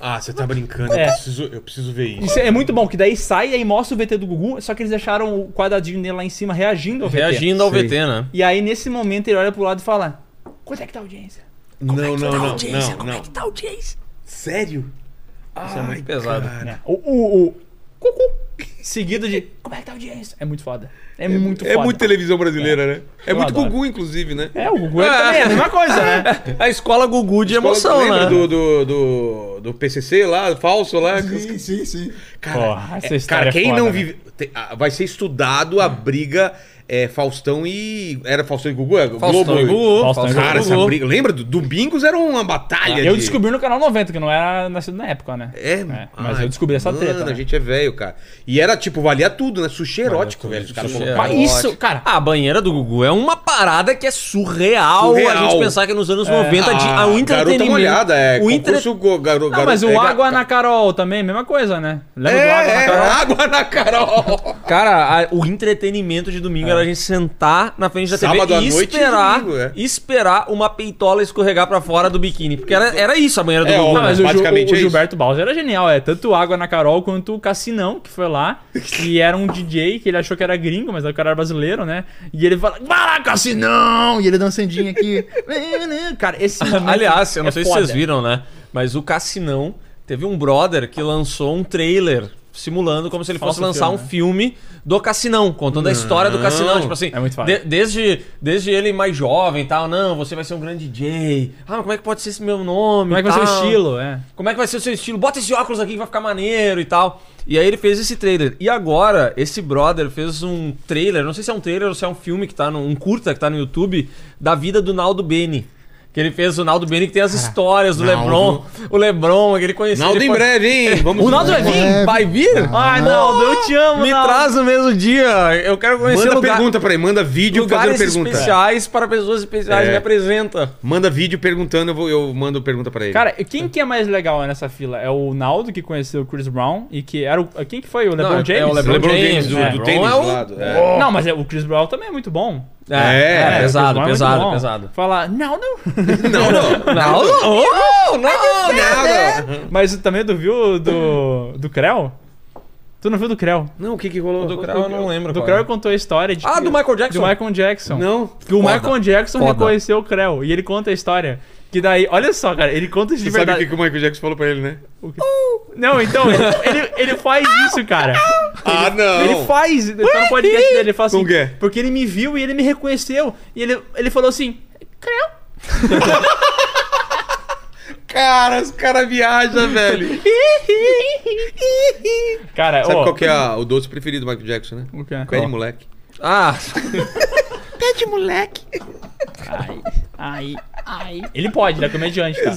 Speaker 1: Ah, você tá brincando, eu,
Speaker 3: É.
Speaker 1: preciso, eu preciso ver isso.
Speaker 3: Isso é muito bom, que daí sai e aí mostra o VT do Gugu, só que eles deixaram o quadradinho dele lá em cima reagindo ao VT.
Speaker 4: Reagindo ao VT, né?
Speaker 3: E aí, nesse momento, ele olha pro lado e fala: Quanto é que tá a audiência?
Speaker 1: Não, não, não, não, não. Sério?
Speaker 4: Isso é muito pesado.
Speaker 3: né? O, o, o cucu, seguido de como é que tá a audiência? É muito foda. É, muito
Speaker 1: É
Speaker 3: foda.
Speaker 1: muito televisão brasileira, né? É
Speaker 3: Eu
Speaker 1: muito
Speaker 3: adoro.
Speaker 1: Gugu, inclusive, né?
Speaker 3: É, o Gugu é também, é a mesma coisa, né?
Speaker 4: A escola Gugu de emoção,
Speaker 1: é Lembra
Speaker 4: né?
Speaker 1: do, do, do, do PCC lá, falso lá?
Speaker 2: Sim, sim, sim.
Speaker 1: Cara,
Speaker 3: Porra, essa
Speaker 1: é-
Speaker 3: história
Speaker 1: cara
Speaker 3: é
Speaker 1: quem
Speaker 3: foda,
Speaker 1: não
Speaker 3: né?
Speaker 1: vive. te- ah, vai ser estudado a briga é, Faustão e. Era Faustão e Gugu? É,
Speaker 4: Faustão
Speaker 1: Globo.
Speaker 4: e Gugu.
Speaker 3: Faustão e Ah,
Speaker 4: Faustão
Speaker 1: Cara,
Speaker 4: e
Speaker 1: essa
Speaker 4: Gugu.
Speaker 1: briga. Lembra? do- Domingos era uma batalha.
Speaker 3: Eu
Speaker 1: de-
Speaker 3: descobri no canal 90, que não era nascido na época, né?
Speaker 1: É,
Speaker 3: mas
Speaker 1: ai,
Speaker 3: eu descobri essa
Speaker 1: mano,
Speaker 3: treta. né?
Speaker 1: A gente é velho, cara. E era tipo, valia tudo, né? Sushi erótico, velho. Os caras
Speaker 4: Sushi
Speaker 1: colocavam-
Speaker 3: Mas
Speaker 4: erótico.
Speaker 3: isso, cara,
Speaker 4: A banheira do Gugu é uma parada que é surreal,
Speaker 1: Surreal.
Speaker 4: a gente pensar que nos anos 90 de,
Speaker 1: Ah,
Speaker 4: a, o entretenimento...
Speaker 1: Garota molhada, é.
Speaker 4: o entre...
Speaker 1: concurso go- garo-
Speaker 3: Não,
Speaker 1: garo-
Speaker 3: Ah, mas o
Speaker 1: é,
Speaker 3: Água
Speaker 1: ga-
Speaker 3: na Carol também, mesma coisa, né? Lembra
Speaker 1: É,
Speaker 3: do Água na
Speaker 1: é,
Speaker 3: Carol?
Speaker 1: água na Carol.
Speaker 4: Cara, a- o entretenimento de domingo era a gente sentar na frente da
Speaker 1: É. Sábado à
Speaker 4: TV e
Speaker 1: noite e
Speaker 4: esperar,
Speaker 1: domingo, é.
Speaker 4: esperar uma peitola escorregar pra fora do biquíni. Porque era, era isso a banheira do
Speaker 1: É,
Speaker 4: Gugu.
Speaker 1: ó,
Speaker 3: Não,
Speaker 4: né?
Speaker 3: Ah, mas o, Ju-
Speaker 1: Basicamente
Speaker 3: o
Speaker 1: é isso.
Speaker 3: Gilberto Barros era genial, é. Tanto o Água na Carol quanto o Cassinão, que foi lá, que era um DJ, que ele achou que era gringo, mas o cara era brasileiro, né? E ele fala, vai lá, Cassinão! E ele dançandinho aqui. cara, esse momento
Speaker 4: Aliás, eu não
Speaker 3: é
Speaker 4: sei
Speaker 3: foda.
Speaker 4: se vocês viram, né? Mas o Cassinão teve um brother que lançou um trailer simulando como se ele
Speaker 3: Falso
Speaker 4: fosse lançar
Speaker 3: filme,
Speaker 4: um
Speaker 3: né?
Speaker 4: filme do Cassinão, contando a história do Cassinão. Tipo assim,
Speaker 3: É muito fácil.
Speaker 4: de- desde, desde ele mais jovem e tal, não, você vai ser um grande DJ. Ah, mas como é que pode ser esse meu nome?
Speaker 3: Como é que
Speaker 4: e
Speaker 3: vai ser o
Speaker 4: tal?
Speaker 3: estilo, é.
Speaker 4: Como é que vai ser o seu estilo? Bota esse óculos aqui que vai ficar maneiro e tal. E aí ele fez esse trailer. E agora, esse brother fez um trailer, não sei se é um trailer ou se é um filme que tá no. um curta que tá no YouTube, da vida do Naldo Beni. Que ele fez o Naldo Beni, que tem as histórias do
Speaker 1: Naldo.
Speaker 4: Lebron. O Lebron, aquele conhecido.
Speaker 1: Naldo
Speaker 4: ele
Speaker 1: em
Speaker 4: foi-
Speaker 1: breve, hein? Vamos
Speaker 3: O Naldo vai vir?
Speaker 2: É.
Speaker 4: Vai vir?
Speaker 3: Ai, Naldo, eu te amo,
Speaker 4: Me
Speaker 3: Naldo.
Speaker 4: traz no mesmo dia. Eu quero conhecer
Speaker 1: Manda
Speaker 4: lugar-
Speaker 1: pergunta pra ele, manda vídeo fazendo
Speaker 4: lugares
Speaker 1: pergunta.
Speaker 4: especiais para pessoas especiais.
Speaker 1: É.
Speaker 4: Me apresenta.
Speaker 1: Manda vídeo perguntando, eu, vou, eu mando pergunta pra ele.
Speaker 3: Cara, quem que é mais legal nessa fila? É o Naldo, que conheceu o Chris Brown, e que era o... Quem que foi? O LeBron
Speaker 4: Não, é-
Speaker 3: James?
Speaker 4: é o LeBron James,
Speaker 1: do,
Speaker 4: é.
Speaker 1: do
Speaker 4: LeBron
Speaker 1: tênis
Speaker 4: é o-
Speaker 1: do lado. É.
Speaker 3: Não, mas é- o Chris Brown também é muito bom.
Speaker 1: É,
Speaker 4: pesado,
Speaker 3: Chris Brown é muito
Speaker 4: pesado,
Speaker 3: bom.
Speaker 4: pesado.
Speaker 3: Fala, não, não.
Speaker 1: Não, não.
Speaker 4: Não, não, não, não, não.
Speaker 3: Mas também tu viu do, do Creu? Tu não viu do Creu?
Speaker 1: Não, o que que rolou?
Speaker 4: Do Creu eu não lembro.
Speaker 3: Do
Speaker 4: qual
Speaker 3: Creu
Speaker 4: é.
Speaker 3: contou a história de
Speaker 4: Ah,
Speaker 3: que-
Speaker 4: do Michael Jackson.
Speaker 3: Do Michael Jackson.
Speaker 1: Não.
Speaker 3: Que o
Speaker 4: Foda.
Speaker 3: Michael Jackson
Speaker 4: Foda.
Speaker 3: reconheceu o Creu. E ele conta a história. Que daí, olha só, cara, ele conta isso de
Speaker 1: Você sabe o que, que
Speaker 3: verdade.
Speaker 1: o Michael Jackson falou pra ele, né?
Speaker 3: O quê? Não, então, ele, ele, ele faz isso, cara.
Speaker 1: Ah, não.
Speaker 3: Ele faz, tá no podcast dele, ele fala assim,
Speaker 1: Como que é?
Speaker 3: porque ele me viu e ele me reconheceu. E ele, ele falou assim, Creu.
Speaker 1: Cara, os caras viajam, velho.
Speaker 3: Cara,
Speaker 1: Sabe
Speaker 3: ó,
Speaker 1: qual que é a- o doce preferido do Michael Jackson, né?
Speaker 3: o que é?
Speaker 1: Pé de moleque.
Speaker 4: Ah,
Speaker 3: Ai, ai. Ele pode, ele é comediante, cara.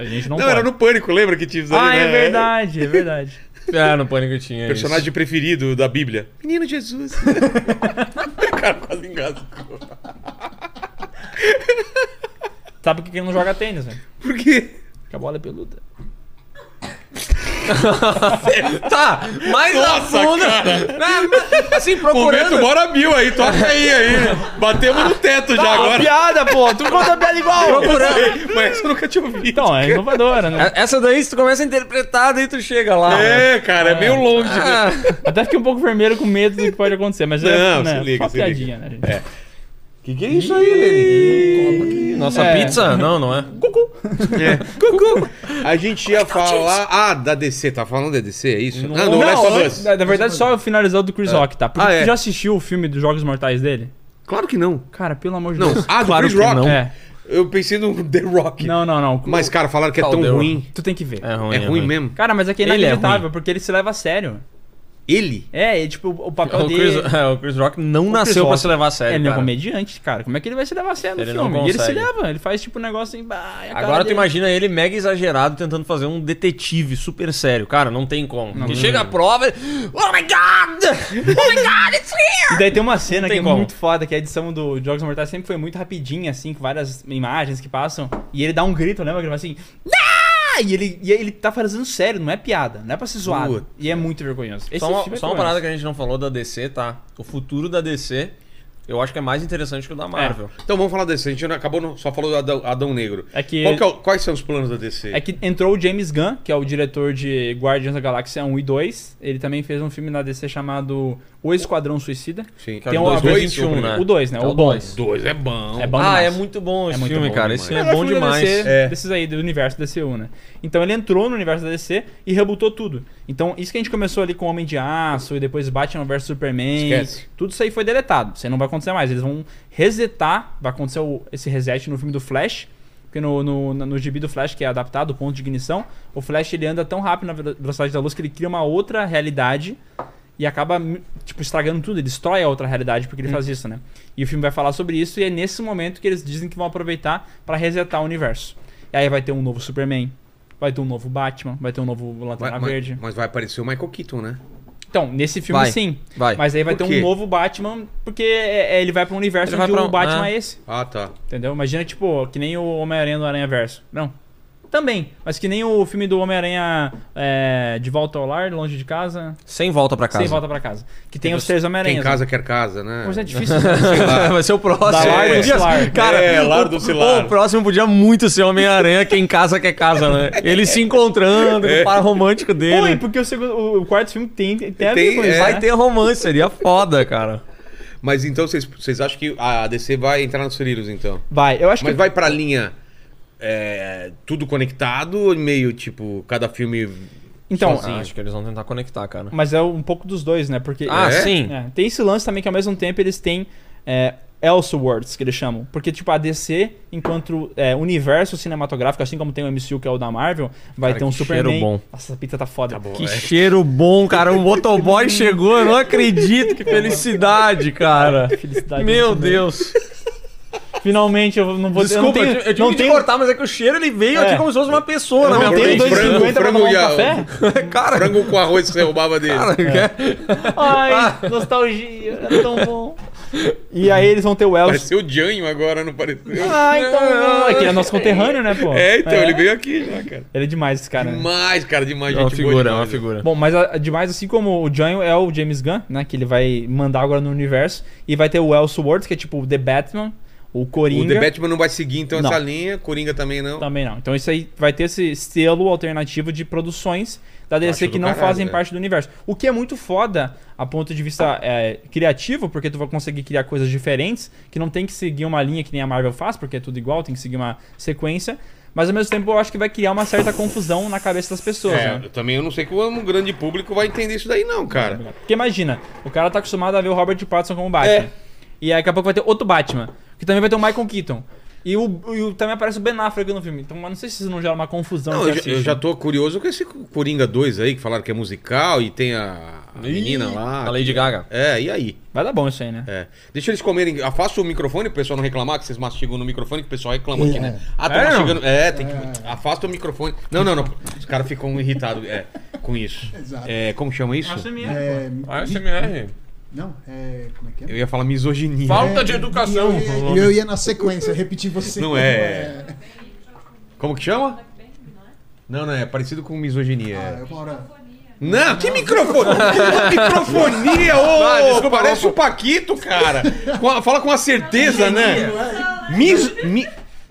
Speaker 3: A gente não,
Speaker 1: Não,
Speaker 3: pode.
Speaker 1: era no Pânico, lembra que tinha isso
Speaker 3: Ah,
Speaker 1: ali,
Speaker 3: é
Speaker 1: né?
Speaker 3: verdade, é verdade.
Speaker 4: é, no Pânico tinha
Speaker 1: Personagem preferido da Bíblia. Menino Jesus. o cara quase engasgou.
Speaker 3: Sabe por que que ele não joga tênis, velho?
Speaker 1: Por quê?
Speaker 3: Porque a bola é peluda.
Speaker 4: isso. Tá, mais
Speaker 1: Nossa,
Speaker 4: a fundo. Né, mas, assim, procurando...
Speaker 1: Momento Bora Bill aí, toca aí, aí. Batemos no teto já agora.
Speaker 3: piada, pô! Tu conta a piada igual!
Speaker 4: procurando.
Speaker 1: Mas eu nunca tinha ouvido.
Speaker 3: Então, é inovadora, né?
Speaker 4: Essa daí, se tu começa a interpretar, daí tu chega lá. né?
Speaker 1: É, cara, é meio longe.
Speaker 4: Ah,
Speaker 3: Até fiquei um pouco vermelho com medo do que pode acontecer, mas é
Speaker 1: Não,
Speaker 3: né,
Speaker 1: se liga,
Speaker 3: só
Speaker 1: se
Speaker 3: piadinha, né, gente?
Speaker 1: Que que é isso aí, Lenny?
Speaker 4: Nossa
Speaker 3: É.
Speaker 4: pizza? Não, não é.
Speaker 1: A gente ia falar. Ah, da DC, tá falando da DC, é isso? Não, ah, do
Speaker 3: Não,
Speaker 1: Last of
Speaker 3: antes-
Speaker 1: Us.
Speaker 3: na, na verdade, só finalizar o do Chris Rock, tá? Porque
Speaker 1: Ah,
Speaker 3: tu
Speaker 1: é.
Speaker 3: já assistiu o filme dos Jogos Mortais dele?
Speaker 1: Claro que não.
Speaker 3: Cara, pelo amor de
Speaker 1: Não,
Speaker 3: Deus.
Speaker 1: ah, do
Speaker 4: Claro
Speaker 1: Chris
Speaker 4: que
Speaker 1: Rock.
Speaker 4: não.
Speaker 3: É.
Speaker 1: Eu pensei no The Rock.
Speaker 3: Não, não, não.
Speaker 1: Mas, cara, falaram que é
Speaker 4: Qual
Speaker 1: tão
Speaker 4: Tá, The Rock?
Speaker 1: ruim.
Speaker 3: Tu tem que ver.
Speaker 4: É ruim,
Speaker 1: É ruim mesmo.
Speaker 3: Cara, mas é que é
Speaker 4: Ele é
Speaker 3: inacreditável, porque ele se leva a sério.
Speaker 1: Ele?
Speaker 3: É, e, tipo, o papel
Speaker 4: O
Speaker 3: dele...
Speaker 4: Chris, é, o Chris Rock não
Speaker 3: O Chris
Speaker 4: nasceu pra
Speaker 3: Rock
Speaker 4: se levar a sério,
Speaker 3: Ele é um
Speaker 4: cara.
Speaker 3: comediante, cara. Como é que ele vai se levar a sério no
Speaker 4: tá- Ele não
Speaker 3: filme? E ele se
Speaker 4: consegue.
Speaker 3: leva, ele faz tipo um negócio assim. bah, e a cara
Speaker 4: Agora tu
Speaker 3: dele-
Speaker 4: imagina ele mega exagerado tentando fazer um detetive super sério. Cara, não tem como. Porque chega a prova e... Oh my God! Oh my God, it's here!
Speaker 3: E daí tem uma cena que
Speaker 4: tem
Speaker 3: é
Speaker 4: como.
Speaker 3: muito foda, que a edição do Jogos Mortais sempre foi muito rapidinha, assim, com várias imagens que passam. E ele dá um grito, lembra? Que ele fala assim. "Ah!" E ele, e ele tá fazendo sério, não é piada, não é pra ser zoado.
Speaker 1: Puta.
Speaker 3: E é muito vergonhoso. Esse
Speaker 4: só uma,
Speaker 3: filme é
Speaker 4: só uma
Speaker 3: vergonhoso.
Speaker 4: parada que a gente não falou da DC, tá? O futuro da DC Eu acho que é mais interessante que o da Marvel.
Speaker 1: Então vamos falar desse. A gente não acabou, não- só falou do Adão, Adão Negro.
Speaker 3: É que-
Speaker 1: Qual que é o- quais são os planos da DC?
Speaker 3: É que entrou o James Gunn, que é o diretor de Guardians da Galáxia 1 e 2. Ele também fez um filme na DC chamado O Esquadrão Suicida.
Speaker 1: Sim.
Speaker 4: Que é
Speaker 3: Tem
Speaker 4: o
Speaker 3: uma
Speaker 4: de
Speaker 1: vez
Speaker 4: 2021, né?
Speaker 3: O 2, né?
Speaker 4: É
Speaker 3: o
Speaker 4: o
Speaker 3: bom.
Speaker 4: dois.
Speaker 1: Dois é bom.
Speaker 3: É bom
Speaker 4: ah,
Speaker 3: demais.
Speaker 4: é muito bom esse
Speaker 3: É muito
Speaker 4: filme,
Speaker 3: bom
Speaker 4: cara. Esse filme
Speaker 1: demais.
Speaker 4: é bom
Speaker 3: melhor filme da
Speaker 4: demais.
Speaker 3: DC
Speaker 1: É.
Speaker 3: Desses aí, do universo DCU, né? Então ele entrou no universo da DC e rebutou tudo. Então isso que a gente começou ali com Homem de Aço e depois Batman vs Superman.
Speaker 1: Esquece.
Speaker 3: Tudo isso aí foi deletado. Isso aí não vai acontecer mais. Eles vão resetar, vai acontecer o- esse reset no filme do Flash. Porque no, no, no gibi do Flash, que é adaptado, o ponto de ignição, o Flash ele anda tão rápido na velo- velocidade da luz que ele cria uma outra realidade e acaba, tipo, estragando tudo. Ele destrói a outra realidade porque ele faz isso, né? E o filme vai falar sobre isso e é nesse momento que eles dizem que vão aproveitar pra resetar o universo. E aí vai ter um novo Superman, vai ter um novo Batman, vai ter um novo Lanterna
Speaker 1: Mas, mas,
Speaker 3: Verde.
Speaker 1: mas vai aparecer o Michael Keaton, né?
Speaker 3: Então, nesse filme
Speaker 4: Vai,
Speaker 3: sim.
Speaker 4: vai.
Speaker 3: Mas aí vai
Speaker 1: Por
Speaker 3: ter
Speaker 1: quê?
Speaker 3: um novo Batman, porque é- é- ele vai pra um universo
Speaker 4: Ele vai
Speaker 3: onde
Speaker 4: pra
Speaker 3: o
Speaker 4: um-
Speaker 3: Batman
Speaker 4: ah.
Speaker 3: é esse.
Speaker 1: Ah, tá.
Speaker 3: Entendeu? Imagina, tipo, que nem o Homem-Aranha do Aranha Verso. Não. Também. Mas que nem o filme do Homem-Aranha é, De Volta ao Lar, Longe de Casa,
Speaker 4: Sem volta pra casa.
Speaker 3: Sem Volta pra Casa. Que tem os três
Speaker 1: Quem
Speaker 3: Homem-Aranhas.
Speaker 1: casa quer casa, né?
Speaker 3: É, Mas é difícil, né?
Speaker 4: Vai ser o próximo.
Speaker 3: Da Lar do Cilar.
Speaker 4: Cara,
Speaker 1: É, Lar do
Speaker 4: o-
Speaker 1: Cilar.
Speaker 4: O, próximo podia muito ser Homem-Aranha, quem casa quer casa, né? Ele se encontrando,
Speaker 3: É.
Speaker 4: o par romântico
Speaker 3: Pô, e
Speaker 4: dele.
Speaker 3: porque o, segundo, o- o quarto filme tem, tem, a
Speaker 1: Tem,
Speaker 3: ver com isso,
Speaker 1: é.
Speaker 3: né?
Speaker 4: Vai ter romance, seria foda, cara.
Speaker 1: Mas então vocês- vocês acham que a DC vai entrar nos trilhos, então?
Speaker 3: Vai, eu acho
Speaker 1: Mas
Speaker 3: que...
Speaker 1: vai pra linha é, tudo conectado, meio tipo, cada filme.
Speaker 3: Então,
Speaker 4: Sozinho, acho que eles vão tentar conectar, cara.
Speaker 3: mas é um pouco dos dois, né? Porque...
Speaker 4: Ah,
Speaker 1: É?
Speaker 4: sim.
Speaker 3: É, tem esse lance também que ao mesmo tempo eles têm é, Elseworlds, que eles chamam. Porque, tipo, a DC, enquanto é, universo cinematográfico, assim como tem o MCU, que é o da Marvel, vai
Speaker 4: Cara,
Speaker 3: ter um
Speaker 4: que
Speaker 3: Superman...
Speaker 4: cheiro bom.
Speaker 3: Nossa, essa pita tá
Speaker 1: Ah,
Speaker 3: foda.
Speaker 4: Que
Speaker 1: é.
Speaker 4: cheiro bom, cara. O motoboy chegou, eu não acredito. Que felicidade, cara.
Speaker 3: Felicidade.
Speaker 4: Meu
Speaker 3: muito bem.
Speaker 4: Deus.
Speaker 3: Finalmente, eu não vou...
Speaker 4: Desculpa,
Speaker 3: eu
Speaker 4: eu,
Speaker 3: não tenho,
Speaker 4: tive- eu tive
Speaker 3: não
Speaker 4: que te
Speaker 3: tenho-
Speaker 4: cortar, mas é que o cheiro ele veio
Speaker 3: É.
Speaker 4: aqui como se fosse uma pessoa na
Speaker 3: eu
Speaker 4: minha
Speaker 3: não
Speaker 4: frente.
Speaker 3: tenho
Speaker 1: frango,
Speaker 3: 2,50 pra
Speaker 1: frango
Speaker 3: tomar um
Speaker 1: e a-
Speaker 3: café?
Speaker 4: Cara,
Speaker 1: Frango com arroz que você roubava dele. Ah.
Speaker 3: Ai, nostalgia, é tão bom. E aí eles vão ter o Elseworlds.
Speaker 1: Pareceu o Janho agora, não pareceu?
Speaker 3: Ah, então. É que ele é nosso conterrâneo, né, pô?
Speaker 1: É, então, ele veio aqui já, cara.
Speaker 3: Ele é demais, esse cara. né?
Speaker 1: Demais, cara, demais.
Speaker 4: é uma
Speaker 1: gente boa
Speaker 4: figura, é uma
Speaker 1: demais. né?
Speaker 4: figura.
Speaker 3: Bom, mas ah, demais, assim como o John é o James Gunn, né? Que ele vai mandar agora no universo. E vai ter o Elseworlds, que é tipo o The Batman, o
Speaker 1: O
Speaker 3: Coringa.
Speaker 1: The Batman não vai seguir, então,
Speaker 3: Não.
Speaker 1: essa linha. Coringa também não.
Speaker 3: Também não. Então isso aí vai ter esse selo alternativo de produções da DC
Speaker 1: acho
Speaker 3: que
Speaker 1: do
Speaker 3: não
Speaker 1: caralho,
Speaker 3: fazem
Speaker 1: né?
Speaker 3: parte do universo. O que é muito foda a ponto de vista é, criativo, porque tu vai conseguir criar coisas diferentes, que não tem que seguir uma linha que nem a Marvel faz, porque é tudo igual, tem que seguir uma sequência. Mas ao mesmo tempo eu acho que vai criar uma certa confusão na cabeça das pessoas,
Speaker 1: É,
Speaker 3: né?
Speaker 1: eu também eu não sei que o um grande público vai entender isso daí, não, cara.
Speaker 3: né? Porque imagina, o cara tá acostumado a ver o Robert Pattinson como Batman.
Speaker 1: É.
Speaker 3: E aí daqui a pouco vai ter outro Batman, que também vai ter o Michael Keaton. E, o, e o- também aparece o Ben Affleck no filme. Então, mas não sei se isso não gera uma confusão.
Speaker 1: Não,
Speaker 3: que
Speaker 1: eu, já,
Speaker 3: assiste.
Speaker 1: eu já tô curioso com esse Coringa 2 aí, que falaram que é musical e tem a, a menina lá.
Speaker 4: A Lady Gaga.
Speaker 1: É, e aí?
Speaker 3: Vai dar bom isso aí, né?
Speaker 1: É. Deixa eles comerem. Afasta o microfone pro pessoal não reclamar, que vocês mastigam no microfone, que o pessoal reclama aqui, né? Ah, tá
Speaker 4: É, não?
Speaker 1: mastigando. É, tem que. Afasta o microfone. Não, não, não. Os caras ficam irritados é, com isso.
Speaker 2: Exato.
Speaker 1: É, como chama isso?
Speaker 2: É,
Speaker 4: Ah, ASMR.
Speaker 2: não, é. Como é que
Speaker 1: Eu
Speaker 2: é?
Speaker 1: ia falar misoginia.
Speaker 4: Falta de
Speaker 2: E
Speaker 4: educação.
Speaker 2: eu, ia, e eu ia na sequência, repetir você.
Speaker 1: Não é. Como que chama? Não, não, é parecido com misoginia.
Speaker 2: Ah,
Speaker 1: é.
Speaker 2: eu moro-
Speaker 1: Não, que microfone? Que microfonia, ô!
Speaker 4: Ah, desculpa,
Speaker 1: parece o Paquito, cara. Com a- fala com uma certeza, né? Mis, mi-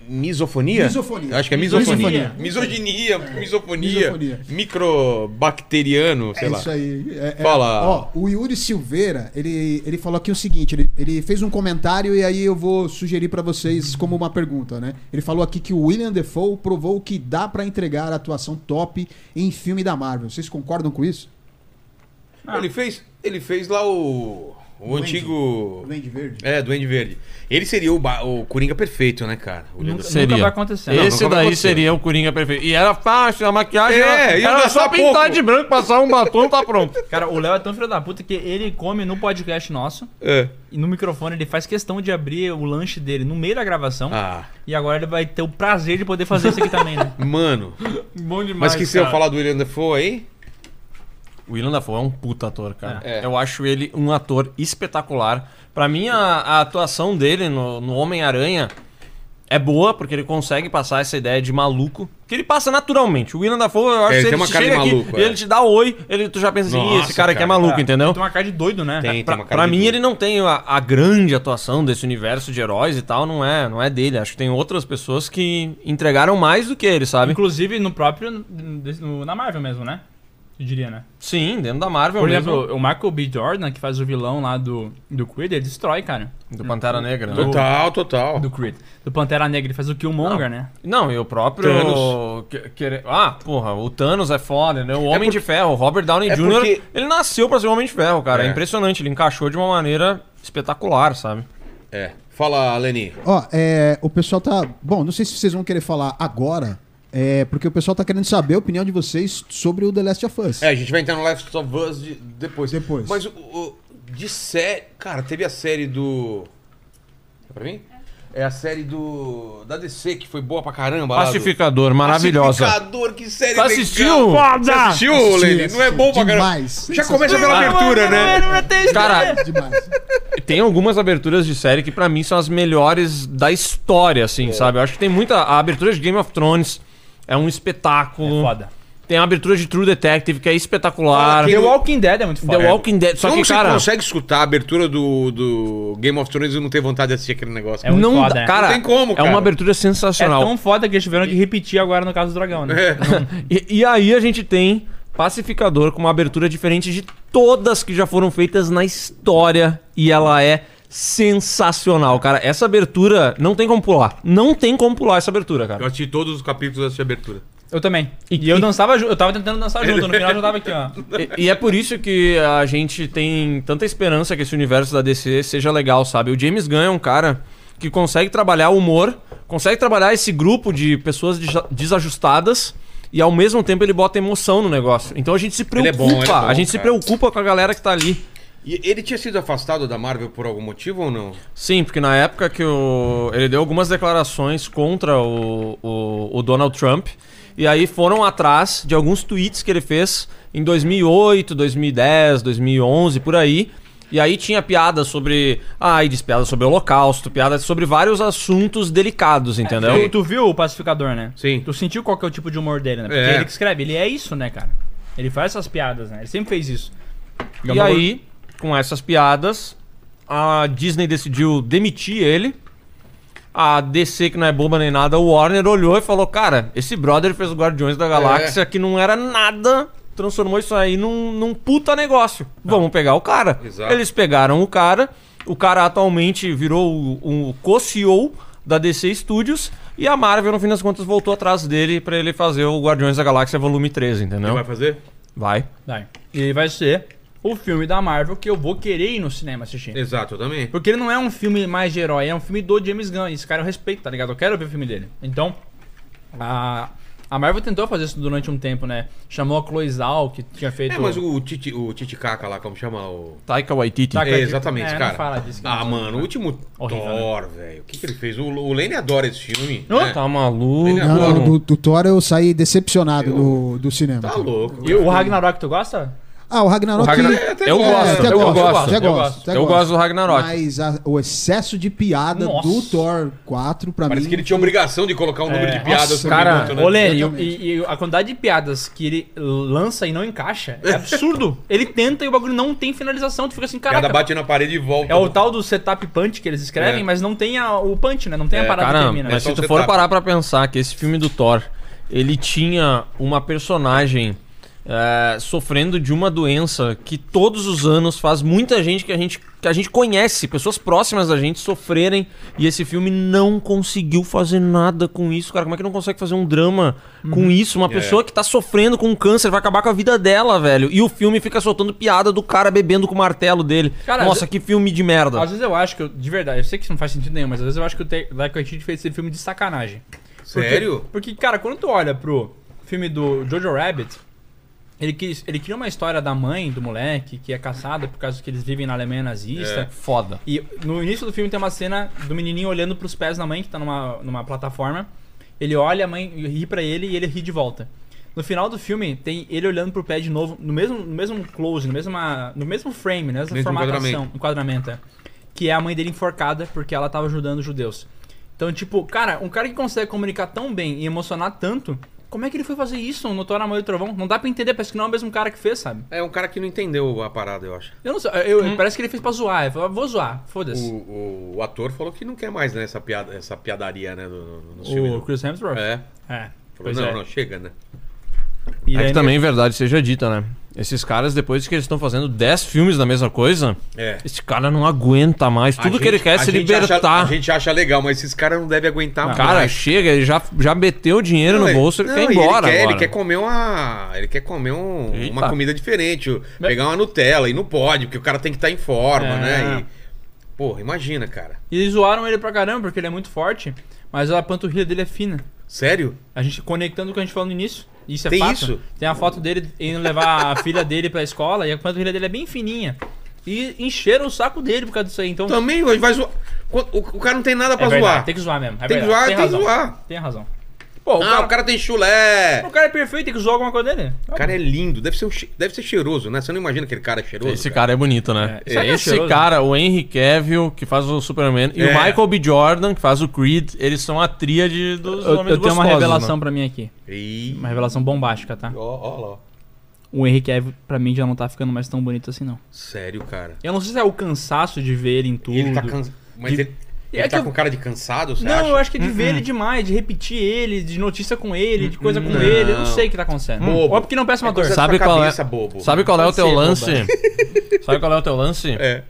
Speaker 1: misofonia?
Speaker 2: Misofonia.
Speaker 1: Acho que é misofonia.
Speaker 2: Misofonia. É,
Speaker 1: Misoginia, misofonia.
Speaker 2: Misofonia.
Speaker 1: Microbacteriano, sei
Speaker 2: é
Speaker 1: lá.
Speaker 2: isso aí. É, é-
Speaker 1: Fala.
Speaker 2: Ó, o Yuri Silveira, ele, ele falou aqui o seguinte: ele, ele fez um comentário e aí eu vou sugerir pra vocês como uma pergunta, né? Ele falou aqui que o William Defoe provou que dá pra entregar a atuação top em filme da Marvel. Vocês concordam com isso?
Speaker 1: Ele, fez, ele fez lá o. O
Speaker 2: Ah. Duende.
Speaker 1: antigo.
Speaker 2: Duende Verde.
Speaker 1: É, Duende Verde. Ele seria o, ba- o Coringa perfeito, né, cara? O Leandro-
Speaker 3: Nunca vai acontecer. Não,
Speaker 4: Esse
Speaker 1: nunca vai
Speaker 4: daí
Speaker 1: acontecer.
Speaker 4: seria o Coringa perfeito. E era fácil, a maquiagem
Speaker 1: É,
Speaker 4: era,
Speaker 1: ia
Speaker 4: era só
Speaker 1: gastar
Speaker 4: pintar
Speaker 1: pouco.
Speaker 4: de branco, passar um batom, tá pronto.
Speaker 3: Cara, o Léo é tão filho da puta que ele come no podcast nosso
Speaker 1: É.
Speaker 3: e no microfone ele faz questão de abrir o lanche dele no meio da gravação.
Speaker 1: Ah,
Speaker 3: E agora ele vai ter o prazer de poder fazer isso aqui também, né?
Speaker 1: mano.
Speaker 4: Bom demais,
Speaker 1: Mas que se eu falar do William Dafoe aí?
Speaker 4: O Willem Dafoe é um puta ator, cara.
Speaker 1: É.
Speaker 4: Eu acho ele um ator espetacular. Pra mim, a, a atuação dele no, no Homem-Aranha é boa, porque ele consegue passar essa ideia de maluco. Que ele passa naturalmente. O William Dafoe, eu acho
Speaker 1: É, ele
Speaker 4: que se
Speaker 1: tem
Speaker 4: ele
Speaker 1: uma
Speaker 4: te
Speaker 1: cara de
Speaker 4: chega aqui
Speaker 1: maluco,
Speaker 4: e
Speaker 1: é.
Speaker 4: ele te dá oi, ele, tu já pensa assim, "Ih, esse
Speaker 1: Nossa,
Speaker 4: cara aqui é
Speaker 1: cara,
Speaker 4: maluco,
Speaker 3: Ah,
Speaker 4: entendeu?
Speaker 3: Tem uma cara de doido, né?
Speaker 1: Tem, tem
Speaker 4: É, Pra,
Speaker 1: uma cara
Speaker 4: pra
Speaker 1: de
Speaker 4: mim,
Speaker 1: doido.
Speaker 4: ele não tem a, a grande atuação desse universo de heróis e tal, não é, não é dele. Acho que tem outras pessoas que entregaram mais do que ele, sabe?
Speaker 3: Inclusive no próprio. no- na Marvel mesmo, né? Eu diria, né?
Speaker 4: Sim, dentro da Marvel
Speaker 3: Por
Speaker 4: mesmo.
Speaker 3: exemplo, o Michael B. Jordan, que faz o vilão lá do, do Creed, ele destrói, cara.
Speaker 4: do Pantera Negra, né?
Speaker 1: Total, total.
Speaker 3: Do Creed. Do Pantera Negra, ele faz o Killmonger, né?
Speaker 4: Não, e o próprio.
Speaker 1: Thanos.
Speaker 4: que- quere- Ah, porra, o Thanos é foda, né? O Homem de Ferro, o Robert Downey
Speaker 1: É
Speaker 4: Jr.,
Speaker 1: porque-
Speaker 4: ele nasceu pra ser o Homem de Ferro, cara. É.
Speaker 1: É.
Speaker 4: impressionante, ele encaixou de uma maneira espetacular, sabe?
Speaker 1: É. Fala, Leni.
Speaker 2: Ó, é, o pessoal tá. Bom, não sei se vocês vão querer falar agora, é, porque o pessoal tá querendo saber a opinião de vocês sobre o The Last of Us.
Speaker 1: É, a gente vai entrar no Last of Us de- depois.
Speaker 2: Depois.
Speaker 1: Mas o, o- de série. Cara, teve a série do. É pra mim? É a série do. Da DC, que foi boa pra caramba. lá do-
Speaker 4: Pacificador, maravilhosa.
Speaker 1: Pacificador, que série
Speaker 4: Tá
Speaker 1: legal.
Speaker 4: assistiu?
Speaker 1: Você assistiu,
Speaker 2: Assisti,
Speaker 1: Leni? Não é bom pra
Speaker 2: assisti
Speaker 1: caramba.
Speaker 2: demais.
Speaker 1: Já começa pela
Speaker 3: Ah,
Speaker 1: abertura, né?
Speaker 4: Cara,
Speaker 2: É Demais.
Speaker 4: tem algumas aberturas de série que pra mim são as melhores da história, assim,
Speaker 1: É.
Speaker 4: sabe? Eu acho que tem muita. A abertura de Game of Thrones é um
Speaker 1: É
Speaker 4: espetáculo.
Speaker 3: Foda.
Speaker 4: Tem a abertura de True Detective, que é espetacular.
Speaker 3: The Walking Dead é muito
Speaker 4: The
Speaker 3: foda.
Speaker 4: Walking Dead. Só
Speaker 1: Como
Speaker 4: que, cara.
Speaker 1: você consegue escutar a abertura do, do Game of Thrones e não ter vontade de assistir aquele negócio?
Speaker 3: É um- muito
Speaker 4: não,
Speaker 3: foda,
Speaker 4: dá-
Speaker 3: né?
Speaker 4: cara,
Speaker 1: Não tem como,
Speaker 4: É
Speaker 1: cara.
Speaker 4: uma abertura
Speaker 3: É
Speaker 4: sensacional.
Speaker 3: tão foda que eles tiveram que repetir agora no caso do dragão, né?
Speaker 1: É.
Speaker 4: E, e aí a gente tem Pacificador com uma abertura diferente de todas que já foram feitas na história e ela é sensacional, cara. Essa abertura não tem como pular. Não tem como pular essa abertura,
Speaker 1: Eu
Speaker 4: cara.
Speaker 1: assisti todos os capítulos dessa abertura.
Speaker 3: Eu também. E, eu dançava junto, eu tava tentando dançar junto, no final eu já tava aqui, ó.
Speaker 4: E, e é por isso que a gente tem tanta esperança que esse universo da DC seja legal, sabe? O James Gunn é um cara que consegue trabalhar o humor, consegue trabalhar esse grupo de pessoas desa- desajustadas e ao mesmo tempo ele bota emoção no negócio. Então a gente se
Speaker 1: Ele
Speaker 4: preocupa,
Speaker 1: é bom, ele é bom,
Speaker 4: a gente se
Speaker 1: cara.
Speaker 4: preocupa com a galera que tá ali.
Speaker 1: E ele tinha sido afastado da Marvel por algum motivo ou não?
Speaker 4: Sim, porque na época que o, ele deu algumas declarações contra o, o, o Donald Trump, e aí foram atrás de alguns tweets que ele fez em 2008, 2010, 2011, por aí. E aí tinha piadas sobre AIDS, piadas sobre holocausto, piadas sobre vários assuntos delicados, entendeu?
Speaker 3: Tu, tu viu o Pacificador, né?
Speaker 1: Então- Sim.
Speaker 3: Tu sentiu qual que é o tipo de humor dele, né? Porque
Speaker 1: É.
Speaker 3: ele que escreve, ele é isso, né, cara? Ele faz essas piadas, né? Ele sempre fez isso.
Speaker 4: E aí, com essas piadas, a Disney decidiu demitir ele. A DC, que não é boba nem nada, o Warner olhou e falou: Cara, esse brother fez o Guardiões da
Speaker 1: É.
Speaker 4: Galáxia que não era nada, transformou isso aí num, num puta negócio. Vamos pegar o cara.
Speaker 1: É. Exato.
Speaker 4: Eles pegaram o cara, o cara atualmente virou o, o co-CEO da DC Studios e a Marvel, no fim das contas, voltou atrás dele pra ele fazer o Guardiões da Galáxia volume 13, entendeu?
Speaker 1: Ele vai fazer?
Speaker 4: Vai.
Speaker 3: Vai. E ele vai ser o filme da Marvel que eu vou querer ir no cinema assistir.
Speaker 1: Exato, eu também.
Speaker 3: Porque ele não é um filme mais de herói, é um filme do James Gunn. E esse cara eu respeito, tá ligado? Eu quero ver o filme dele. Então, a, a Marvel tentou fazer isso durante um tempo, né? Chamou a Chloe Zhao, que tinha feito...
Speaker 1: É, mas o, titi, o Titicaca lá, como chama? O...
Speaker 4: Taika Waititi.
Speaker 3: Taika-
Speaker 1: É, exatamente,
Speaker 3: É, não
Speaker 1: cara.
Speaker 3: fala disso que
Speaker 1: ah,
Speaker 3: não-
Speaker 1: mano, o último
Speaker 3: Horrível, né?
Speaker 1: Thor, velho. O que, que ele fez? O, o Lenny adora esse filme.
Speaker 3: Oh,
Speaker 1: né?
Speaker 4: Tá maluco.
Speaker 1: Ele é
Speaker 2: Não, não,
Speaker 1: Mano.
Speaker 2: do, do Thor eu saí decepcionado do, do cinema.
Speaker 1: Tá louco. É,
Speaker 3: E o Ragnarok, tu gosta?
Speaker 2: Ah, o Ragnarok.
Speaker 4: O Ragnar- Eu gosto,
Speaker 2: É, até
Speaker 4: eu gosto,
Speaker 2: até
Speaker 4: eu
Speaker 2: gosto, até
Speaker 4: Eu gosto do Ragnarok.
Speaker 2: Mas a- o excesso de piada
Speaker 3: Nossa.
Speaker 2: do Thor 4 pra
Speaker 1: Parece
Speaker 2: mim.
Speaker 1: que ele tinha obrigação de colocar um número de piadas
Speaker 2: Nossa,
Speaker 1: por
Speaker 4: cara,
Speaker 1: minuto, né?
Speaker 3: É. Ô, Lenny,
Speaker 2: Exatamente.
Speaker 3: e, e a quantidade de piadas que ele lança e não encaixa é absurdo. ele tenta e o bagulho não tem finalização. Tu fica assim,
Speaker 1: Cada
Speaker 3: caraca.
Speaker 1: bate na parede e volta.
Speaker 3: É o tal do setup punch que eles escrevem,
Speaker 1: É.
Speaker 3: mas não tem a- o punch, né? Então tá- Não tem a
Speaker 1: É,
Speaker 3: parada que
Speaker 4: Cara,
Speaker 3: termina.
Speaker 4: mas
Speaker 1: só
Speaker 4: se
Speaker 1: um
Speaker 4: tu for
Speaker 1: setup.
Speaker 4: parar pra pensar que esse filme do Thor, ele tinha uma personagem é, sofrendo de uma doença que todos os anos faz muita gente que a gente que a gente conhece, pessoas próximas da gente sofrerem e esse filme não conseguiu fazer nada com isso, cara. Como é que não consegue fazer um drama com
Speaker 3: Uhum.
Speaker 4: isso?
Speaker 3: É.
Speaker 4: Uma pessoa que tá sofrendo com câncer vai acabar com a vida dela, velho. E o filme fica soltando piada do cara bebendo com o martelo dele.
Speaker 3: Cara,
Speaker 4: Nossa,
Speaker 3: às
Speaker 4: que filme de merda.
Speaker 3: Às vezes eu acho que, eu, de verdade, eu sei que isso não faz sentido nenhum, mas às vezes eu acho que o Te- Taika Waititi fez esse filme de sacanagem. Porque-
Speaker 1: Sério?
Speaker 3: Porque, cara, quando tu olha pro filme do Jojo Rabbit, ele, quis, ele cria uma história da mãe do moleque que é caçada por causa que eles vivem na Alemanha nazista.
Speaker 4: Foda.
Speaker 3: E no início do filme tem uma cena do menininho olhando pros pés da mãe, que tá numa, numa plataforma. Ele olha, a mãe ri pra ele e ele ri de volta. No final do filme, tem ele olhando pro pé de novo, no mesmo, no mesmo close, no mesmo, no mesmo frame, né? Essa
Speaker 1: Mesmo
Speaker 3: formatação,
Speaker 1: enquadramento.
Speaker 3: enquadramento. é. Que é a mãe dele enforcada porque ela tava ajudando os judeus. Então, tipo, cara, um cara que consegue comunicar tão bem e emocionar tanto, como é que ele foi fazer isso no Tornamor do Trovão? Não dá pra entender, parece que não é o mesmo cara que fez, sabe?
Speaker 1: É um cara que não entendeu a parada, eu acho.
Speaker 3: Eu não sei, eu- parece que ele fez pra zoar. Ele falou, "Ah, vou zoar, foda-se.
Speaker 1: Hum. O, o- o ator falou que não quer mais, né? Essa, piada, essa piadaria, né? Do, no, no filme.
Speaker 3: O, Chris Hemsworth?
Speaker 1: É.
Speaker 3: É.
Speaker 1: Falou,
Speaker 3: Pois
Speaker 1: não,
Speaker 3: é.
Speaker 1: não, chega, né?
Speaker 3: E
Speaker 4: É
Speaker 3: aí,
Speaker 4: que também, verdade seja dita, né? Esses caras, depois que eles estão fazendo 10 filmes da mesma coisa,
Speaker 1: É.
Speaker 4: esse cara não aguenta mais.
Speaker 1: A
Speaker 4: Tudo que
Speaker 1: gente-
Speaker 4: ele quer é
Speaker 1: a
Speaker 4: se
Speaker 1: gente acha-
Speaker 4: libertar.
Speaker 1: a gente acha legal, mas esses caras não devem aguentar mais.
Speaker 4: Cara, chega, ele já, já meteu o dinheiro
Speaker 1: Não, é-
Speaker 4: no bolso, ele
Speaker 1: não,
Speaker 4: quer ir
Speaker 1: e
Speaker 4: embora
Speaker 1: Ele quer,
Speaker 4: agora.
Speaker 1: ele quer comer uma. Ele quer comer um-
Speaker 4: Eita.
Speaker 1: uma comida diferente. o- Pegar uma Nutella e não pode, porque o cara tem que estar em forma,
Speaker 3: É.
Speaker 1: né? E, porra, imagina, cara.
Speaker 3: E eles zoaram ele pra caramba, porque ele é muito forte, mas a panturrilha dele é fina.
Speaker 1: Sério?
Speaker 3: A gente conectando com o que a gente falou no início. Isso é
Speaker 1: Tem
Speaker 3: fato.
Speaker 1: isso?
Speaker 3: Tem a foto dele indo levar a filha dele pra escola e a panturrilha dele é bem fininha. E encheram o saco dele por causa disso aí. Então,
Speaker 1: Também vai zoar. O, o cara não tem nada pra
Speaker 3: é verdade,
Speaker 1: zoar.
Speaker 3: tem que zoar mesmo. é
Speaker 1: Tem que
Speaker 3: verdade,
Speaker 1: zoar, tem que
Speaker 3: razão.
Speaker 1: zoar.
Speaker 3: Tem razão.
Speaker 1: Pô, o, cara, o cara tem chulé.
Speaker 3: O cara é perfeito, tem que zoar alguma coisa dele.
Speaker 1: O cara é lindo, deve ser, um che- deve ser cheiroso, né? Você não imagina aquele cara cheiroso?
Speaker 4: Esse cara é bonito, né?
Speaker 3: É. Será que é
Speaker 4: Esse
Speaker 3: cheiroso?
Speaker 4: cara, o Henry Cavill, que faz o Superman, e o
Speaker 1: É.
Speaker 4: Michael B. Jordan, que faz o Creed, eles são a tríade dos
Speaker 3: Eu,
Speaker 4: homens
Speaker 3: eu tenho uma
Speaker 4: gostosos,
Speaker 3: revelação
Speaker 4: né?
Speaker 3: pra mim aqui.
Speaker 1: Ih,
Speaker 3: Uma revelação bombástica, tá?
Speaker 1: Ó, ó lá. ó.
Speaker 3: O Henry Cavill, pra mim, já não tá ficando mais tão bonito assim, não.
Speaker 1: Sério, cara.
Speaker 3: Eu não sei se é o cansaço de ver ele em tudo.
Speaker 1: E ele tá cansado. Mas
Speaker 3: De-
Speaker 1: ele,
Speaker 3: É
Speaker 1: ele
Speaker 3: que
Speaker 1: tá
Speaker 3: eu-
Speaker 1: com cara de cansado, você
Speaker 3: Não,
Speaker 1: acha?
Speaker 3: eu acho que é de ver ele demais, de repetir ele, de notícia com ele, de coisa com ele. Eu não sei o que tá acontecendo.
Speaker 1: Bobo.
Speaker 3: Ou é porque não peça uma dor.
Speaker 1: coisa
Speaker 4: Sabe
Speaker 1: da sua
Speaker 4: qual é?
Speaker 1: tá cabeça, bobo.
Speaker 4: Sabe qual é o
Speaker 3: Pode
Speaker 4: teu
Speaker 3: ser,
Speaker 4: lance? Sabe qual é o teu lance?
Speaker 1: É.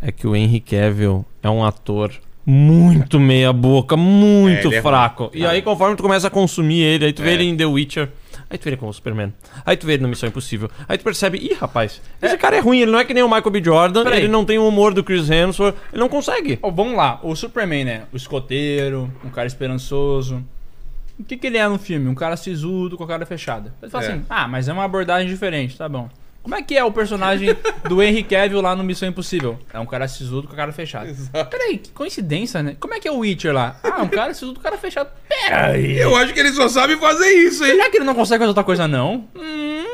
Speaker 4: É que o Henry Cavill é um ator muito meia boca,
Speaker 1: É,
Speaker 4: muito
Speaker 1: ele é
Speaker 4: fraco.
Speaker 1: ruim.
Speaker 4: E
Speaker 1: Ah.
Speaker 4: aí conforme tu começa a consumir ele, aí tu vê
Speaker 1: É.
Speaker 4: ele em The Witcher, aí tu vê ele como Superman, aí tu vê ele no Missão Impossível, aí tu percebe, ih rapaz, esse cara é ruim, ele não é que nem o Michael B. Jordan,
Speaker 3: Peraí.
Speaker 4: ele não tem o humor do Chris Hemsworth, ele não consegue.
Speaker 3: Ó, vamos lá, o Superman, né? O escoteiro, um cara esperançoso. O que, que ele é no filme? Um cara sisudo com a cara fechada. Ele fala
Speaker 1: É.
Speaker 3: assim: ah, mas é uma abordagem diferente, tá bom. Como é que é o personagem do Henry Cavill lá no Missão Impossível? É um cara sisudo com a cara fechada. Peraí, que coincidência, né? Como é que é o Witcher lá? Ah, um cara sisudo com a cara fechada. Peraí.
Speaker 1: Eu acho que ele só sabe fazer isso, hein?
Speaker 3: Será que ele não consegue fazer outra coisa, não? Hum.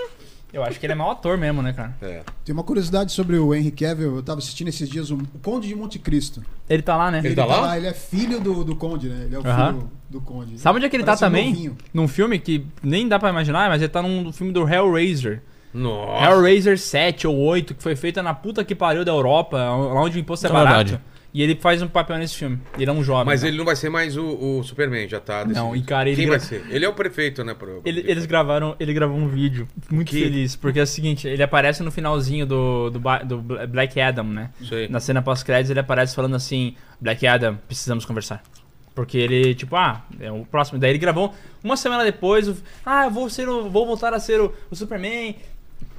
Speaker 3: Eu acho que ele é mau ator mesmo, né, cara?
Speaker 1: É.
Speaker 2: Tem uma curiosidade sobre o Henry Cavill. Eu tava assistindo esses dias o Conde de Monte Cristo.
Speaker 3: Ele tá lá, né?
Speaker 1: Ele tá lá?
Speaker 2: ele é filho do, do Conde, né? Ele é o
Speaker 3: Aham.
Speaker 2: filho do Conde.
Speaker 3: Sabe onde é que ele
Speaker 2: Parece
Speaker 3: tá
Speaker 2: um
Speaker 3: também?
Speaker 2: novinho.
Speaker 3: Num filme que nem dá pra imaginar, mas ele tá num filme do Hellraiser. É
Speaker 1: Nossa.
Speaker 3: Hellraiser 7 ou 8, que foi feita na puta que pariu da Europa, lá onde o imposto é
Speaker 4: Isso é
Speaker 3: barato.
Speaker 4: verdade.
Speaker 3: E ele faz um papel nesse filme. Ele é um jovem.
Speaker 1: Mas
Speaker 3: né?
Speaker 1: ele não vai ser mais o, o Superman, já tá.
Speaker 3: Não,
Speaker 1: decidido.
Speaker 3: e cara, ele
Speaker 1: Quem
Speaker 3: gra-
Speaker 1: vai ser? Ele é o prefeito, né? Pro...
Speaker 3: Ele- eles gravaram, ele gravou um vídeo muito
Speaker 1: Que?
Speaker 3: feliz, porque é o seguinte, ele aparece no finalzinho do, do, ba- do Bla- Black Adam, né?
Speaker 1: Isso aí.
Speaker 3: Na cena pós-créditos ele aparece falando assim, Black Adam, precisamos conversar. Porque ele, tipo, ah, é o próximo. Daí ele gravou uma semana depois, o- ah, eu vou ser o, vou voltar a ser o, o Superman.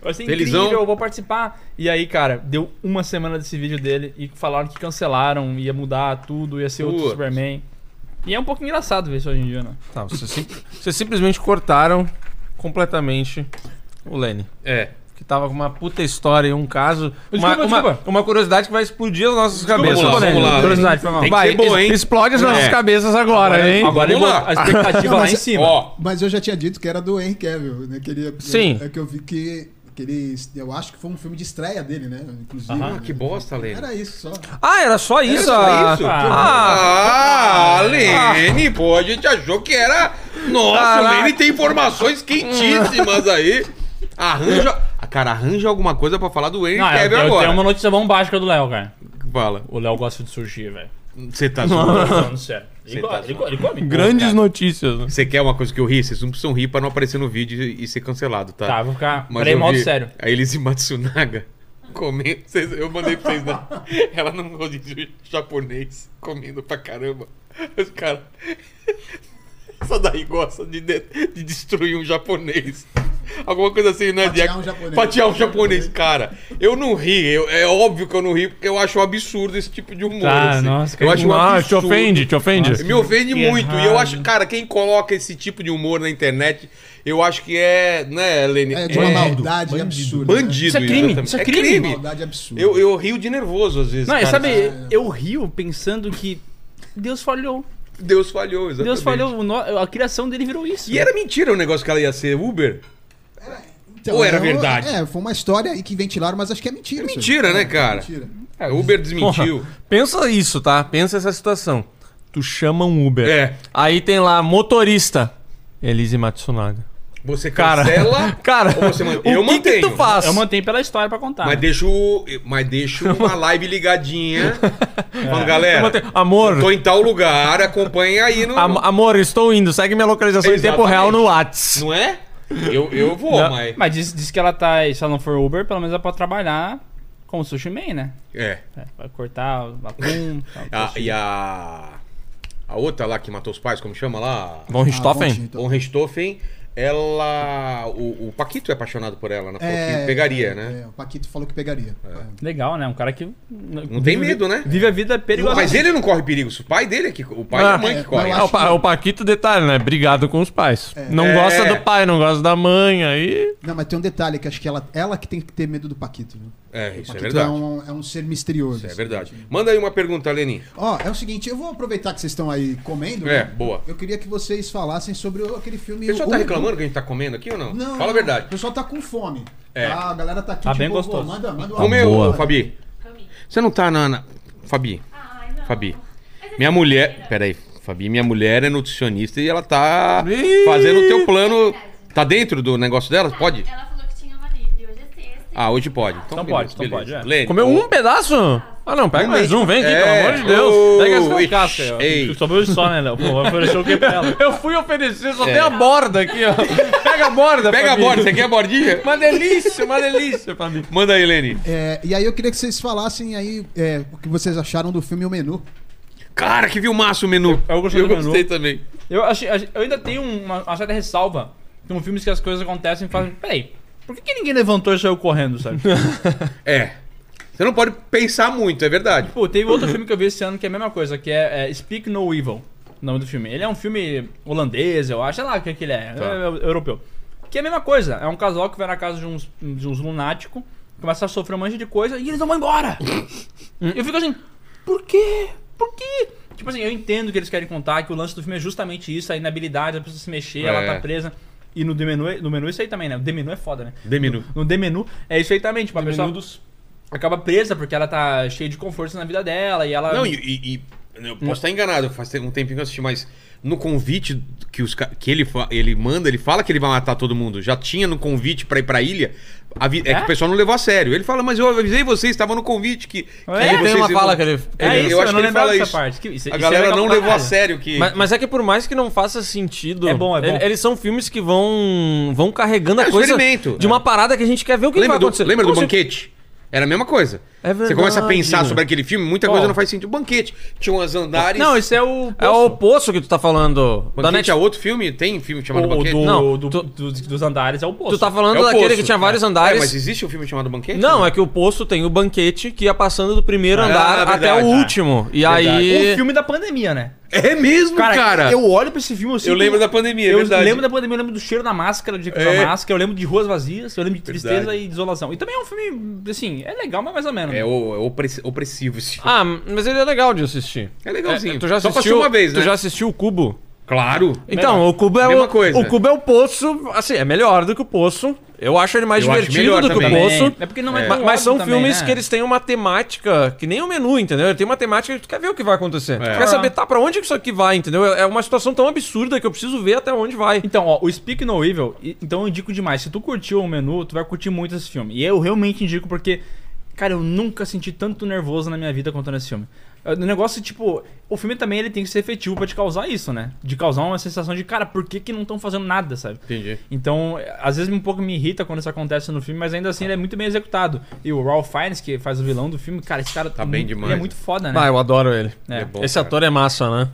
Speaker 3: Vai ser
Speaker 1: Felizão.
Speaker 3: incrível, eu vou participar. E aí, cara, deu uma semana desse vídeo dele e falaram que cancelaram, ia mudar tudo, ia ser outro
Speaker 1: Putz.
Speaker 3: Superman. E é um pouco engraçado ver isso hoje em dia, né?
Speaker 4: Tá, vocês, sim- vocês simplesmente cortaram completamente o Lenny.
Speaker 1: É.
Speaker 4: Que tava com uma puta história e um caso.
Speaker 3: Desculpa,
Speaker 4: uma, uma-
Speaker 3: desculpa.
Speaker 4: uma curiosidade que vai explodir as nossas cabeças.
Speaker 1: vamos lá,
Speaker 4: Lenny.
Speaker 1: vamos lá.
Speaker 3: Curiosidade, foi mal.
Speaker 1: Tem que
Speaker 4: Vai,
Speaker 1: ser boa,
Speaker 4: es-
Speaker 1: hein?
Speaker 4: explode as nossas
Speaker 1: É.
Speaker 4: cabeças agora, hein?
Speaker 3: Agora ele
Speaker 1: Vamos lá.
Speaker 3: botou a expectativa
Speaker 2: Não,
Speaker 3: lá
Speaker 2: mas-
Speaker 3: em cima.
Speaker 1: Ó,
Speaker 2: Mas eu já tinha dito que era do Henry Cavill, né? Que ele,
Speaker 4: Sim.
Speaker 2: É que eu vi que, que ele. Eu acho que foi um filme de estreia dele, né? Inclusive.
Speaker 1: ah,
Speaker 2: né?
Speaker 1: que bosta, Lene.
Speaker 2: Era isso só.
Speaker 4: Ah, era só isso?
Speaker 1: Era
Speaker 4: ah.
Speaker 1: isso?
Speaker 4: Ah,
Speaker 1: Ah, Lene, pô, a gente achou que era. Nossa,
Speaker 4: Caraca.
Speaker 1: o Lene tem informações quentíssimas aí. Arranja. Ah, Cara, arranja alguma coisa pra falar do Henry
Speaker 3: Não, eu,
Speaker 1: Cavill
Speaker 3: eu
Speaker 1: agora.
Speaker 3: tenho uma notícia bombástica do Léo, cara.
Speaker 1: Fala.
Speaker 3: O Léo gosta de sushi, velho.
Speaker 1: Você tá zoando.
Speaker 3: Tô falando sério. Ele,
Speaker 1: Você
Speaker 3: go-
Speaker 1: tá
Speaker 3: ele go- ele come.
Speaker 4: grandes notícias. né?
Speaker 1: Você quer uma coisa que eu ri? Vocês não precisam rir pra não aparecer no vídeo e ser cancelado, tá?
Speaker 3: Tá, vou ficar.
Speaker 1: Mas
Speaker 3: Peraí,
Speaker 1: eu
Speaker 3: modo
Speaker 1: vi
Speaker 3: sério.
Speaker 1: A Elise Matsunaga comendo. Vocês- Eu mandei pra vocês, né? Ela não gosta de japonês comendo pra caramba. Os caras. Essa daí gosta de, de- de destruir um japonês. Alguma coisa assim, né?
Speaker 2: Fatiar
Speaker 1: de-
Speaker 2: um japonês.
Speaker 1: Fatiar um japonês, cara. Eu não ri, eu- é óbvio que eu não ri, porque eu acho um absurdo esse tipo de humor.
Speaker 3: Tá,
Speaker 1: assim.
Speaker 3: nossa,
Speaker 1: eu acho um
Speaker 4: Ah, te
Speaker 1: absurdo. Ah,
Speaker 4: ofende, te ofende.
Speaker 1: Me ofende
Speaker 3: que
Speaker 1: muito. E eu acho,
Speaker 3: errado.
Speaker 1: cara, quem coloca esse tipo de humor na internet, eu acho que é, né, Lene?
Speaker 2: É de uma maldade absurda. né?
Speaker 1: Bandido,
Speaker 3: Isso é crime,
Speaker 1: exatamente.
Speaker 3: isso é crime.
Speaker 2: Uma maldade absurda.
Speaker 1: Eu, eu rio de nervoso às vezes.
Speaker 3: Não,
Speaker 1: cara.
Speaker 3: sabe, eu rio pensando que Deus falhou.
Speaker 1: Deus falhou, exatamente.
Speaker 3: Deus falhou, o no- a criação dele virou isso.
Speaker 1: E era mentira o negócio que ela ia ser Uber?
Speaker 2: Então,
Speaker 1: Ou era
Speaker 2: eu-
Speaker 1: verdade?
Speaker 2: É, foi uma história e que ventilaram, mas acho que é mentira. isso aí.
Speaker 1: mentira, né,
Speaker 2: É,
Speaker 1: cara?
Speaker 2: Mentira.
Speaker 1: Uber desmentiu.
Speaker 4: Porra, pensa isso, tá? Pensa essa situação. Tu chama um Uber.
Speaker 1: É.
Speaker 4: Aí tem lá, motorista. Elise Matsunaga.
Speaker 1: Você
Speaker 4: Cara,
Speaker 1: cancela.
Speaker 4: cara,
Speaker 1: ou você man-
Speaker 4: o
Speaker 1: eu
Speaker 4: que que
Speaker 1: mantenho.
Speaker 4: tu faz?
Speaker 3: Eu mantenho pela história pra contar.
Speaker 1: Mas deixo, mas deixo uma live ligadinha.
Speaker 3: É.
Speaker 1: Falando, galera,
Speaker 4: Eu mantenho. Amor,
Speaker 1: tô em tal lugar, acompanha aí no.
Speaker 4: am- amor, estou indo. Segue minha localização em tempo
Speaker 1: Exatamente.
Speaker 4: real no Whats.
Speaker 1: Não é? Eu, eu vou,
Speaker 4: Não,
Speaker 1: mas.
Speaker 3: Mas diz, diz que ela tá, se ela não for Uber, pelo menos ela pode trabalhar como sushi man, né?
Speaker 1: É.
Speaker 3: É, Vai cortar o atum, tal,
Speaker 1: A- Ah,
Speaker 3: sushi.
Speaker 1: e a. A outra lá que matou os pais, como chama lá?
Speaker 4: Von
Speaker 2: Ah,
Speaker 4: Richthofen?
Speaker 2: bom,
Speaker 1: Von Richthofen, ela. O, o Paquito é apaixonado por ela, né? Falou que pegaria, né?
Speaker 2: é, o Paquito falou que pegaria. É.
Speaker 3: Legal, né? Um cara que.
Speaker 1: Não tem medo, né?
Speaker 3: Vive a vida perigosa.
Speaker 1: Mas ele não corre perigo, o pai dele é que. O pai e a mãe
Speaker 2: é,
Speaker 1: que corre.
Speaker 2: mas
Speaker 4: Ah, o, Pa-
Speaker 2: que-
Speaker 4: o Paquito, detalhe, né? Brigado com os pais. Não
Speaker 1: É.
Speaker 4: gosta do pai, não gosta da mãe, aí...
Speaker 2: Não, mas tem um detalhe que acho que ela, ela que tem que ter medo do Paquito. Viu?
Speaker 1: É,
Speaker 2: O
Speaker 1: isso é
Speaker 2: Paquito
Speaker 1: verdade.
Speaker 2: um, é um ser misterioso.
Speaker 1: É verdade. Manda aí uma pergunta, Lenin.
Speaker 2: Ó, é o seguinte, eu vou aproveitar que vocês estão aí comendo.
Speaker 1: É,
Speaker 2: né?
Speaker 1: boa.
Speaker 2: Eu queria que vocês falassem sobre o- aquele filme.
Speaker 1: O pessoal
Speaker 2: O-
Speaker 1: tá reclamando que a gente tá comendo aqui ou não?
Speaker 2: Não,
Speaker 1: Fala a
Speaker 2: O
Speaker 1: verdade.
Speaker 2: pessoal tá com fome.
Speaker 1: É.
Speaker 2: Tá, a galera tá aqui.
Speaker 3: Tá bem
Speaker 2: "Pô,
Speaker 3: gostoso."
Speaker 2: Manda, manda um uma
Speaker 1: Comeu,
Speaker 4: boa.
Speaker 1: Fabi. Você não tá na. na- Fabi.
Speaker 6: Ai, não.
Speaker 1: Fabi. Minha mulher. Peraí, Fabi, minha mulher é nutricionista e ela tá
Speaker 4: Ih!
Speaker 1: fazendo o teu plano. Tá dentro do negócio dela? Pode?
Speaker 6: Ela falou que tinha uma livre, hoje é sexta.
Speaker 1: Ah, hoje pode.
Speaker 3: Então
Speaker 1: beleza,
Speaker 3: pode, então
Speaker 1: beleza.
Speaker 3: pode, é.
Speaker 1: Lene,
Speaker 4: Comeu
Speaker 1: o-
Speaker 4: um pedaço? Ah, não, pega
Speaker 1: Um
Speaker 4: mais
Speaker 1: mesmo.
Speaker 4: um, vem aqui,
Speaker 1: É.
Speaker 4: pelo amor de Deus. Pega
Speaker 1: Ô,
Speaker 4: essa
Speaker 1: ei,
Speaker 4: caça aí, ó.
Speaker 1: ei.
Speaker 3: Sobrou só, né, Léo? Pô, ofereceu o que pra ela?
Speaker 4: Eu fui oferecer, só tem a borda aqui, ó. Pega a borda,
Speaker 1: Pega a
Speaker 4: família.
Speaker 1: borda, você quer a bordinha?
Speaker 4: Uma delícia, uma delícia pra mim.
Speaker 1: Manda aí, Lene.
Speaker 2: É, e aí eu queria que vocês falassem aí é, o que vocês acharam do filme O Menu.
Speaker 1: Cara, que viu massa o menu.
Speaker 3: Eu- eu gostei é do menu.
Speaker 1: também.
Speaker 3: Eu, achei, eu ainda tenho uma, uma certa ressalva. Tem filmes que as coisas acontecem e fazem. Peraí, por que, que ninguém levantou e saiu correndo, sabe?
Speaker 1: É. Você não pode pensar muito, é verdade.
Speaker 3: Pô, teve outro filme que eu vi esse ano que é a mesma coisa, que é, é Speak No Evil, o nome do filme. Ele é um filme holandês, eu acho, sei lá o que, que ele é,
Speaker 1: Tá.
Speaker 3: é, é europeu. Que é a mesma coisa, é um casal que vai na casa de uns, de uns lunáticos, começa a sofrer um monte de coisa e eles não vão embora. eu fico assim, por quê? Por quê? Tipo assim, eu entendo o que eles querem contar, que o lance do filme é justamente isso, a inabilidade da pessoa se mexer, ela
Speaker 1: É.
Speaker 3: tá presa. E no Demenu, no menu é isso aí também, né? O Demenu é foda, né?
Speaker 1: Deminu.
Speaker 3: No D-menu, é isso aí também, tipo, a pessoa acaba presa porque ela tá cheia de confortos na vida dela e ela...
Speaker 1: Não, e, e- e- eu posso estar enganado, faz um tempinho que eu assisti, mas no convite que, os, ca- que ele, fa- ele manda, ele fala que ele vai matar todo mundo. Já tinha no convite pra ir pra ilha. avi- é,
Speaker 3: É?
Speaker 1: que o pessoal não levou a sério. Ele fala, mas eu avisei vocês, estavam no convite que. que
Speaker 3: É? Ele
Speaker 4: tem
Speaker 1: vocês
Speaker 4: uma
Speaker 1: iam-
Speaker 4: fala que ele-
Speaker 1: É,
Speaker 4: ele-
Speaker 1: eu, acho que ele
Speaker 3: lembrava
Speaker 1: fala
Speaker 3: dessa
Speaker 1: isso.
Speaker 3: parte, que isso- isso
Speaker 1: a
Speaker 3: é
Speaker 1: galera
Speaker 3: legal
Speaker 1: não
Speaker 3: pra
Speaker 1: levou a
Speaker 3: caralho.
Speaker 1: sério que.
Speaker 4: Mas, mas é que por mais que não faça sentido.
Speaker 3: É bom, é bom.
Speaker 4: ele- Eles são filmes que vão, vão carregando a
Speaker 1: É um
Speaker 4: coisa
Speaker 1: experimento.
Speaker 4: de uma parada que a gente quer ver o que, que vai
Speaker 1: lembra do,
Speaker 4: acontecer.
Speaker 1: lembra do
Speaker 4: Como se-
Speaker 1: banquete? Era a mesma coisa.
Speaker 4: É
Speaker 1: Você começa a
Speaker 4: verdade.
Speaker 1: pensar sobre aquele filme, muita coisa
Speaker 3: Qual?
Speaker 1: não faz sentido. O banquete tinha umas andares.
Speaker 3: Não, esse é o...
Speaker 4: É o poço que tu tá falando.
Speaker 1: banquete
Speaker 4: Da
Speaker 1: é
Speaker 4: Net...
Speaker 1: outro filme? Tem filme chamado
Speaker 3: o, o
Speaker 1: Banquete?
Speaker 3: do,
Speaker 1: não.
Speaker 4: Não,
Speaker 3: do-
Speaker 4: tu-
Speaker 3: do- dos andares é o poço.
Speaker 4: Tu tá
Speaker 1: É
Speaker 4: falando
Speaker 1: o
Speaker 4: daquele
Speaker 1: poço,
Speaker 4: que tinha
Speaker 1: né?
Speaker 4: vários
Speaker 1: É,
Speaker 4: andares.
Speaker 1: mas existe um filme chamado Banquete?
Speaker 4: Não, é que o poço tem o banquete que ia passando do primeiro
Speaker 1: Ah,
Speaker 4: andar
Speaker 1: verdade,
Speaker 4: até o
Speaker 1: ah.
Speaker 4: último. E
Speaker 3: O
Speaker 4: aí.
Speaker 3: filme da pandemia, né?
Speaker 1: É mesmo, cara. eu,
Speaker 3: eu olho pra esse filme... sinto-
Speaker 1: lembro da pandemia, é
Speaker 3: Eu
Speaker 1: verdade.
Speaker 3: lembro da pandemia, eu lembro do cheiro da máscara, de
Speaker 1: É.
Speaker 3: da máscara, eu lembro de ruas vazias, eu lembro de tristeza
Speaker 1: Verdade.
Speaker 3: e desolação. E também é um filme, assim, é legal, mas mais ou menos.
Speaker 1: É o, é opres- opressivo esse filme.
Speaker 4: Ah, mas ele é legal de assistir.
Speaker 1: É legalzinho.
Speaker 4: É, tu já
Speaker 1: Só
Speaker 4: assistiu,
Speaker 1: passou uma vez, né?
Speaker 4: Tu já assistiu o Cubo?
Speaker 1: Claro.
Speaker 4: Então, o Cubo é
Speaker 1: Mesma
Speaker 4: o,
Speaker 1: coisa.
Speaker 4: o Cubo é o poço, assim, é melhor do que o poço. Eu acho ele mais
Speaker 1: Eu acho
Speaker 4: divertido
Speaker 1: melhor
Speaker 4: do que
Speaker 1: também.
Speaker 4: o poço.
Speaker 3: É porque não é,
Speaker 1: É.
Speaker 3: tão
Speaker 4: Mas, mas
Speaker 3: óbvio
Speaker 4: são
Speaker 3: também,
Speaker 4: filmes
Speaker 3: né?
Speaker 4: que eles têm uma temática que nem o menu, entendeu? Ele tem uma temática que tu quer ver o que vai acontecer. Tu
Speaker 1: É. Ah.
Speaker 4: quer saber, tá, pra onde que isso aqui vai, entendeu? É é uma situação tão absurda que eu preciso ver até onde vai.
Speaker 3: Então, ó, o Speak No Evil, e- então eu indico demais. Se tu curtiu o menu, tu vai curtir muito esse filme. E eu realmente indico porque, cara, eu nunca senti tanto nervoso na minha vida quanto nesse filme. É, O negócio, tipo, o filme também ele tem que ser efetivo pra te causar isso, né? De causar uma sensação de, cara, por que, que não estão fazendo nada, sabe?
Speaker 1: Entendi.
Speaker 3: Então, é, às vezes um pouco me irrita quando isso acontece no filme, mas ainda assim ele é muito bem executado. E o Ralph Fiennes, que faz o vilão do filme, cara, esse cara
Speaker 1: Tá bem
Speaker 3: muito-
Speaker 1: demais,
Speaker 3: Ele é
Speaker 1: né?
Speaker 3: muito foda, né?
Speaker 4: Ah, eu adoro ele.
Speaker 3: É.
Speaker 1: bom,
Speaker 4: Esse
Speaker 1: cara.
Speaker 4: ator é massa, né?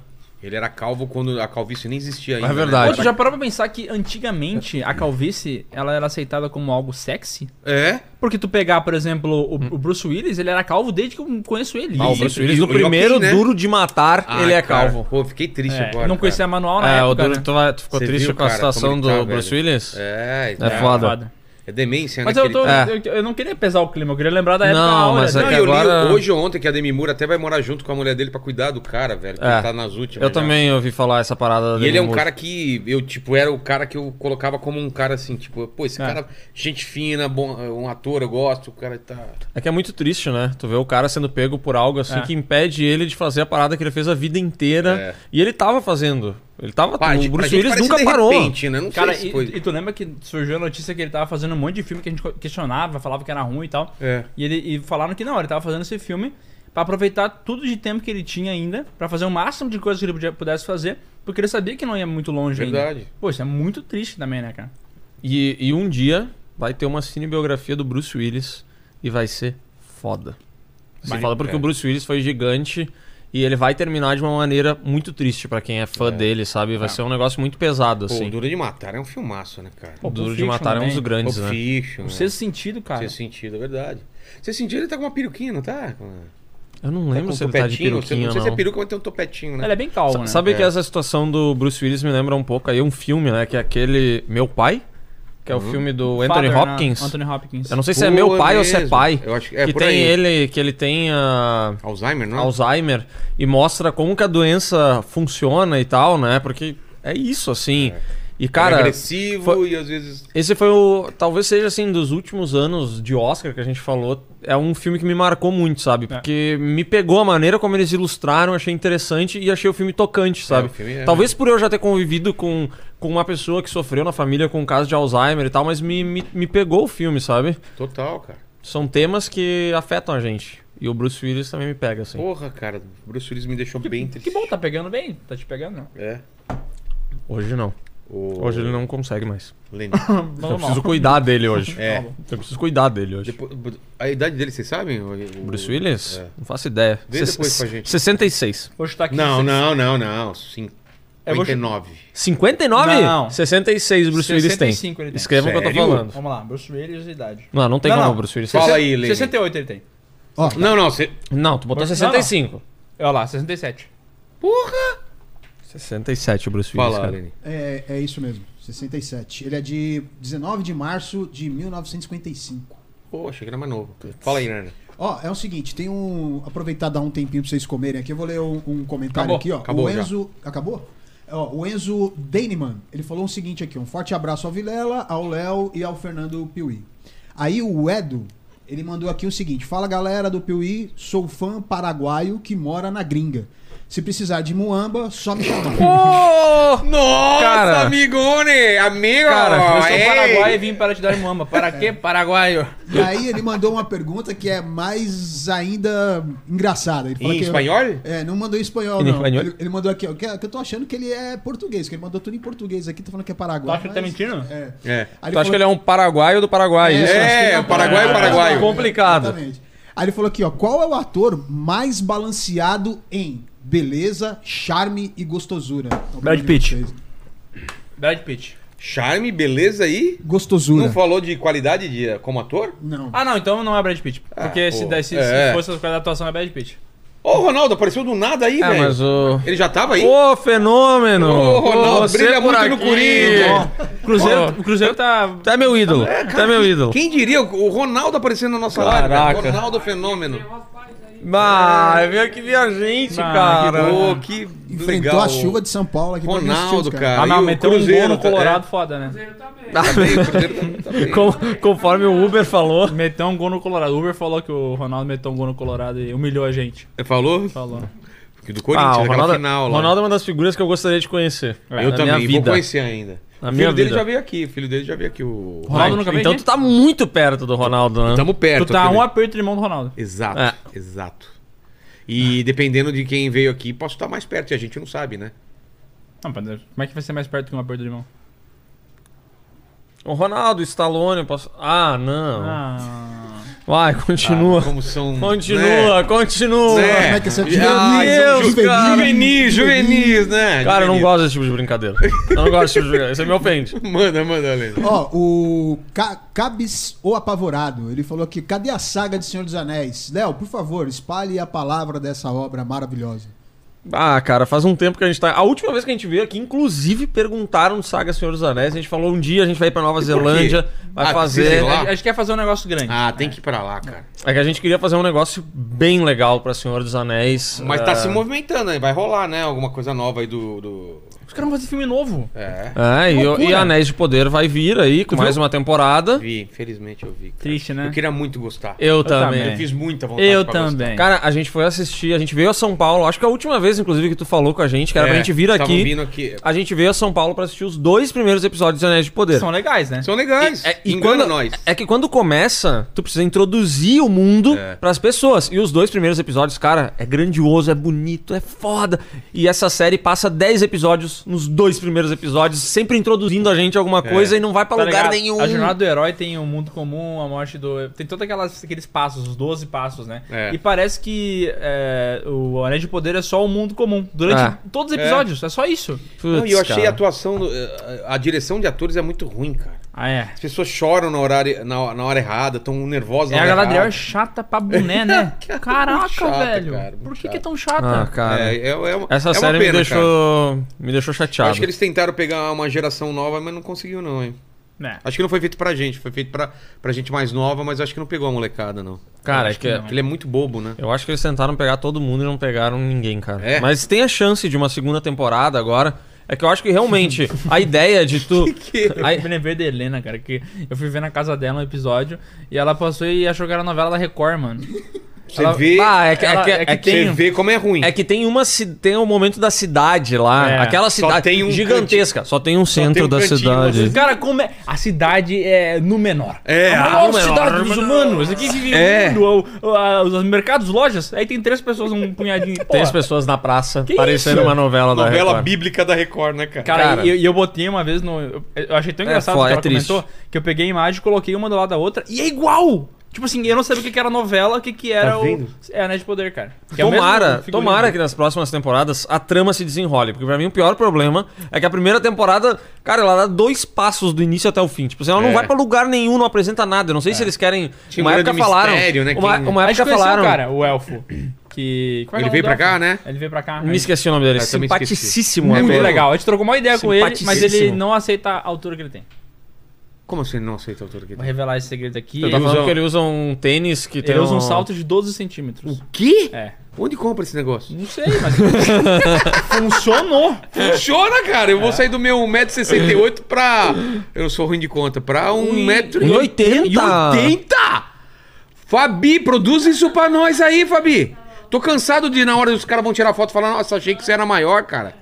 Speaker 1: Ele era calvo quando a calvície nem existia ainda. né?
Speaker 4: É verdade.
Speaker 3: Pô, tu já parou pra pensar que antigamente a calvície ela era aceitada como algo sexy?
Speaker 1: É.
Speaker 3: Porque tu pegar, por exemplo, o, o Bruce Willis, ele era calvo desde que eu conheço ele.
Speaker 1: Hum. Ah, o
Speaker 3: Isso.
Speaker 1: Bruce
Speaker 4: Eles,
Speaker 1: E
Speaker 4: o
Speaker 1: o Joaquin,
Speaker 4: primeiro
Speaker 1: né?
Speaker 4: duro de matar,
Speaker 1: Ah,
Speaker 4: ele é
Speaker 1: cara.
Speaker 4: calvo.
Speaker 1: Pô, fiquei triste
Speaker 3: É,
Speaker 1: agora.
Speaker 3: não conhecia
Speaker 1: cara.
Speaker 3: manual na
Speaker 4: É, o
Speaker 3: época,
Speaker 4: duro,
Speaker 3: né?
Speaker 4: tu, vai- tu ficou
Speaker 1: Você
Speaker 4: triste
Speaker 1: viu,
Speaker 4: com a
Speaker 1: cara,
Speaker 4: situação
Speaker 1: como ele tá,
Speaker 4: do Bruce
Speaker 1: velho?
Speaker 4: Willis?
Speaker 1: É,
Speaker 4: É
Speaker 1: tá.
Speaker 4: foda.
Speaker 3: Foda.
Speaker 1: É demência,
Speaker 3: Mas
Speaker 1: né?
Speaker 3: eu,
Speaker 1: que
Speaker 3: tô,
Speaker 1: ele tá-
Speaker 4: É.
Speaker 3: eu, eu não queria pesar o clima, eu queria lembrar da época
Speaker 4: Não,
Speaker 3: áurea,
Speaker 4: mas
Speaker 3: né?
Speaker 4: é
Speaker 1: Não,
Speaker 4: que
Speaker 1: eu li
Speaker 4: agora-
Speaker 1: hoje ou ontem que a Demi Moore até vai morar junto com a mulher dele pra cuidar do cara, velho. Que
Speaker 4: É.
Speaker 1: ele tá nas últimas.
Speaker 4: Eu
Speaker 1: já.
Speaker 4: também ouvi falar essa parada da
Speaker 1: E ele é um
Speaker 4: Demi Moore.
Speaker 1: cara que eu, tipo, era o cara que eu colocava como um cara assim, tipo, pô, esse
Speaker 3: É.
Speaker 1: cara, gente fina, bom, um ator, eu gosto, o cara tá.
Speaker 4: É que é muito triste, né? Tu vê o cara sendo pego por algo assim
Speaker 3: É.
Speaker 4: que impede ele de fazer a parada que ele fez a vida
Speaker 1: É.
Speaker 4: inteira. E ele tava fazendo. Ele tava.
Speaker 1: Pá,
Speaker 4: o
Speaker 1: gente, pra
Speaker 4: Bruce
Speaker 1: gente
Speaker 4: Willis
Speaker 1: parece
Speaker 4: nunca
Speaker 1: de
Speaker 4: parou.
Speaker 1: Repente, né? Não
Speaker 3: Cara,
Speaker 1: sei se
Speaker 3: e,
Speaker 1: foi.
Speaker 3: e tu lembra que surgiu a notícia que ele tava fazendo um monte de filme que a gente questionava, falava que era ruim e tal.
Speaker 1: É.
Speaker 3: E, ele, e falaram que não, ele tava fazendo esse filme pra aproveitar tudo de tempo que ele tinha ainda, pra fazer o máximo de coisas que ele podia- pudesse fazer, porque ele sabia que não ia muito longe
Speaker 1: Verdade.
Speaker 3: ainda. Pô, isso é muito triste também, né, cara?
Speaker 4: E, e um dia vai ter uma cinebiografia do Bruce Willis e vai ser foda. Você
Speaker 1: Vai,
Speaker 4: fala porque
Speaker 1: é.
Speaker 4: o Bruce Willis foi gigante e ele vai terminar de uma maneira muito triste pra quem é fã dele, sabe? Vai ser um negócio muito pesado,
Speaker 1: Pô,
Speaker 4: assim.
Speaker 1: o Duro de Matar é um filmaço, né, cara?
Speaker 3: Pô,
Speaker 4: Duro
Speaker 3: Pulp
Speaker 4: de
Speaker 3: Fiction
Speaker 4: matar é um
Speaker 3: também.
Speaker 4: dos grandes, né?
Speaker 1: Fiction,
Speaker 3: O
Speaker 1: né?
Speaker 3: sexto sentido, cara.
Speaker 1: Sexto sentido, é verdade. Sexto sentido ele tá com uma peruquinha, não tá? Com-
Speaker 4: Eu não
Speaker 1: tá
Speaker 4: lembro
Speaker 1: com um
Speaker 4: se ele tá de
Speaker 1: topetinho, não sei-
Speaker 4: peruquinha
Speaker 1: Não
Speaker 4: ou
Speaker 1: sei se é
Speaker 4: não.
Speaker 1: peruca, mas tem um topetinho, né?
Speaker 3: Ele é bem calmo, né?
Speaker 4: Sabe que
Speaker 1: É.
Speaker 4: essa situação do Bruce Willis me lembra um pouco aí um filme, né? Que é aquele Meu Pai, que
Speaker 1: Uhum.
Speaker 4: é o filme do Anthony
Speaker 3: Father, né?
Speaker 4: Hopkins.
Speaker 3: Anthony Hopkins.
Speaker 4: Eu não sei se é
Speaker 1: Pô,
Speaker 4: Meu
Speaker 1: é
Speaker 4: Pai ou se é
Speaker 1: mesmo.
Speaker 4: Pai.
Speaker 1: Eu acho que é
Speaker 4: que
Speaker 1: por
Speaker 4: tem
Speaker 1: aí. Hum?
Speaker 4: ele, que ele tem ah,
Speaker 1: Alzheimer, não? é?
Speaker 4: Alzheimer e mostra como que a doença funciona e tal, né? Porque é isso assim. E
Speaker 1: Ele é
Speaker 4: cara,
Speaker 1: agressivo
Speaker 4: foi-
Speaker 1: e às vezes.
Speaker 4: esse foi o. Talvez seja assim, dos últimos anos de Oscar que a gente falou. É um filme que me marcou muito, sabe? Porque me pegou a maneira como eles ilustraram, achei interessante e achei o filme tocante, sabe?
Speaker 1: o filme é-
Speaker 4: Talvez por eu já ter convivido com, com uma pessoa que sofreu na família com um caso de Alzheimer e tal, mas me, me, me pegou o filme, sabe?
Speaker 1: Total, cara.
Speaker 4: São temas que afetam a gente. E o Bruce Willis também me pega, assim.
Speaker 1: Porra, cara, Bruce Willis me deixou bem triste.
Speaker 3: Que bom, tá pegando bem. Tá te pegando, né?
Speaker 1: É.
Speaker 4: Hoje não.
Speaker 1: O...
Speaker 4: Hoje ele não consegue mais.
Speaker 1: Lenny.
Speaker 4: Eu
Speaker 3: Vamos
Speaker 4: preciso
Speaker 3: mal.
Speaker 4: cuidar dele hoje.
Speaker 1: É.
Speaker 4: Eu preciso cuidar dele hoje.
Speaker 1: Depois- a idade dele, vocês sabem? O, o-
Speaker 4: Bruce Willis?
Speaker 1: É.
Speaker 4: Não faço ideia.
Speaker 1: Vê
Speaker 4: Ses-
Speaker 1: depois pra gente.
Speaker 4: 66.
Speaker 3: Vou chutar aqui.
Speaker 1: Não,
Speaker 3: seis-
Speaker 1: não, não, não. Cin-
Speaker 3: Eu vou
Speaker 1: 59.
Speaker 4: 59?
Speaker 3: Não.
Speaker 4: 66 o Bruce Willis
Speaker 3: 65
Speaker 4: tem.
Speaker 3: ele tem.
Speaker 4: Escrevam o que eu tô
Speaker 1: Sério?
Speaker 4: falando.
Speaker 3: Vamos lá, Bruce Willis e idade.
Speaker 4: Não, não tem
Speaker 3: Não,
Speaker 4: como
Speaker 3: não.
Speaker 4: o Bruce Willis.
Speaker 1: Fala
Speaker 4: tem-
Speaker 1: aí, Lenny.
Speaker 3: 68 ele tem.
Speaker 2: Ó,
Speaker 1: Não, não, você.
Speaker 4: Não, tu botou
Speaker 3: Não, não.
Speaker 4: 65.
Speaker 3: Olha lá, 67.
Speaker 4: 67 o Bruce Willis,
Speaker 1: Fala,
Speaker 4: cara.
Speaker 1: Lenny.
Speaker 2: é, é isso mesmo, 67. Ele é de 19 de março de 1955.
Speaker 1: Pô, achei que era mais novo. Fala aí, Nana.
Speaker 2: Ó, é o seguinte, tem um. Aproveitar dar um tempinho pra vocês comerem aqui. Eu vou ler um, um comentário
Speaker 3: Acabou,
Speaker 2: aqui, ó.
Speaker 1: acabou
Speaker 2: o
Speaker 1: já.
Speaker 2: Enzo. Acabou? Ó, o Enzo Deinemann, ele falou o seguinte aqui: um forte abraço ao Vilela, ao Léo e ao Fernando Piuí. Aí o Edo, ele mandou aqui o seguinte: fala galera do Piuí, sou fã paraguaio que mora na gringa. Se precisar de muamba, só me chamar.
Speaker 4: Ô!
Speaker 1: Nossa,
Speaker 4: Cara.
Speaker 1: amigone! Amigo!
Speaker 3: Cara, eu sou
Speaker 1: ei!
Speaker 3: paraguaio e vim para te dar muamba. Para quê, paraguaio?
Speaker 2: e aí ele mandou uma pergunta que é mais ainda engraçada. Ele fala
Speaker 1: Em
Speaker 2: que-
Speaker 1: espanhol?
Speaker 2: É, não mandou em espanhol,
Speaker 4: Em
Speaker 2: não.
Speaker 4: espanhol?
Speaker 2: Ele, ele mandou aqui, ó. Que, que eu tô achando que ele é português, que ele mandou tudo em português aqui, tô falando que é
Speaker 3: Tu
Speaker 2: Paraguai.
Speaker 3: acha que ele tá
Speaker 2: mas-
Speaker 3: mentindo?
Speaker 2: É.
Speaker 1: É.
Speaker 2: Aí
Speaker 4: Tu acha que ele é um paraguaio do Paraguai, isso?
Speaker 1: É,
Speaker 2: um
Speaker 1: paraguaio, paraguaio.
Speaker 4: Complicado.
Speaker 2: Exatamente. É Aí ele falou aqui, ó. Qual é o ator mais balanceado em beleza, charme e gostosura? Então, pra
Speaker 3: Brad
Speaker 2: mim,
Speaker 3: Pitt.
Speaker 2: vocês.
Speaker 3: Brad Pitt.
Speaker 1: Charme, beleza aí?
Speaker 2: Gostosura.
Speaker 1: Não falou de qualidade de, como ator?
Speaker 2: Não.
Speaker 3: Ah, não, então não é Brad Pitt. Porque se,
Speaker 1: Ah, pô.
Speaker 3: der- se, se
Speaker 1: É.
Speaker 3: fosse as coisas da atuação, é Brad Pitt.
Speaker 1: Ô, Ronaldo, apareceu do nada aí,
Speaker 4: Ah,
Speaker 1: velho.
Speaker 4: mas o.
Speaker 1: Ele já tava aí?
Speaker 4: Ô, fenômeno!
Speaker 1: Ô, Ronaldo,
Speaker 4: Você é
Speaker 1: brilha
Speaker 4: por
Speaker 1: muito no
Speaker 4: aqui.
Speaker 1: Corinthians.
Speaker 3: Cruzeiro, o Cruzeiro tá.
Speaker 4: Tu é meu ídolo. Tu é meu ídolo.
Speaker 1: Quem diria o o Ronaldo aparecendo na nossa live? cara.
Speaker 4: Caraca.
Speaker 1: Ronaldo Fenômeno.
Speaker 4: Ah,
Speaker 1: É.
Speaker 4: veio aqui ver a gente,
Speaker 3: Ah,
Speaker 4: cara. Tá
Speaker 1: Ô, que
Speaker 2: Enfrentou
Speaker 1: legal.
Speaker 2: a chuva de São Paulo aqui pra mim assistir
Speaker 1: Ronaldo,
Speaker 2: os
Speaker 1: cara.
Speaker 3: Ah,
Speaker 1: Aí
Speaker 3: não,
Speaker 1: o
Speaker 3: meteu um gol
Speaker 1: Cruzeiro
Speaker 3: no
Speaker 1: tá- é.
Speaker 3: Colorado, foda, né?
Speaker 1: Tá bem, o Cruzeiro tá- tá bem.
Speaker 4: Com- conforme o Uber falou.
Speaker 3: Meteu um gol no Colorado. O Uber falou que o Ronaldo meteu um gol no Colorado e humilhou a gente.
Speaker 1: Você falou?
Speaker 3: Falou.
Speaker 1: Que Do Corinthians,
Speaker 4: Ah, o
Speaker 1: naquela
Speaker 4: Ronaldo,
Speaker 1: final lá.
Speaker 4: Ronaldo é uma das figuras que eu gostaria de conhecer.
Speaker 1: Eu
Speaker 4: na
Speaker 1: também,
Speaker 4: minha
Speaker 1: vou
Speaker 4: vida.
Speaker 1: conhecer ainda.
Speaker 4: Na
Speaker 1: o
Speaker 4: minha
Speaker 1: filho dele
Speaker 4: vida.
Speaker 1: já veio aqui, o filho dele já veio aqui. O...
Speaker 3: Ronaldo nunca veio
Speaker 4: então
Speaker 3: aqui?
Speaker 4: tu tá muito perto do Ronaldo, né?
Speaker 1: Tamo perto.
Speaker 3: tu tá
Speaker 1: aquele-
Speaker 3: um aperto de mão do Ronaldo.
Speaker 1: Exato,
Speaker 4: É.
Speaker 1: exato. E dependendo de quem veio aqui, posso estar mais perto, e a gente não sabe, né?
Speaker 3: Não, mas como é que vai ser mais perto que um aperto de mão?
Speaker 4: O Ronaldo, o Stallone, eu posso... Ah, não.
Speaker 3: Ah.
Speaker 4: Vai, continua.
Speaker 1: Como são.
Speaker 4: Continua, continua.
Speaker 1: Né?
Speaker 2: Como é que é essa-
Speaker 1: Ah,
Speaker 2: Juvenil,
Speaker 4: Deus, cara.
Speaker 1: Juvenis, juvenis, né?
Speaker 4: Cara, eu não
Speaker 1: Juvenis.
Speaker 4: gosto desse tipo de brincadeira. Eu não gosto desse tipo de brincadeira. Isso me ofende.
Speaker 1: Manda, manda, Lena.
Speaker 2: Ó, o Ca- Cabis o Apavorado, ele falou aqui, cadê a saga de Senhor dos Anéis? Léo, por favor, espalhe a palavra dessa obra maravilhosa.
Speaker 4: Ah, cara, faz um tempo que a gente tá. A última vez que a gente veio aqui, inclusive, perguntaram no Saga Senhor dos Anéis. A gente falou um dia, a gente vai pra Nova
Speaker 1: E por quê?
Speaker 4: Zelândia, vai
Speaker 1: Ah,
Speaker 4: fazer.
Speaker 1: precisa ir lá?
Speaker 3: A gente quer fazer um negócio grande.
Speaker 1: Ah, tem que ir pra lá, cara.
Speaker 4: É que a gente queria fazer um negócio bem legal pra Senhor dos Anéis.
Speaker 1: Mas
Speaker 4: é...
Speaker 1: tá se movimentando aí, vai rolar, né? Alguma coisa nova aí do. do...
Speaker 3: Os caras vão fazer filme novo.
Speaker 1: É.
Speaker 4: É, e, o- e
Speaker 3: Loucura.
Speaker 4: Anéis de Poder vai vir aí com mais uma temporada.
Speaker 1: Vi, infelizmente eu vi. cara.
Speaker 3: Triste, né?
Speaker 1: Eu queria muito gostar.
Speaker 4: Eu, também.
Speaker 3: também.
Speaker 1: Eu fiz muita vontade
Speaker 3: Eu
Speaker 1: pra gostar.
Speaker 3: também.
Speaker 4: Cara, a gente foi assistir, a gente veio a São Paulo, acho que a última vez, inclusive, que tu falou com a gente, que era
Speaker 1: É,
Speaker 4: pra gente vir
Speaker 1: estavam
Speaker 4: aqui.
Speaker 1: vindo aqui.
Speaker 4: A gente veio a São Paulo pra assistir os dois primeiros episódios de Anéis de Poder.
Speaker 3: São legais, né?
Speaker 1: São legais.
Speaker 4: É, e
Speaker 1: Engana
Speaker 4: quando,
Speaker 1: nós.
Speaker 4: é que quando começa, tu precisa introduzir o mundo
Speaker 1: É.
Speaker 4: pras pessoas. E os dois primeiros episódios, cara, é grandioso, é bonito, é foda. E essa série passa 10 episódios nos dois primeiros episódios, sempre introduzindo a gente
Speaker 1: É.
Speaker 4: a alguma coisa e não vai pra
Speaker 3: Tá
Speaker 4: lugar
Speaker 3: ligado?
Speaker 4: nenhum.
Speaker 3: A jornada do herói tem o mundo comum, a morte do. Tem todos aqueles passos, os 12 passos, né?
Speaker 1: É.
Speaker 3: E parece que é, o Anéis de Poder é só o mundo comum. Durante
Speaker 4: Ah.
Speaker 3: todos os episódios, é, só isso.
Speaker 4: Putz,
Speaker 1: Não, e eu achei
Speaker 4: cara.
Speaker 1: a atuação, do- eh, a direção de atores é muito ruim, cara.
Speaker 3: Ah, é.
Speaker 1: As pessoas choram na hora, na, na hora errada, tão nervosas
Speaker 3: É,
Speaker 1: na
Speaker 3: a
Speaker 1: hora
Speaker 3: Galadriel é
Speaker 1: errada.
Speaker 3: chata pra boné, né? Caraca,
Speaker 1: chata,
Speaker 3: velho.
Speaker 1: cara, muito
Speaker 3: Por que,
Speaker 1: chata.
Speaker 3: que é tão
Speaker 4: Ah,
Speaker 3: chata?
Speaker 4: cara.
Speaker 1: É, é, é uma,
Speaker 4: Essa
Speaker 1: é uma
Speaker 4: série
Speaker 1: pena,
Speaker 4: me,
Speaker 1: cara.
Speaker 4: deixou, me deixou
Speaker 1: Eu
Speaker 4: chateado.
Speaker 1: acho que eles tentaram pegar uma geração nova, mas não conseguiu não, hein.
Speaker 3: É.
Speaker 1: Acho que não foi feito pra gente, foi feito pra, pra gente mais nova, mas acho que não pegou a molecada, não.
Speaker 4: Cara, é
Speaker 3: acho
Speaker 4: que,
Speaker 3: que não.
Speaker 1: Porque Ele é muito bobo, né?
Speaker 4: eu acho que eles tentaram pegar todo mundo e não pegaram ninguém, cara.
Speaker 1: É?
Speaker 4: Mas tem a chance de uma segunda temporada agora. É que eu acho que realmente a ideia de tu.
Speaker 3: Aí eu me lembrei da Helena, cara, que eu fui ver na casa dela um episódio e ela passou e achou que era novela da Record, mano.
Speaker 1: Você
Speaker 3: Ela-
Speaker 1: vê,
Speaker 4: Ah, é que, é
Speaker 3: Ela-
Speaker 4: que,
Speaker 3: é que
Speaker 4: é que
Speaker 1: você
Speaker 4: tem.
Speaker 1: vê como é ruim.
Speaker 4: É que tem uma ci- tem o momento da cidade lá,
Speaker 3: É.
Speaker 4: aquela
Speaker 1: Só
Speaker 4: cidade
Speaker 1: tem um
Speaker 4: gigantesca, só tem um centro
Speaker 1: tem um
Speaker 4: da
Speaker 1: cantinho,
Speaker 4: cidade.
Speaker 3: Cara, como é. A cidade é no menor.
Speaker 1: É,
Speaker 3: a maior
Speaker 4: Númenor,
Speaker 3: cidade dos
Speaker 4: Númenor.
Speaker 3: humanos. Aqui vive
Speaker 1: É.
Speaker 3: o mundo, o- o- a- os mercados, lojas. Aí tem três pessoas, um punhadinho.
Speaker 4: Tem as
Speaker 3: Porra.
Speaker 4: pessoas na praça,
Speaker 3: Que
Speaker 4: parecendo
Speaker 3: isso?
Speaker 4: uma novela, da
Speaker 1: Novela
Speaker 4: Record.
Speaker 1: bíblica da Record, né, cara?
Speaker 3: Cara,
Speaker 4: Cara.
Speaker 3: e eu, e eu botei uma vez no. Eu, eu achei tão
Speaker 4: É
Speaker 3: engraçado
Speaker 4: foda,
Speaker 3: que
Speaker 4: é
Speaker 3: ela
Speaker 4: triste.
Speaker 3: comentou que eu peguei a imagem, coloquei uma do lado da outra e é igual! Tipo assim, eu não sabia o que, que era novela, o que, que era
Speaker 1: Tá
Speaker 3: o.
Speaker 1: vendo?
Speaker 3: É Anéis de Poder, cara. Que é o mesmo
Speaker 4: Tomara,
Speaker 3: figurino.
Speaker 4: tomara que nas próximas temporadas a trama se desenrole. Porque pra mim o pior problema é que a primeira temporada, cara, ela dá dois passos do início até o fim. Tipo, assim, ela não
Speaker 1: É.
Speaker 4: vai pra lugar nenhum, não apresenta nada. Eu não sei se eles querem.
Speaker 1: Tinha
Speaker 4: uma
Speaker 1: um
Speaker 4: época
Speaker 1: grande
Speaker 4: falaram.
Speaker 1: mistério, né,
Speaker 4: uma,
Speaker 1: quem-
Speaker 4: uma
Speaker 3: A gente
Speaker 4: época
Speaker 3: conheceu,
Speaker 4: falaram.
Speaker 3: cara, o elfo. Que. qual é o
Speaker 1: Ele
Speaker 3: nome
Speaker 1: veio
Speaker 3: do
Speaker 1: pra
Speaker 3: elfo?
Speaker 1: cá, né?
Speaker 3: Ele veio pra cá.
Speaker 4: me esqueci o nome dele. é
Speaker 1: Eu também esqueci.
Speaker 4: Simpaticíssimo.
Speaker 1: É
Speaker 4: amigo.
Speaker 3: Muito
Speaker 1: mesmo.
Speaker 3: legal. A gente trocou uma ideia com ele, mas ele
Speaker 4: Simpaticíssimo.
Speaker 3: não aceita a altura que ele tem.
Speaker 1: Como assim ele não aceita a altura que ele
Speaker 3: Vou
Speaker 1: tem?
Speaker 3: revelar esse segredo aqui.
Speaker 4: Eu
Speaker 3: Ele,
Speaker 4: tava então falando
Speaker 1: usa-
Speaker 4: que ele usa um tênis que tem.
Speaker 3: ele usa um salto de 12 centímetros.
Speaker 1: O quê?
Speaker 3: É.
Speaker 1: Onde compra esse negócio?
Speaker 3: Não sei, mas. Funcionou!
Speaker 1: Funciona, cara. Eu vou sair do meu 1,68m pra. Eu sou ruim de conta. Pra 1,80m.
Speaker 4: 80!
Speaker 1: 80! Fabi, produz isso pra nós aí, Fabi. Tô cansado de, na hora os caras vão tirar foto e falar, nossa, achei que você era maior, cara.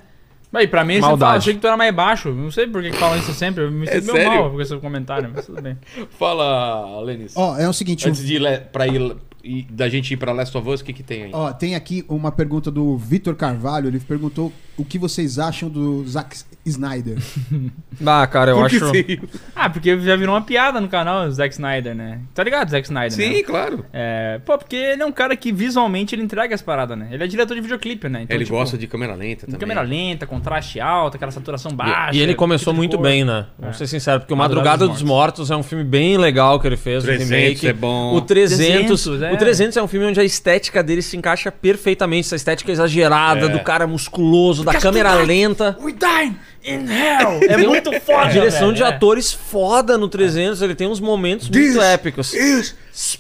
Speaker 3: Mas pra mim, você
Speaker 4: Maldade.
Speaker 3: fala, achei que tu era mais baixo. Não sei por que que falam isso sempre. Eu me
Speaker 1: É
Speaker 3: sinto meio
Speaker 1: sério?
Speaker 3: mal com esse comentário, mas tudo bem.
Speaker 1: Fala, Lenis.
Speaker 2: Ó, é o seguinte.
Speaker 1: Antes de ir, le- pra ir, e da gente ir pra Last of Us, o que que tem aí?
Speaker 2: Ó, tem aqui uma pergunta do Vitor Carvalho. Ele perguntou o que vocês acham do Zack Snyder.
Speaker 4: Ah, cara, eu
Speaker 1: Por que
Speaker 4: acho.
Speaker 1: sim?
Speaker 3: Ah, porque já virou uma piada no canal, o Zack Snyder, né? Tá ligado, Zack Snyder? né?
Speaker 1: Sim, claro.
Speaker 3: É, pô, porque ele é um cara que visualmente ele entrega as paradas, né? Ele é diretor de videoclipe, né? Então,
Speaker 1: Ele
Speaker 3: tipo,
Speaker 1: gosta de câmera lenta também.
Speaker 3: câmera lenta, contraste alto, aquela saturação baixa.
Speaker 4: E ele começou
Speaker 3: tipo de Tá
Speaker 4: muito
Speaker 3: cor.
Speaker 4: bem, né? Vamos ser sincero, porque o
Speaker 3: Madrugada
Speaker 4: Madrugada
Speaker 3: dos
Speaker 4: dos Mortos é um filme bem legal que ele fez, o
Speaker 1: 300
Speaker 4: remake.
Speaker 1: é bom.
Speaker 4: O 300,
Speaker 3: 300, é.
Speaker 4: o 300 é um filme onde a estética dele se encaixa perfeitamente, essa estética
Speaker 1: É.
Speaker 4: exagerada do cara musculoso, da câmera lenta.
Speaker 3: We die in hell! É muito foda,
Speaker 4: A direção
Speaker 3: velho,
Speaker 4: de
Speaker 3: é.
Speaker 4: atores foda no 300, ele tem uns momentos muito épicos.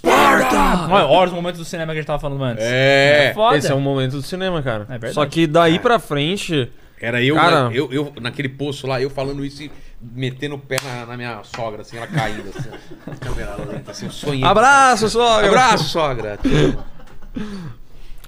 Speaker 3: Ah, Olha, olha os momentos do cinema que a gente tava falando antes.
Speaker 1: É.
Speaker 3: foda.
Speaker 4: Esse é um momento do cinema, cara.
Speaker 3: É verdade.
Speaker 4: Só que daí pra frente,
Speaker 1: Era eu,
Speaker 4: Cara.
Speaker 1: eu, eu naquele poço lá, eu falando isso e metendo o pé na, na minha sogra, assim, ela caindo, assim. ó. câmera lenta, assim, eu sonhei.
Speaker 4: abraço, sogra.
Speaker 1: Abraço, sogra.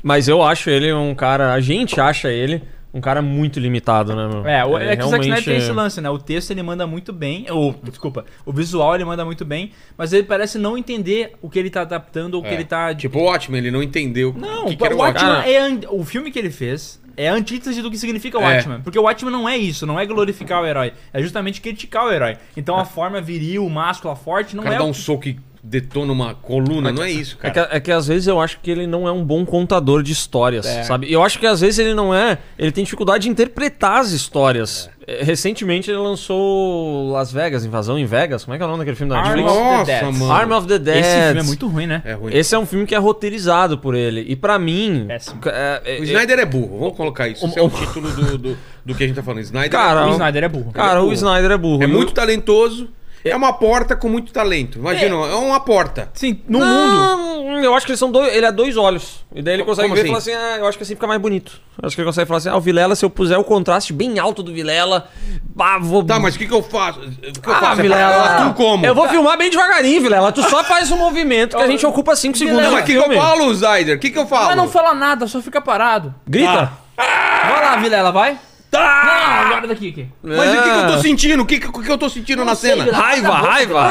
Speaker 4: Mas eu acho ele um cara, a gente acha ele um cara muito limitado, né, meu?
Speaker 3: É, o, é, que o Zack
Speaker 4: realmente-
Speaker 3: Snyder tem esse lance, né? O texto ele manda muito bem, ou, desculpa, o visual ele manda muito bem, mas ele parece não entender o que ele tá adaptando ou o que ele tá...
Speaker 1: Tipo, ótimo, ele não entendeu.
Speaker 3: não,
Speaker 1: o que, que era
Speaker 3: o
Speaker 1: o ótimo.
Speaker 3: Watchman
Speaker 4: Cara-
Speaker 3: é... an- O filme que ele fez é a antítese do que significa o
Speaker 1: É.
Speaker 3: Watchman, porque o Watchman não é isso, não é glorificar o herói, é justamente criticar o herói. Então a forma viril, máscula, forte,
Speaker 1: O
Speaker 3: não
Speaker 1: cara
Speaker 3: é...
Speaker 1: dá
Speaker 3: o-
Speaker 1: É. um soco e detona uma coluna. Não é isso,
Speaker 4: É
Speaker 1: cara.
Speaker 4: que, é que às vezes eu acho que ele não é um bom contador de histórias,
Speaker 3: É.
Speaker 4: sabe? Eu acho que às vezes ele não é. Ele tem dificuldade de interpretar as histórias.
Speaker 3: É.
Speaker 4: Eh, Recentemente ele lançou Las Vegas, Invasão em Vegas. Como é que é o nome daquele filme da
Speaker 3: Arm
Speaker 4: Netflix?
Speaker 3: of
Speaker 1: Nossa,
Speaker 3: the Dead.
Speaker 1: mano.
Speaker 4: Arm of the Dead.
Speaker 3: Esse filme é muito ruim, né?
Speaker 1: É ruim.
Speaker 4: Esse é um filme que é roteirizado por ele. E pra mim.
Speaker 3: Péssimo.
Speaker 4: é- é-
Speaker 1: O Snyder é burro, vamos colocar isso. Esse é o título do, do, do que a gente tá falando. Snyder
Speaker 4: Cara,
Speaker 1: é,
Speaker 3: O
Speaker 1: burro.
Speaker 3: Snyder é burro.
Speaker 4: cara, o Snyder é burro.
Speaker 1: é
Speaker 4: E o-
Speaker 1: muito talentoso. É uma porta com muito talento. Imagina, é uma porta.
Speaker 3: Sim, no mundo.
Speaker 4: Não, Eu acho que eles são dois. Ele é dois olhos. E daí ele
Speaker 1: Co-
Speaker 4: consegue
Speaker 1: como
Speaker 4: ver
Speaker 1: assim?
Speaker 4: e falar assim: ah, eu acho que assim fica mais bonito. Eu acho que ele consegue falar assim: ah, o Vilela, se eu puser o contraste bem alto do Vilela, bah, vou.
Speaker 1: Tá, mas o que, que eu faço? O que, que eu
Speaker 4: Ah,
Speaker 1: faço? É pra-
Speaker 4: Vilela.
Speaker 1: Tu como?
Speaker 4: Eu vou filmar bem devagarinho, Vilela. Tu só faz um movimento que a gente ocupa 5 segundos.
Speaker 1: Não,
Speaker 4: de
Speaker 1: mas o que, que eu
Speaker 4: filme.
Speaker 1: falo, Snyder? O que, que eu falo?
Speaker 3: Mas não fala nada, só fica parado.
Speaker 4: Grita.
Speaker 1: Ah.
Speaker 3: Vai lá, Vilela, vai. Tá! Não, agora daqui, aqui.
Speaker 1: Mas o que, que eu tô
Speaker 4: É.
Speaker 1: sentindo? O que, que, o que eu tô sentindo na
Speaker 3: sei,
Speaker 1: cena?
Speaker 3: Vilela.
Speaker 4: Raiva,
Speaker 3: Cala a boca,
Speaker 4: raiva.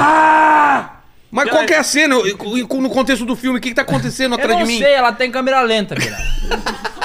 Speaker 1: Mas qual que é a cena? Eu- eu- No contexto do filme, o que, que tá acontecendo
Speaker 3: Eu
Speaker 1: atrás de
Speaker 3: não
Speaker 1: mim?
Speaker 3: sei, ela tem câmera lenta, Vilela.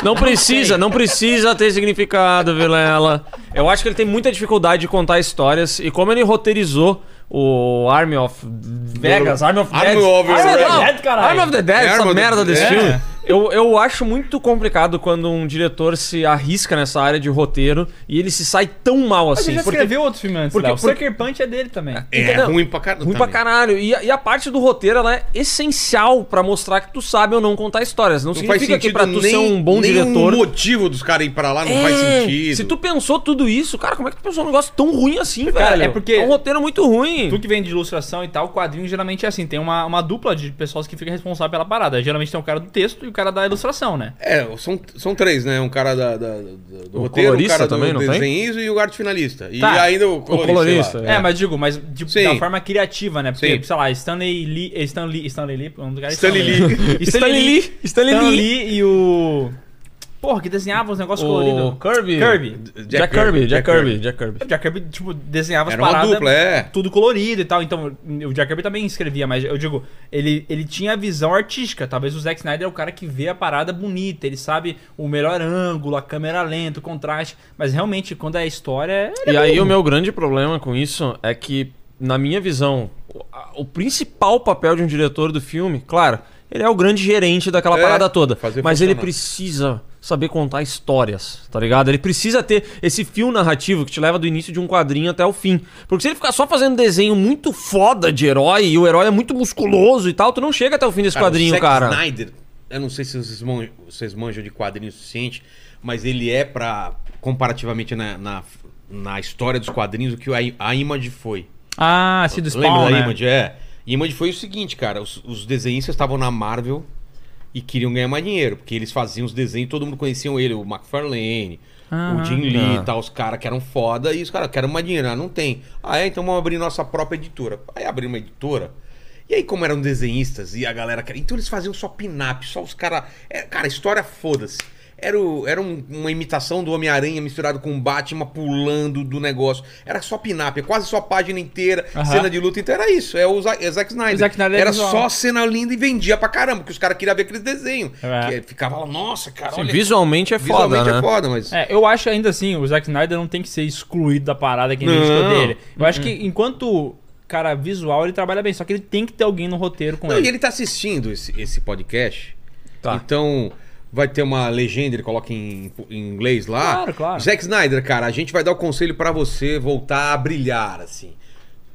Speaker 4: Não precisa, não precisa ter significado, Vilela. Eu acho que ele tem muita dificuldade de contar histórias. E como ele roteirizou o Army of Vegas, Army of
Speaker 1: Army
Speaker 4: Dead.
Speaker 1: of-
Speaker 4: Army
Speaker 1: Army of
Speaker 4: não,
Speaker 3: Dead, caralho.
Speaker 4: Army of the Dead,
Speaker 1: É,
Speaker 4: essa
Speaker 1: Army of the-
Speaker 4: merda desse
Speaker 1: É.
Speaker 4: filme. Eu, eu acho muito complicado quando um diretor se arrisca nessa área de roteiro e ele se sai tão mal
Speaker 3: Mas
Speaker 4: assim.
Speaker 3: ele já
Speaker 4: porque-
Speaker 3: escreveu outro filme antes,
Speaker 4: porque-
Speaker 3: Léo. O
Speaker 4: porque-
Speaker 3: Sucker Punch é dele também.
Speaker 1: É
Speaker 4: Entendeu?
Speaker 1: ruim pra caralho.
Speaker 4: Ruim pra
Speaker 1: também.
Speaker 4: caralho. E a, e a parte do roteiro ela é essencial pra mostrar que tu sabe ou não contar histórias. Não,
Speaker 1: Não faz
Speaker 4: significa
Speaker 1: sentido
Speaker 4: que pra tu
Speaker 1: nem,
Speaker 4: ser um bom
Speaker 1: nem
Speaker 4: diretor.
Speaker 1: o motivo dos caras ir pra lá não
Speaker 4: É,
Speaker 1: faz sentido.
Speaker 4: Se tu pensou tudo isso, cara, como é que tu pensou um negócio tão ruim assim, velho?
Speaker 3: Cara, é porque-
Speaker 4: um roteiro muito ruim.
Speaker 3: Tu que vem de ilustração e tal, o quadrinho geralmente é assim, tem uma, uma dupla de pessoas que fica responsável pela parada. Geralmente tem o cara do texto e o cara da ilustração, né?
Speaker 1: É, são, são três, né? Um cara da, da- da- do roteiro, um
Speaker 4: colorista
Speaker 1: cara do
Speaker 4: também, não tem?
Speaker 1: desenhista e o arte finalista. E
Speaker 3: Tá.
Speaker 1: ainda o colorista.
Speaker 4: colorista,
Speaker 1: sei lá.
Speaker 3: É, mas digo, mas de,
Speaker 1: Sim.
Speaker 3: da forma criativa, né? Porque,
Speaker 1: Sim.
Speaker 3: sei lá, Stanley Lee. eh, Stan Lee. Stanley Lee? O nome do cara é
Speaker 1: Stanley
Speaker 3: Stanley,
Speaker 4: Stanley Lee,
Speaker 3: Lee.
Speaker 4: Stanley
Speaker 1: Então
Speaker 3: Stan
Speaker 4: Lee.
Speaker 3: Lee e o. Porra, que desenhava os negócios
Speaker 4: o
Speaker 3: coloridos.
Speaker 4: Kirby.
Speaker 1: Jack,
Speaker 3: Kirby.
Speaker 4: Jack Kirby, Jack Kirby, Jack Kirby.
Speaker 3: O Jack Kirby, tipo, desenhava
Speaker 1: Era
Speaker 3: as
Speaker 1: uma
Speaker 3: paradas.
Speaker 1: dupla, é.
Speaker 3: Tudo colorido e tal. Então, o Jack Kirby também escrevia, mas eu digo, ele, ele tinha a visão artística. Talvez o Zack Snyder é o cara que vê a parada bonita. Ele sabe o melhor ângulo, a câmera lenta, o contraste. Mas realmente, quando é história. ele é
Speaker 4: E aí
Speaker 3: burro.
Speaker 4: o meu grande problema com isso é que, na minha visão, o, a- o principal papel de um diretor do filme, claro, ele é o grande gerente daquela
Speaker 1: É,
Speaker 4: parada toda.
Speaker 1: fazer
Speaker 4: Mas ele
Speaker 1: funcionar.
Speaker 4: precisa saber contar histórias, tá ligado? Ele precisa ter esse fio narrativo que te leva do início de um quadrinho até o fim. Porque se ele ficar só fazendo desenho muito foda de herói e o herói é muito musculoso e tal, tu não chega até o fim desse
Speaker 1: Cara, o
Speaker 4: quadrinho,
Speaker 1: Zack
Speaker 4: cara.
Speaker 1: Snyder, eu não sei se vocês manjam, vocês manjam de quadrinho o suficiente, mas ele é pra, comparativamente na, na, na história dos quadrinhos, o que a, I- a Image foi.
Speaker 3: Ah, sim, do
Speaker 1: Lembra
Speaker 3: Spawn.
Speaker 1: da
Speaker 3: Né?
Speaker 1: Image? É. Image foi o seguinte, cara, os, os desenhistas estavam na Marvel e queriam ganhar mais dinheiro, porque eles faziam os desenhos, todo mundo conhecia ele, o McFarlane, o Jim Lee e tal, os caras que eram foda, e os caras querem mais dinheiro, ah, não tem. Ah, é, então vamos abrir nossa própria editora. Aí abriram uma editora. E aí, como eram desenhistas e a galera queria. Então eles faziam só pin-up, só os caras. cara, história foda-se. Era, o- era um- uma imitação do Homem-Aranha misturado com o Batman pulando do negócio. Era só pin-up, é quase só página inteira, cena de luta. Então era isso, é o, Za- é Zack Snyder.
Speaker 3: O Zack Snyder é
Speaker 1: era
Speaker 3: visual.
Speaker 1: só cena linda e vendia pra caramba, porque os caras queriam ver aqueles desenhos.
Speaker 3: É.
Speaker 1: Que ficava lá, nossa, cara,
Speaker 4: Sim,
Speaker 1: olha.
Speaker 4: visualmente é foda,
Speaker 1: visualmente
Speaker 4: né?
Speaker 1: é foda, mas.
Speaker 3: É, eu acho ainda assim, o Zack Snyder não tem que ser excluído da parada que a gente
Speaker 1: Não.
Speaker 3: dele. Eu acho
Speaker 4: Uhum.
Speaker 3: que enquanto cara visual, ele trabalha bem, só que ele tem que ter alguém no roteiro com
Speaker 1: Não,
Speaker 3: ele.
Speaker 1: e ele tá assistindo esse, esse podcast.
Speaker 4: Tá.
Speaker 1: Então, vai ter uma legenda, ele coloca em, em inglês lá.
Speaker 3: Claro, claro.
Speaker 1: Zack Snyder, cara, a gente vai dar o conselho pra você voltar a brilhar, assim.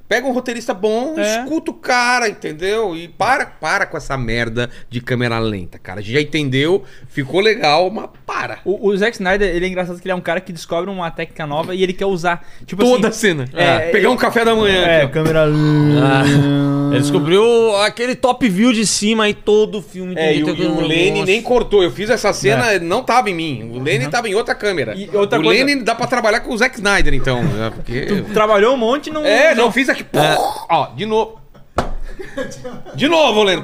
Speaker 1: Pega um roteirista bom,
Speaker 3: É.
Speaker 1: escuta o cara, entendeu? E para, para com essa merda de câmera lenta, cara. A gente já entendeu, ficou legal, mas para.
Speaker 3: O, o Zack Snyder, ele é engraçado que ele é um cara que descobre uma técnica nova e ele quer usar. Tipo
Speaker 1: Toda
Speaker 3: assim,
Speaker 1: cena.
Speaker 3: é,
Speaker 1: Pegar um café da manhã.
Speaker 3: É,
Speaker 1: aqui, ó.
Speaker 3: câmera.
Speaker 4: Ah. Ele descobriu aquele top view de cima e todo o filme
Speaker 1: É, e o, e o Lene nem cortou. Eu fiz essa cena, não tava em mim. O Lene tava em outra câmera.
Speaker 3: E outra
Speaker 1: o
Speaker 3: coisa-
Speaker 1: Lene dá pra trabalhar com o Zack Snyder, então. né? Porque...
Speaker 3: Trabalhou um monte e não.
Speaker 1: É, não fiz aqui. Ó, de novo. De novo, Lene.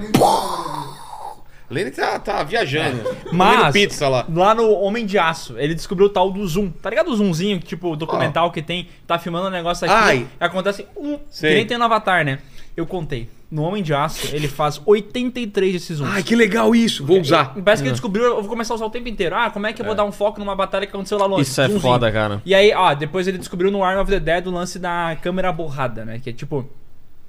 Speaker 1: Lene tá, tá viajando. Comendo
Speaker 3: Mas,
Speaker 1: pizza lá.
Speaker 3: lá no Homem de Aço, ele descobriu o tal do zoom. Tá ligado o zoomzinho, que, tipo, o documental que tem, tá filmando um negócio aqui,
Speaker 1: Ah. Ai.
Speaker 3: acontece um, que
Speaker 1: Sei.
Speaker 3: nem tem no Avatar, né? Eu contei. No Homem de Aço, ele faz 83 desses zooms.
Speaker 1: Ai, que legal isso. Vou usar.
Speaker 3: Parece que ele descobriu, eu vou começar a usar o tempo inteiro. Ah, como é que eu vou dar um foco numa batalha que aconteceu lá longe?
Speaker 4: Isso é
Speaker 3: Zoomzinho.
Speaker 4: foda, cara.
Speaker 3: E aí, ó, depois ele descobriu no Arm of the Dead o lance da câmera borrada, né? Que é tipo.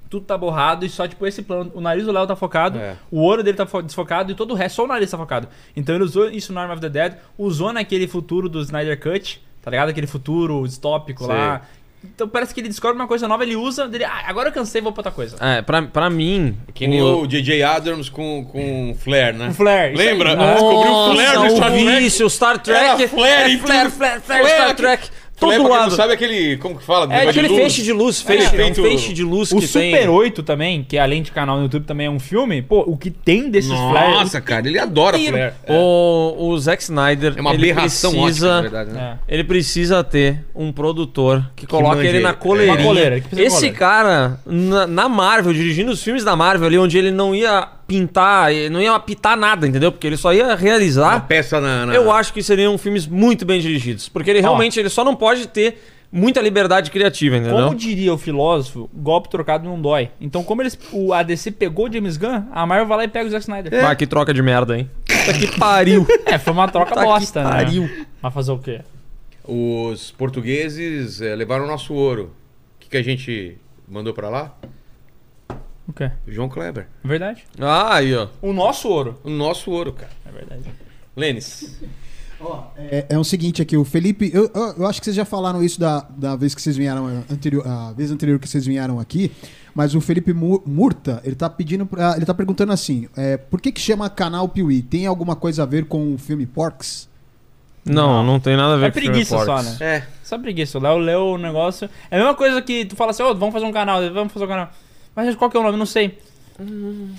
Speaker 3: tudo tá borrado e só, tipo, esse plano. O nariz do Léo tá focado,
Speaker 1: É.
Speaker 3: o olho dele tá fo- desfocado e todo o resto, só o nariz tá focado. Então ele usou isso no Arm of the Dead, usou naquele futuro do Snyder Cut, tá ligado? Aquele futuro distópico
Speaker 1: Sei.
Speaker 3: lá. Então parece que ele descobre uma coisa nova, ele usa, dele, ah, agora eu cansei, vou pra outra coisa.
Speaker 4: É, pra, pra mim.
Speaker 1: Que nem o J.J. Adams com, com Flair, né?
Speaker 3: O Flair. isso aí.
Speaker 1: Lembra?
Speaker 3: Ah,
Speaker 1: Descobriu o Flair no Star Trek.
Speaker 4: Isso, o Star
Speaker 1: Era
Speaker 4: Trek. É
Speaker 1: Flair em
Speaker 4: Flare,
Speaker 1: tudo.
Speaker 4: Flare, Flare,
Speaker 1: Flare
Speaker 4: Star
Speaker 1: aqui.
Speaker 4: Trek.
Speaker 1: Flair,
Speaker 4: Todo
Speaker 1: pra quem não
Speaker 4: lado.
Speaker 1: sabe aquele. Como que fala?
Speaker 4: É
Speaker 1: Negócio
Speaker 4: aquele
Speaker 1: luz.
Speaker 4: feixe de luz, feixe, é, um
Speaker 1: feito-
Speaker 4: feixe de luz
Speaker 3: O
Speaker 4: que
Speaker 3: Super
Speaker 4: tem.
Speaker 3: 8 também, que é além de canal no YouTube também é um filme, pô, o que tem desses Flair.
Speaker 1: Nossa, cara, ele adora Flair.
Speaker 4: O, o Zack Snyder,
Speaker 1: É uma
Speaker 4: ele
Speaker 1: aberração
Speaker 4: precisa,
Speaker 1: ótima, na verdade, né?
Speaker 3: É.
Speaker 4: ele precisa ter um produtor que coloque
Speaker 1: manje
Speaker 4: ele na
Speaker 1: ele.
Speaker 4: coleirinha.
Speaker 3: Uma coleira, que precisa de
Speaker 4: Esse
Speaker 3: coleira.
Speaker 4: cara, na, na Marvel, dirigindo os filmes da Marvel ali, onde ele não ia pintar, eh, não ia apitar nada, entendeu? Porque ele só ia
Speaker 1: Uma
Speaker 4: realizar.
Speaker 1: peça na.
Speaker 3: né?
Speaker 1: na-
Speaker 4: É. Eu acho que seriam filmes muito bem dirigidos. Porque ele realmente ele só não pode ter muita liberdade criativa, entendeu?
Speaker 3: Como diria o filósofo, golpe trocado não dói. Então, como eles, o ADC pegou o James Gunn, a Marvel vai lá e pega o Zack Snyder.
Speaker 4: Ah, que troca de merda, hein? Puta que pariu.
Speaker 3: É, foi uma troca
Speaker 4: Puta Tá que
Speaker 3: bosta, né?
Speaker 4: pariu.
Speaker 3: Mas fazer o quê?
Speaker 1: Os portugueses eh, levaram o nosso ouro. O que, que a gente mandou pra lá?
Speaker 3: O quê?
Speaker 1: João Kleber.
Speaker 3: Verdade.
Speaker 4: Ah, aí, ó.
Speaker 3: O nosso ouro.
Speaker 1: O nosso ouro, cara.
Speaker 3: É verdade.
Speaker 1: Lênis.
Speaker 2: É, é o seguinte aqui, o Felipe. Eu, eu- eu acho que vocês já falaram isso da, da vez que vocês vieram eh, anterior, a vez anterior que vocês vieram aqui, mas o Felipe Mu- Murta, ele tá pedindo. pra- ele tá perguntando assim: é, por que, que chama canal Piuí? Tem alguma coisa a ver com o filme Porks?
Speaker 4: Não, não tem nada a ver
Speaker 3: É
Speaker 4: com
Speaker 3: preguiça
Speaker 4: filme
Speaker 3: só,
Speaker 4: porcs.
Speaker 3: né?
Speaker 1: É.
Speaker 3: Só preguiça. O Léo leu o negócio. É a mesma coisa que tu fala assim, ô, vamos fazer um canal, vamos fazer um canal. Mas qual que é o nome? Não sei. Hum,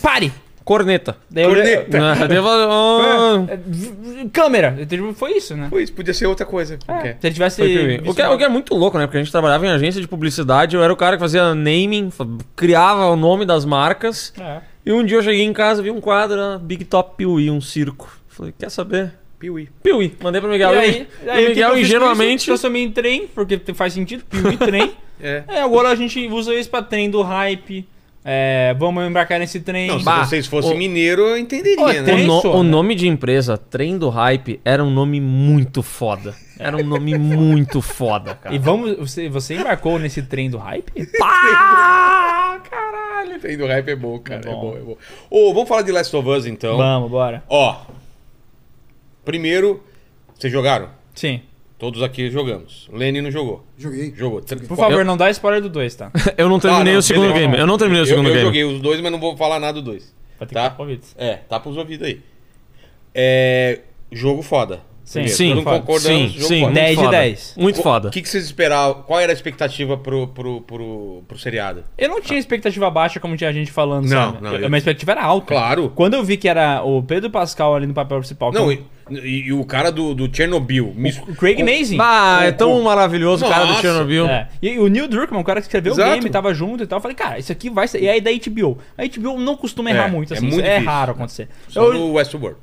Speaker 3: Pare!
Speaker 4: Corneta.
Speaker 3: Daí eu-
Speaker 1: Corneta.
Speaker 4: Ah, devo- ah,
Speaker 3: É, v- v- Câmera. Tipo, Foi isso, né?
Speaker 1: Pois, podia ser outra coisa.
Speaker 3: É,
Speaker 1: qualquer.
Speaker 3: Se ele tivesse.
Speaker 4: foi filme. O que, é- o que é muito louco, né? Porque a gente trabalhava em agência de publicidade, eu era o cara que fazia naming, fa- criava o nome das marcas.
Speaker 3: É.
Speaker 4: E um dia eu cheguei em casa, vi um quadro, era Big Top Piuí, um circo. Falei, quer saber?
Speaker 1: Piuí.
Speaker 4: Piuí. Mandei pro
Speaker 3: E
Speaker 4: Miguel.
Speaker 3: aí, aí
Speaker 4: E é o
Speaker 3: o que que eu fiz
Speaker 4: Miguel
Speaker 3: com
Speaker 4: ingenuamente. assim,
Speaker 3: isso? Transformei em trem, porque faz sentido, piuí trem.
Speaker 1: É.
Speaker 3: é, agora a gente usa isso pra trem do hype. É, vamos embarcar nesse trem.
Speaker 1: Não, se
Speaker 4: Bah,
Speaker 1: vocês fossem
Speaker 4: o-
Speaker 1: mineiro, eu entenderia,
Speaker 3: Ó,
Speaker 1: né?
Speaker 4: O,
Speaker 3: tem-
Speaker 4: no-
Speaker 3: Isso,
Speaker 4: o
Speaker 3: né?
Speaker 4: nome de empresa, Trem do Hype, era um nome muito foda. Era um nome muito foda, cara.
Speaker 3: E vamos. Você, você embarcou nesse trem do hype?
Speaker 1: Ah, caralho. Tem do hype é bom, cara. É bom, é bom. Ô, vamos falar de Last of Us, então.
Speaker 3: Vamos, bora.
Speaker 1: Ó. Primeiro, vocês jogaram?
Speaker 3: Sim.
Speaker 1: Todos aqui jogamos. Lenny não jogou.
Speaker 2: Joguei.
Speaker 1: Jogou.
Speaker 3: Por favor, não dá spoiler do 2, tá?
Speaker 4: Eu não terminei
Speaker 1: Ah, não,
Speaker 4: o segundo
Speaker 1: beleza.
Speaker 4: game. Eu não terminei o segundo
Speaker 1: eu, eu
Speaker 4: game.
Speaker 1: joguei os dois, mas não vou falar nada do dois.
Speaker 3: Vai ter
Speaker 1: Tá.
Speaker 3: que convites.
Speaker 1: É, tá pros ouvidos aí. É. Jogo foda.
Speaker 3: Sim,
Speaker 1: Primeiro,
Speaker 4: Sim,
Speaker 1: todo mundo
Speaker 3: foda.
Speaker 1: concordando,
Speaker 4: sim,
Speaker 1: jogo
Speaker 4: sim.
Speaker 1: foda.
Speaker 4: muito
Speaker 3: 10 de
Speaker 4: foda.
Speaker 3: 10.
Speaker 4: Muito foda.
Speaker 1: O que, que vocês esperavam? Qual era a expectativa pro, pro, pro, pro seriado?
Speaker 3: Eu não tinha expectativa baixa, como tinha gente falando,
Speaker 1: Não,
Speaker 3: sabe?
Speaker 1: não,
Speaker 3: eu,
Speaker 1: eu-
Speaker 3: Minha expectativa era alta.
Speaker 1: Claro.
Speaker 3: Quando eu vi que era o Pedro Pascal ali no papel principal.
Speaker 1: Não,
Speaker 3: que-
Speaker 1: e, e- e o cara do, do Chernobyl. mis-
Speaker 3: o Craig Mazin.
Speaker 4: Ah, é
Speaker 1: O-
Speaker 4: tão
Speaker 1: o-
Speaker 4: maravilhoso o cara do
Speaker 1: Nossa.
Speaker 4: Chernobyl.
Speaker 3: É. E o Neil Druckmann, o cara que escreveu
Speaker 1: Exato.
Speaker 3: o game, tava junto e tal. Eu falei, cara, isso aqui vai ser. E aí da HBO. A HBO não costuma errar
Speaker 1: É,
Speaker 3: muito,
Speaker 1: é
Speaker 3: assim. É,
Speaker 1: muito difícil.
Speaker 3: raro acontecer.
Speaker 1: Só
Speaker 3: Eu,
Speaker 1: no Westworld.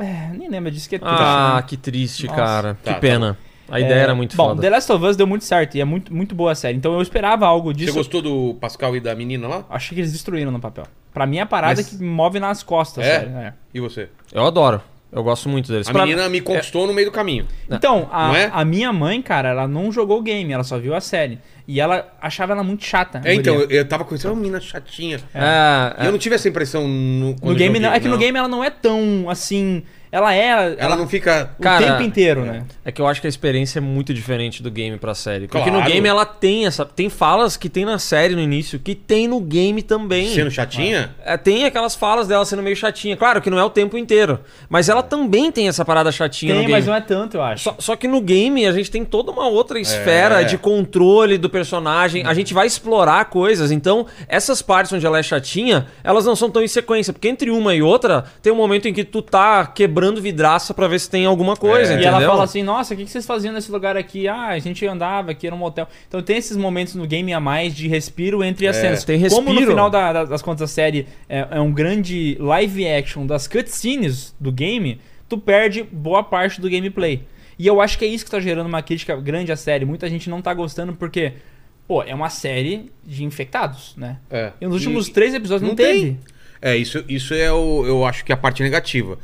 Speaker 3: é, nem lembro disso que é tudo,
Speaker 4: Ah,
Speaker 3: assim.
Speaker 4: que triste,
Speaker 3: Nossa.
Speaker 4: cara.
Speaker 1: Tá, tá
Speaker 4: que pena. A ideia
Speaker 3: É,
Speaker 4: era muito
Speaker 3: Bom,
Speaker 4: foda.
Speaker 3: The Last of Us deu muito certo e é muito, muito boa a série. Então eu esperava algo
Speaker 1: Você
Speaker 3: disso.
Speaker 1: gostou do Pascal e da menina lá?
Speaker 3: Achei que eles destruíram no papel. Pra mim é a parada
Speaker 1: Mas-
Speaker 3: que me move nas costas,
Speaker 1: É?
Speaker 3: sério. é.
Speaker 1: E você?
Speaker 4: Eu adoro. Eu gosto muito deles.
Speaker 1: A
Speaker 4: Pra- é,
Speaker 1: menina me conquistou no meio do caminho.
Speaker 3: Então,
Speaker 1: Não
Speaker 3: a,
Speaker 1: é?
Speaker 3: a minha mãe, cara, ela não jogou o game, ela só viu a série. E ela achava ela muito chata. a
Speaker 1: É, então,
Speaker 3: guria.
Speaker 1: eu, eu tava conhecendo uma menina chatinha.
Speaker 4: É,
Speaker 1: E
Speaker 4: é.
Speaker 1: eu não tive essa impressão no, quando
Speaker 3: no
Speaker 1: eu
Speaker 3: game,
Speaker 1: joguei,
Speaker 3: não, é que no game ela não é tão assim. Ela é.
Speaker 1: Ela não fica.
Speaker 3: o
Speaker 4: Cara,
Speaker 3: tempo inteiro, né?
Speaker 4: É que eu acho que a experiência é muito diferente do game pra série. Porque no
Speaker 1: Claro.
Speaker 4: game ela tem essa. Tem falas que tem na série no início, que tem no game também.
Speaker 1: Sendo chatinha?
Speaker 3: Ah.
Speaker 4: É, tem aquelas falas dela sendo meio chatinha. Claro que não é o tempo inteiro. Mas ela também tem essa parada chatinha no
Speaker 3: Tem,
Speaker 4: game.
Speaker 3: mas não é tanto, eu acho.
Speaker 4: Só, só que no game a gente tem toda uma outra
Speaker 1: É.
Speaker 4: esfera de controle do personagem. A gente vai explorar coisas. Então, essas partes onde ela é chatinha, elas não são tão em sequência. Porque entre uma e outra, tem um momento em que tu tá quebrando vidraça pra ver se tem alguma coisa,
Speaker 1: É.
Speaker 3: E
Speaker 4: entendeu?
Speaker 3: ela fala assim, nossa, o que que vocês faziam nesse lugar aqui? Ah, a gente andava aqui, era um motel. Então tem esses momentos no game a mais de respiro entre as cenas.
Speaker 4: É. tem
Speaker 3: Como no
Speaker 4: respiro.
Speaker 3: final da- da- das contas da série é, é um grande live action das cutscenes do game, tu perde boa parte do gameplay. E eu acho que é isso que tá gerando uma crítica grande à série. Muita gente não tá gostando porque, pô, é uma série de infectados, né?
Speaker 1: É.
Speaker 3: E nos últimos
Speaker 1: E-
Speaker 3: três episódios não,
Speaker 1: não
Speaker 3: teve.
Speaker 1: tem. É, isso, isso é o, eu acho que é a parte negativa.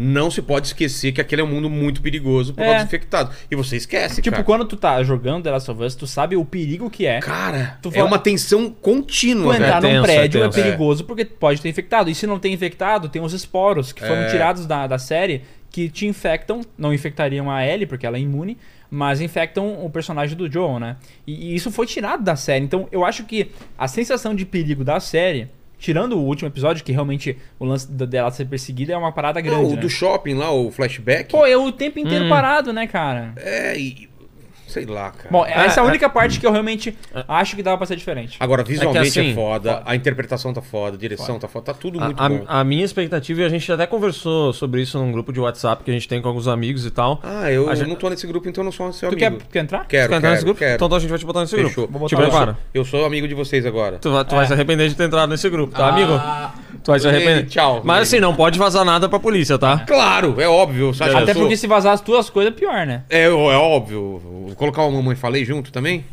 Speaker 1: não se pode esquecer que aquele é um mundo muito perigoso por
Speaker 3: É.
Speaker 1: causa dos infectados. E você esquece,
Speaker 3: Tipo,
Speaker 1: cara.
Speaker 3: quando tu tá jogando The Last of Us, tu sabe o perigo que é.
Speaker 1: Cara,
Speaker 3: Tu
Speaker 1: é
Speaker 3: fala-
Speaker 1: uma tensão
Speaker 3: Tu
Speaker 1: contínua, né?
Speaker 3: entrar
Speaker 4: é tenso,
Speaker 3: num prédio
Speaker 4: é
Speaker 3: é,
Speaker 4: tenso.
Speaker 3: perigoso porque pode ter infectado. E se não tem infectado, tem os esporos que foram tirados da, da série que te infectam. Não infectariam a Ellie, porque ela é imune, mas infectam o personagem do Joel, né? E, e isso foi tirado da série. Então eu acho que a sensação de perigo da série. Tirando o último episódio, que realmente o lance da- dela ser perseguida é uma parada
Speaker 1: Não,
Speaker 3: grande.
Speaker 1: o
Speaker 3: né?
Speaker 1: do shopping lá, o flashback.
Speaker 3: Pô, eu o tempo inteiro parado, né, cara?
Speaker 1: É, e. Sei lá, cara.
Speaker 3: Bom, essa é a
Speaker 4: é-
Speaker 3: única parte que eu realmente acho que dava pra ser diferente.
Speaker 1: Agora, visualmente é,
Speaker 4: assim,
Speaker 1: foda, a interpretação tá foda, a direção tá foda, tá tudo muito
Speaker 4: a, a-
Speaker 1: bom.
Speaker 4: a minha expectativa, e a gente até conversou sobre isso num grupo de WhatsApp que a gente tem com alguns amigos e tal.
Speaker 1: Ah, eu
Speaker 4: A gente-
Speaker 1: não tô nesse grupo, então eu não sou seu
Speaker 3: Tu quer,
Speaker 1: amigo.
Speaker 3: tu quer entrar?
Speaker 1: Quero,
Speaker 4: Quer entrar
Speaker 1: quero,
Speaker 4: nesse grupo?
Speaker 1: quero.
Speaker 3: tá,
Speaker 4: Então a gente vai te botar nesse
Speaker 1: Fechou.
Speaker 4: grupo. Te
Speaker 1: Eu sou-
Speaker 4: prepara.
Speaker 1: Eu sou amigo de vocês agora.
Speaker 4: Tu, vai, tu vai se arrepender de ter entrado nesse grupo, tá, amigo? Tu vai se
Speaker 1: É. Ah. Ei,
Speaker 4: arrepender.
Speaker 1: tchau,
Speaker 4: Mas
Speaker 1: amigo.
Speaker 4: assim, não pode vazar nada pra polícia, tá?
Speaker 1: Claro, é óbvio. Você acha que
Speaker 3: Até
Speaker 1: eu sou-
Speaker 3: porque se vazar as tuas coisas, pior, né?
Speaker 1: É, é óbvio. Vou colocar o Mamãe Falei junto também?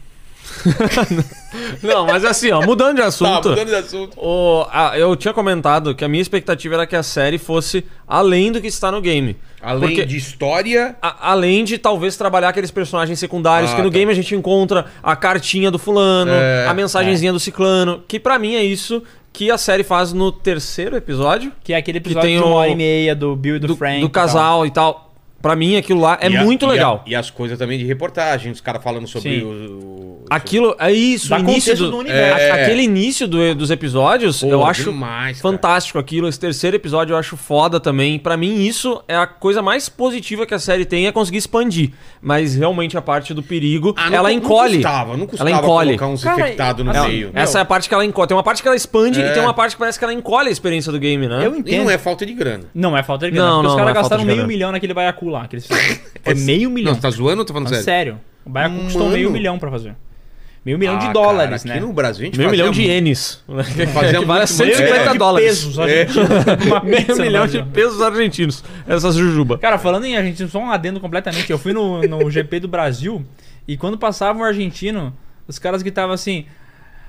Speaker 4: Não, mas assim, ó, mudando de assunto.
Speaker 1: Tá, mudando de assunto.
Speaker 4: o- a- eu tinha comentado que a minha expectativa era que a série fosse além do que está no game.
Speaker 1: Além
Speaker 4: Porque-
Speaker 1: de história...
Speaker 4: A- além de talvez trabalhar aqueles personagens secundários
Speaker 1: Ah,
Speaker 4: que no
Speaker 1: tá.
Speaker 4: game a gente encontra a cartinha do fulano,
Speaker 1: É,
Speaker 4: a mensagenzinha do ciclano, que pra mim é isso que a série faz no terceiro episódio
Speaker 3: Que é aquele episódio
Speaker 4: tem
Speaker 3: de
Speaker 4: o-
Speaker 3: uma hora e meia do Bill e do,
Speaker 4: do,
Speaker 3: Frank.
Speaker 4: do
Speaker 3: e
Speaker 4: casal e tal. Pra mim aquilo lá é
Speaker 1: e a- e
Speaker 4: muito
Speaker 1: a-
Speaker 4: legal.
Speaker 1: E as coisas também de reportagem, os caras falando sobre
Speaker 3: Sim.
Speaker 1: o... o-
Speaker 4: Aquilo é isso,
Speaker 3: Dá
Speaker 4: o início
Speaker 3: contexto
Speaker 4: do,
Speaker 3: do universo.
Speaker 4: É. aquele início do- dos episódios,
Speaker 1: Pô,
Speaker 4: eu acho
Speaker 1: demais, cara.
Speaker 4: fantástico aquilo. Esse terceiro episódio eu acho foda também. Pra mim isso é a coisa mais positiva que a série tem é conseguir expandir, mas realmente a parte do perigo,
Speaker 1: Ah, não
Speaker 4: ela
Speaker 1: cu-
Speaker 4: encolhe.
Speaker 1: Não custava, não custava
Speaker 4: ela encolhe.
Speaker 1: colocar um uns
Speaker 3: Cara,
Speaker 1: infectados no
Speaker 3: assim,
Speaker 1: meio.
Speaker 3: é-
Speaker 4: Essa é a parte que ela encolhe. Tem uma parte que ela expande
Speaker 1: É.
Speaker 4: e tem uma parte que parece que ela encolhe a experiência do game,
Speaker 3: tal.
Speaker 4: né?
Speaker 3: Eu
Speaker 1: E
Speaker 3: entendo.
Speaker 1: não é falta de grana.
Speaker 3: Não, é falta de grana.
Speaker 4: Não,
Speaker 3: porque
Speaker 4: não,
Speaker 3: os
Speaker 4: não é
Speaker 3: caras
Speaker 4: falta
Speaker 3: gastaram
Speaker 4: de
Speaker 3: meio
Speaker 4: grana.
Speaker 3: milhão naquele Baiacu lá. Que eles fizeram. Foi meio milhão.
Speaker 1: Não, você tá zoando ou tá falando
Speaker 3: Não, sério.
Speaker 1: sério?
Speaker 3: O Baiacu custou
Speaker 1: Mano.
Speaker 3: meio milhão pra fazer. Meio
Speaker 4: é
Speaker 3: milhão
Speaker 1: Ah,
Speaker 3: de dólares,
Speaker 1: cara,
Speaker 3: né?
Speaker 1: Aqui no Brasil a gente
Speaker 4: Meio
Speaker 1: fazia
Speaker 4: milhão de
Speaker 1: muito-
Speaker 4: ienes. né?
Speaker 1: Fazia
Speaker 4: que vale
Speaker 1: muito dinheiro.
Speaker 4: 150
Speaker 1: É.
Speaker 4: dólares.
Speaker 3: Pesos argentinos. Uma pizza
Speaker 4: Meio
Speaker 3: no
Speaker 4: milhão de
Speaker 3: Brasil.
Speaker 4: pesos argentinos. Essas jujuba.
Speaker 3: Cara, falando em argentino, só um adendo completamente. Eu fui no, no GP do Brasil e quando passava um argentino, os caras gritavam assim: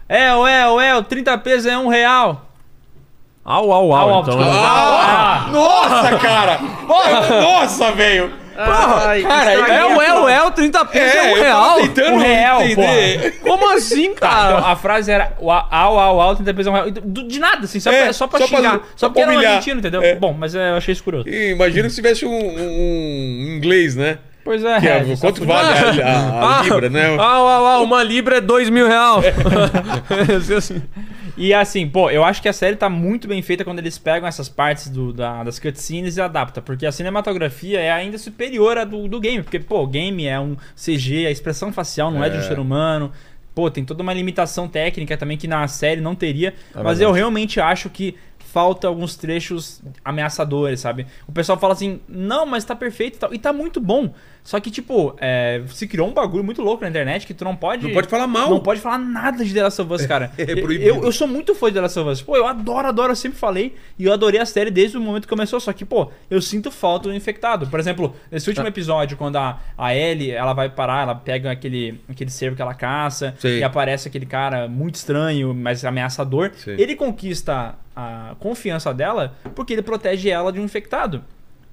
Speaker 3: É, ué, ué, o 30 pesos é um real.
Speaker 4: Au, au,
Speaker 3: Ah,
Speaker 4: au.
Speaker 3: ó,
Speaker 4: Então,
Speaker 3: desculpa. Ah,
Speaker 1: Nossa, cara! Porra, Nossa, velho!
Speaker 3: cara,
Speaker 4: É o é o é o 30 pesos é, um
Speaker 1: eu tava
Speaker 4: real.
Speaker 1: tentando
Speaker 3: Um real,
Speaker 1: entender.
Speaker 4: Como assim,
Speaker 1: Tá,
Speaker 4: cara?
Speaker 3: Então, a frase era o a- au, au, au, tenta pensar um real. Do- De nada, assim, só,
Speaker 1: É,
Speaker 3: pra, só pra
Speaker 1: só pra-
Speaker 3: xingar.
Speaker 1: só
Speaker 3: só porque
Speaker 1: pra
Speaker 3: era um
Speaker 1: humilhar.
Speaker 3: argentino, entendeu?
Speaker 1: É.
Speaker 3: Bom, mas é, eu achei escuro.
Speaker 1: E Imagina se tivesse um, um inglês, né?
Speaker 3: Pois é.
Speaker 1: Que é,
Speaker 3: é, só
Speaker 1: quanto
Speaker 3: fudeu.
Speaker 1: vale a, a- a
Speaker 4: Ah,
Speaker 1: libra, né?
Speaker 4: Au, au, au. Uma libra é dois mil real. É assim.
Speaker 3: E assim, pô, eu acho que a série tá muito bem feita quando eles pegam essas partes do- da- das cutscenes e adaptam, porque a cinematografia é ainda superior à do, do game, porque, pô, o game é um CG, a expressão facial não é, de um ser humano. Pô, tem toda uma limitação técnica também que na série não
Speaker 1: É
Speaker 3: teria, mas eu realmente acho que falta alguns trechos ameaçadores, sabe? O pessoal fala assim, não, mas tá perfeito e tal, e tá muito bom. Só que, tipo, é, se criou um bagulho muito louco na internet que tu não pode...
Speaker 1: Não pode falar mal.
Speaker 3: Não pode falar nada de The Last of Us, cara.
Speaker 1: É
Speaker 3: Eu-
Speaker 1: proibido.
Speaker 3: eu, eu sou muito fã de The Last of Us. Pô, eu adoro, adoro, eu sempre falei. E eu adorei a série desde o momento que começou. Só que, pô, eu sinto falta do infectado. Por exemplo, nesse
Speaker 1: Ah.
Speaker 3: último episódio, quando a, a Ellie, ela vai parar, ela pega aquele, aquele cervo que ela caça.
Speaker 1: Sei.
Speaker 3: E aparece aquele cara muito estranho, mas ameaçador.
Speaker 1: Sei.
Speaker 3: Ele conquista a confiança dela porque ele protege ela de um infectado.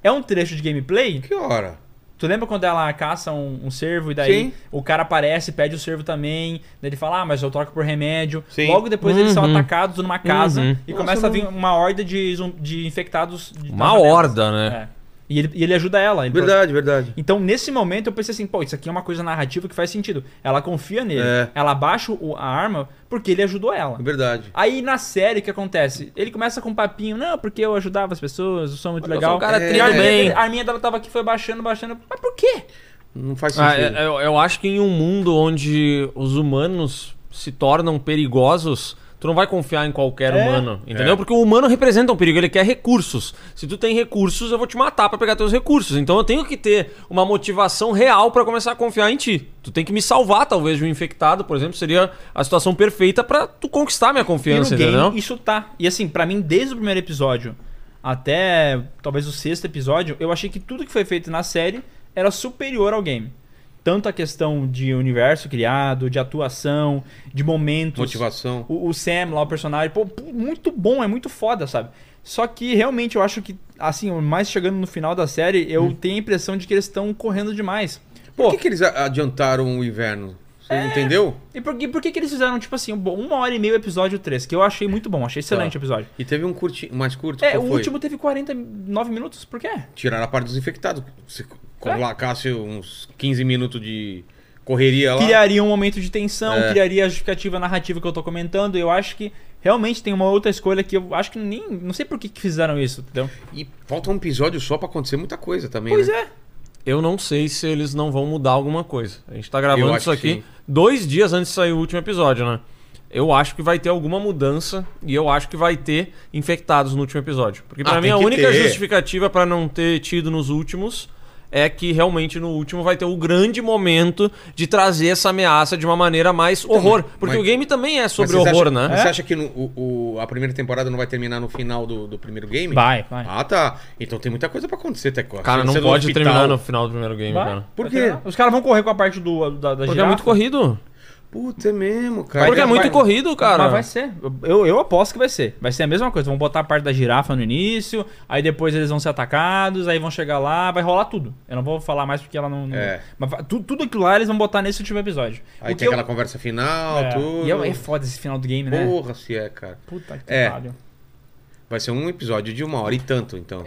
Speaker 3: É um trecho de gameplay
Speaker 1: Que hora?
Speaker 3: Tu lembra quando ela caça um, um cervo e daí
Speaker 1: Sim.
Speaker 3: o cara aparece, pede o cervo também, daí ele fala, ah, mas eu troco por remédio.
Speaker 1: Sim.
Speaker 3: Logo depois eles são
Speaker 4: Uhum.
Speaker 3: atacados numa casa
Speaker 4: Uhum.
Speaker 3: e começa a vir uma horda de, zum- de infectados. De
Speaker 4: Uma
Speaker 3: janelas.
Speaker 4: horda, né?
Speaker 3: É. E ele, e ele ajuda ela. ele-
Speaker 1: Verdade, verdade.
Speaker 3: Então, nesse momento, eu pensei assim, pô, isso aqui é uma coisa narrativa que faz sentido. Ela confia nele,
Speaker 1: É.
Speaker 3: ela baixa o- a arma porque ele ajudou ela.
Speaker 1: Verdade.
Speaker 3: Aí na série o que acontece? Ele começa com um papinho, não, porque eu ajudava as pessoas, eu sou muito
Speaker 4: Eu sou
Speaker 3: legal.
Speaker 4: um cara
Speaker 3: E
Speaker 1: tri
Speaker 3: a
Speaker 1: do
Speaker 3: arminha
Speaker 4: bem.
Speaker 3: dele- A arminha dela tava aqui, foi baixando, baixando. Mas por quê?
Speaker 1: Não faz
Speaker 4: Ah,
Speaker 1: sentido.
Speaker 4: é- eu, eu acho que em um mundo onde os humanos se tornam perigosos, tu não vai confiar em qualquer
Speaker 3: É.
Speaker 4: humano, entendeu?
Speaker 1: É.
Speaker 4: Porque o humano representa um perigo, ele quer recursos. Se tu tem recursos, eu vou te matar pra pegar teus recursos. Então eu tenho que ter uma motivação real pra começar a confiar em ti. Tu tem que me salvar, talvez, de um infectado, por exemplo, seria a situação perfeita pra tu conquistar minha
Speaker 3: E no
Speaker 4: confiança,
Speaker 3: game,
Speaker 4: entendeu?
Speaker 3: isso tá. E assim, pra mim, desde o primeiro episódio até talvez o sexto episódio, eu achei que tudo que foi feito na série era superior ao game. tanto a questão de universo criado, de atuação, de momentos.
Speaker 1: Motivação.
Speaker 3: O, o Sam lá, o personagem, pô, pô, muito bom, é muito foda, sabe? Só que realmente eu acho que, assim, mais chegando no final da série, eu tenho a impressão de que eles estão correndo demais. Pô,
Speaker 1: Hum. Por que, que eles a- adiantaram o inverno? Você
Speaker 4: É.
Speaker 1: entendeu?
Speaker 3: e por, que- por que, que eles fizeram, tipo assim, um bom- uma hora e meia o episódio 3, que eu achei muito bom, achei excelente o episódio.
Speaker 1: E teve um curtinho, mais curto?
Speaker 3: É,
Speaker 1: qual
Speaker 3: o
Speaker 1: foi?
Speaker 3: último teve 49 minutos, por quê?
Speaker 1: Tiraram a parte dos infectados.
Speaker 4: É.
Speaker 1: Se colocasse uns 15 minutos de correria lá.
Speaker 3: criaria um momento de tensão,
Speaker 1: É.
Speaker 3: criaria a justificativa narrativa que eu tô comentando. Eu acho que realmente tem uma outra escolha que eu acho que nem. Não sei por que, que fizeram isso, entendeu?
Speaker 1: E falta um episódio só pra acontecer muita coisa também.
Speaker 3: Pois
Speaker 1: né?
Speaker 3: é.
Speaker 4: Eu não sei se eles não vão mudar alguma coisa. A gente tá
Speaker 1: Eu
Speaker 4: gravando
Speaker 1: acho
Speaker 4: isso
Speaker 1: que
Speaker 4: aqui
Speaker 1: sim.
Speaker 4: dois dias antes de sair o último episódio, né? Eu acho que vai ter alguma mudança e eu acho que vai ter infectados no último episódio. Porque pra
Speaker 1: Ah,
Speaker 4: mim
Speaker 1: tem
Speaker 4: a
Speaker 1: que
Speaker 4: única
Speaker 1: ter.
Speaker 4: justificativa pra não ter tido nos últimos é que realmente no último vai ter o grande momento de trazer essa ameaça de uma maneira mais horror. Porque
Speaker 1: Então, mas-
Speaker 4: o game também é
Speaker 1: Mas
Speaker 4: sobre
Speaker 1: vocês
Speaker 4: horror,
Speaker 1: acham-
Speaker 4: né?
Speaker 1: mas Você acha que no- o- o- a primeira temporada não vai terminar no final do, do primeiro game?
Speaker 3: Vai, vai.
Speaker 1: Ah, tá. Então tem muita coisa pra acontecer, Teco.
Speaker 4: Cara, não
Speaker 1: Você
Speaker 4: pode
Speaker 1: hospital-
Speaker 4: terminar no final do primeiro game,
Speaker 3: Vai.
Speaker 4: cara.
Speaker 1: Por
Speaker 3: Vai
Speaker 1: quê?
Speaker 3: terminar. Os caras vão correr com a parte do, da, da
Speaker 4: Porque é
Speaker 3: girafa.
Speaker 4: muito corrido.
Speaker 1: Puta, é mesmo, cara.
Speaker 4: Porque é
Speaker 3: ter-
Speaker 4: muito
Speaker 3: vai-
Speaker 4: corrido, cara.
Speaker 3: Mas vai ser. Eu, eu aposto que vai ser. Vai ser a mesma coisa. Vão botar a parte da girafa no início, aí depois eles vão ser atacados, aí vão chegar lá, vai rolar tudo. Eu não vou falar mais porque ela não. não-
Speaker 1: É.
Speaker 3: Mas va- tu- tudo aquilo lá eles vão botar nesse último episódio.
Speaker 1: Aí
Speaker 3: O
Speaker 1: tem
Speaker 3: eu-
Speaker 1: aquela conversa final,
Speaker 3: é,
Speaker 1: tudo.
Speaker 3: E é, é foda esse final do game, né?
Speaker 1: Porra, se é, cara.
Speaker 3: Puta que
Speaker 1: É.
Speaker 3: pariu.
Speaker 1: Vai ser um episódio de uma hora e tanto, então.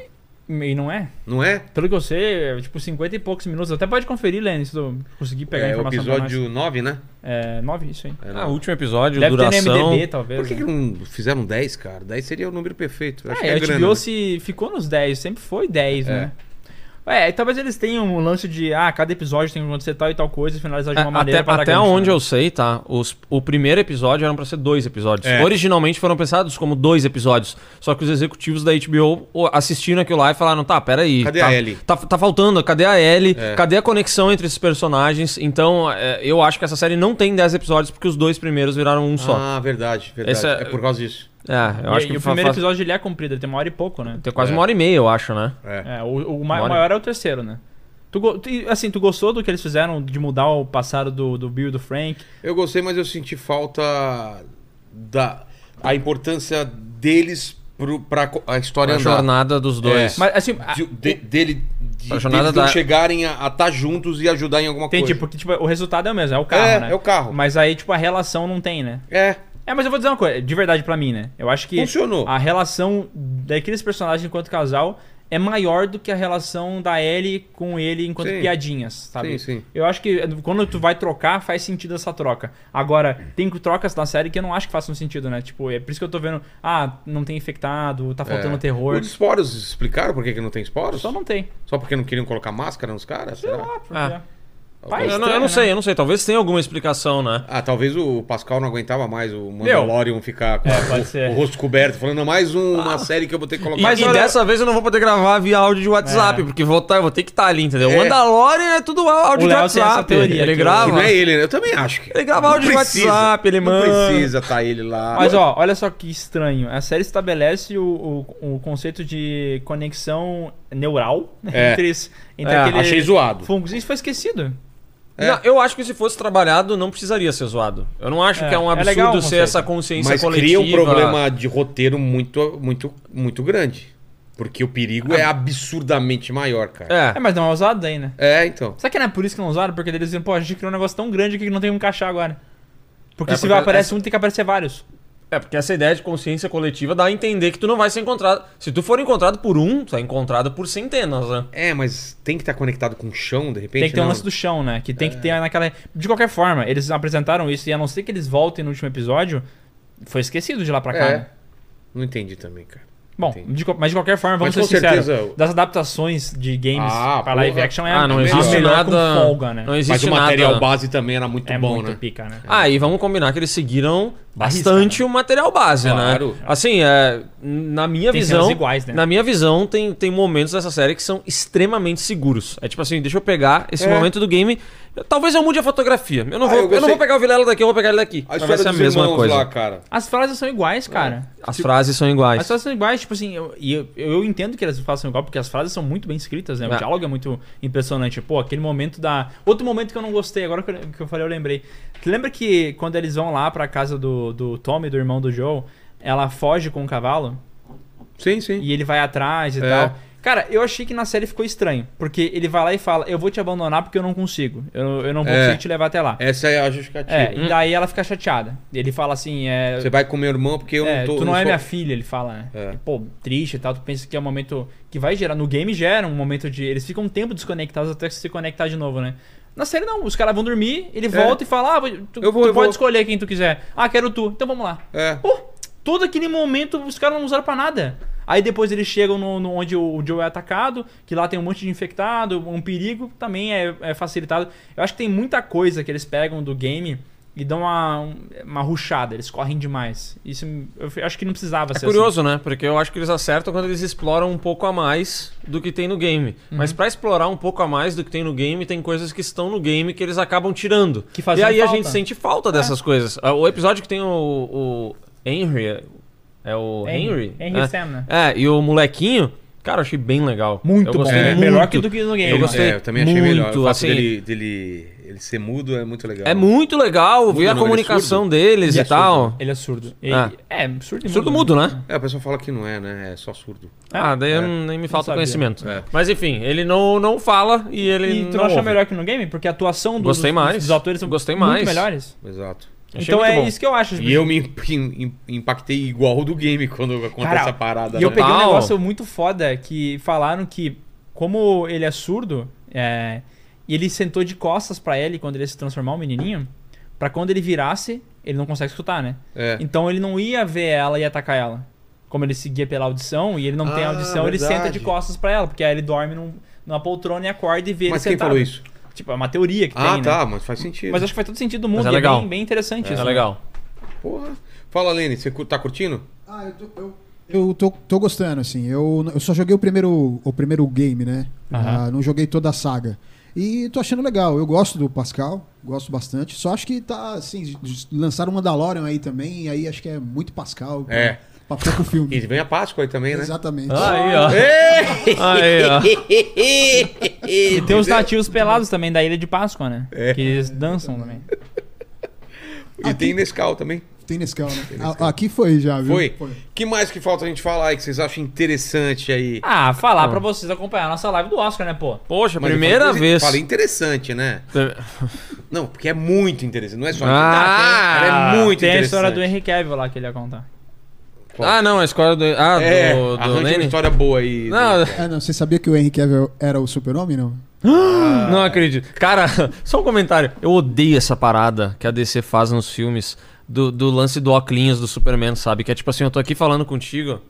Speaker 3: E não é?
Speaker 1: Não é?
Speaker 3: Pelo que eu sei, é tipo 50 e poucos minutos. Até pode conferir, Lenny, se tu conseguir pegar a
Speaker 1: é o
Speaker 3: informação. pra
Speaker 1: episódio 9, né?
Speaker 3: nós. É, 9, isso aí.
Speaker 1: É,
Speaker 4: Ah,
Speaker 1: não.
Speaker 4: o último episódio,
Speaker 3: Deve
Speaker 4: duração...
Speaker 3: ter no MDB, talvez.
Speaker 1: Por que, que
Speaker 3: né?
Speaker 1: não fizeram 10, cara? 10 seria o número perfeito. Eu Acho
Speaker 3: É,
Speaker 1: que
Speaker 3: a
Speaker 1: é
Speaker 3: HBO
Speaker 1: grana. né?
Speaker 3: se ficou nos 10, sempre foi 10, né? É, e talvez eles tenham um lance de, ah, cada episódio tem que acontecer tal e tal coisa e finalizar de
Speaker 4: É,
Speaker 3: uma maneira
Speaker 4: até,
Speaker 3: pra
Speaker 4: até onde eu sei, tá? Os- o primeiro episódio eram pra ser dois episódios.
Speaker 1: É.
Speaker 4: Originalmente foram pensados como dois episódios. Só que os executivos da HBO o- assistiram aquilo lá e falaram: tá, peraí.
Speaker 1: Cadê
Speaker 4: tá,
Speaker 1: a Ellie?"
Speaker 4: Tá, tá faltando, cadê a Ellie?
Speaker 1: É.
Speaker 4: Cadê a conexão entre esses personagens? Então, é, eu acho que essa série não tem dez episódios porque os dois primeiros viraram um só.
Speaker 1: Ah, verdade, verdade.
Speaker 4: Essa-
Speaker 1: É por causa disso.
Speaker 4: É, eu
Speaker 3: e,
Speaker 4: acho
Speaker 3: e
Speaker 4: que
Speaker 3: o
Speaker 4: fa-
Speaker 3: primeiro
Speaker 4: faz-
Speaker 3: episódio ele é comprido, ele tem uma hora e pouco, né?
Speaker 4: tem quase
Speaker 1: É.
Speaker 4: uma hora e meia, eu acho, né?
Speaker 1: É.
Speaker 3: É, o, o ma-
Speaker 4: Uma hora.
Speaker 3: maior é o terceiro, né? Tu, go- tu- e, assim, tu gostou do que eles fizeram de mudar o passado do, do Bill e do Frank?
Speaker 1: Eu gostei, mas eu senti falta da a importância deles pro, pra co- a história
Speaker 4: A
Speaker 1: andar.
Speaker 4: jornada dos
Speaker 1: É.
Speaker 4: dois.
Speaker 3: Mas, assim, a-
Speaker 1: De, de- dele de,
Speaker 4: A jornada
Speaker 1: deles não
Speaker 4: da-
Speaker 1: chegarem a estar juntos e ajudar em alguma
Speaker 3: Entendi,
Speaker 1: coisa.
Speaker 3: porque tipo, o resultado é o mesmo, é o carro,
Speaker 1: É,
Speaker 3: né?
Speaker 1: é o carro.
Speaker 3: Mas aí, tipo, a relação não tem, né?
Speaker 1: É,
Speaker 3: É, mas eu vou dizer uma coisa, de verdade pra mim, né? Eu acho que
Speaker 1: Funcionou.
Speaker 3: a relação daqueles personagens enquanto casal é maior do que a relação da Ellie com ele enquanto
Speaker 1: Sim.
Speaker 3: piadinhas, sabe?
Speaker 1: Sim, sim.
Speaker 3: Eu acho que quando tu vai trocar, faz sentido essa troca. Agora, tem trocas na série que eu não acho que façam sentido, né? Tipo, é por isso que eu tô vendo, ah, não tem infectado, tá faltando
Speaker 1: é.
Speaker 3: terror.
Speaker 1: Os esporos explicaram por que, que não tem esporos?
Speaker 3: Só não tem.
Speaker 1: Só porque não queriam colocar máscara nos caras?
Speaker 3: Sei
Speaker 1: Será?
Speaker 3: lá, porque...
Speaker 4: Ah.
Speaker 3: Vai,
Speaker 4: eu, não, eu
Speaker 3: estranho,
Speaker 4: não
Speaker 3: né?
Speaker 4: sei, eu não sei. Talvez tenha alguma explicação, né?
Speaker 1: Ah, talvez o Pascal não aguentava mais o Mandalorian ficar com
Speaker 3: é, pode
Speaker 1: o,
Speaker 3: ser. Ah.
Speaker 1: o rosto coberto, falando mais um- uma série que eu vou ter que colocar.
Speaker 4: E, e dessa vez eu não vou poder gravar via áudio de WhatsApp,
Speaker 3: É.
Speaker 4: porque vou, tá- eu vou ter que estar ali, entendeu?
Speaker 1: É.
Speaker 4: O Mandalorian é tudo á- áudio
Speaker 3: O Léo
Speaker 4: de
Speaker 3: tem
Speaker 4: WhatsApp.
Speaker 3: essa teoria
Speaker 4: ele
Speaker 3: que o-
Speaker 1: Que
Speaker 4: grava.
Speaker 1: não é ele, né? Eu também acho que.
Speaker 4: Ele grava
Speaker 1: Não
Speaker 4: áudio de
Speaker 1: precisa.
Speaker 4: WhatsApp, ele
Speaker 1: Não
Speaker 4: manda.
Speaker 1: precisa tá ele lá.
Speaker 3: Mas ó, olha só que estranho. A série estabelece o, o, o conceito de conexão neural né,
Speaker 1: É.
Speaker 3: entre, es- entre
Speaker 4: É,
Speaker 3: aquele
Speaker 1: achei zoado.
Speaker 3: fungos. Isso foi esquecido.
Speaker 1: É.
Speaker 4: Não, eu acho que se fosse trabalhado, não precisaria ser zoado. Eu não acho
Speaker 3: É,
Speaker 4: que é um
Speaker 3: é
Speaker 4: absurdo
Speaker 3: legal o
Speaker 4: ser
Speaker 3: conceito.
Speaker 4: essa consciência
Speaker 1: Mas cria
Speaker 4: coletiva.
Speaker 1: um problema de roteiro muito, muito, muito grande. Porque o perigo é absurdamente maior, cara.
Speaker 4: É.
Speaker 3: Ah. É, mas não é usado daí, né?
Speaker 1: É, então.
Speaker 3: Será que não é por isso que não usaram? Porque eles dizem, pô, a gente criou um negócio tão grande aqui que não tem um encaixar agora. Porque
Speaker 4: É,
Speaker 3: se
Speaker 4: porque
Speaker 3: aparece um, tem que aparecer vários.
Speaker 4: É, porque essa ideia de consciência coletiva dá a entender que tu não vai ser encontrado. Se tu for encontrado por um, tu é encontrado por centenas, né?
Speaker 1: É, mas tem que estar conectado com o chão, de repente.
Speaker 3: Tem que ter um
Speaker 1: não? É.
Speaker 3: lance do chão, né? Que tem que ter naquela. De qualquer forma, eles apresentaram isso e a não ser que eles voltem no último episódio, foi esquecido de lá pra cá.
Speaker 1: É.
Speaker 3: né?
Speaker 1: Não entendi também, cara.
Speaker 3: Bom,
Speaker 1: Entendi.
Speaker 3: de co- mas de qualquer forma, vamos
Speaker 1: Mas com
Speaker 3: ser sinceros.
Speaker 1: certeza-
Speaker 3: Das adaptações de games
Speaker 1: Ah,
Speaker 3: pra live
Speaker 1: porra.
Speaker 3: action é
Speaker 4: ah, não
Speaker 3: a
Speaker 4: existe
Speaker 3: melhor
Speaker 4: nada.
Speaker 3: com folga, né?
Speaker 4: Não é
Speaker 1: Mas
Speaker 4: existe
Speaker 1: o material
Speaker 4: nada.
Speaker 1: base também era muito
Speaker 3: é
Speaker 1: bom,
Speaker 3: muito
Speaker 1: né?
Speaker 3: pica, né?
Speaker 4: Ah, e vamos combinar que eles seguiram bastante o material base,
Speaker 1: Claro.
Speaker 4: né? Assim, é, na minha
Speaker 3: Tem cenas
Speaker 4: visão,
Speaker 3: iguais, né?
Speaker 4: na minha visão tem, tem momentos dessa série que são extremamente seguros. É tipo assim, deixa eu pegar esse
Speaker 1: É.
Speaker 4: momento do game, talvez eu mude a fotografia. Eu não
Speaker 1: Ah,
Speaker 4: vou,
Speaker 1: eu
Speaker 4: eu não
Speaker 1: gostei.
Speaker 4: vou pegar o Vilela daqui, eu vou pegar ele daqui.
Speaker 1: A
Speaker 4: Mas vai
Speaker 1: história
Speaker 4: ser a
Speaker 1: dos
Speaker 4: mesma
Speaker 1: irmãos
Speaker 4: coisa.
Speaker 1: lá, tipo, cara.
Speaker 3: As frases são
Speaker 4: É.
Speaker 3: iguais, cara.
Speaker 4: As frases são iguais.
Speaker 3: As frases são iguais, tipo assim, eu- e eu, eu, entendo que elas façam igual, porque as frases são muito bem escritas, né? O
Speaker 4: É.
Speaker 3: diálogo é muito impressionante. Pô, aquele momento da. Outro momento que eu não gostei, agora que eu, que eu falei, eu lembrei. Tu lembra que quando eles vão lá pra casa do, do Tommy, do irmão do Joe, ela foge com o cavalo?
Speaker 1: Sim, sim.
Speaker 3: E ele vai atrás e
Speaker 1: É.
Speaker 3: tal. Cara, eu achei que na série ficou estranho. Porque ele vai lá e fala: Eu vou te abandonar porque eu não consigo. Eu, eu não vou
Speaker 1: É.
Speaker 3: conseguir te levar até lá.
Speaker 1: Essa é a justificativa.
Speaker 3: É, e daí ela fica chateada. Ele fala assim: é,
Speaker 1: Você vai com meu irmão porque eu
Speaker 3: é,
Speaker 1: não tô.
Speaker 3: tu não é
Speaker 1: sou-
Speaker 3: minha filha, ele fala, né?
Speaker 1: É.
Speaker 3: Pô, triste e tal. Tu pensa que é um momento que vai gerar. No game gera um momento de. Eles ficam um tempo desconectados até se conectar de novo, né? Na série não, os caras vão dormir, ele volta e fala: Ah, vou- tu,
Speaker 1: É. Eu vou,
Speaker 3: tu
Speaker 1: eu
Speaker 3: pode
Speaker 1: vou.
Speaker 3: escolher quem tu quiser. Ah, quero tu, então vamos lá.
Speaker 1: É.
Speaker 3: Pô, todo aquele momento os caras não usaram pra nada. Aí depois eles chegam no, no onde o Joe é atacado, que lá tem um monte de infectado, um perigo também é, é facilitado. Eu acho que tem muita coisa que eles pegam do game e dão uma, um- uma ruchada, eles correm demais. Isso me- eu f- acho que não precisava
Speaker 4: É
Speaker 3: ser
Speaker 4: curioso, né? Porque eu acho que eles acertam quando eles exploram um pouco a mais do que tem no game.
Speaker 3: Uhum.
Speaker 4: Mas pra explorar um pouco a mais do que tem no game, tem coisas que estão no game que eles acabam tirando.
Speaker 3: Que faziam
Speaker 4: e aí
Speaker 3: falta. É.
Speaker 4: a gente sente falta dessas coisas. Ah, O episódio que tem o, o Henry. É o
Speaker 3: assim.
Speaker 4: Henry?
Speaker 3: Henry
Speaker 4: é.
Speaker 3: Sam, né?
Speaker 4: É, e o molequinho, cara, eu achei bem legal.
Speaker 3: Muito
Speaker 4: eu
Speaker 3: bom.
Speaker 4: gostei
Speaker 3: É,
Speaker 4: muito.
Speaker 3: melhor que do que no game.
Speaker 4: Eu
Speaker 3: né?
Speaker 4: gostei
Speaker 1: É, eu também achei melhor.
Speaker 4: muito,
Speaker 1: O fato
Speaker 4: assim-
Speaker 1: dele, dele- ele ser mudo é muito legal.
Speaker 4: É muito legal
Speaker 1: Mudo
Speaker 4: ver a
Speaker 1: não, ele é
Speaker 4: comunicação
Speaker 1: surdo? Ele
Speaker 4: deles e
Speaker 1: é
Speaker 4: tal.
Speaker 3: Ele é surdo. E-
Speaker 4: Ah.
Speaker 3: É, surdo e
Speaker 4: Surdo mudo, né?
Speaker 1: É, o pessoal fala que não é, né? É só surdo.
Speaker 4: Ah, daí eu não- nem me falta
Speaker 3: sabia.
Speaker 4: conhecimento.
Speaker 1: É.
Speaker 4: Mas enfim, ele não, não fala e ele.
Speaker 3: E tu
Speaker 4: não
Speaker 3: não acha
Speaker 4: ouve.
Speaker 3: melhor que no game? Porque a atuação dos,
Speaker 4: Gostei
Speaker 3: dos-
Speaker 4: mais.
Speaker 3: dos atores são
Speaker 4: Gostei
Speaker 3: muito
Speaker 4: mais.
Speaker 3: melhores.
Speaker 1: Exato.
Speaker 4: Achei
Speaker 3: então
Speaker 4: muito
Speaker 3: é
Speaker 4: bom.
Speaker 3: isso que eu acho.
Speaker 1: E eu me imp- im- impactei igual do game quando acontece
Speaker 3: Cara,
Speaker 1: essa parada.
Speaker 3: E eu
Speaker 1: né?
Speaker 3: peguei um
Speaker 4: Total.
Speaker 3: negócio muito foda que falaram que, como ele é surdo, é, e ele sentou de costas pra ele quando ele se transformar um menininho, pra quando ele virasse, ele não consegue escutar, né?
Speaker 1: É.
Speaker 3: Então ele não ia ver ela e atacar ela. Como ele seguia pela audição e ele não tem
Speaker 1: Ah,
Speaker 3: audição, ele
Speaker 1: verdade.
Speaker 3: senta de costas pra ela, porque aí ele dorme num- numa poltrona e acorda e vê
Speaker 1: Mas quem
Speaker 3: ele sentado.
Speaker 1: falou isso?
Speaker 3: Tipo, é uma teoria que
Speaker 1: ah,
Speaker 3: tem, né?
Speaker 1: tá, mas faz sentido.
Speaker 3: Mas acho que faz todo sentido do mundo,
Speaker 4: Mas é
Speaker 3: e
Speaker 4: legal.
Speaker 3: bem, bem interessante
Speaker 4: Isso
Speaker 3: isso.
Speaker 4: é
Speaker 3: né?
Speaker 4: legal.
Speaker 1: Porra. Fala, Lene, você cu- tá curtindo?
Speaker 2: Ah, eu tô, eu, eu tô, tô gostando, assim. Eu, eu só joguei o primeiro, o primeiro game, né?
Speaker 3: Aham.
Speaker 2: Ah, não joguei toda a saga. E tô achando legal. Eu gosto do Pascal, gosto bastante. Só acho que tá, assim, lançaram o Mandalorian aí também. E aí acho que é muito Pascal pra,
Speaker 1: É.
Speaker 2: pra pouco
Speaker 1: E
Speaker 2: filme.
Speaker 1: vem a Páscoa aí também, né?
Speaker 2: Exatamente.
Speaker 3: Ah, é.
Speaker 4: Aí, ó. Aí, ó.
Speaker 3: E tem os nativos pelados também da Ilha de Páscoa, né? Que eles dançam também.
Speaker 1: E tem Nescau também.
Speaker 2: Tem Nescau, né? A- aqui foi já, viu?
Speaker 1: Foi? que mais que falta a gente falar aí que vocês acham interessante aí?
Speaker 3: Ah, falar pra vocês acompanhar a nossa live do Oscar, né, pô?
Speaker 4: Poxa,
Speaker 1: Mas eu
Speaker 4: primeira
Speaker 1: falei coisa-
Speaker 4: vez.
Speaker 1: Falei interessante, né? Não, porque é muito interessante. Não é só.
Speaker 4: Ah,
Speaker 1: Ela é muito
Speaker 3: Tem a
Speaker 1: interessante.
Speaker 3: história do Henry Cavill lá que ele ia contar.
Speaker 4: Ah, não, a escola do. Ah,
Speaker 1: É,
Speaker 4: do, do
Speaker 1: arranja uma
Speaker 4: Lenny?
Speaker 1: história boa aí.
Speaker 4: Não,
Speaker 2: Ah, não, você sabia que o Henry Cavill era o super-homem, não?
Speaker 4: não acredito. Cara, só um comentário. Eu odeio essa parada que a DC faz nos filmes do, do lance do Oclinhos do Superman, sabe? Que é tipo assim, eu tô aqui falando contigo,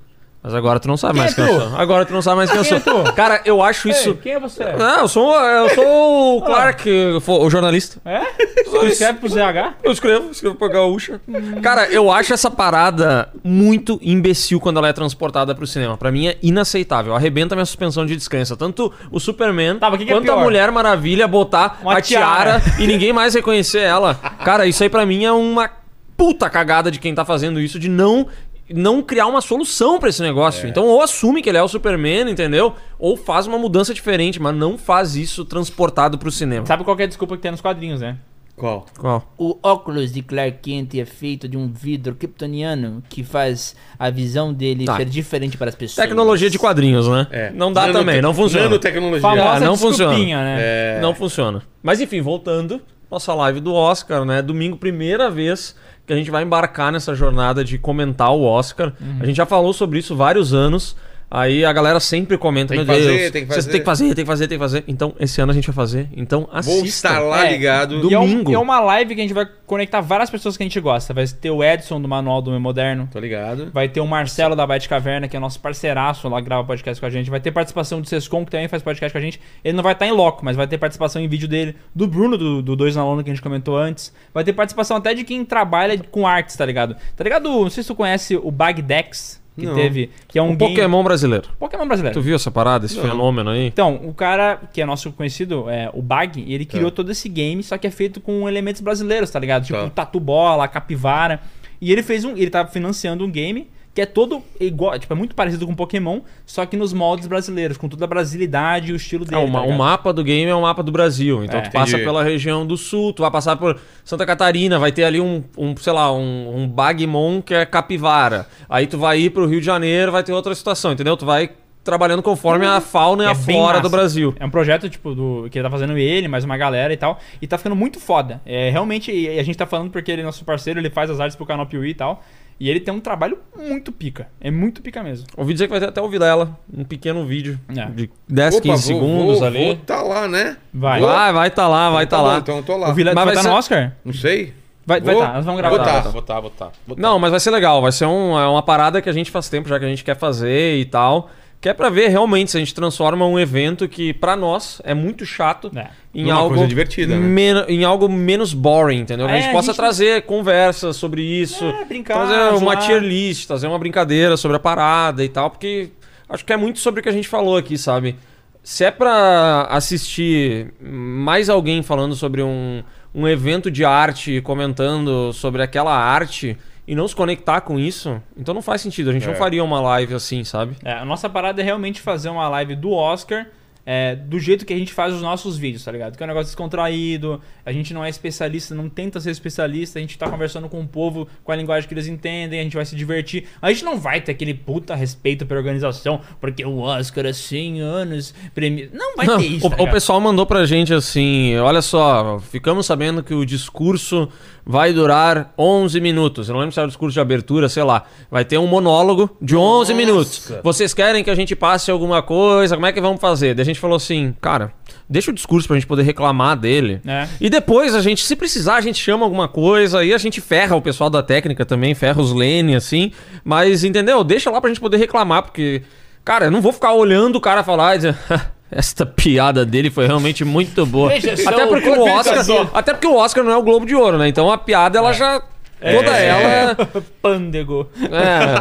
Speaker 4: mas agora tu não sabe mais quem eu sou. Agora tu não sabe mais quem eu sou. Cara, eu acho
Speaker 3: Ei,
Speaker 4: isso.
Speaker 3: quem é você?
Speaker 4: Não, eu sou, eu sou o Clark, eu sou o jornalista.
Speaker 3: É? Tu escreve pro ZH?
Speaker 4: Eu escrevo, escrevo pra gaúcha. Cara, eu acho essa parada muito imbecil quando ela é transportada pro cinema. Pra mim é inaceitável. Arrebenta minha suspensão de descrença. Tanto o Superman
Speaker 3: Tá, mas o que que é
Speaker 4: quanto
Speaker 3: pior?
Speaker 4: a Mulher Maravilha botar
Speaker 3: Uma
Speaker 4: a tiara,
Speaker 3: tiara.
Speaker 4: e ninguém mais reconhecer ela. Cara, isso aí pra mim é uma puta cagada de quem tá fazendo isso, de não não criar uma solução pra esse negócio. Então, ou assume que ele é o Superman, entendeu? Ou faz uma mudança diferente, mas não faz isso transportado pro cinema.
Speaker 3: Sabe qual que é a desculpa que tem nos quadrinhos, né?
Speaker 1: Qual?
Speaker 4: Qual?
Speaker 8: O óculos de Clark Kent é feito de um vidro kryptoniano que faz a visão dele
Speaker 4: Tá.
Speaker 8: ser diferente para as pessoas.
Speaker 4: Tecnologia de quadrinhos, né?
Speaker 1: É.
Speaker 4: Não dá
Speaker 1: Nanote-
Speaker 4: também, não funciona.
Speaker 1: Nanotecnologia.
Speaker 3: Famosa
Speaker 4: Ah, não
Speaker 3: desculpinha,
Speaker 4: funciona.
Speaker 3: né?
Speaker 1: É.
Speaker 4: Não funciona. Mas enfim, voltando, nossa live do Oscar, né? Domingo, primeira vez que a
Speaker 1: Uhum.
Speaker 4: gente vai embarcar nessa jornada de comentar o Oscar. A gente já falou sobre isso vários anos. Aí a galera sempre comenta,
Speaker 1: Tem
Speaker 4: meu
Speaker 1: que fazer,
Speaker 4: Deus,
Speaker 1: tem que
Speaker 4: vocês
Speaker 1: fazer."
Speaker 4: têm que fazer, tem que fazer, tem que fazer. Então, esse ano a gente vai fazer. Então, assista.
Speaker 1: Vou estar tá lá
Speaker 3: É,
Speaker 1: ligado.
Speaker 4: do-
Speaker 3: E é um-
Speaker 4: Domingo.
Speaker 3: e é uma live que a gente vai conectar várias pessoas que a gente gosta. Vai ter o Edson do Manual do Homem Moderno.
Speaker 1: Tô ligado.
Speaker 3: Vai ter o Marcelo da Bate Caverna, que é nosso parceiraço lá, que grava podcast com a gente. Vai ter participação do Sescom, que também faz podcast com a gente. Ele não vai estar em loco, mas vai ter participação em vídeo dele. Do Bruno, do, do Dois na Lona, que a gente comentou antes. Vai ter participação até de quem trabalha com artes, tá ligado? Tá ligado? Não sei se tu conhece o Bagdex, que
Speaker 1: Não.
Speaker 3: teve. Que é um
Speaker 4: um
Speaker 3: game-
Speaker 4: Pokémon brasileiro.
Speaker 3: Pokémon brasileiro.
Speaker 4: Tu viu essa parada, esse fenômeno aí?
Speaker 3: Então, o cara que é nosso conhecido, é, o Bag, ele criou todo esse game, só que é feito com elementos brasileiros, tá ligado? Tipo
Speaker 1: Tá.
Speaker 3: tatu bola, capivara. E ele fez um. Ele tá financiando um game que é todo igual, tipo, é muito parecido com Pokémon, só que nos moldes brasileiros, com toda a brasilidade e o estilo dele.
Speaker 4: É, o,
Speaker 3: tá
Speaker 4: ma- o
Speaker 3: ligado?
Speaker 4: mapa do game é o mapa do Brasil. Então
Speaker 3: É.
Speaker 4: tu passa
Speaker 1: Entendi.
Speaker 4: pela região do sul, tu vai passar por Santa Catarina, vai ter ali um, um, sei lá, um, um Bagmon que é capivara. Aí tu vai ir pro Rio de Janeiro, vai ter outra situação, entendeu? Tu vai trabalhando conforme a fauna e
Speaker 3: É
Speaker 4: a
Speaker 3: bem
Speaker 4: flora
Speaker 3: massa.
Speaker 4: do Brasil.
Speaker 3: É um projeto, tipo, do, que ele tá fazendo ele, mais uma galera e tal. E tá ficando muito foda. É, realmente, e a gente tá falando porque ele é nosso parceiro, ele faz as artes pro canal Piuí e tal. E ele tem um trabalho muito pica. É muito pica mesmo.
Speaker 4: Ouvi dizer que vai ter até o Vilela, um pequeno vídeo
Speaker 3: É.
Speaker 4: de 10,
Speaker 1: Opa,
Speaker 4: 15
Speaker 1: vou-
Speaker 4: segundos
Speaker 1: vou-
Speaker 4: ali.
Speaker 1: Vou tá lá, né?
Speaker 3: Vai.
Speaker 4: Vai, vai tá lá, vai tá,
Speaker 1: bom,
Speaker 4: lá.
Speaker 1: Então eu tô lá.
Speaker 3: O Vila
Speaker 4: Mas
Speaker 3: vai
Speaker 4: vai
Speaker 3: estar no
Speaker 4: ser-
Speaker 3: Oscar?
Speaker 1: Não sei.
Speaker 3: Vai, vai
Speaker 1: Vou-
Speaker 3: tá, nós vamos
Speaker 1: Vou
Speaker 3: gravar.
Speaker 1: tá,
Speaker 4: tá.
Speaker 1: vou tá, vou tá, vou tá.
Speaker 4: Não, mas vai ser legal. Vai ser um, é uma parada que a gente faz tempo já que a gente quer fazer e tal. Que é pra ver realmente se a gente transforma um evento que pra nós é muito chato
Speaker 3: É.
Speaker 4: em
Speaker 1: Numa
Speaker 4: algo
Speaker 1: coisa divertida, né?
Speaker 4: men- em algo menos boring, entendeu? Que
Speaker 3: É,
Speaker 4: a gente
Speaker 3: a
Speaker 4: possa
Speaker 3: gente-
Speaker 4: trazer conversas sobre isso,
Speaker 3: É, brincar,
Speaker 4: trazer uma
Speaker 3: zoar.
Speaker 4: tier list, trazer uma brincadeira sobre a parada e tal, porque acho que é muito sobre o que a gente falou aqui, sabe? Se é pra assistir mais alguém falando sobre um, um evento de arte, comentando sobre aquela arte e não se conectar com isso, então não faz sentido. A gente
Speaker 1: É.
Speaker 4: não faria uma live assim, sabe?
Speaker 3: É, a nossa parada é realmente fazer uma live do Oscar. é, do jeito que a gente faz os nossos vídeos, tá ligado? Que é um negócio descontraído, a gente não é especialista, não tenta ser especialista, a gente tá conversando com o povo, com a linguagem que eles entendem, a gente vai se divertir. A gente não vai ter aquele puta respeito pela organização, porque o Oscar é 100 anos, prêmio. Não vai
Speaker 4: Não,
Speaker 3: ter isso.
Speaker 4: o,
Speaker 3: tá
Speaker 4: o
Speaker 3: ligado?
Speaker 4: pessoal mandou pra gente assim: olha só, ficamos sabendo que o discurso vai durar 11 minutos. Eu não lembro se era o discurso de abertura, sei lá. Vai ter um monólogo de 11 minutos. Vocês querem que a gente passe alguma coisa? Como é que vamos fazer? Daí a gente falou assim: cara, deixa o discurso pra gente poder reclamar dele.
Speaker 3: É.
Speaker 4: E depois a gente, se precisar, a gente chama alguma coisa aí a gente ferra o pessoal da técnica também, ferra os Lene, assim. Mas, entendeu? Deixa lá pra gente poder reclamar, porque, cara, eu não vou ficar olhando o cara falar e dizer. "Ha, Esta piada dele foi realmente muito boa.
Speaker 3: Veja só,
Speaker 4: Até porque, o
Speaker 3: veja
Speaker 4: Oscar,
Speaker 3: só.
Speaker 4: até porque o Oscar não é o Globo de Ouro, né? Então a piada, ela já. Toda ela.
Speaker 3: Pândego.
Speaker 4: É.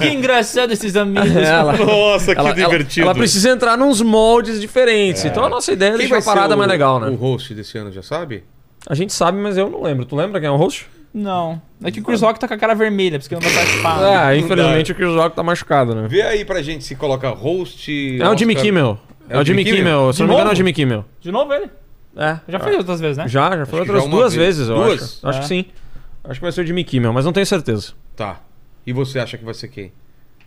Speaker 3: Que engraçado esses amigos.
Speaker 4: É. é, Ela,
Speaker 1: Nossa, que
Speaker 4: ela, ela-
Speaker 1: divertido.
Speaker 4: ela precisa entrar nos moldes diferentes. Então a nossa ideia é
Speaker 1: Quem
Speaker 4: deixar
Speaker 1: vai
Speaker 4: a
Speaker 1: ser
Speaker 4: parada
Speaker 1: o-
Speaker 4: mais legal, né?
Speaker 1: O host desse ano, já sabe?
Speaker 4: A gente sabe, mas eu não lembro. Tu lembra quem é o host?
Speaker 3: Não. É que o Chris Rock tá com a cara vermelha, porque ele não vai participar. né?
Speaker 4: Ah, infelizmente o Chris Rock tá machucado, né?
Speaker 1: Vê aí pra gente se coloca host.
Speaker 4: É o Jimmy
Speaker 1: Oscar-
Speaker 4: Kimmel. É o Jimmy Kimmel, se
Speaker 3: De
Speaker 4: não me engano é o
Speaker 3: novo?
Speaker 4: Jimmy Kimmel.
Speaker 3: De novo ele?
Speaker 4: É.
Speaker 3: Já fez outras vezes, né?
Speaker 4: Já, já foi
Speaker 1: que
Speaker 4: outras
Speaker 1: já uma
Speaker 4: duas
Speaker 1: vez.
Speaker 4: vezes, eu
Speaker 1: Duas?
Speaker 4: acho. Acho
Speaker 3: É.
Speaker 4: que sim. Acho que vai ser o Jimmy Kimmel, mas não tenho certeza.
Speaker 1: Tá. E você acha que vai ser quem?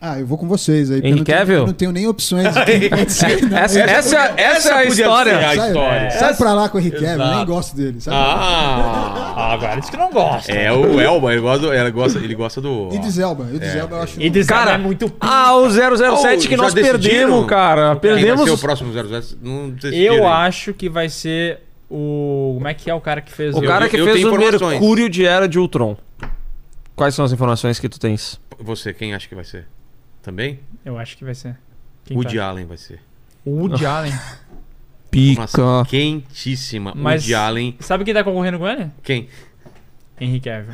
Speaker 2: Ah, eu vou com vocês aí. porque eu
Speaker 4: Henry
Speaker 2: não tenho-
Speaker 4: Cavill?
Speaker 2: Eu não tenho nem opções. de quem pode ser, não.
Speaker 4: Essa, essa, essa é a
Speaker 1: podia ser
Speaker 4: história.
Speaker 1: a
Speaker 2: Sai-
Speaker 1: história.
Speaker 2: Sai pra lá com o Henry Cavill, eu nem
Speaker 1: Exato.
Speaker 2: gosto dele. Sai pra lá.
Speaker 1: Ah!
Speaker 3: Ah, agora isso que não gosta.
Speaker 1: É o Elba, ele gosta, ele gosta, ele gosta do.
Speaker 2: Idris Elba. Idris Elba eu acho...
Speaker 3: E diz
Speaker 4: Cara,
Speaker 3: cara, é muito p...
Speaker 4: Ah, o 007
Speaker 1: Oh,
Speaker 4: que
Speaker 1: já
Speaker 4: nós
Speaker 1: decidiram?
Speaker 4: perdemos, cara.
Speaker 1: Quem vai
Speaker 4: Perdemos.
Speaker 1: ser o próximo 00? Não decidiram.
Speaker 3: Eu acho que vai ser o. Como é que é o cara que fez
Speaker 4: O cara
Speaker 1: eu-
Speaker 4: que
Speaker 1: eu
Speaker 4: fez
Speaker 1: tenho
Speaker 4: o
Speaker 1: informações.
Speaker 4: Mercúrio de Era de Ultron. Quais são as informações que tu tens?
Speaker 1: Você, quem acha que vai ser? Também?
Speaker 3: Eu acho que vai ser. Quem
Speaker 1: Woody
Speaker 3: tá?
Speaker 1: Allen vai ser.
Speaker 3: O Woody Allen.
Speaker 1: Nossa, quentíssima.
Speaker 3: Mas-
Speaker 1: Woody Allen.
Speaker 3: Sabe quem tá concorrendo com ele?
Speaker 1: Quem?
Speaker 3: Henry Cavill.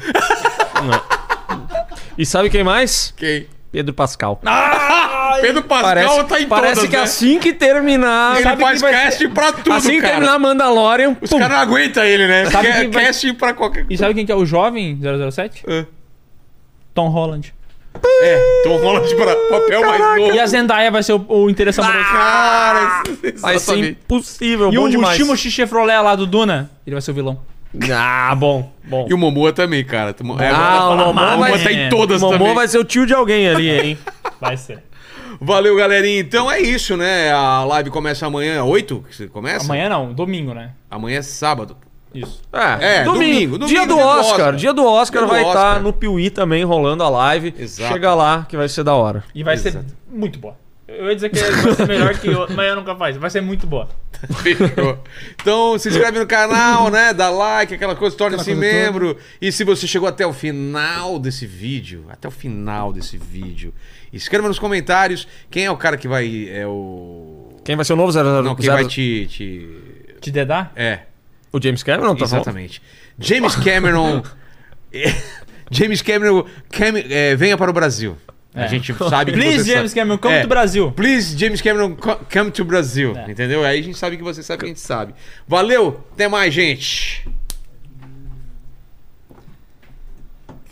Speaker 4: E sabe quem mais?
Speaker 1: Quem?
Speaker 4: Pedro Pascal.
Speaker 1: Ah! Pedro Pascal
Speaker 4: parece
Speaker 1: tá em
Speaker 4: parece
Speaker 1: todas,
Speaker 4: que
Speaker 1: né?
Speaker 4: assim que terminar.
Speaker 1: Ele
Speaker 4: sabe
Speaker 1: faz
Speaker 4: que vai-
Speaker 1: casting pra tudo,
Speaker 4: assim que
Speaker 1: cara.
Speaker 4: terminar Mandalorian,
Speaker 1: Os
Speaker 4: pum,
Speaker 1: caras não aguentam ele, né?
Speaker 3: Sabe
Speaker 1: Quer-
Speaker 3: que vai-
Speaker 1: Casting pra qualquer
Speaker 3: E sabe quem que é o jovem 007?
Speaker 1: É.
Speaker 3: Tom Holland.
Speaker 1: É, Tom Holland pra papel mais novo.
Speaker 3: E a Zendaya vai ser o, o interesse amoroso.
Speaker 1: Cara,
Speaker 4: vai ser
Speaker 1: exatamente.
Speaker 4: impossível.
Speaker 3: e
Speaker 4: bom
Speaker 3: o
Speaker 4: demais.
Speaker 3: Timothée Chevrolet lá do Duna, ele vai ser o vilão.
Speaker 4: Ah, bom, bom.
Speaker 1: E o Momoa também, cara. Tu- é,
Speaker 4: Ah, o
Speaker 1: agora-
Speaker 4: Momoa vai-
Speaker 1: tá em todas
Speaker 4: o Momô
Speaker 1: também.
Speaker 4: vai ser o tio de alguém ali, hein?
Speaker 3: Vai ser.
Speaker 1: Valeu, galerinha. Então é isso, né? A live começa amanhã, 8? Que você começa?
Speaker 3: Amanhã não, domingo, né?
Speaker 1: Amanhã é sábado.
Speaker 3: Isso.
Speaker 1: É, domingo, domingo,
Speaker 4: dia do Oscar. Dia do Oscar
Speaker 1: Dia do
Speaker 4: vai estar
Speaker 1: Oscar.
Speaker 4: no Piuí também, rolando a live.
Speaker 1: Exato.
Speaker 4: Chega lá, que vai ser da hora.
Speaker 3: E vai
Speaker 1: Exato.
Speaker 3: ser muito boa. Eu ia dizer que vai ser melhor que o Manhã Nunca Faz. Vai ser muito boa.
Speaker 1: Fechou. Então se inscreve no canal, né? Dá like, aquela coisa, torne-se
Speaker 2: Aquela coisa
Speaker 1: membro. E se você chegou até o final desse vídeo, até o final desse vídeo, escreva nos comentários quem é o cara que vai. É o.
Speaker 4: Quem vai ser o novo 00?
Speaker 1: Não, quem vai te. te...
Speaker 3: Te dedar?
Speaker 1: É,
Speaker 4: O James Cameron, tá falando?
Speaker 1: exatamente. James Cameron. eh, James Cameron Cam- é, venha para o Brasil. A
Speaker 3: É.
Speaker 1: gente sabe que
Speaker 3: Please,
Speaker 1: você
Speaker 3: James
Speaker 1: sabe.
Speaker 3: Cameron, come
Speaker 1: É.
Speaker 3: to Brasil. É.
Speaker 1: Please, James Cameron, co- come to Brasil. Entendeu? Aí a gente sabe que você sabe que a gente sabe. Valeu, até mais, gente.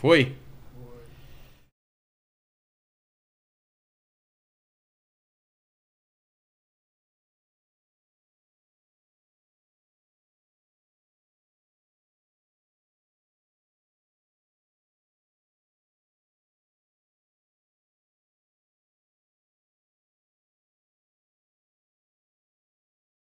Speaker 1: Foi.